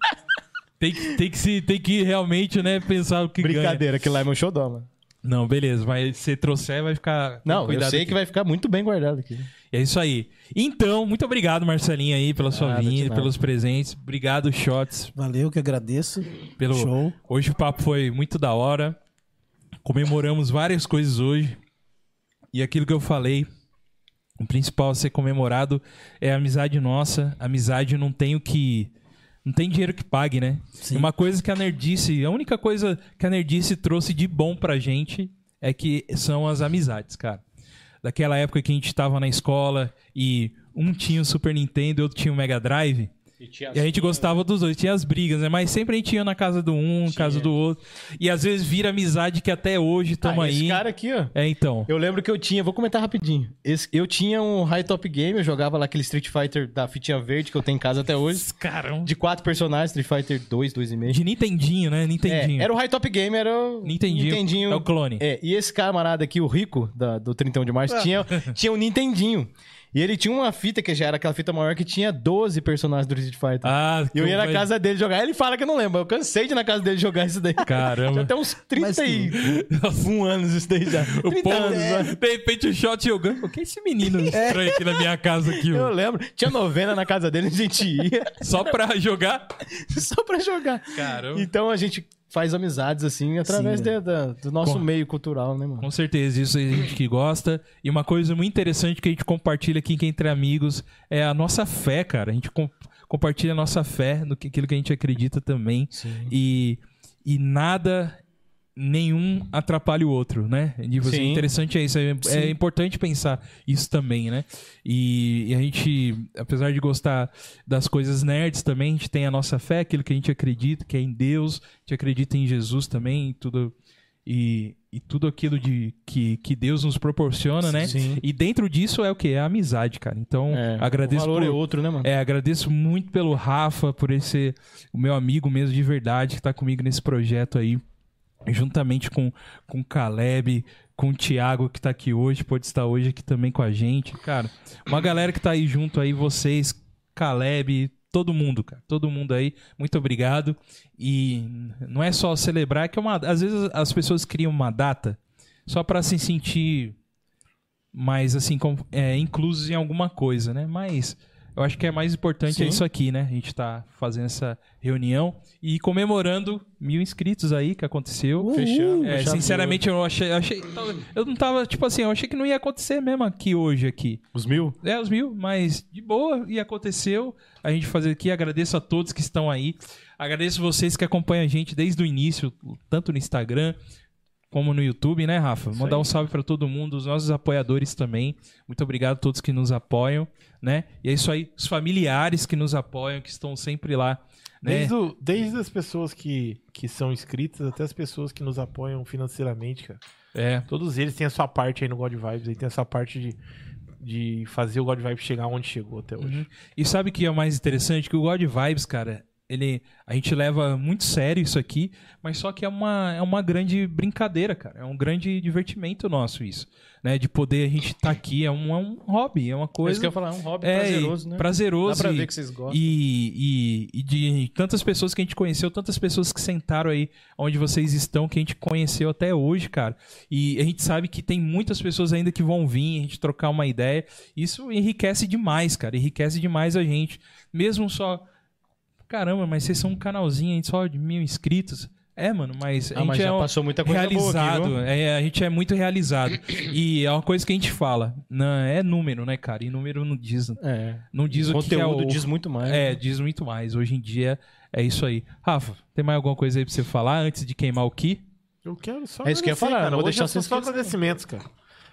Speaker 1: Tem que, tem que, se, tem que realmente, né, pensar o que ganha.
Speaker 5: Brincadeira, aquilo lá é meu xodó, mano.
Speaker 1: Não, beleza, mas se trouxer vai ficar.
Speaker 5: Não,
Speaker 1: cuidado
Speaker 5: eu sei que vai ficar muito bem guardado aqui.
Speaker 1: É isso aí. Então, muito obrigado, Marcelinho, aí, pela sua
Speaker 5: Nada, de
Speaker 1: vinda,
Speaker 5: nada.
Speaker 1: pelos presentes. Obrigado, Shots,
Speaker 4: Valeu, que agradeço.
Speaker 1: pelo.
Speaker 4: Show.
Speaker 1: Hoje o papo foi muito da hora. Comemoramos várias coisas hoje. E aquilo que eu falei, o principal a ser comemorado é a amizade nossa. A amizade não tem o que. Não tem dinheiro que pague, né?
Speaker 4: Sim.
Speaker 1: E Uma coisa que a Nerdice, a única coisa que a Nerdice trouxe de bom pra gente é que são as amizades, cara. Daquela época que a gente tava na escola e um tinha o Super Nintendo e outro tinha o Mega Drive. E a
Speaker 5: é.
Speaker 1: gente gostava dos dois, tinha as brigas, né? Mas sempre a gente ia na casa do um, na casa do outro. E às vezes vira amizade que até hoje tamo
Speaker 5: Ah,
Speaker 1: aí.
Speaker 5: Esse cara aqui, ó.
Speaker 1: É, então.
Speaker 5: Eu lembro que eu tinha, vou comentar rapidinho. Esse- eu tinha um High Top Game, eu jogava lá aquele Street Fighter da fitinha verde que eu tenho em casa até hoje.
Speaker 1: Caramba. De,
Speaker 5: De quatro personagens, Street Fighter 2, 2,5.
Speaker 1: de Nintendinho, né? Nintendinho.
Speaker 5: É, era o High Top Game, era o.
Speaker 1: Nintendinho. É o clone.
Speaker 5: É, e esse camarada aqui, o Rico, da- do 31 de
Speaker 1: Ah.
Speaker 5: março, tinha, tinha um Nintendinho. E ele tinha uma fita, que já era aquela fita maior, que tinha 12 personagens do Street Fighter.
Speaker 1: Ah,
Speaker 5: e eu ia na
Speaker 1: mas-
Speaker 5: casa dele jogar. Ele fala que eu não lembro. Eu cansei de ir na casa dele jogar isso daí. Já
Speaker 1: Caramba.
Speaker 5: tem uns
Speaker 4: Mas que-
Speaker 5: *laughs* 31 anos isso daí já.
Speaker 1: O
Speaker 5: 30
Speaker 1: povo,
Speaker 5: anos, né?
Speaker 1: de repente o shot e eu ganho. O que é esse menino estranho aqui na minha casa aqui,
Speaker 5: um. Eu
Speaker 1: ó?
Speaker 5: lembro. Tinha novena na casa dele, a gente ia *laughs*
Speaker 1: Só pra jogar?
Speaker 5: só pra jogar.
Speaker 1: Caramba.
Speaker 5: Então a gente faz amizades, assim, através
Speaker 4: Sim,
Speaker 5: de- da- do nosso
Speaker 1: Com-
Speaker 5: meio cultural, né, mano?
Speaker 1: Com certeza, isso aí a gente que gosta. E uma coisa muito interessante que a gente compartilha aqui que é entre amigos é a nossa fé, cara. A gente com- compartilha a nossa fé no que aquilo que a gente acredita também.
Speaker 5: Um
Speaker 1: E, e nada, nenhum atrapalha o outro, né? E você,
Speaker 5: Sim.
Speaker 1: interessante é isso. É, é importante pensar isso também, né? E, e a gente, apesar de gostar das coisas nerds também, a gente tem a nossa fé, aquilo que a gente acredita, que é em Deus, a gente acredita em Jesus também, em tudo. E, e tudo aquilo de que, que Deus nos proporciona, né?
Speaker 5: Sim.
Speaker 1: E dentro disso é o que? É a amizade, cara. Então,
Speaker 5: É,
Speaker 1: agradeço
Speaker 5: o valor
Speaker 1: por-
Speaker 5: é outro, né, mano?
Speaker 1: é, agradeço muito pelo Rafa, por esse o meu amigo mesmo de verdade, que tá comigo nesse projeto aí, juntamente com, com o Caleb, com o Thiago, que tá aqui hoje, pode estar hoje aqui também com a gente. Cara, uma galera que tá aí junto aí, vocês, Caleb, todo mundo, cara, todo mundo aí, muito obrigado. E não é só celebrar, que é uma. Às vezes as pessoas criam uma data só pra se sentir mais assim, com, é, inclusos em alguma coisa, né? Mas eu acho que é mais importante é
Speaker 5: Sim.
Speaker 1: isso aqui, né? A gente tá fazendo essa reunião e comemorando mil inscritos aí que aconteceu.
Speaker 4: Uh,
Speaker 5: Fechando.
Speaker 1: É,
Speaker 5: fechando
Speaker 1: sinceramente, eu achei, eu achei. Eu não tava, tipo assim, eu achei que não ia acontecer mesmo aqui hoje aqui.
Speaker 2: Os mil?
Speaker 1: É, os mil, mas de boa, e aconteceu. A gente fazer aqui, agradeço a todos que estão aí. Agradeço vocês que acompanham a gente desde o início, tanto no Instagram como no YouTube, né, Rafa? Mandar um salve para todo mundo, os nossos apoiadores também. Muito obrigado a todos que nos apoiam, né? E é isso aí, os familiares que nos apoiam, que estão sempre lá, né?
Speaker 2: Desde, o- desde as pessoas que, que são inscritas até as pessoas que nos apoiam financeiramente, cara.
Speaker 1: É,
Speaker 2: Todos eles têm a sua parte aí no God Vibes, aí tem a sua parte de, de fazer o God Vibes chegar onde chegou até hoje.
Speaker 1: Uhum. E sabe o que é o mais interessante? Que o God Vibes, cara, ele, a gente leva muito sério isso aqui, mas só que é uma, é uma grande brincadeira, cara. É um grande divertimento nosso isso, né? De poder a gente estar aqui, é um, é um hobby, é uma
Speaker 5: Coisa...
Speaker 1: coisa...
Speaker 5: Isso que eu ia falar, é um hobby
Speaker 1: é,
Speaker 5: prazeroso,
Speaker 1: e-
Speaker 5: né? Dá
Speaker 1: Prazeroso
Speaker 5: pra
Speaker 1: e-
Speaker 5: ver que vocês gostam.
Speaker 1: e, e- e de tantas pessoas que a gente conheceu, tantas pessoas que sentaram aí onde vocês estão, que a gente conheceu até hoje, cara. E a gente sabe que tem muitas pessoas ainda que vão vir, a gente trocar uma ideia. Isso enriquece demais, cara. Enriquece demais a gente. Mesmo só. Caramba, mas vocês são um canalzinho aí só de mil inscritos. É, mano, mas a
Speaker 5: Ah,
Speaker 1: gente
Speaker 5: mas
Speaker 1: é
Speaker 5: já
Speaker 1: um-
Speaker 5: passou muita coisa
Speaker 1: realizado.
Speaker 5: boa aqui, viu?
Speaker 1: é, a gente é muito realizado. E é uma coisa que a gente fala. Não, é número, né, cara? E número não diz,
Speaker 5: É.
Speaker 1: não diz o,
Speaker 5: o
Speaker 1: que é
Speaker 5: conteúdo
Speaker 1: o...
Speaker 5: diz muito mais.
Speaker 1: É, diz muito mais. Hoje em dia é isso aí. Rafa, tem mais alguma coisa aí pra você falar antes de queimar o Ki?
Speaker 2: Eu quero só
Speaker 5: É isso que eu
Speaker 2: agradecer,
Speaker 5: ia falar,
Speaker 2: cara.
Speaker 5: vou
Speaker 2: Hoje
Speaker 5: deixar
Speaker 2: é só-
Speaker 5: vocês
Speaker 2: só agradecimentos, cara.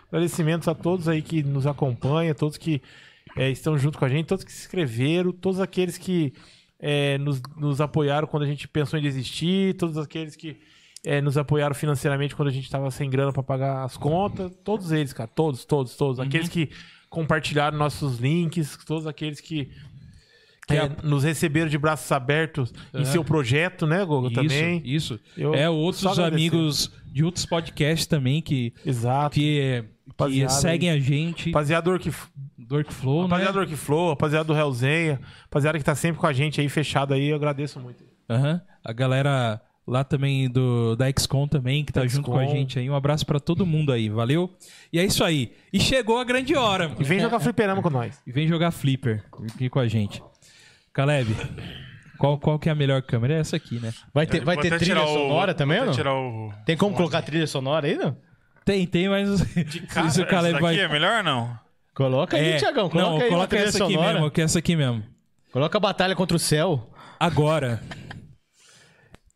Speaker 2: Agradecimentos a todos aí que nos acompanham, todos que eh, estão junto com a gente, todos que se inscreveram, todos aqueles que eh, nos, nos apoiaram quando a gente pensou em desistir, todos aqueles que eh, nos apoiaram financeiramente quando a gente estava sem grana para pagar as contas, todos eles, cara, todos, todos,
Speaker 5: Uhum.
Speaker 2: todos. Aqueles que compartilharam nossos links, todos aqueles que,
Speaker 1: Que
Speaker 2: eh,
Speaker 5: É.
Speaker 1: a-
Speaker 2: nos receberam de braços abertos em seu projeto, né, Gogo, também.
Speaker 1: Isso.
Speaker 2: Eu-
Speaker 1: é,
Speaker 2: só
Speaker 1: outros
Speaker 2: agradecer.
Speaker 1: amigos de outros podcasts também que,
Speaker 2: Exato.
Speaker 1: que, que
Speaker 2: Rapaziada
Speaker 1: seguem a gente
Speaker 2: Rapaziada do Orc-
Speaker 1: do Workflow, né?
Speaker 2: rapaziada do Orkflow, rapaziada do Hellzenha, rapaziada que tá sempre com a gente aí, fechado aí, eu agradeço muito.
Speaker 1: Aham. A galera lá também do da XCOM também, que tá junto com a
Speaker 2: XCOM.
Speaker 1: gente aí. Um abraço pra todo mundo aí, valeu? E é isso aí. E chegou a grande hora. mano.
Speaker 2: E vem jogar fliperama com nós.
Speaker 1: E vem jogar flipper aqui com a gente. Caleb, qual, qual que é a melhor câmera? É essa aqui, né?
Speaker 5: Vai ter, vai
Speaker 3: Vou
Speaker 5: ter
Speaker 3: até
Speaker 5: trilha
Speaker 3: tirar o-
Speaker 5: sonora também,
Speaker 3: vou
Speaker 5: ou
Speaker 3: até
Speaker 5: não?
Speaker 3: tirar o...
Speaker 5: Tem como colocar trilha sonora aí, não?
Speaker 1: Tem, tem, mas *laughs*
Speaker 3: Cara,
Speaker 1: se
Speaker 3: essa
Speaker 1: o Caleb
Speaker 3: daqui
Speaker 1: vai
Speaker 3: é melhor não?
Speaker 5: Coloca aí,
Speaker 1: É,
Speaker 5: Tiagão. Coloca
Speaker 1: não,
Speaker 5: aí uma
Speaker 1: coloca
Speaker 5: trilha
Speaker 1: essa aqui
Speaker 5: sonora.
Speaker 1: mesmo, que é essa aqui mesmo.
Speaker 5: Coloca a Batalha contra o Céu.
Speaker 1: Agora,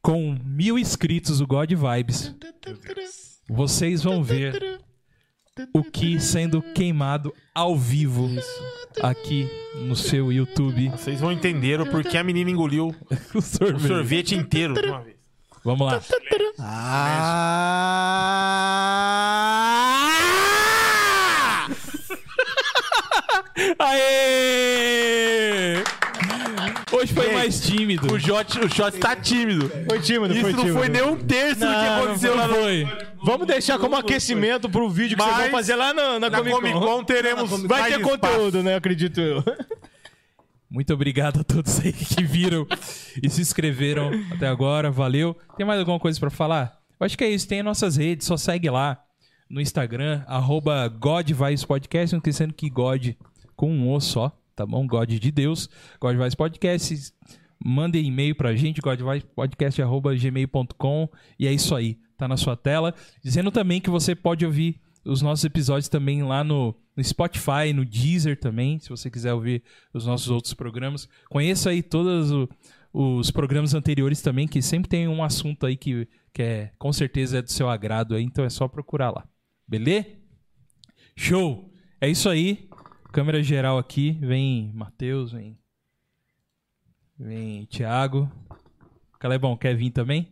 Speaker 1: com mil inscritos do God Vibes, vocês vão ver o que sendo queimado ao vivo aqui no seu YouTube.
Speaker 2: Vocês vão entender o porquê a menina engoliu
Speaker 1: O
Speaker 2: o
Speaker 1: sorvete.
Speaker 2: sorvete inteiro de uma vez.
Speaker 1: Vamos lá.
Speaker 4: Ah!
Speaker 1: Aê! Hoje foi mais tímido.
Speaker 2: O shot, o shot tá tímido.
Speaker 5: Foi tímido,
Speaker 2: Isso não foi nem um terço do que
Speaker 5: Não,
Speaker 2: aconteceu lá
Speaker 1: Não
Speaker 2: no-
Speaker 1: foi.
Speaker 5: Vamos deixar como aquecimento pro vídeo que vocês
Speaker 2: Mas-
Speaker 5: vão fazer lá na, na,
Speaker 2: na
Speaker 5: Comic Con.
Speaker 2: Comic Con. Teremos
Speaker 5: Vai
Speaker 2: mais
Speaker 5: ter
Speaker 2: espaço.
Speaker 5: conteúdo, né? Acredito eu.
Speaker 1: Muito obrigado a todos aí que viram e se inscreveram até agora. Valeu. Tem mais alguma coisa pra falar? Eu acho que é isso. Tem nossas redes, só segue lá no Instagram, arroba God Vibes Podcast, não esquecendo que God com um O só, tá bom? God de Deus, God Vibes Podcast. Mandem e-mail pra gente, godvibepodcast.gmail.com. E é isso aí, tá na sua tela. Dizendo também que você pode ouvir os nossos episódios também lá no, no Spotify, no Deezer também, se você quiser ouvir os nossos outros programas. Conheça aí todos o- os programas anteriores também, que sempre tem um assunto aí que, que é, com certeza é do seu agrado aí, então é só procurar lá. Beleza? Show! É isso aí. Câmera geral aqui. Vem Matheus, vem. Vem Thiago. Calebão, quer vir também?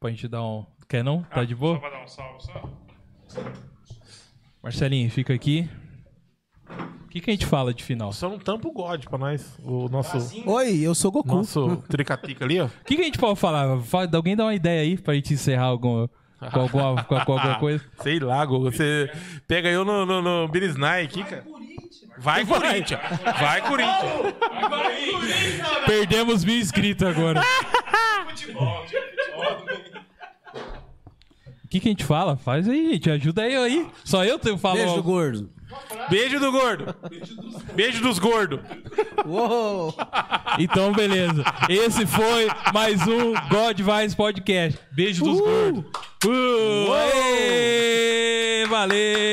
Speaker 1: Pra gente dar um. Quer não? Tá de boa?
Speaker 3: Só pra dar um salve, só.
Speaker 1: Marcelinho, fica aqui. O que, que a gente fala de final?
Speaker 2: Só não tampa o God pra nós. O nosso,
Speaker 4: Oi, eu sou Goku.
Speaker 2: nosso tricatica ali, ó.
Speaker 1: O que, que a gente pode falar? Fala- alguém dá uma ideia aí pra gente encerrar algum, com, alguma, com- com alguma coisa?
Speaker 2: Sei lá, Gogo. Você pega eu no, no, no Birisnai aqui, cara. Vai, Corinthians. Vai, Corinthians.
Speaker 1: Perdemos mil inscritos agora. O que, que a gente fala? Faz aí, gente. Ajuda aí aí. Só eu tenho falo.
Speaker 4: Beijo, gordo.
Speaker 2: Beijo do gordo. Beijo dos gordos.
Speaker 4: Uou!
Speaker 1: Então, beleza. Esse foi mais um God Vibes Podcast. Beijo dos gordos. Uh, aê, valeu!